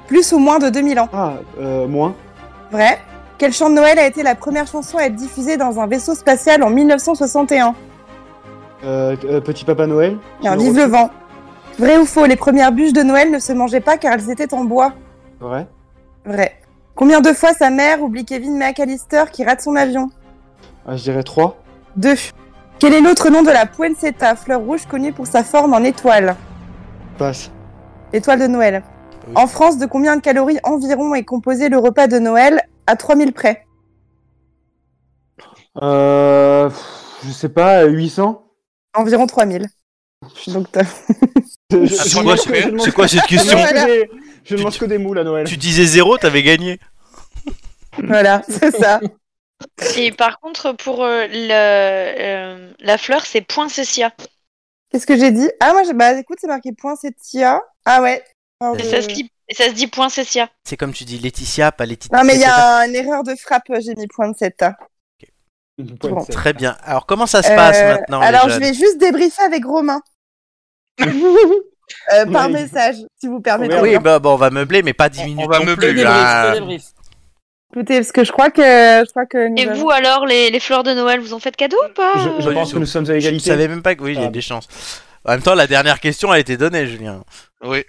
Speaker 11: Plus ou moins de 2000 ans.
Speaker 7: Ah, euh, moins.
Speaker 11: Vrai. Quel chant de Noël a été la première chanson à être diffusée dans un vaisseau spatial en 1961
Speaker 7: Euh, euh, petit Papa Noël.
Speaker 11: Bien, vive le vent. Vrai ou faux, les premières bûches de Noël ne se mangeaient pas car elles étaient en bois.
Speaker 7: Vrai.
Speaker 11: Vrai. Combien de fois sa mère oublie Kevin McAllister qui rate son avion
Speaker 7: Ah, je dirais 3.
Speaker 11: 2. Quel est l'autre nom de la poinsettia, fleur rouge connue pour sa forme en étoile
Speaker 7: Passe.
Speaker 11: Étoile de Noël.
Speaker 1: Oui.
Speaker 11: En France, de combien de calories environ est composé le repas de Noël à 3000 près
Speaker 7: Euh, pff, je sais pas, 800
Speaker 11: Environ 3000. Donc, t'as-
Speaker 7: Je- je-
Speaker 1: Ah,
Speaker 7: je
Speaker 1: C'est
Speaker 7: mange
Speaker 1: quoi,
Speaker 7: que-
Speaker 1: c'est-
Speaker 7: je ne mange
Speaker 1: c'est quoi cette
Speaker 7: que- je ne
Speaker 1: question
Speaker 7: mange que
Speaker 11: Voilà.
Speaker 7: des- Je ne
Speaker 1: Tu-
Speaker 7: mange que des moules à Noël.
Speaker 1: Tu disais zéro, t'avais gagné.
Speaker 11: voilà, *laughs* c'est ça.
Speaker 4: Et par contre, pour euh, le- euh, la fleur, c'est poinsettia.
Speaker 11: Qu'est-ce que j'ai dit Ah, moi, j'ai- bah écoute, c'est marqué poinsettia. Ah ouais. Ah,
Speaker 4: Et
Speaker 11: je-
Speaker 4: ça se dit, et ça se dit poinsettia.
Speaker 1: C'est comme tu dis Laetitia, pas Laetitia.
Speaker 11: Non, mais il y a une erreur de frappe, j'ai mis poinsettia.
Speaker 7: Point de
Speaker 11: Bon.
Speaker 7: sept.
Speaker 1: Très bien. Alors comment ça se passe
Speaker 11: Euh,
Speaker 1: maintenant les
Speaker 11: Alors, je
Speaker 1: jeunes
Speaker 11: vais juste débriefer avec
Speaker 1: *laughs*
Speaker 11: Romain. Euh, par
Speaker 7: Oui.
Speaker 11: message, si vous permettez.
Speaker 1: Oui, bah bon, on va meubler, mais pas 10
Speaker 10: On- on
Speaker 1: minutes.
Speaker 5: va
Speaker 1: non
Speaker 5: meubler,
Speaker 1: plus,
Speaker 5: le
Speaker 1: hein.
Speaker 11: Écoutez, parce que je crois que. Je crois que nous
Speaker 4: Et
Speaker 11: avons-
Speaker 4: vous alors, les, les fleurs de Noël, vous en faites cadeau ou pas
Speaker 7: Je, je
Speaker 1: Pas
Speaker 7: pense
Speaker 1: du
Speaker 7: que
Speaker 1: tout.
Speaker 7: nous sommes
Speaker 1: Je
Speaker 7: à égalité.
Speaker 1: savais même pas que oui, il y a
Speaker 7: Ah.
Speaker 1: des chances. En même temps, la dernière question a été donnée, Julien. Ah,
Speaker 5: Oui.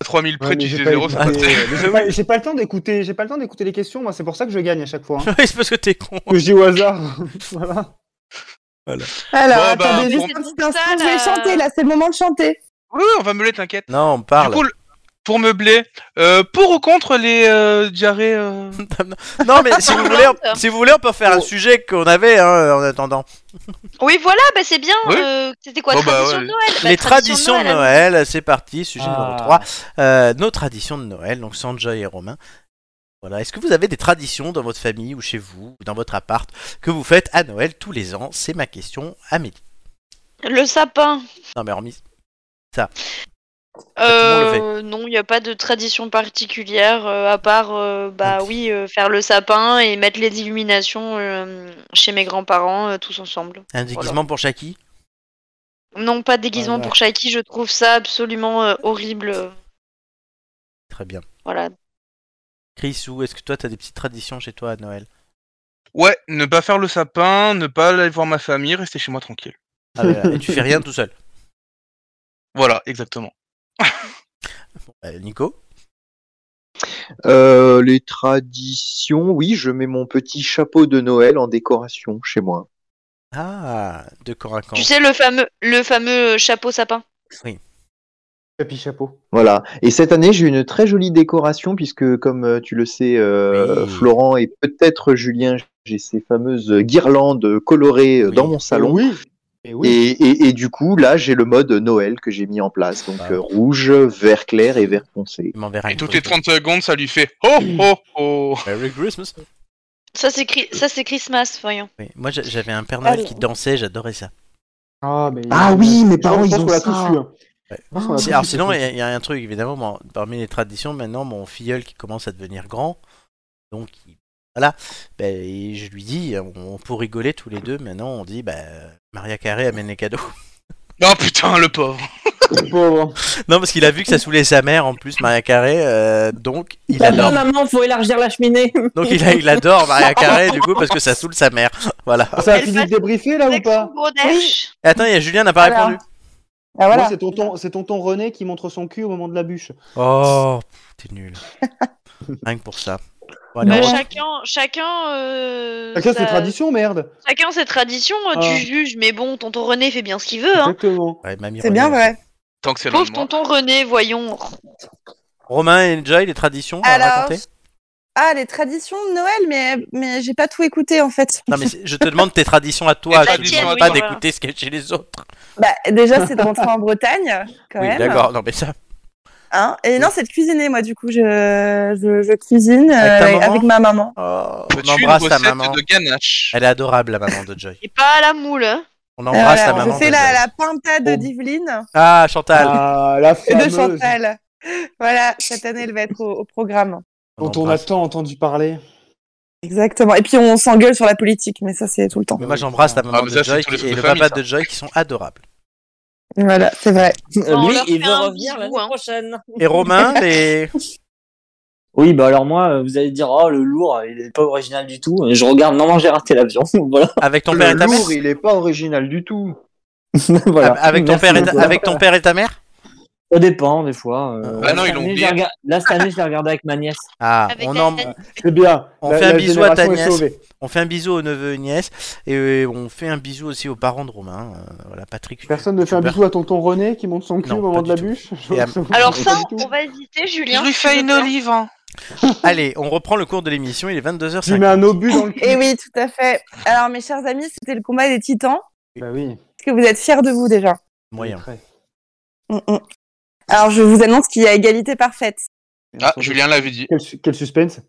Speaker 5: À 3000
Speaker 7: Ouais,
Speaker 5: près,
Speaker 7: Ah, mais
Speaker 5: tu
Speaker 7: j'ai
Speaker 5: disais
Speaker 7: pas
Speaker 5: 0, c'est pas
Speaker 7: écouté-
Speaker 5: très.
Speaker 7: *laughs* mais j'ai pas- J'ai pas le temps d'écouter, j'ai pas le temps d'écouter les questions, moi c'est pour ça que je gagne à chaque fois.
Speaker 1: *laughs*
Speaker 7: hein.
Speaker 1: *laughs* Oui, c'est parce que t'es con.
Speaker 7: Que je dis au hasard. *laughs* voilà.
Speaker 11: Alors,
Speaker 5: Bon, bah,
Speaker 11: attendez,
Speaker 5: bon.
Speaker 11: juste un petit instant.
Speaker 4: Ça,
Speaker 11: Je vais
Speaker 4: là.
Speaker 11: chanter, là, c'est le moment de chanter.
Speaker 5: Oui, on va meubler, t'inquiète.
Speaker 1: Non, on
Speaker 5: Du
Speaker 1: parle.
Speaker 5: coup, le- pour meubler, euh, pour ou contre les euh, diarrhées euh,
Speaker 1: *laughs* Non, mais si vous voulez, on- si vous voulez, on peut faire un
Speaker 5: Oh.
Speaker 1: sujet qu'on avait hein, en attendant.
Speaker 4: Oui, voilà, bah c'est bien.
Speaker 5: Oui.
Speaker 4: euh, C'était quoi
Speaker 5: Bon, bah,
Speaker 4: tradition
Speaker 5: ouais.
Speaker 4: de Noël Bah,
Speaker 1: Oh, Les traditions de
Speaker 4: hein.
Speaker 1: Noël, c'est parti, sujet numéro
Speaker 7: Ah.
Speaker 1: 3. Euh, nos traditions de Noël, donc Sanjay et Romain. Voilà. Est-ce que vous avez des traditions dans votre famille ou chez vous, ou dans votre appart, que vous faites à Noël tous les ans C'est ma question, Amélie.
Speaker 4: Le sapin.
Speaker 1: Non, mais hormis. le monde
Speaker 4: Euh, non, il n'y a pas de tradition particulière euh, à part, euh, bah oui, euh, faire le sapin et mettre les illuminations euh, chez mes grands-parents euh, tous ensemble.
Speaker 1: Un déguisement Ah, pour Chaki
Speaker 4: Non, pas de déguisement
Speaker 7: Voilà.
Speaker 4: pour Shaiki, je trouve ça absolument euh, horrible. euh,
Speaker 1: Très bien.
Speaker 4: Voilà.
Speaker 1: Chris, ou est-ce que toi, t'as des petites traditions chez toi à Noël
Speaker 5: Ouais, ne pas faire le sapin, ne pas aller voir ma famille, rester chez moi tranquille.
Speaker 1: Ah ouais, ouais. Et tu fais rien tout seul.
Speaker 5: *laughs* Voilà, exactement.
Speaker 1: Euh, Nico
Speaker 8: Euh, les traditions, oui, je mets mon petit chapeau de Noël en décoration chez moi.
Speaker 1: Ah, de corps à corps.
Speaker 4: Tu sais, le fameux, le fameux euh, chapeau sapin.
Speaker 7: Tapis chapeau.
Speaker 8: Voilà. Et cette année, j'ai une très jolie décoration puisque, comme euh, tu le sais, euh,
Speaker 1: Oui.
Speaker 8: Florent et peut-être Julien, j'ai ces fameuses guirlandes colorées euh,
Speaker 1: Oui. Eh
Speaker 8: dans mon salon.
Speaker 7: Oui. Et oui.
Speaker 8: Et, et- et du coup, là, j'ai le mode Noël que j'ai mis en place. Donc
Speaker 1: Ah.
Speaker 8: euh, rouge, vert clair et vert foncé.
Speaker 1: Il m'enverra
Speaker 5: Et
Speaker 1: une
Speaker 5: toutes les
Speaker 1: photo.
Speaker 5: 30 secondes, ça lui fait Oh oh oh
Speaker 1: Merry Christmas.
Speaker 4: Ça, c'est cri- ça, c'est Christmas, voyons.
Speaker 1: Oui, Moi, j'a- j'avais un Père Noël
Speaker 11: Allez.
Speaker 1: qui dansait, j'adorais ça.
Speaker 7: Ah, mais-
Speaker 8: Ah oui, mes
Speaker 7: Je
Speaker 8: parents,
Speaker 7: pense
Speaker 8: ils
Speaker 7: qu'on
Speaker 8: ont
Speaker 7: l'a
Speaker 8: ça.
Speaker 7: tous eu, hein.
Speaker 1: Ouais.
Speaker 7: Je pense qu'on l'a
Speaker 1: Si-
Speaker 7: tous eu,
Speaker 1: alors
Speaker 7: ce
Speaker 1: sinon,
Speaker 7: truc.
Speaker 1: il y, a- il y a un truc, évidemment, mon- parmi les traditions, maintenant, mon filleul qui commence à devenir grand, donc il- voilà, ben, et je lui dis, on, pour rigoler tous les deux, maintenant, on dit, ben, Maria Carré amène les
Speaker 5: *laughs*
Speaker 1: cadeaux.
Speaker 5: Non, Oh, putain, le
Speaker 7: *laughs*
Speaker 5: pauvre
Speaker 7: Pauvre.
Speaker 1: non, parce qu'il a vu que ça saoulait sa mère, en plus, Maria Carré, euh, donc il adore.
Speaker 2: maman, faut élargir la cheminée.
Speaker 1: *laughs* Donc il, a- il adore
Speaker 7: *laughs*
Speaker 1: Maria Carré, du coup, parce que ça saoule sa mère. *laughs* Voilà.
Speaker 7: Ça a
Speaker 4: Elle
Speaker 7: fini
Speaker 4: passe-
Speaker 7: de débriefer là ou
Speaker 4: Avec son
Speaker 7: pas
Speaker 4: gros dash.
Speaker 1: Et attends, il y a Julien n'a pas
Speaker 11: Alors.
Speaker 1: répondu.
Speaker 11: Ah
Speaker 7: Moi,
Speaker 11: voilà.
Speaker 7: c'est tonton, c'est tonton René qui montre son cul au moment de la bûche. *laughs*
Speaker 1: Oh, pff, t'es nul. Rien que pour ça. Bon, allez,
Speaker 3: Bah,
Speaker 1: on va-
Speaker 3: chacun, chacun. euh,
Speaker 7: Ah, Chacun
Speaker 3: sa-
Speaker 7: ses traditions, merde.
Speaker 5: euh,
Speaker 3: Chacun ses traditions,
Speaker 4: euh,
Speaker 7: Ah.
Speaker 3: tu juges, mais bon, tonton René fait bien ce qu'il veut. Hein.
Speaker 7: Exactement.
Speaker 1: Ouais, mamie
Speaker 11: C'est
Speaker 1: René. hein.
Speaker 11: bien vrai.
Speaker 5: Tant que c'est loin
Speaker 3: Pauvre
Speaker 5: de moi.
Speaker 3: tonton René, voyons.
Speaker 1: Romain et Joy, les traditions à
Speaker 11: Alors,
Speaker 1: raconter
Speaker 11: Ah, les traditions de Noël, mais, mais j'ai pas tout écouté en fait.
Speaker 1: Non, mais c'est- je te demande tes
Speaker 5: *laughs*
Speaker 1: traditions à
Speaker 3: Les
Speaker 1: toi, je te
Speaker 3: traditions
Speaker 1: demande
Speaker 3: à
Speaker 1: pas
Speaker 3: toi.
Speaker 1: d'écouter ce qu'il y a chez les autres.
Speaker 11: *laughs* Bah, déjà, c'est de rentrer en Bretagne, quand
Speaker 1: oui,
Speaker 11: même.
Speaker 1: d'accord, non, mais ça.
Speaker 11: Hein et non, c'est de cuisiner, moi, du coup. Je, je, je cuisine
Speaker 1: Avec ta
Speaker 11: euh,
Speaker 1: maman
Speaker 11: avec ma maman.
Speaker 1: Oh, on
Speaker 5: Veux-tu une
Speaker 1: embrasse ta
Speaker 5: recette
Speaker 1: maman.
Speaker 5: de ganache
Speaker 1: Elle est adorable, la maman de Joy.
Speaker 3: Et pas à la moule. hein.
Speaker 1: On embrasse
Speaker 11: Euh,
Speaker 1: ta
Speaker 11: voilà,
Speaker 1: maman.
Speaker 11: je fais
Speaker 1: de
Speaker 11: la,
Speaker 1: Joy.
Speaker 11: la pintade
Speaker 7: Oh.
Speaker 11: d'Yveline
Speaker 1: Ah, Chantal.
Speaker 7: Ah, la
Speaker 11: et de
Speaker 7: fameuse
Speaker 11: Chantal. Voilà, cette année, elle va être au, au programme.
Speaker 7: dont on a
Speaker 1: embrasse.
Speaker 7: tant entendu parler.
Speaker 11: Exactement. Et puis, on s'engueule sur la politique, mais ça, c'est tout le temps.
Speaker 1: Mais euh, moi, j'embrasse la maman
Speaker 5: Ah, mais ça,
Speaker 1: de
Speaker 5: c'est
Speaker 1: Joy
Speaker 5: tous les
Speaker 1: qui- et
Speaker 5: trucs de
Speaker 1: le
Speaker 5: famille,
Speaker 1: papa
Speaker 5: ça.
Speaker 1: de Joy qui sont adorables.
Speaker 11: Voilà, c'est vrai.
Speaker 3: on
Speaker 2: Lui,
Speaker 3: leur
Speaker 2: il
Speaker 3: fait
Speaker 2: veut
Speaker 3: un
Speaker 2: revenir
Speaker 3: bisou,
Speaker 2: l'année
Speaker 3: hein.
Speaker 2: prochaine. *laughs*
Speaker 1: Et Romain, les.
Speaker 2: Oui, bah alors moi, euh, vous allez dire, oh le lourd, il est pas original du tout. Et Je regarde, non, non, j'ai raté l'avion. *laughs* voilà.
Speaker 1: Avec ton
Speaker 8: le
Speaker 1: père et ta mère
Speaker 8: lourd, il est pas original du *laughs* tout.
Speaker 2: Voilà.
Speaker 1: Avec ton
Speaker 2: Merci
Speaker 1: père et ta-
Speaker 2: beaucoup.
Speaker 1: avec ton père et ta mère
Speaker 2: Ça dépend, des fois. euh,
Speaker 1: Ah
Speaker 2: là,
Speaker 5: non,
Speaker 2: cette
Speaker 5: ils l'ont
Speaker 2: année,
Speaker 5: oublié.
Speaker 2: je la rega- Là, cette année, je l'ai regardé avec ma nièce.
Speaker 1: Ah,
Speaker 3: Avec
Speaker 1: on,
Speaker 3: la-
Speaker 1: en-
Speaker 7: C'est bien.
Speaker 1: On
Speaker 7: la-
Speaker 1: fait un
Speaker 7: la
Speaker 1: bisou à ta
Speaker 7: génération est
Speaker 1: nièce.
Speaker 7: sauvée.
Speaker 1: on fait un bisou aux neveux et nièces et euh, on fait un bisou aussi aux parents de Romain. Euh, voilà, Patrick.
Speaker 7: Personne ne fait un
Speaker 1: Super.
Speaker 7: bisou à tonton René qui monte son cul
Speaker 1: Non,
Speaker 7: au
Speaker 1: pas
Speaker 7: moment de la
Speaker 1: du tout.
Speaker 7: bûche. *laughs*
Speaker 1: Et à-
Speaker 3: Alors ça,
Speaker 7: Pas du tout.
Speaker 3: on va hésiter, Julien.
Speaker 5: Je lui
Speaker 3: si
Speaker 5: fais
Speaker 3: tu
Speaker 5: une
Speaker 3: veux bien.
Speaker 5: olive. hein.
Speaker 1: Allez, on reprend le cours de l'émission, il est
Speaker 7: Tu mets un
Speaker 1: 22h50.
Speaker 7: obus dans le cul.
Speaker 11: Et Eh oui, tout à fait. Alors, mes chers amis, c'était le combat des titans.
Speaker 7: Bah oui.
Speaker 11: Est-ce que vous êtes fiers de vous déjà
Speaker 1: Moyen.
Speaker 7: Très.
Speaker 11: Mm, mm. Alors, je vous annonce qu'il y a égalité parfaite.
Speaker 5: Ah, Julien l'avait dit.
Speaker 7: Quel, su- quel suspense.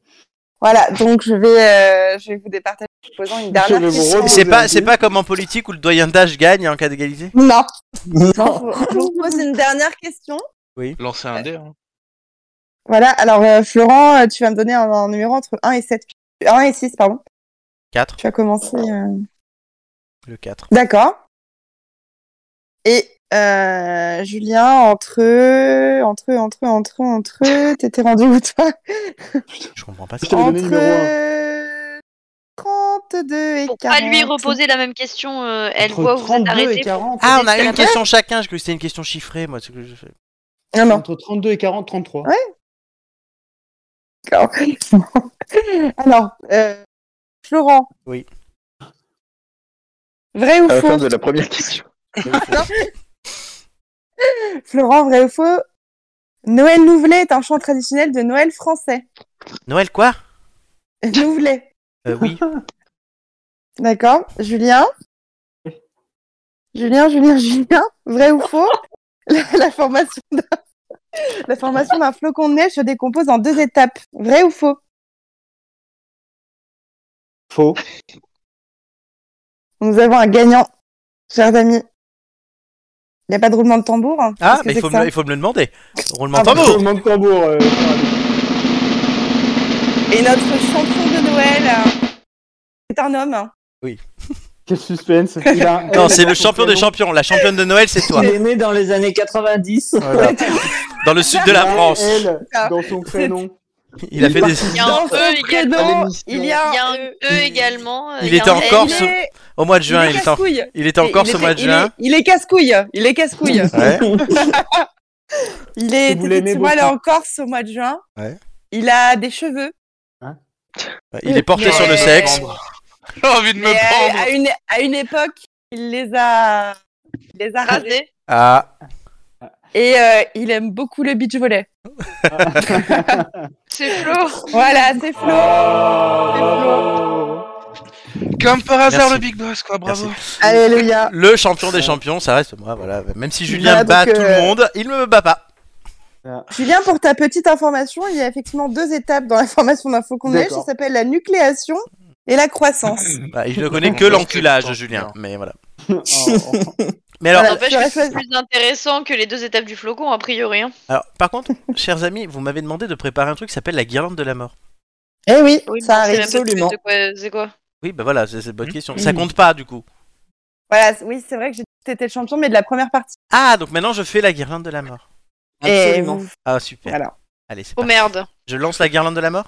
Speaker 11: Voilà, donc je vais, euh, je vais vous départager en posant une dernière
Speaker 7: Je vais vous
Speaker 11: question.
Speaker 1: Et C'est pas, c'est pas comme en politique où le doyen d'âge gagne en cas d'égalité
Speaker 11: Non.
Speaker 2: Non.
Speaker 11: Je vous pose une dernière question.
Speaker 5: Lancer un dé. hein.
Speaker 11: Voilà, alors euh, Florent, euh, tu vas me donner un, un numéro entre 1 et 7. 1 et 6, pardon.
Speaker 1: 4,
Speaker 11: Tu vas commencer. euh,
Speaker 1: le 4.
Speaker 11: D'accord. Et euh, Julien, entre entre entre entre entre, t'étais rendu où toi
Speaker 1: Je comprends pas ça.
Speaker 7: Je t'avais donné le numéro 1.
Speaker 11: Entre 32 et
Speaker 3: Pour
Speaker 11: 40.
Speaker 3: pas lui reposer la même question, euh, elle voit où vous êtes
Speaker 7: et
Speaker 3: arrêté.
Speaker 7: 40.
Speaker 1: Ah, on a
Speaker 3: C'est
Speaker 1: une
Speaker 3: la
Speaker 1: question chacun, je croyais que c'était une question chiffrée, moi. ce que je fais.
Speaker 11: Ah, Non, non.
Speaker 7: Entre 32 et 40, 33.
Speaker 11: Ouais. D'accord. Alors, euh, Florent.
Speaker 1: Oui.
Speaker 11: Vrai ou
Speaker 8: À la fin
Speaker 11: faux
Speaker 8: de la première question.
Speaker 3: *laughs*
Speaker 11: Florent, vrai ou faux Noël Nouvelet est un chant traditionnel de Noël français.
Speaker 1: Noël, quoi
Speaker 11: Nouvelet.
Speaker 1: Euh,
Speaker 11: *laughs*
Speaker 1: Oui.
Speaker 11: D'accord. Julien Julien, Julien, Julien. Vrai ou faux *laughs* la, la formation d'un... *laughs* La formation d'un flocon de neige se décompose en deux étapes. Vrai ou faux
Speaker 7: Faux.
Speaker 11: Nous avons un gagnant, chers amis. Il n'y a pas de roulement de tambour hein
Speaker 1: Ah,
Speaker 11: Qu'est-ce que
Speaker 1: mais il
Speaker 11: c'est
Speaker 1: faut,
Speaker 11: que ça
Speaker 1: me, il faut me le demander. Roulement
Speaker 11: Ah,
Speaker 1: de tambour
Speaker 7: Roulement de tambour. euh, Charles.
Speaker 11: Et notre champion de Noël euh, est un homme. hein.
Speaker 7: Quel suspense. Il a-
Speaker 1: Non,
Speaker 7: il
Speaker 1: c'est
Speaker 7: a
Speaker 1: le
Speaker 7: son
Speaker 1: champion des
Speaker 7: prénom.
Speaker 1: champions. La championne de Noël, c'est toi.
Speaker 2: Il est né dans les années 90. *laughs*
Speaker 1: Voilà. Dans le sud de la
Speaker 7: Elle,
Speaker 1: France.
Speaker 7: Elle, dans son prénom.
Speaker 1: Il a fait des.
Speaker 3: Il y a un
Speaker 11: Dans
Speaker 3: E
Speaker 11: son
Speaker 3: également.
Speaker 11: prénom,
Speaker 8: l'émission.
Speaker 11: il y
Speaker 3: Il y
Speaker 11: a
Speaker 3: a un
Speaker 11: euh,
Speaker 3: E également. euh,
Speaker 1: Il
Speaker 3: y a
Speaker 1: était
Speaker 3: un
Speaker 1: en
Speaker 3: E.
Speaker 1: Corse.
Speaker 11: Il est,
Speaker 1: Au mois de juin, il
Speaker 11: il est
Speaker 1: était en-
Speaker 11: casse-couille.
Speaker 1: il était en Corse
Speaker 11: Il
Speaker 1: au mois
Speaker 11: était-
Speaker 1: de
Speaker 11: il
Speaker 1: juin.
Speaker 11: est- Il est casse-couille. Il est casse-couille.
Speaker 1: Ouais.
Speaker 11: *laughs* Il est
Speaker 7: Vous l'aimez
Speaker 11: effectivement allé
Speaker 7: beaucoup.
Speaker 11: en Corse au mois de juin.
Speaker 1: Ouais. Bah,
Speaker 11: Il a des cheveux.
Speaker 1: Il est porté
Speaker 11: Mais-
Speaker 1: sur le sexe.
Speaker 5: J'ai envie de me
Speaker 11: Mais à,
Speaker 5: prendre.
Speaker 11: euh, à une, à une époque, il les a, il les a rasés.
Speaker 3: Rasé.
Speaker 1: Ah,
Speaker 11: Et euh, il aime beaucoup le beach volley.
Speaker 3: C'est Flo.
Speaker 11: Voilà, c'est Flo. C'est Flo.
Speaker 5: Comme par hasard,
Speaker 1: Merci.
Speaker 5: le Big Boss, quoi. Bravo.
Speaker 11: Alléluia.
Speaker 1: le champion des champions, ça reste moi. Voilà. Même si
Speaker 11: Voilà,
Speaker 1: Julien
Speaker 11: donc,
Speaker 1: bat tout
Speaker 11: euh,
Speaker 1: le monde, il ne me bat pas.
Speaker 11: Julien, pour ta petite information, il y a effectivement deux étapes dans la formation d'un faucon de neige. Ça
Speaker 7: D'accord.
Speaker 11: s'appelle la nucléation et la croissance.
Speaker 1: Bah, il ne
Speaker 5: *laughs*
Speaker 1: connaît que l'enculage de Julien.
Speaker 11: *laughs*
Speaker 1: Mais voilà.
Speaker 7: Oh, oh.
Speaker 1: Mais alors,
Speaker 11: Voilà.
Speaker 3: N'empêche
Speaker 11: j'aurais
Speaker 3: que c'est
Speaker 11: choisi-
Speaker 3: plus intéressant que les deux étapes du flocon, a priori. hein.
Speaker 1: alors, par contre, chers amis, vous m'avez demandé de préparer un truc qui s'appelle la guirlande de la mort.
Speaker 11: Eh oui,
Speaker 3: Oui,
Speaker 11: ça
Speaker 3: mais
Speaker 11: arrive
Speaker 3: c'est même pas-
Speaker 11: absolument.
Speaker 3: c'est quoi- C'est quoi
Speaker 1: Oui, bah voilà, c'est c'est une
Speaker 5: Mmh.
Speaker 1: bonne question. Ça compte pas du coup.
Speaker 11: Voilà, c- oui, c'est vrai que j'ai dit que t'étais le champion, mais de la première partie.
Speaker 1: Ah, donc maintenant je fais la guirlande de la mort.
Speaker 11: Et
Speaker 2: Absolument.
Speaker 11: Eh, vous-
Speaker 1: Ah, super.
Speaker 11: Voilà.
Speaker 1: Allez, c'est
Speaker 3: Oh
Speaker 1: parti.
Speaker 3: merde.
Speaker 1: Je lance la guirlande de la mort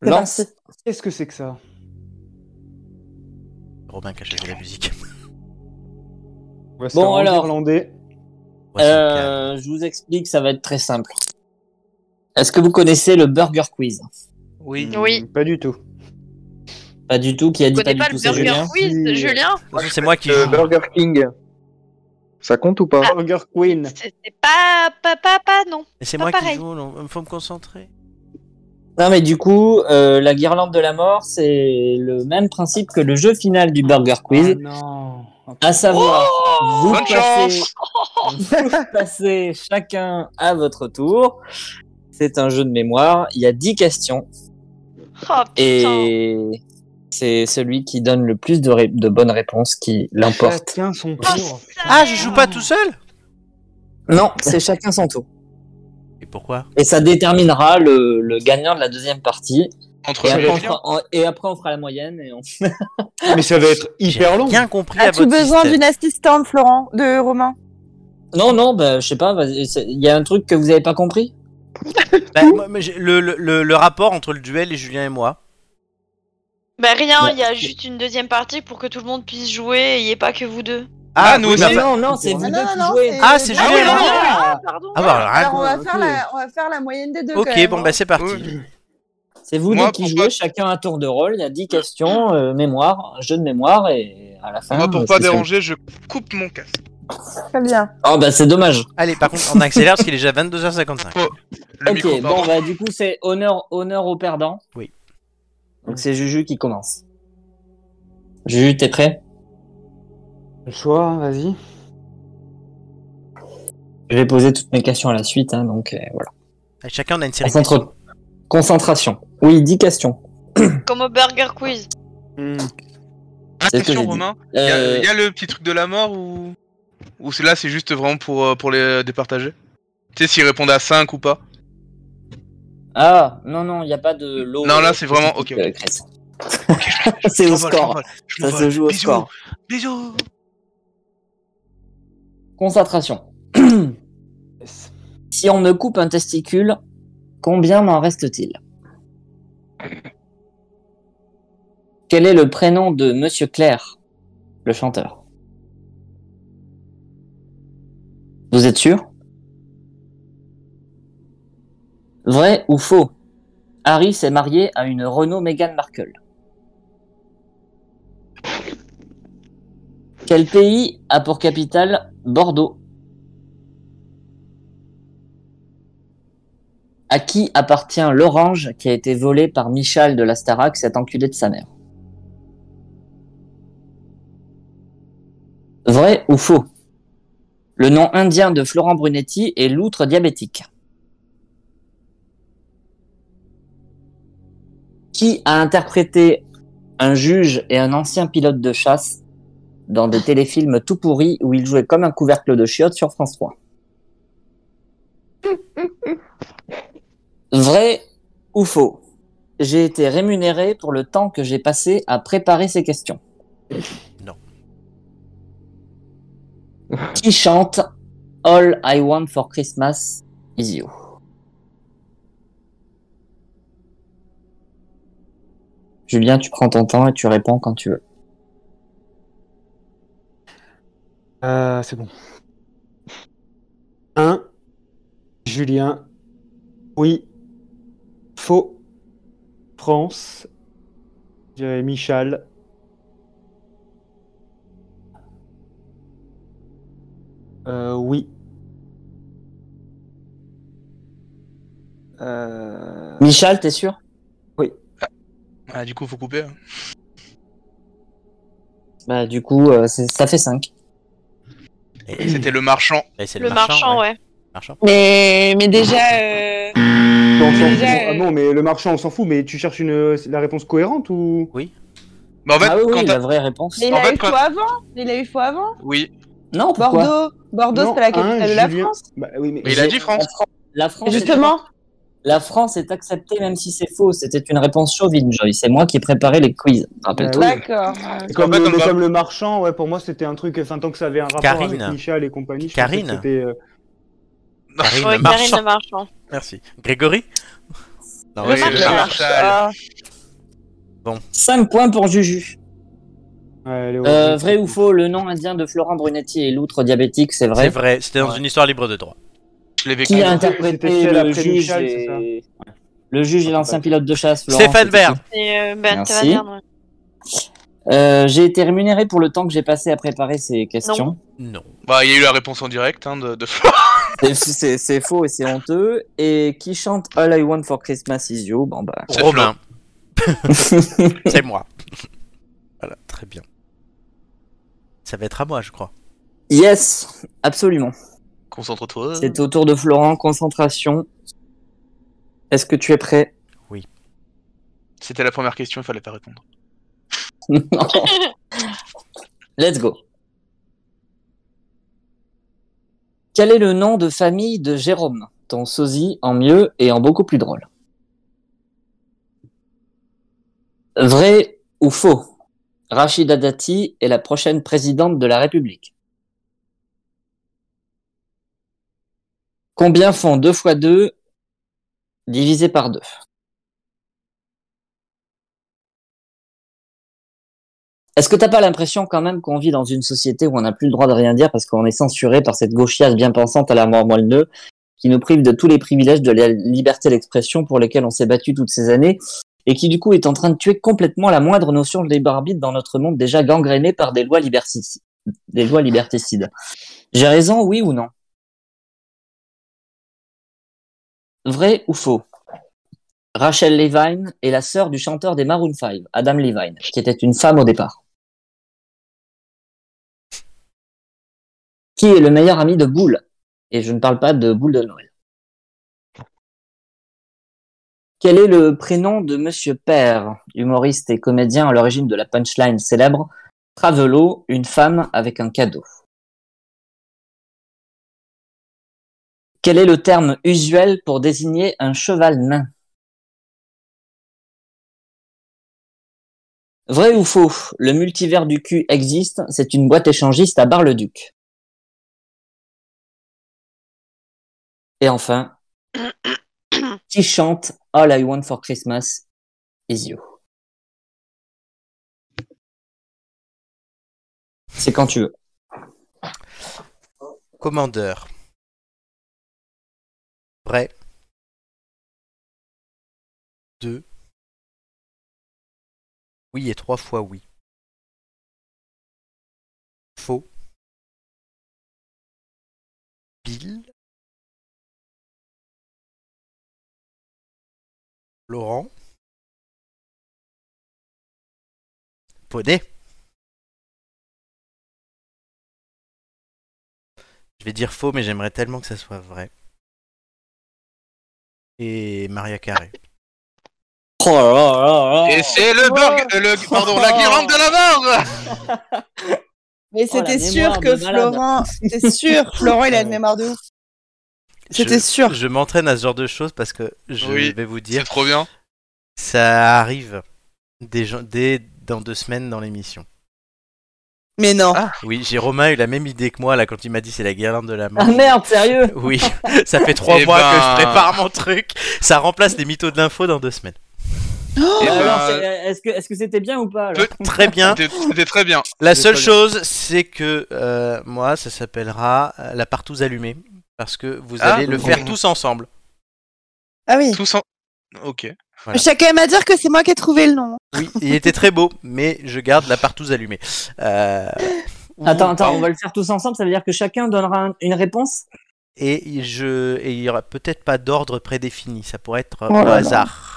Speaker 11: C'est
Speaker 2: Lance.
Speaker 11: parti.
Speaker 7: Qu'est-ce que c'est que ça
Speaker 1: Romain qui a choisi la
Speaker 7: *laughs*
Speaker 1: musique.
Speaker 7: Voici
Speaker 2: Bon,
Speaker 7: un
Speaker 2: alors.
Speaker 7: Irlandais.
Speaker 1: Voici le cas.
Speaker 2: Euh, je vous explique, ça va être très simple. Est-ce que vous connaissez le Burger Quiz
Speaker 5: Oui.
Speaker 3: Mmh. Oui.
Speaker 7: Pas du tout.
Speaker 2: Pas du tout, qui a
Speaker 3: Tu
Speaker 2: dit pas
Speaker 3: connais
Speaker 2: du
Speaker 3: pas
Speaker 2: tout,
Speaker 3: le
Speaker 2: c'est
Speaker 3: Burger
Speaker 2: Julien.
Speaker 3: Quiz, Julien
Speaker 1: C'est moi qui
Speaker 8: Euh,
Speaker 1: joue.
Speaker 8: Burger King. Ça compte ou pas
Speaker 7: Burger Queen.
Speaker 3: C'était pas, pas, pas, pas, non.
Speaker 1: Et c'est
Speaker 3: Pas
Speaker 1: moi qui
Speaker 3: pareil.
Speaker 1: joue, non, faut me concentrer.
Speaker 2: Non, mais du coup, euh, la guirlande de la mort, c'est le même principe que le jeu final du Burger Quiz,
Speaker 7: non.
Speaker 2: à savoir, vous,
Speaker 5: Oh Bonne
Speaker 2: passez,
Speaker 5: chance
Speaker 2: *laughs* vous passez chacun à votre tour. C'est un jeu de mémoire. Il y a 10 questions
Speaker 3: Oh putain.
Speaker 2: et c'est celui qui donne le plus de, ré- de bonnes réponses qui l'emporte.
Speaker 7: Chacun son
Speaker 3: Oh,
Speaker 7: tour.
Speaker 3: sa
Speaker 1: Ah, je
Speaker 3: mère.
Speaker 1: joue pas tout seul
Speaker 2: Non, c'est chacun son tour.
Speaker 1: Et pourquoi
Speaker 2: Et ça déterminera le, le gagnant de la deuxième partie.
Speaker 5: Entre
Speaker 2: Et après,
Speaker 5: Jules et
Speaker 2: on
Speaker 5: Julien.
Speaker 2: fera, en- et après, on fera la moyenne. Et on...
Speaker 7: Mais ça va être hyper long.
Speaker 1: Bien compris à
Speaker 11: As-tu
Speaker 1: votre
Speaker 11: besoin
Speaker 1: système.
Speaker 11: d'une assistante, Florent De Romain
Speaker 2: Non, non, bah, je sais pas. vas-y, c'est- Il y a un truc que vous avez pas compris
Speaker 1: *laughs* Bah, moi, mais j'ai- le, le- le- le rapport entre le duel et Julien et moi.
Speaker 4: Bah rien,
Speaker 2: Ouais.
Speaker 4: il y a juste une deuxième partie pour que tout le monde puisse jouer et il n'y ait pas que vous deux.
Speaker 5: Ah, nous
Speaker 1: oui,
Speaker 5: aussi.
Speaker 1: bah, bah-
Speaker 2: Non, non, c'est vous
Speaker 11: Non,
Speaker 2: deux
Speaker 11: non,
Speaker 2: qui
Speaker 11: non,
Speaker 2: jouez.
Speaker 11: c'est-
Speaker 1: Ah, c'est
Speaker 11: Ah
Speaker 1: Julien
Speaker 11: oui,
Speaker 1: et
Speaker 11: non,
Speaker 1: moi
Speaker 11: non, non.
Speaker 4: Pardon.
Speaker 1: Ah bah alors, hein.
Speaker 11: Alors, on va,
Speaker 7: ok.
Speaker 11: faire la, on va faire la moyenne des deux. quand
Speaker 1: Ok,
Speaker 11: même,
Speaker 1: bon
Speaker 11: hein.
Speaker 1: bah c'est parti.
Speaker 5: Oui.
Speaker 2: C'est vous
Speaker 5: Moi,
Speaker 2: deux qui
Speaker 5: pour
Speaker 2: jouez,
Speaker 5: pas-
Speaker 2: chacun un tour de rôle. Il y a 10 questions, euh, mémoire, un jeu de mémoire, et à la fin.
Speaker 5: Moi, pour
Speaker 2: euh,
Speaker 5: pas
Speaker 2: c'est ça.
Speaker 5: déranger, je coupe mon casque.
Speaker 11: Très bien.
Speaker 2: Oh, bah c'est dommage. Oh.
Speaker 1: Allez, par contre, on accélère parce qu'il est déjà 22h55.
Speaker 5: Le micro,
Speaker 2: ok,
Speaker 5: pardon.
Speaker 2: bon, bah du coup, c'est honneur, honneur au perdant.
Speaker 1: Oui.
Speaker 2: Donc c'est Juju qui commence. Juju, t'es prêt
Speaker 7: Le choix, vas-y.
Speaker 2: Je vais poser toutes mes questions à la suite, hein, donc euh, voilà.
Speaker 1: Allez, chacun on a une série. de
Speaker 2: Concentre-
Speaker 1: questions.
Speaker 2: Concentration. Oui, 10 questions.
Speaker 4: Comme au Burger Quiz.
Speaker 5: Hmm.
Speaker 2: c'est ce que j'ai
Speaker 5: Attention,
Speaker 2: dit.
Speaker 5: Romain.
Speaker 2: Euh,
Speaker 5: Il y, a le petit truc de la mort ou. Ou c'est là, c'est juste vraiment pour, euh, pour les départager Tu sais, s'ils répondent à 5 ou pas.
Speaker 2: Ah, non, non, il n'y a pas de lot.
Speaker 5: Non, là, c'est vraiment- ok, ok.
Speaker 2: Euh, Chris. *laughs* c'est au
Speaker 5: m'envole,
Speaker 2: score.
Speaker 5: m'envole, je
Speaker 2: Ça
Speaker 5: m'envole.
Speaker 2: se joue au
Speaker 5: Bisous,
Speaker 2: score.
Speaker 5: Bisous
Speaker 2: Concentration. *clears throat*
Speaker 7: Yes.
Speaker 2: Si on me coupe un testicule, combien m'en reste-t-il Quel est le prénom de Monsieur Claire, le chanteur Vous êtes sûr Vrai ou faux Harry s'est marié à une Renault Meghan Markle. Quel pays a pour capitale Bordeaux À qui appartient l'orange qui a été volée par Michal de la Starac, cet enculé de sa mère Vrai ou faux Le nom indien de Florent Brunetti est l'outre diabétique. Qui a interprété un juge et un ancien pilote de chasse dans des téléfilms tout pourris où il jouait comme un couvercle de chiottes sur France 3 Vrai ou faux J'ai été rémunéré pour le temps que j'ai passé à préparer ces questions.
Speaker 1: Non.
Speaker 2: *laughs* Qui chante All I Want for Christmas is You Julien, tu prends ton temps et tu réponds quand tu veux.
Speaker 7: Euh, c'est bon. 1. Julien. Oui. Faux. France. Je dirais Michal. Euh, oui. Euh,
Speaker 2: Michel, t'es sûr
Speaker 5: Ah, du coup, faut couper. hein.
Speaker 2: Bah du coup, euh, c'est- ça fait 5.
Speaker 1: Et-
Speaker 5: C'était le marchand.
Speaker 1: et c'est
Speaker 4: Le marchand, ouais.
Speaker 1: marchand.
Speaker 6: Mais, mais déjà. euh,
Speaker 7: on s'en
Speaker 6: Déjà,
Speaker 7: fout. Ah
Speaker 6: euh,
Speaker 7: non, mais le marchand, on s'en fout, mais tu cherches une, la réponse cohérente ou.
Speaker 5: Mais Bah, en fait,
Speaker 2: ah oui,
Speaker 5: quand
Speaker 2: oui,
Speaker 5: t'as-
Speaker 2: la vraie réponse.
Speaker 11: Mais il
Speaker 5: En
Speaker 11: a
Speaker 5: fait,
Speaker 11: eu
Speaker 5: quand-
Speaker 11: faux avant. Mais Il a eu faux avant.
Speaker 5: Oui,
Speaker 2: Non, pourquoi
Speaker 11: Bordeaux, Bordeaux,
Speaker 7: Non,
Speaker 11: c'est la
Speaker 7: un
Speaker 11: capitale de la
Speaker 7: Julien.
Speaker 11: France.
Speaker 7: Bah oui, mais.
Speaker 5: mais il a dit
Speaker 2: La
Speaker 5: France.
Speaker 2: Fran- La France, est-
Speaker 11: Justement.
Speaker 2: la France est acceptée même si c'est faux. C'était une réponse chauvine, Joy. C'est moi qui préparais les quiz. Rappelle-toi.
Speaker 7: Bah
Speaker 11: D'accord.
Speaker 7: Comme,
Speaker 5: En fait,
Speaker 7: le,
Speaker 5: on
Speaker 7: mais
Speaker 5: va-
Speaker 7: comme le marchand, ouais, pour moi c'était un truc, enfin tant que ça avait un rapport
Speaker 1: Karine.
Speaker 7: avec Michel et compagnie, je
Speaker 1: Karine.
Speaker 7: pensais que c'était. euh,
Speaker 1: Karine,
Speaker 4: Ouais, Karine
Speaker 1: le marchand.
Speaker 4: le marchand.
Speaker 1: Merci. Grégory Non,
Speaker 5: Oui,
Speaker 1: c'est
Speaker 5: le Marshall.
Speaker 11: Euh,
Speaker 2: 5 points pour Juju.
Speaker 7: ouais, les-
Speaker 2: Euh, vrai ou faux, le nom indien de Florent Brunetti est l'outre diabétique, c'est
Speaker 1: C'est
Speaker 2: vrai.
Speaker 1: vrai, c'était dans
Speaker 2: Ouais.
Speaker 1: une histoire libre de droit.
Speaker 5: Je l'ai vécu.
Speaker 2: Qui a
Speaker 7: C'était- c'était
Speaker 2: interprété
Speaker 7: celle
Speaker 2: le
Speaker 7: après
Speaker 2: juge
Speaker 7: Michel,
Speaker 2: et-
Speaker 7: c'est ça
Speaker 2: Le juge est l'ancien pilote de chasse. Florent,
Speaker 1: Stéphane
Speaker 2: c'était
Speaker 1: Bern.
Speaker 2: qui
Speaker 3: Et, euh, bah,
Speaker 2: Merci.
Speaker 3: t'as la dernière, ouais.
Speaker 2: Euh, J'ai été rémunéré pour le temps que j'ai passé à préparer ces questions.
Speaker 1: Non.
Speaker 5: Bah, il y a eu la réponse en direct hein, de,
Speaker 1: *laughs*
Speaker 5: de Flo.
Speaker 2: C'est- C'est c'est faux et c'est honteux. Et qui chante All I Want for Christmas is You Bon bah. *laughs*
Speaker 5: C'est
Speaker 1: Romain. C'est moi. Voilà, très bien. Ça va être à moi, je crois.
Speaker 2: Yes, absolument.
Speaker 3: Euh.
Speaker 5: Concentre-toi.
Speaker 2: C'est au tour de Florent. Concentration. Est-ce que tu es prêt
Speaker 5: C'était la première question, il fallait pas répondre.
Speaker 2: *laughs* Non. Let's go. Quel est le nom de famille de Jérôme, ton sosie en mieux et en beaucoup plus drôle Vrai ou faux Rachida Dati est la prochaine présidente de la République. Combien font 2 fois 2 divisé par 2 Est-ce que t'as pas l'impression quand même qu'on vit dans une société où on n'a plus le droit de rien dire parce qu'on est censuré par cette gauchiasse bien pensante à la mort moelle nœud qui nous prive de tous les privilèges de la liberté d'expression pour lesquels on s'est battu toutes ces années et qui du coup est en train de tuer complètement la moindre notion de libre arbitre dans notre monde déjà gangréné par des lois liberticides. Des lois liberticides. J'ai raison, oui ou non Vrai ou faux Rachel Levine est la sœur du chanteur des Maroon 5, Adam Levine, qui était une femme au départ. Qui est le meilleur ami de Boule Et je ne parle pas de Boule de Noël. Quel est le prénom de Monsieur Père, humoriste et comédien à l'origine de la punchline célèbre Travelo, une femme avec un cadeau. Quel est le terme usuel pour désigner un cheval nain Vrai ou faux Le multivers du cul existe, c'est une boîte échangiste à Bar-le-Duc. Et enfin, qui chante All I Want for Christmas is You C'est quand tu veux.
Speaker 1: Commandeur. Vrai. 2. Oui et trois fois oui. Faux. Bill. Laurent. Poney. Je vais dire faux, mais j'aimerais tellement que ça soit vrai. Et Maria Carré.
Speaker 2: Oh là là là là.
Speaker 5: Et c'est le burger, euh, le, pardon, la guirlande de la mort
Speaker 6: *laughs* Mais
Speaker 2: Oh, la
Speaker 6: c'était sûr
Speaker 2: mémoire
Speaker 6: que
Speaker 2: de malade.
Speaker 6: Florent, c'est sûr, Florent, il a une mémoire de ouf. C'était
Speaker 1: Je-
Speaker 6: sûr.
Speaker 1: Je m'entraîne à ce genre de choses parce que je
Speaker 5: Oui.
Speaker 1: vais vous
Speaker 5: C'est
Speaker 1: dire,
Speaker 5: trop bien.
Speaker 1: ça arrive des gens, dès dans deux semaines dans l'émission.
Speaker 6: Mais non.
Speaker 1: Oui, j'ai Romain a eu la même idée que moi là quand il m'a dit c'est la guirlande de la mort.
Speaker 2: Ah merde, sérieux
Speaker 1: *laughs* Oui, ça fait trois
Speaker 5: Eh
Speaker 1: mois que
Speaker 5: ben.
Speaker 1: je prépare mon truc. Ça remplace les mythos de l'info dans deux semaines. Oh
Speaker 5: Et ben,
Speaker 2: Alors, Oh, c'est- Est-ce que est-ce que c'était bien ou pas alors
Speaker 5: Peut-
Speaker 1: Eh
Speaker 2: *laughs*
Speaker 1: Très bien.
Speaker 5: c'était- C'était très bien.
Speaker 1: La
Speaker 5: C'est
Speaker 1: seule
Speaker 5: très
Speaker 1: chose, c'est que euh, moi, ça s'appellera euh, la partouze allumée. Parce que vous
Speaker 5: Ah,
Speaker 1: allez le
Speaker 5: bon.
Speaker 1: faire tous ensemble.
Speaker 6: Ah oui.
Speaker 5: Tous en... Ok.
Speaker 6: Mais Je tiens quand même à dire que c'est moi qui ai trouvé le nom.
Speaker 1: Oui, il était très beau, mais je garde la partouze allumée. Euh,
Speaker 2: Attends, attends, on va le faire tous ensemble, ça veut dire que chacun donnera un- une réponse
Speaker 1: Et je, et il y aura peut-être pas d'ordre prédéfini. Ça pourrait être euh,
Speaker 6: Oh là
Speaker 1: au
Speaker 6: là.
Speaker 1: hasard.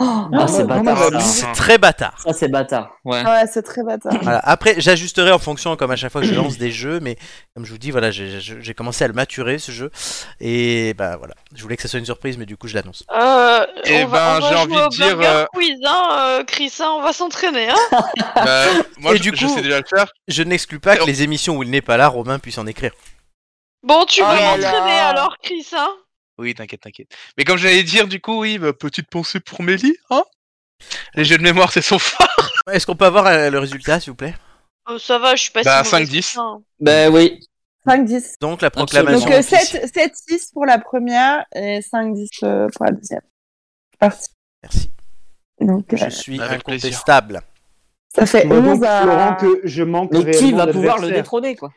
Speaker 2: Ah, c'est
Speaker 7: non,
Speaker 2: bâtard.
Speaker 7: mais
Speaker 2: ça.
Speaker 5: bah,
Speaker 1: C'est très bâtard.
Speaker 2: Ça, Ah, c'est bâtard. Ouais.
Speaker 6: Ah Ouais, c'est très bâtard.
Speaker 1: Voilà. Après, j'ajusterai en fonction, comme à chaque fois que je lance des jeux, mais comme je vous dis, voilà, j'ai- j'ai j'ai commencé à le maturer ce jeu, et bah voilà, je voulais que ça soit une surprise, mais du coup, je l'annonce.
Speaker 3: Euh,
Speaker 5: Eh
Speaker 3: on va,
Speaker 5: ben,
Speaker 3: on va
Speaker 5: j'ai
Speaker 3: jouer
Speaker 5: envie
Speaker 3: au
Speaker 5: de dire,
Speaker 3: Burger
Speaker 5: euh,
Speaker 3: Quiz, hein, euh, Chris, hein, on va s'entraîner. Hein
Speaker 5: *laughs*
Speaker 3: *laughs*
Speaker 5: Bah, moi,
Speaker 1: Et
Speaker 5: je,
Speaker 1: du
Speaker 5: je
Speaker 1: coup-
Speaker 5: sais déjà le faire.
Speaker 1: Je n'exclus pas que les émissions où il n'est pas là, Romain puisse en écrire.
Speaker 3: bon, tu
Speaker 6: Oh
Speaker 3: vas
Speaker 6: là
Speaker 3: m'entraîner
Speaker 6: là.
Speaker 3: alors, Chris. Hein
Speaker 5: Oui, t'inquiète, t'inquiète. Mais comme j'allais dire, du coup, oui, bah, petite pensée pour Mélie, hein Les jeux de mémoire, c'est
Speaker 1: *laughs*
Speaker 5: son fort.
Speaker 1: Est-ce qu'on peut avoir euh, le résultat, s'il vous plaît
Speaker 3: Euh, ça va, je suis pas
Speaker 5: Bah,
Speaker 3: si mauvaise
Speaker 5: 5-10.
Speaker 3: que ça, hein.
Speaker 2: Ben oui.
Speaker 6: 5-10.
Speaker 1: Donc la
Speaker 2: Absolument.
Speaker 1: proclamation.
Speaker 6: Donc euh,
Speaker 1: officielle.
Speaker 6: 7 7-6 pour la première et 5-10 euh, pour la deuxième. C'est Parti.
Speaker 1: Merci.
Speaker 6: Donc, euh,
Speaker 1: Je suis
Speaker 5: Avec plaisir.
Speaker 1: incontestable.
Speaker 6: ça fait
Speaker 7: Moi, Bah, donc,
Speaker 6: 11 à...
Speaker 7: Florent, que je manque
Speaker 2: Mais qui
Speaker 7: réellement
Speaker 2: va pouvoir le
Speaker 7: d'adversaires.
Speaker 2: détrôner, quoi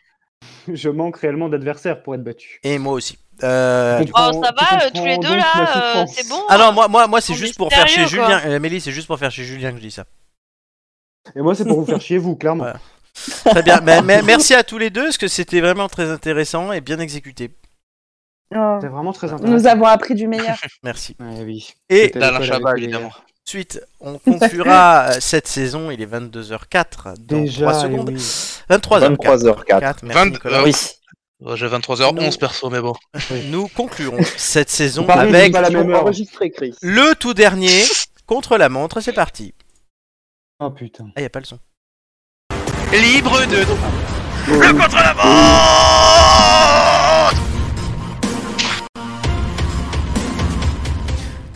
Speaker 7: Je manque réellement d'adversaires pour être battu.
Speaker 1: Et moi aussi. Euh,
Speaker 7: Tu
Speaker 14: Oh,
Speaker 7: comprends-
Speaker 14: ça
Speaker 7: tu
Speaker 14: va, euh,
Speaker 7: comprends
Speaker 14: tous les deux
Speaker 7: donc ma
Speaker 14: là, euh,
Speaker 7: souffrance.
Speaker 14: c'est
Speaker 3: hein.
Speaker 14: bon.
Speaker 1: Ah non, moi, moi, moi c'est
Speaker 14: On est
Speaker 1: juste pour faire chez
Speaker 14: sérieux, quoi.
Speaker 1: Julien. Euh, Amélie, c'est juste pour faire chez Julien que je dis ça.
Speaker 7: Et moi, c'est pour vous faire chier, vous, clairement.
Speaker 1: Voilà. Très bien.
Speaker 6: *laughs*
Speaker 1: Mais- mais- merci à tous les deux, parce que c'était vraiment très intéressant et bien exécuté.
Speaker 11: Oh,
Speaker 7: C'est vraiment très intéressant.
Speaker 11: Nous avons appris du meilleur.
Speaker 1: Merci.
Speaker 7: Ouais, oui.
Speaker 1: Et
Speaker 7: C'était
Speaker 5: D'Alain
Speaker 7: l'école
Speaker 5: Chabat,
Speaker 7: avec les-
Speaker 5: évidemment.
Speaker 1: Ensuite, on
Speaker 6: *laughs*
Speaker 1: *laughs* conclura euh, cette saison. Il est 22h04 dans
Speaker 7: Déjà,
Speaker 1: 3
Speaker 7: eh
Speaker 1: secondes.
Speaker 7: oui.
Speaker 1: 23h04.
Speaker 8: 23h04.
Speaker 1: merci,
Speaker 5: 20,
Speaker 1: Nicolas.
Speaker 5: euh,
Speaker 2: Oui.
Speaker 5: Oh, J'ai 23h11
Speaker 1: Nous-
Speaker 5: perso, mais bon.
Speaker 1: *laughs* Nous conclurons cette saison
Speaker 7: Paris,
Speaker 1: avec
Speaker 7: pas la même heure.
Speaker 8: Enregistré, Chris.
Speaker 1: le tout dernier contre la montre. C'est parti.
Speaker 7: Oh putain.
Speaker 1: Ah, y a pas le son.
Speaker 5: Libre de.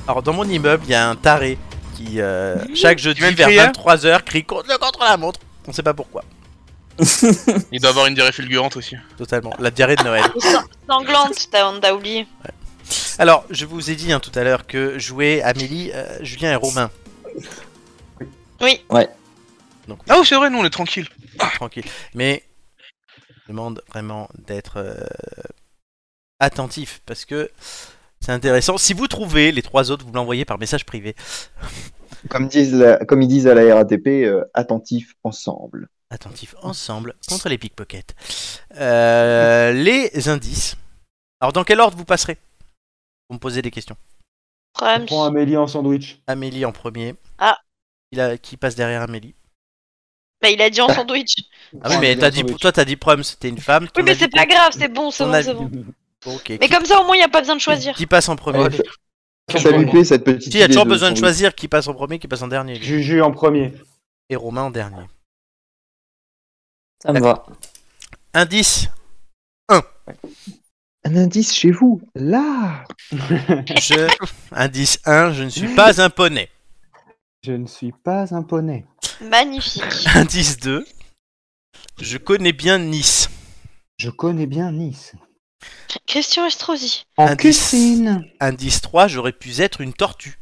Speaker 1: Alors, dans mon immeuble, il y a un taré qui, euh, chaque jeudi
Speaker 5: même
Speaker 1: vers
Speaker 5: crier
Speaker 1: 23h, crie contre le contre la montre. On sait pas pourquoi.
Speaker 5: Il doit avoir une diarrhée fulgurante aussi.
Speaker 1: Totalement. La diarrhée de Noël.
Speaker 3: Ou sang- Sanglante, t'as on t'a oublié.
Speaker 1: Alors, je vous ai dit hein, tout à l'heure que jouaient Amélie, euh, Julien et Romain.
Speaker 3: Oui.
Speaker 2: Ouais.
Speaker 1: Donc, Ah,
Speaker 5: Ah oui, c'est vrai, nous on est tranquille.
Speaker 1: tranquille. Mais, je demande vraiment d'être euh, attentif parce que c'est intéressant. Si vous trouvez les trois autres, vous me l'envoyez par message privé.
Speaker 8: Comme, disent la- comme ils disent à la RATP, euh, attentifs ensemble.
Speaker 1: Attentif ensemble contre les pickpockets. Euh, les indices. Alors, dans quel ordre vous passerez Vous me posez des questions.
Speaker 7: On prend
Speaker 3: Problème.
Speaker 7: Amélie en sandwich.
Speaker 1: Amélie en premier.
Speaker 3: Ah.
Speaker 1: Il a- qui passe derrière Amélie
Speaker 3: Bah, il a dit en sandwich.
Speaker 1: Ah oui, mais t'as dit, toi t'as dit Prom, c'était une femme.
Speaker 3: Oui,
Speaker 1: ton
Speaker 3: mais
Speaker 1: avis-
Speaker 3: c'est pas grave, c'est bon, c'est
Speaker 1: ton
Speaker 3: bon, c'est
Speaker 1: avis-
Speaker 3: bon.
Speaker 1: Ok,
Speaker 3: Mais
Speaker 1: qui,
Speaker 3: comme ça, au moins, il n'y a pas besoin de choisir.
Speaker 1: qui passe en premier
Speaker 5: Ouais.
Speaker 8: Ça lui plaît cette petite.
Speaker 1: Si, il y a
Speaker 8: idée
Speaker 1: toujours besoin de
Speaker 8: sandwich.
Speaker 1: choisir qui passe en premier, qui passe en dernier.
Speaker 7: Juju en premier.
Speaker 1: Et Romain en dernier.
Speaker 2: Ça me va.
Speaker 8: *laughs*
Speaker 1: Indice
Speaker 8: Un indice chez vous, là.
Speaker 1: je... *laughs*
Speaker 3: *laughs*
Speaker 1: Indice 1, je ne suis pas un poney.
Speaker 7: Je ne suis pas un poney.
Speaker 3: Magnifique.
Speaker 1: Indice 2, je connais bien Nice.
Speaker 7: Je connais bien Nice.
Speaker 3: Christian Estrosi.
Speaker 7: En
Speaker 1: Indice.
Speaker 7: cuisine.
Speaker 1: Indice 3, j'aurais pu être une tortue.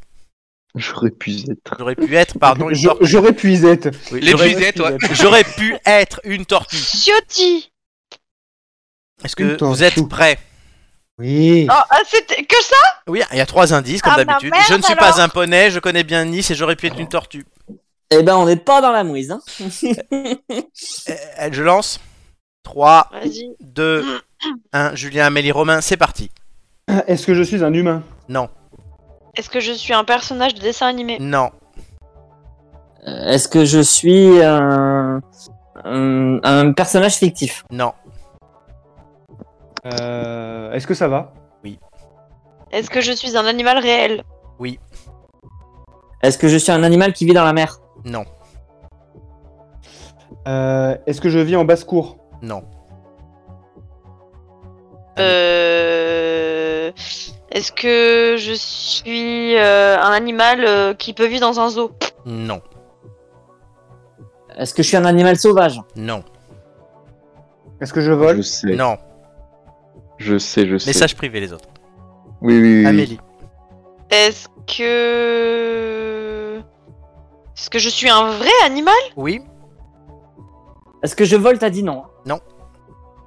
Speaker 8: J'aurais pu être.
Speaker 1: J'aurais pu être, pardon, une
Speaker 7: Je-
Speaker 1: tortue.
Speaker 7: J'aurais pu être.
Speaker 1: Oui,
Speaker 5: Les
Speaker 1: j'aurais-
Speaker 5: buzettes, ouais.
Speaker 1: J'aurais pu être une tortue.
Speaker 3: Ciotti.
Speaker 1: Est-ce
Speaker 7: Une
Speaker 1: que vous
Speaker 7: tortue.
Speaker 1: êtes prêts
Speaker 7: Oui.
Speaker 3: Oh, ah, c'était que ça
Speaker 1: Oui, il y a trois indices comme
Speaker 3: Ah, ma
Speaker 1: d'habitude.
Speaker 3: merde,
Speaker 1: Je ne suis
Speaker 3: alors.
Speaker 1: pas un poney, je connais bien Nice et j'aurais pu être une tortue.
Speaker 2: Eh ben, on n'est pas dans la mouise.
Speaker 1: *laughs*
Speaker 2: Hein.
Speaker 1: Euh, Je lance. 3,
Speaker 3: Vas-y.
Speaker 1: 2, 1. Julien, Amélie, Romain, c'est parti.
Speaker 7: Est-ce que je suis un humain
Speaker 3: Est-ce que je suis un personnage de dessin animé
Speaker 1: Non.
Speaker 2: Euh, Est-ce que je suis un... un- un personnage fictif
Speaker 1: Non.
Speaker 7: Euh, Est-ce que ça va
Speaker 3: Est-ce que je suis un animal réel
Speaker 1: Ah
Speaker 2: Est-ce que je suis un animal qui vit dans la mer
Speaker 1: Non.
Speaker 7: Euh, Est-ce que je vis en basse-cour
Speaker 1: Non.
Speaker 3: Euh. Est-ce que je suis euh, un animal euh, qui peut vivre dans un zoo
Speaker 1: Non.
Speaker 2: Est-ce que je suis un animal sauvage
Speaker 1: Non.
Speaker 7: Est-ce que je vole
Speaker 8: Je sais,
Speaker 1: Non.
Speaker 8: je sais, je sais.
Speaker 1: Message privé, les autres.
Speaker 8: Oui, oui, oui, oui.
Speaker 1: Amélie.
Speaker 3: Est-ce que. Est-ce que je suis un vrai animal
Speaker 1: Oui.
Speaker 2: Est-ce que je vole T'as dit non. hein
Speaker 1: Non.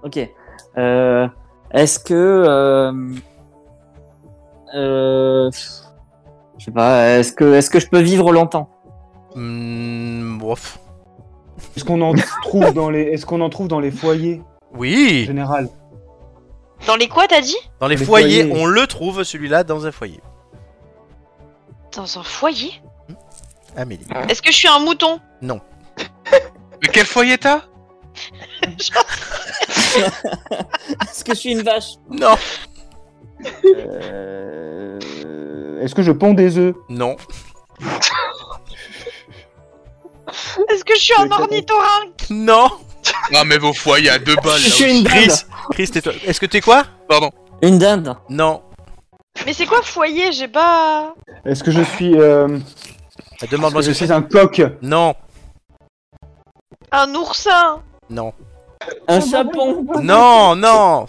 Speaker 2: Ok. Euh, Est-ce que euh... euh, Je sais pas. Est-ce que Euh, *laughs* est-ce que je peux vivre longtemps
Speaker 1: Mm, ouf.
Speaker 7: Est-ce qu'on en trouve dans les Est-ce qu'on en trouve dans les foyers en
Speaker 1: Oui.
Speaker 7: général
Speaker 3: Dans les quoi, t'as dit
Speaker 1: Dans les
Speaker 7: Les
Speaker 1: foyers,
Speaker 7: foyers.
Speaker 1: on le trouve, celui-là, dans un foyer.
Speaker 3: Dans un foyer
Speaker 1: Amélie.
Speaker 3: Est-ce que je suis un mouton
Speaker 5: *laughs* Mais quel foyer t'as
Speaker 2: Est-ce que je suis une vache
Speaker 1: Non.
Speaker 7: Euh, Est-ce que je ponds des œufs
Speaker 1: Non.
Speaker 3: Est-ce que je suis un ornithorynque
Speaker 1: Non.
Speaker 5: Ah, mais vos foyers à deux balles.
Speaker 2: Je
Speaker 5: là
Speaker 2: suis une dinde.
Speaker 1: Chris. Chris, tais-toi. Est-ce que t'es quoi
Speaker 5: Pardon.
Speaker 2: Une dinde.
Speaker 1: Non.
Speaker 3: Mais c'est quoi foyer J'ai pas.
Speaker 7: Est-ce que je suis euh,
Speaker 1: Demande-moi ce que
Speaker 7: Est-ce que je
Speaker 1: c'est.
Speaker 7: suis un coq
Speaker 1: Non.
Speaker 3: Un oursin
Speaker 1: Non.
Speaker 2: Un chapon.
Speaker 1: Non,
Speaker 7: *laughs*
Speaker 1: non.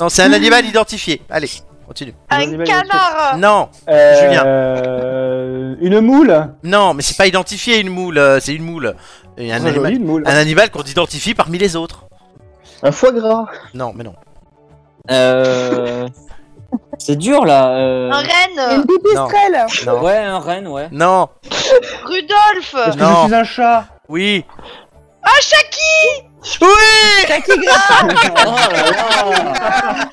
Speaker 1: non, c'est un animal identifié. Allez, continue.
Speaker 3: Un
Speaker 7: animal
Speaker 3: canard
Speaker 1: Non.
Speaker 7: Euh, Une moule
Speaker 1: Non, mais c'est pas identifié une moule, euh, c'est une moule. Et un,
Speaker 7: Très
Speaker 1: animal,
Speaker 7: jolie, une Ah, moule.
Speaker 1: un animal qu'on identifie parmi les autres.
Speaker 8: Un foie gras.
Speaker 1: Non, mais non.
Speaker 2: Euh... C'est dur là. euh.
Speaker 4: Un renne
Speaker 11: Une pipistrelle
Speaker 1: Non.
Speaker 2: Ouais, un renne, ouais.
Speaker 1: Non.
Speaker 4: Rudolf
Speaker 7: Parce que
Speaker 1: Non.
Speaker 7: je suis un chat.
Speaker 1: Oui.
Speaker 4: Ah, Shaki
Speaker 1: Oui
Speaker 11: Jackie Graham
Speaker 1: *laughs*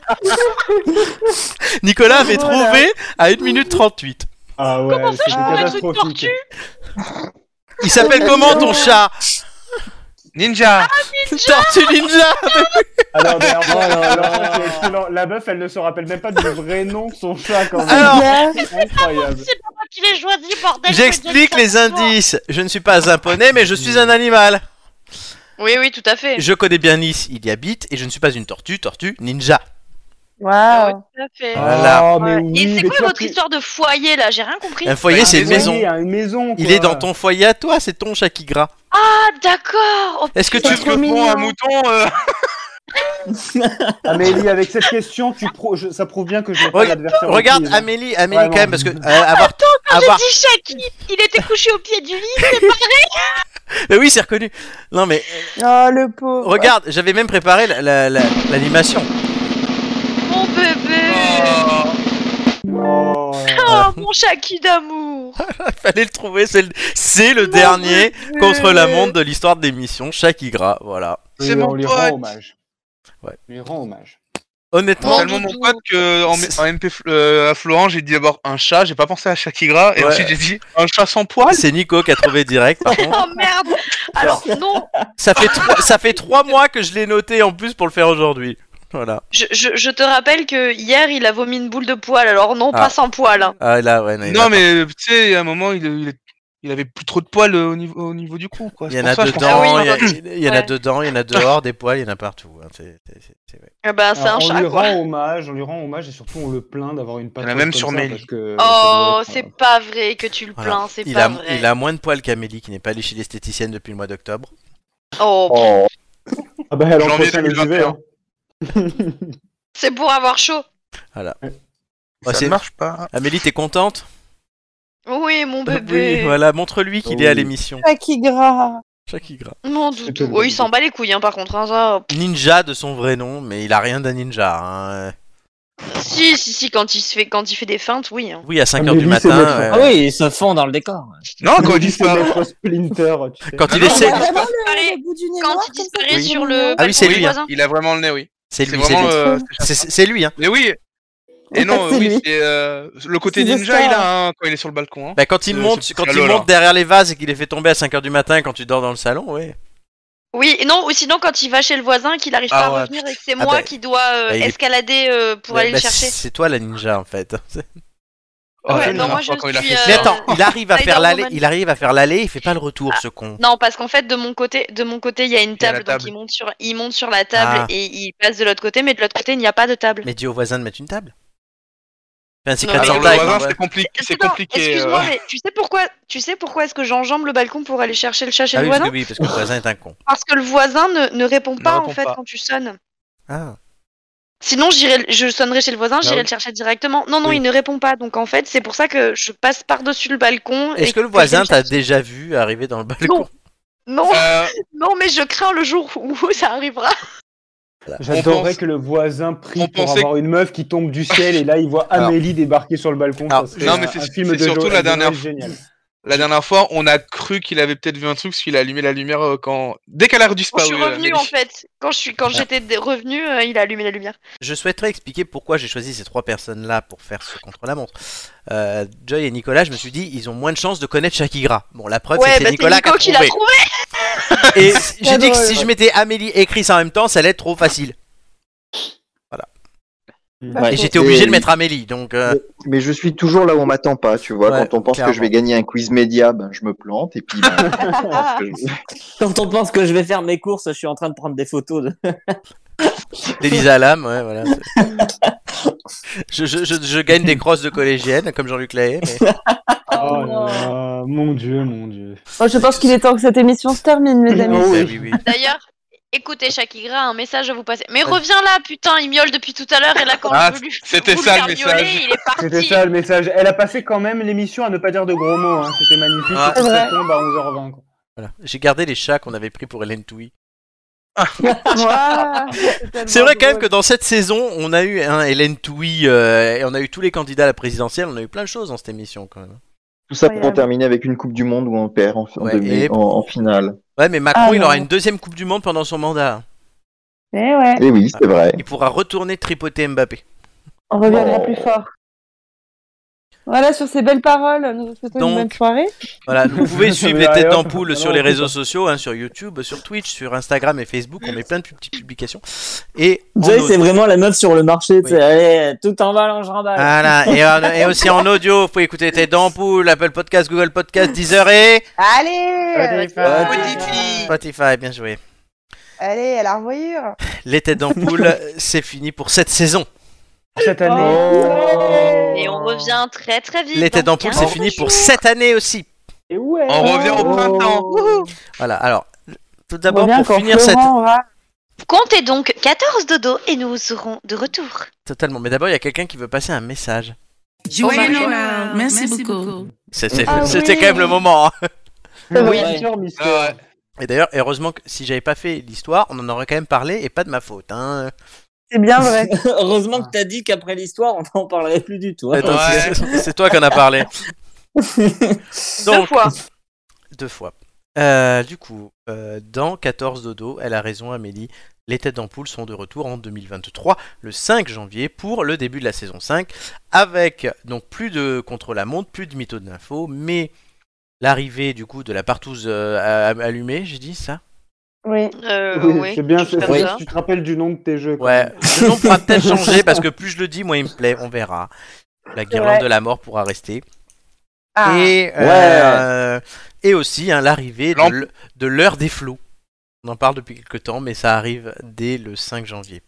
Speaker 1: Nicolas avait
Speaker 11: Voilà.
Speaker 1: trouvé à 1 minute 38.
Speaker 7: Ah ouais,
Speaker 4: Comment ça,
Speaker 7: c'était
Speaker 4: je pourrais être une
Speaker 7: catastrophique.
Speaker 4: tortue
Speaker 1: Il s'appelle comment ton chat
Speaker 7: Ah,
Speaker 5: Ninja
Speaker 1: Tortue Ninja *laughs*
Speaker 7: Alors, d'ailleurs,
Speaker 2: Oh là là.
Speaker 7: alors, c'est excellent. la meuf, elle ne se rappelle même pas du vrai nom de son chat quand même.
Speaker 1: Alors,
Speaker 7: *laughs* C'est incroyable.
Speaker 4: C'est pas moi qui l'ai choisi, bordel
Speaker 1: J'explique les indices. Je ne suis pas un poney, mais je suis un animal.
Speaker 3: Oui, oui, tout à fait.
Speaker 1: Je connais bien Nice, il y habite, et je ne suis pas une tortue, tortue, ninja.
Speaker 3: Ah
Speaker 11: Waouh
Speaker 3: oui, tout à fait.
Speaker 1: Voilà.
Speaker 7: Oh, mais
Speaker 3: Ouais.
Speaker 7: oui,
Speaker 3: Et c'est
Speaker 7: mais
Speaker 3: quoi
Speaker 7: tu vois,
Speaker 3: votre
Speaker 7: plus-
Speaker 3: histoire de foyer là J'ai rien compris.
Speaker 1: Un foyer, c'est une
Speaker 7: Oui,
Speaker 1: maison.
Speaker 7: hein, une maison
Speaker 1: Il
Speaker 7: quoi.
Speaker 1: est dans ton foyer à toi, c'est ton chat qui gras.
Speaker 3: Ah d'accord Oh,
Speaker 1: Est-ce que tu
Speaker 5: Parce
Speaker 11: trop
Speaker 5: que bon,
Speaker 11: mignon.
Speaker 5: un mouton,
Speaker 3: *laughs*
Speaker 5: euh,
Speaker 7: Amélie, avec cette question, tu pro- je- ça prouve bien que je n'ai pas
Speaker 1: Reg-
Speaker 7: l'adversaire.
Speaker 1: Regarde
Speaker 7: requise, hein.
Speaker 1: Amélie, Amélie
Speaker 7: Vraiment.
Speaker 1: quand même, parce que euh, avoir,
Speaker 4: J'ai
Speaker 1: avoir,
Speaker 4: dit Shaki Il était couché au pied du lit,
Speaker 1: Mais oui, c'est reconnu. Non mais euh,
Speaker 11: Oh le pauvre
Speaker 1: regarde, j'avais même préparé la- la- la- l'animation. *laughs*
Speaker 3: mon bébé
Speaker 5: oh,
Speaker 7: Oh,
Speaker 3: *laughs* Oh, mon Shaki d'amour
Speaker 1: Fallait le trouver, c'est le, c'est le dernier contre la montre de l'histoire de l'émission Chat qui gras, voilà.
Speaker 5: C'est
Speaker 7: et
Speaker 5: mon
Speaker 7: on lui
Speaker 5: pote.
Speaker 7: rend hommage.
Speaker 1: Ouais.
Speaker 7: On lui rend hommage.
Speaker 1: Honnêtement,
Speaker 5: tellement mon pote que en,
Speaker 1: C'est-
Speaker 5: en MP euh, à Florent, j'ai dit d'abord un chat, j'ai pas pensé à Shakira, et
Speaker 1: Ouais.
Speaker 5: ensuite j'ai dit un chat sans poils.
Speaker 1: c'est Nico qui a trouvé direct par contre.
Speaker 3: Oh merde Alors non,
Speaker 1: Ça fait trois, ça fait trois mois que je l'ai noté en plus pour le faire aujourd'hui. Voilà.
Speaker 3: je, je- je te rappelle que hier il a vomi une boule de poil, alors non,
Speaker 1: Ah.
Speaker 3: pas sans poil. hein.
Speaker 1: Ah là ouais. il y en a
Speaker 5: Non, mais tu sais, à un moment, il, il- il avait plus trop de poils euh, au niveau, au niveau du cou, quoi.
Speaker 1: Il y
Speaker 5: C'est
Speaker 1: en
Speaker 5: pour
Speaker 1: a
Speaker 5: ça, je pensais-
Speaker 1: dedans, il y, a- il y en a
Speaker 3: Ouais.
Speaker 1: dedans, il y en a dehors, des poils, il y en a partout. hein, c'est- c'est- c'est- c'est vrai.
Speaker 3: Eh ben c'est
Speaker 7: Alors,
Speaker 3: un
Speaker 7: on
Speaker 3: chat
Speaker 7: lui
Speaker 3: quoi.
Speaker 7: rend hommage, on lui rend hommage et surtout on le plaint d'avoir une patte.
Speaker 5: a même sur Mail.
Speaker 7: Parce que
Speaker 3: Oh,
Speaker 7: ça doit
Speaker 3: c'est
Speaker 7: être,
Speaker 3: pas vrai que tu le
Speaker 1: Voilà.
Speaker 3: plains, c'est
Speaker 1: Il,
Speaker 3: pas
Speaker 1: a,
Speaker 3: vrai.
Speaker 1: il a moins de poils qu'Amélie qui n'est pas allée chez l'esthéticienne depuis le mois d'octobre.
Speaker 3: Oh,
Speaker 10: Oh.
Speaker 7: euh, Ah bah elle en
Speaker 5: Janvier
Speaker 7: prochaine les
Speaker 5: 2021.
Speaker 7: hivers.
Speaker 3: c'est pour avoir chaud.
Speaker 1: Oh,
Speaker 5: ça
Speaker 1: c'est-
Speaker 5: ne marche pas.
Speaker 1: Amélie, t'es contente
Speaker 3: Oui, mon
Speaker 1: Oui,
Speaker 3: bébé.
Speaker 1: voilà, montre-lui qu'il est à
Speaker 7: Oui.
Speaker 1: l'émission.
Speaker 11: Jackie Graham
Speaker 1: Chat qui gratte.
Speaker 3: Mon
Speaker 7: tout
Speaker 3: doudou.
Speaker 7: le
Speaker 3: Oh, il
Speaker 7: monde.
Speaker 3: s'en bat les couilles, hein, par contre. hein, ça.
Speaker 1: Ninja de son vrai nom, mais il a rien d'un ninja. hein.
Speaker 3: Si, si, si, quand il, se fait, quand il fait des feintes, oui. hein.
Speaker 1: Oui, à 5h
Speaker 7: Amélie,
Speaker 1: du
Speaker 7: c'est
Speaker 1: matin.
Speaker 7: notre-
Speaker 1: euh,
Speaker 2: Ah oui, ils se fond dans le décor.
Speaker 5: Non, quand
Speaker 7: Quand
Speaker 5: il
Speaker 7: dit c'est
Speaker 5: disparaît.
Speaker 7: notre Splinter, tu sais.
Speaker 1: Quand il
Speaker 5: Ah non,
Speaker 11: Il
Speaker 1: essaie.
Speaker 11: a vraiment
Speaker 3: disparaît.
Speaker 11: le, le bout du nez
Speaker 3: Quand
Speaker 11: noir
Speaker 3: il
Speaker 11: comme ça,
Speaker 3: disparaît
Speaker 11: c'est
Speaker 3: sur
Speaker 11: trop
Speaker 3: le
Speaker 11: mignon.
Speaker 1: Ah oui, c'est
Speaker 3: balcon du
Speaker 1: lui, hein.
Speaker 3: Euh, bah, voisin.
Speaker 5: Il a vraiment le nez, oui.
Speaker 1: C'est
Speaker 5: C'est
Speaker 1: lui, c'est
Speaker 5: vraiment.
Speaker 1: lui. *laughs*
Speaker 5: euh,
Speaker 1: C'est- C'est c'est lui, hein.
Speaker 5: Mais oui, et non,
Speaker 11: C'est
Speaker 5: euh, oui,
Speaker 11: lui.
Speaker 5: c'est euh, le côté
Speaker 11: C'est le
Speaker 5: ninja, il
Speaker 11: star.
Speaker 5: a un quand il est sur le balcon. hein.
Speaker 1: Bah, quand il
Speaker 5: Euh,
Speaker 1: monte,
Speaker 5: c'est-
Speaker 1: quand
Speaker 5: c'est
Speaker 1: il
Speaker 5: Lola.
Speaker 1: monte derrière les vases et qu'il les fait tomber à 5h du matin quand tu dors dans le salon, ouais.
Speaker 3: Oui, et non, ou sinon quand il va chez le voisin, qu'il n'arrive
Speaker 5: Ah
Speaker 3: pas
Speaker 5: ouais,
Speaker 3: à revenir et que c'est
Speaker 1: Ah
Speaker 3: moi
Speaker 1: bah,
Speaker 3: qui dois euh,
Speaker 1: bah, il est-
Speaker 3: escalader euh, pour
Speaker 1: Bah,
Speaker 3: aller
Speaker 1: bah,
Speaker 3: le chercher.
Speaker 1: C'est toi la ninja en fait. *laughs*
Speaker 5: Oh,
Speaker 3: Ouais,
Speaker 5: la
Speaker 3: non,
Speaker 5: dernière
Speaker 3: moi,
Speaker 5: fois,
Speaker 3: je
Speaker 5: quand il a
Speaker 3: suis,
Speaker 5: fait
Speaker 3: euh,
Speaker 1: Mais
Speaker 5: ça.
Speaker 1: attends, il arrive à faire l'aller,
Speaker 3: Spider-Woman. Ah,
Speaker 1: il arrive à faire l'aller, il fait pas le retour ce con.
Speaker 3: Non, parce qu'en fait, de mon côté, de mon côté, il y a une
Speaker 5: Il y a la
Speaker 3: table,
Speaker 5: table.
Speaker 3: donc il monte sur, il monte sur la table
Speaker 1: Ah.
Speaker 3: et il passe de l'autre côté, mais de l'autre côté, il n'y a pas de table.
Speaker 1: Mais dis au voisin de mettre une table. Fais un secret
Speaker 3: Non,
Speaker 5: Alors,
Speaker 1: Santa
Speaker 5: le
Speaker 1: avec un
Speaker 5: voisin,
Speaker 1: voisin.
Speaker 5: c'est compliqué. C'est
Speaker 3: Attends,
Speaker 5: compliqué.
Speaker 3: Excuse-moi,
Speaker 5: euh.
Speaker 3: mais tu sais pourquoi, tu sais pourquoi est-ce que j'enjambe le balcon pour aller chercher le chat chez
Speaker 1: Ah
Speaker 3: le
Speaker 1: oui, parce
Speaker 3: voisin
Speaker 1: que, oui, parce que le voisin est un con.
Speaker 3: Parce que le voisin ne, ne répond
Speaker 5: Ne
Speaker 3: pas en
Speaker 5: répond
Speaker 3: fait
Speaker 5: pas.
Speaker 3: quand tu sonnes.
Speaker 1: Ah.
Speaker 3: Sinon, j'irai, je sonnerai chez le
Speaker 5: Bah
Speaker 3: voisin, j'irai
Speaker 1: oui.
Speaker 3: le chercher directement. Non, non,
Speaker 1: Oui.
Speaker 3: il ne répond pas. Donc en fait, c'est pour ça que je passe par-dessus le balcon. et
Speaker 1: Est-ce que
Speaker 3: je
Speaker 1: le
Speaker 3: vais
Speaker 1: voisin t'a
Speaker 3: chercher.
Speaker 1: déjà vu arriver dans le balcon
Speaker 3: Non. *laughs* Non,
Speaker 5: Euh,
Speaker 3: non, mais je crains le jour où *laughs* ça
Speaker 5: *laughs*
Speaker 3: arrivera.
Speaker 7: J'adorerais
Speaker 5: pense-
Speaker 7: que le voisin prie
Speaker 5: on
Speaker 7: pour
Speaker 5: pensait-
Speaker 7: avoir une meuf
Speaker 5: *laughs*
Speaker 7: qui tombe du ciel et là il voit
Speaker 1: Alors-
Speaker 7: Amélie débarquer sur le balcon.
Speaker 1: Alors,
Speaker 7: ça serait
Speaker 5: non, mais
Speaker 7: un-
Speaker 5: c'est-
Speaker 7: un film
Speaker 5: c'est
Speaker 7: de
Speaker 5: surtout
Speaker 7: Jo-
Speaker 5: la
Speaker 7: de Noël
Speaker 5: dernière-
Speaker 7: génial.
Speaker 5: La dernière fois, on a cru qu'il avait peut-être vu un truc parce qu'il a allumé la lumière euh, quand. Dès qu'elle a
Speaker 3: Quand je
Speaker 5: redisparu.
Speaker 3: suis
Speaker 5: euh, Ah.
Speaker 3: revenue
Speaker 5: Amélie.
Speaker 3: en fait, quand je suis, quand j'étais dé- revenue, euh, il a allumé la lumière.
Speaker 1: Je souhaiterais expliquer pourquoi j'ai choisi ces trois personnes-là pour faire ce contre-la-montre. Euh, Joy et Nicolas, je me suis dit, ils ont moins de chances de connaître Shakira. Bon, la preuve, c'est
Speaker 3: ouais,
Speaker 1: que
Speaker 3: bah,
Speaker 1: c'est Nicolas
Speaker 3: c'est Nico
Speaker 1: qui
Speaker 3: qui
Speaker 1: a
Speaker 3: l'a
Speaker 1: trouvé.
Speaker 3: trouvé. *laughs*
Speaker 1: Et j'ai dit que
Speaker 11: drôle,
Speaker 1: si
Speaker 11: ouais.
Speaker 1: je mettais Amélie et Chris en même temps, ça allait être trop facile.
Speaker 11: Ouais.
Speaker 8: Bah,
Speaker 1: Et j'étais obligé de mettre Amélie, donc... euh,
Speaker 8: Mais je suis toujours là où on m'attend pas, tu vois.
Speaker 1: Ouais,
Speaker 8: quand on pense que je vais
Speaker 1: clairement.
Speaker 8: gagner un quiz média, ben, je me plante et puis. ben, je pense que je-
Speaker 2: *laughs* Quand on pense que je vais faire mes courses, je suis en train de prendre des photos. De...
Speaker 1: D'Elisa Lam, ouais, voilà. c'est- je, je, je, je gagne des crosses de collégienne, comme Jean-Luc Lahaye. mais-
Speaker 7: Oh là là, mon dieu, mon dieu.
Speaker 11: Oh, je pense qu'il est temps que cette émission se termine, mes amis.
Speaker 1: Ah
Speaker 7: oui.
Speaker 1: oui, oui.
Speaker 3: D'ailleurs, écoutez Shakira, un message à vous passer. Mais reviens là, putain, il miaule depuis tout à l'heure et là quand
Speaker 5: Ah,
Speaker 3: je veux lui
Speaker 5: *laughs* c'était
Speaker 3: vous
Speaker 5: ça,
Speaker 3: faire
Speaker 5: le
Speaker 3: miauler,
Speaker 5: message.
Speaker 3: il est parti.
Speaker 7: C'était ça le message. Elle a passé quand même l'émission à ne pas dire de gros mots. hein. C'était magnifique.
Speaker 1: Ah,
Speaker 7: Et puis
Speaker 11: c'est
Speaker 7: ça
Speaker 11: vrai.
Speaker 7: tombe à 11h20. quoi.
Speaker 1: Voilà. J'ai gardé les chats qu'on avait pris pour Hélène Touy. C'est vrai quand même que dans cette saison, on a eu un Hélène Touy, euh, et on a eu tous les candidats à la présidentielle, on a eu plein de choses dans cette émission quand même.
Speaker 8: Tout ça pour
Speaker 11: Incroyable.
Speaker 8: terminer avec une Coupe du Monde où on perd en, en
Speaker 1: Ouais,
Speaker 8: demi-
Speaker 1: et-
Speaker 8: en- en finale.
Speaker 1: Ouais, mais Macron,
Speaker 11: Ah,
Speaker 1: il aura
Speaker 11: non.
Speaker 1: une deuxième Coupe du Monde pendant son mandat.
Speaker 11: Eh ouais,
Speaker 8: Et oui, c'est vrai.
Speaker 1: Il pourra retourner tripoter Mbappé.
Speaker 11: on reviendra
Speaker 8: Oh.
Speaker 11: plus fort. Voilà, sur ces belles paroles, nous vous souhaitons
Speaker 1: Donc,
Speaker 11: une bonne soirée.
Speaker 1: Voilà, vous
Speaker 7: *laughs*
Speaker 1: pouvez suivre
Speaker 7: Mais
Speaker 1: les têtes
Speaker 7: alors,
Speaker 1: d'ampoule sur
Speaker 7: alors,
Speaker 1: les
Speaker 7: on peut
Speaker 1: réseaux sociaux, hein, sur YouTube, sur Twitch, sur Instagram et Facebook. On met plein de petites publications.
Speaker 2: *laughs*
Speaker 1: Et en
Speaker 2: Joy,
Speaker 1: audio.
Speaker 2: c'est vraiment la meuf sur le marché. tu sais,
Speaker 1: Oui.
Speaker 2: Allez, tout en bas, je
Speaker 7: Ah.
Speaker 2: remballe.
Speaker 1: Voilà, et, en- et aussi en audio, vous pouvez écouter les têtes d'ampoule, Apple Podcast, Google Podcast, Deezer et
Speaker 11: Allez euh,
Speaker 1: Spotify. Bien joué.
Speaker 11: Allez, à la revoyure
Speaker 1: Les têtes
Speaker 7: *laughs*
Speaker 1: d'ampoule, c'est fini pour cette saison.
Speaker 7: Cette année.
Speaker 1: Oh.
Speaker 3: Et on revient très très vite.
Speaker 1: Les têtes
Speaker 3: dans
Speaker 1: d'ampoule, c'est
Speaker 3: 15
Speaker 1: fini pour
Speaker 3: jours.
Speaker 1: cette année aussi.
Speaker 7: Et ouais.
Speaker 5: On revient au printemps.
Speaker 1: Voilà, alors, tout
Speaker 11: On
Speaker 1: d'abord
Speaker 11: revient
Speaker 1: pour
Speaker 11: quand
Speaker 1: finir cette.
Speaker 11: Florent aura-
Speaker 4: Comptez donc 14 dodos et nous serons de retour.
Speaker 1: Totalement, mais d'abord, il y a quelqu'un qui veut passer un message.
Speaker 3: Joyeux
Speaker 15: Noël. Merci beaucoup.
Speaker 1: C'est- c'est-
Speaker 11: Ah
Speaker 1: C'était
Speaker 11: oui.
Speaker 1: quand même le moment. hein.
Speaker 2: Oui.
Speaker 5: Ah ouais.
Speaker 1: Et d'ailleurs, heureusement que si j'avais pas fait l'histoire, on en aurait quand même parlé et pas de ma faute. Hein.
Speaker 11: C'est bien vrai.
Speaker 2: *laughs* Heureusement que t'as dit qu'après l'histoire, on n'en parlerait plus du tout. hein.
Speaker 1: Attends,
Speaker 5: Ouais.
Speaker 1: c'est- C'est toi qu'on
Speaker 2: *laughs*
Speaker 1: a parlé.
Speaker 3: Deux
Speaker 1: Donc,
Speaker 3: fois.
Speaker 1: deux fois. Euh, du coup, euh, dans 14 dodo, elle a raison Amélie, les têtes d'ampoule sont de retour en 2023, le 5 janvier, pour le début de la saison 5, avec donc plus de contre-la-montre, plus de mythos de l'info, mais l'arrivée du coup de la partouze euh, à- à- allumée, j'ai dit ça
Speaker 11: Oui.
Speaker 3: Euh,
Speaker 7: Oui,
Speaker 3: oui,
Speaker 7: c'est bien
Speaker 3: quelque chose
Speaker 7: fait.
Speaker 3: comme
Speaker 7: Oui,
Speaker 3: ça.
Speaker 7: Tu te rappelles du nom de tes jeux. quoi.
Speaker 1: Ouais, le nom pourra peut-être changer parce que plus je le dis, moins il me plaît, on verra. La guirlande
Speaker 11: vrai.
Speaker 1: de la mort pourra rester.
Speaker 11: Ah.
Speaker 1: Et, euh, et aussi hein, l'arrivée de
Speaker 5: Lampe.
Speaker 1: l- de l'heure des flots. On en parle depuis quelques temps, mais ça arrive dès le 5 janvier.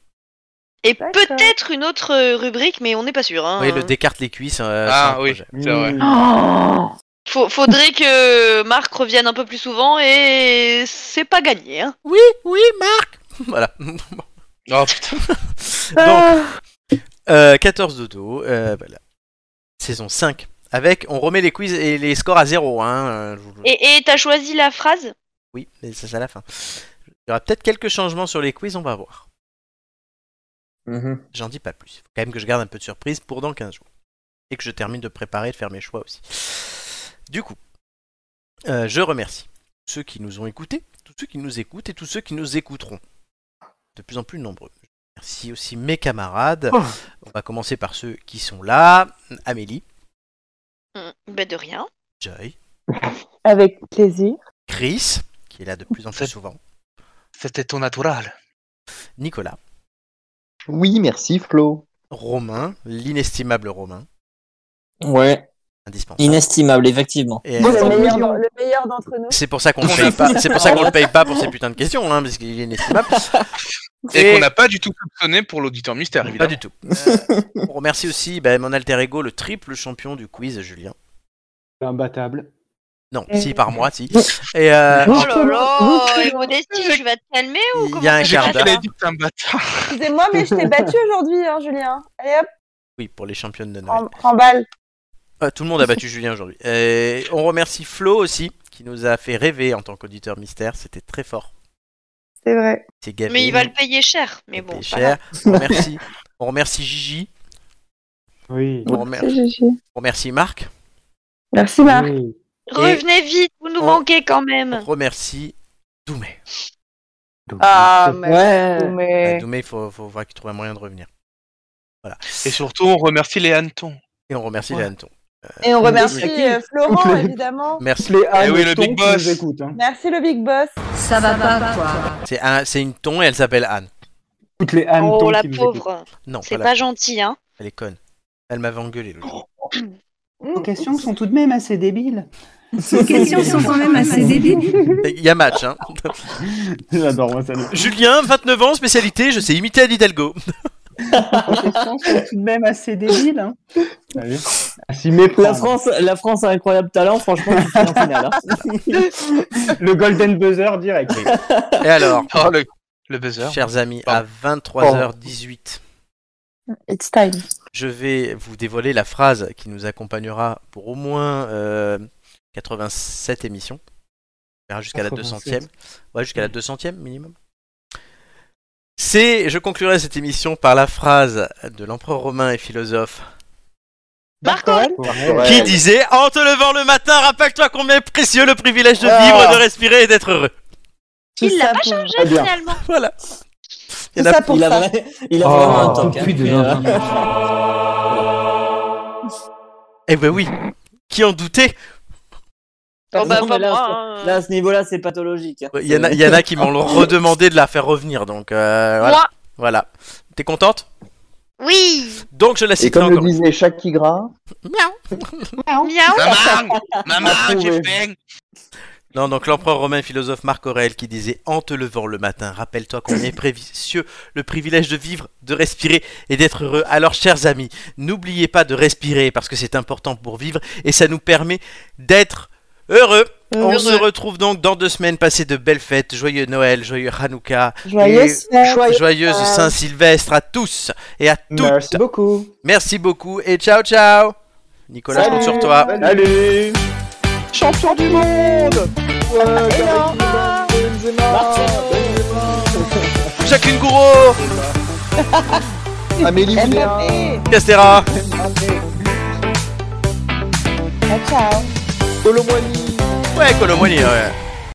Speaker 3: Et
Speaker 11: D'accord.
Speaker 3: peut-être une autre euh, rubrique, mais on n'est pas sûr. Hein.
Speaker 1: Oui, le décarte les cuisses. euh,
Speaker 5: Ah
Speaker 1: c'est un
Speaker 5: oui,
Speaker 1: projet.
Speaker 5: c'est vrai.
Speaker 7: Oh.
Speaker 3: Faut- faudrait que Marc revienne un peu plus souvent et c'est pas gagné. Hein.
Speaker 1: Oui, oui, Marc *laughs* Voilà.
Speaker 5: *laughs* Oh putain.
Speaker 1: *laughs* Donc, euh, 14 dodo, euh, voilà. saison 5. Avec, on remet les quiz et les scores à zéro. Hein, euh, je vous le-
Speaker 3: Et et t'as choisi la phrase
Speaker 1: Oui, mais ça c'est à la fin. Il y aura peut-être quelques changements sur les quiz, on va voir.
Speaker 2: Mhm.
Speaker 1: J'en dis pas plus. Faut quand même que je garde un peu de surprise pour dans 15 jours. Et que je termine de préparer et de faire mes choix aussi. Du coup, euh, je remercie tous ceux qui nous ont écoutés, tous ceux qui nous écoutent et tous ceux qui nous écouteront. De plus en plus nombreux. Je remercie aussi mes camarades. On va commencer par ceux qui sont là. Amélie,
Speaker 3: Hmm, Ben de rien.
Speaker 1: Joy,
Speaker 11: Avec plaisir.
Speaker 1: Chris, qui est là de plus en plus souvent,
Speaker 5: C'était ton natural.
Speaker 1: Nicolas,
Speaker 8: Oui, merci Flo.
Speaker 1: Romain, l'inestimable Romain,
Speaker 2: Ouais,
Speaker 1: *laughs* indispensable.
Speaker 2: inestimable, effectivement.
Speaker 1: Et-
Speaker 11: Le meilleur d'en- le meilleur d'entre nous.
Speaker 1: C'est pour ça qu'on le paye pas. C'est pour ça qu'on le paye pas pour ces putains de questions, hein, parce qu'il est inestimable.
Speaker 5: Et, qu'on n'a pas du tout soupçonné pour l'auditeur mystère,
Speaker 1: Pas
Speaker 5: évidemment.
Speaker 1: du tout. Euh, on remercie aussi bah, mon alter ego, le triple champion du quiz, Julien.
Speaker 7: Imbattable.
Speaker 1: Non,
Speaker 11: Mm.
Speaker 1: si, par mois, si. Et euh,
Speaker 3: Oh là là, et
Speaker 11: Justement.
Speaker 3: modestie, tu vas te calmer ou
Speaker 1: Il y
Speaker 3: comment
Speaker 1: a un
Speaker 3: tu
Speaker 5: J'ai
Speaker 1: quart
Speaker 3: vas
Speaker 1: Garda.
Speaker 5: cru qu'elle
Speaker 3: faire
Speaker 5: avait dit que c'est un bâtard.
Speaker 11: Excusez-moi, mais je t'ai battu aujourd'hui, hein, Julien. Allez hop,
Speaker 1: oui, pour les championnes de Noël.
Speaker 11: rem- remballe.
Speaker 1: Euh, tout le monde a battu Julien aujourd'hui. Et on remercie Flo aussi, qui nous a fait rêver en tant qu'auditeur mystère. C'était très fort.
Speaker 11: C'est vrai.
Speaker 1: C'est gavé.
Speaker 3: Mais il va le payer cher. Mais
Speaker 1: il
Speaker 3: bon,
Speaker 1: est
Speaker 3: pas grave.
Speaker 1: cher. On remercie, on remercie Gigi.
Speaker 7: Oui.
Speaker 1: On remer- on remercie, Marc.
Speaker 11: Merci Marc.
Speaker 7: Oui.
Speaker 3: Revenez vite, vous nous
Speaker 1: on-
Speaker 3: manquez quand
Speaker 1: On
Speaker 3: même.
Speaker 1: remercie Doumé.
Speaker 11: Ah, mais...
Speaker 2: Ouais.
Speaker 1: Euh,
Speaker 11: mais-
Speaker 1: Doumé, il faut, faut voir qu'il trouve un moyen de revenir.
Speaker 5: Et surtout, on remercie les hannetons.
Speaker 1: Et on remercie
Speaker 5: Ouais.
Speaker 1: les hannetons.
Speaker 11: Et on remercie
Speaker 7: Merci.
Speaker 11: euh, Florent, évidemment.
Speaker 1: Merci.
Speaker 7: Les Anne
Speaker 5: Eh oui, le
Speaker 7: Ton
Speaker 5: big
Speaker 7: qui
Speaker 5: boss.
Speaker 7: nous écoute, hein.
Speaker 11: Merci le Big Boss.
Speaker 15: Ça va pas, quoi.
Speaker 1: C'est un- c'est une ton et elle s'appelle Anne.
Speaker 7: Toutes les Anne
Speaker 3: Oh
Speaker 7: Ton
Speaker 3: la
Speaker 7: qui nous écoutent.
Speaker 3: pauvre,
Speaker 1: Non,
Speaker 3: c'est
Speaker 1: pas la-
Speaker 3: pas gentil, hein.
Speaker 1: Elle est conne. Elle m'avait engueulé le jour.
Speaker 11: Mm.
Speaker 7: Nos questions sont tout de même
Speaker 11: *laughs*
Speaker 7: assez débiles.
Speaker 15: Ces questions sont quand même assez débiles.
Speaker 1: Il y a match, hein.
Speaker 7: *laughs* J'adore, moi, ça. nous-
Speaker 1: Julien, 29 ans, spécialité, je sais imiter Anne Hidalgo.
Speaker 7: Nos questions sont tout de même assez débiles. Hein. Salut. Ainsi
Speaker 2: La France, la France a un incroyable talent, franchement,
Speaker 11: *laughs*
Speaker 2: qui finit en finale. hein.
Speaker 7: Le Golden Buzzer direct.
Speaker 1: Et alors,
Speaker 5: Oh, le, le buzzer.
Speaker 1: chers amis, à
Speaker 5: Pardon.
Speaker 1: 23h18,
Speaker 11: It's time.
Speaker 1: je vais vous dévoiler la phrase qui nous accompagnera pour au moins euh, 87 émissions. On verra Jusqu'à la 200e.
Speaker 7: 87.
Speaker 1: Ouais, jusqu'à la 200e minimum. C'est, je conclurai cette émission par la phrase de l'empereur romain et philosophe
Speaker 4: Marco
Speaker 1: Euh,
Speaker 11: *laughs*
Speaker 1: qui disait En te levant le matin, rappelle-toi combien est précieux le privilège de
Speaker 4: Ah.
Speaker 1: vivre, de respirer et d'être heureux.
Speaker 4: Il l'a pas
Speaker 1: Très
Speaker 4: changé
Speaker 1: bien.
Speaker 4: finalement.
Speaker 1: Voilà.
Speaker 2: Il a, il a, vra- il a vraiment un tank. hein.
Speaker 1: Eh ben oui. Qui en doutait
Speaker 2: Ah Non,
Speaker 3: bah,
Speaker 2: mais
Speaker 3: pas
Speaker 2: là,
Speaker 3: moi,
Speaker 2: à ce- là, à ce niveau-là, c'est pathologique. hein.
Speaker 1: Il y en a, il y en a qui m'ont
Speaker 2: *laughs*
Speaker 1: redemandé de la faire revenir, donc euh, voilà.
Speaker 3: Moi.
Speaker 1: Voilà. T'es contente
Speaker 3: Oui.
Speaker 1: Donc je la
Speaker 8: Et
Speaker 1: citerai
Speaker 8: comme le
Speaker 1: encore.
Speaker 8: disait Shaki Gras,
Speaker 3: Miaou.
Speaker 5: Maman Maman, j'ai faim
Speaker 1: Non, donc l'empereur romain philosophe Marc Aurèle qui disait En te levant le matin, rappelle-toi qu'on est précieux le privilège de vivre, de respirer et d'être heureux. Alors, chers amis, n'oubliez pas de respirer parce que c'est important pour vivre et ça nous permet d'être heureux. On
Speaker 11: Heureux.
Speaker 1: se retrouve donc dans deux semaines. Passez de belles fêtes. Joyeux Noël, joyeux Hanouka.
Speaker 11: Joyeuse
Speaker 1: et
Speaker 11: fête.
Speaker 1: joyeuse Saint-Sylvestre à tous et à toutes.
Speaker 7: Merci beaucoup.
Speaker 1: Merci beaucoup et ciao, ciao. Nicolas, je compte sur toi.
Speaker 7: Salut.
Speaker 8: Champion du monde
Speaker 1: Jacqueline Gouraud,
Speaker 8: Amélie Oudéa.
Speaker 1: Castera.
Speaker 11: Ciao, ciao.
Speaker 8: Colomboigny.
Speaker 1: Ouais, Colomboigny, ouais.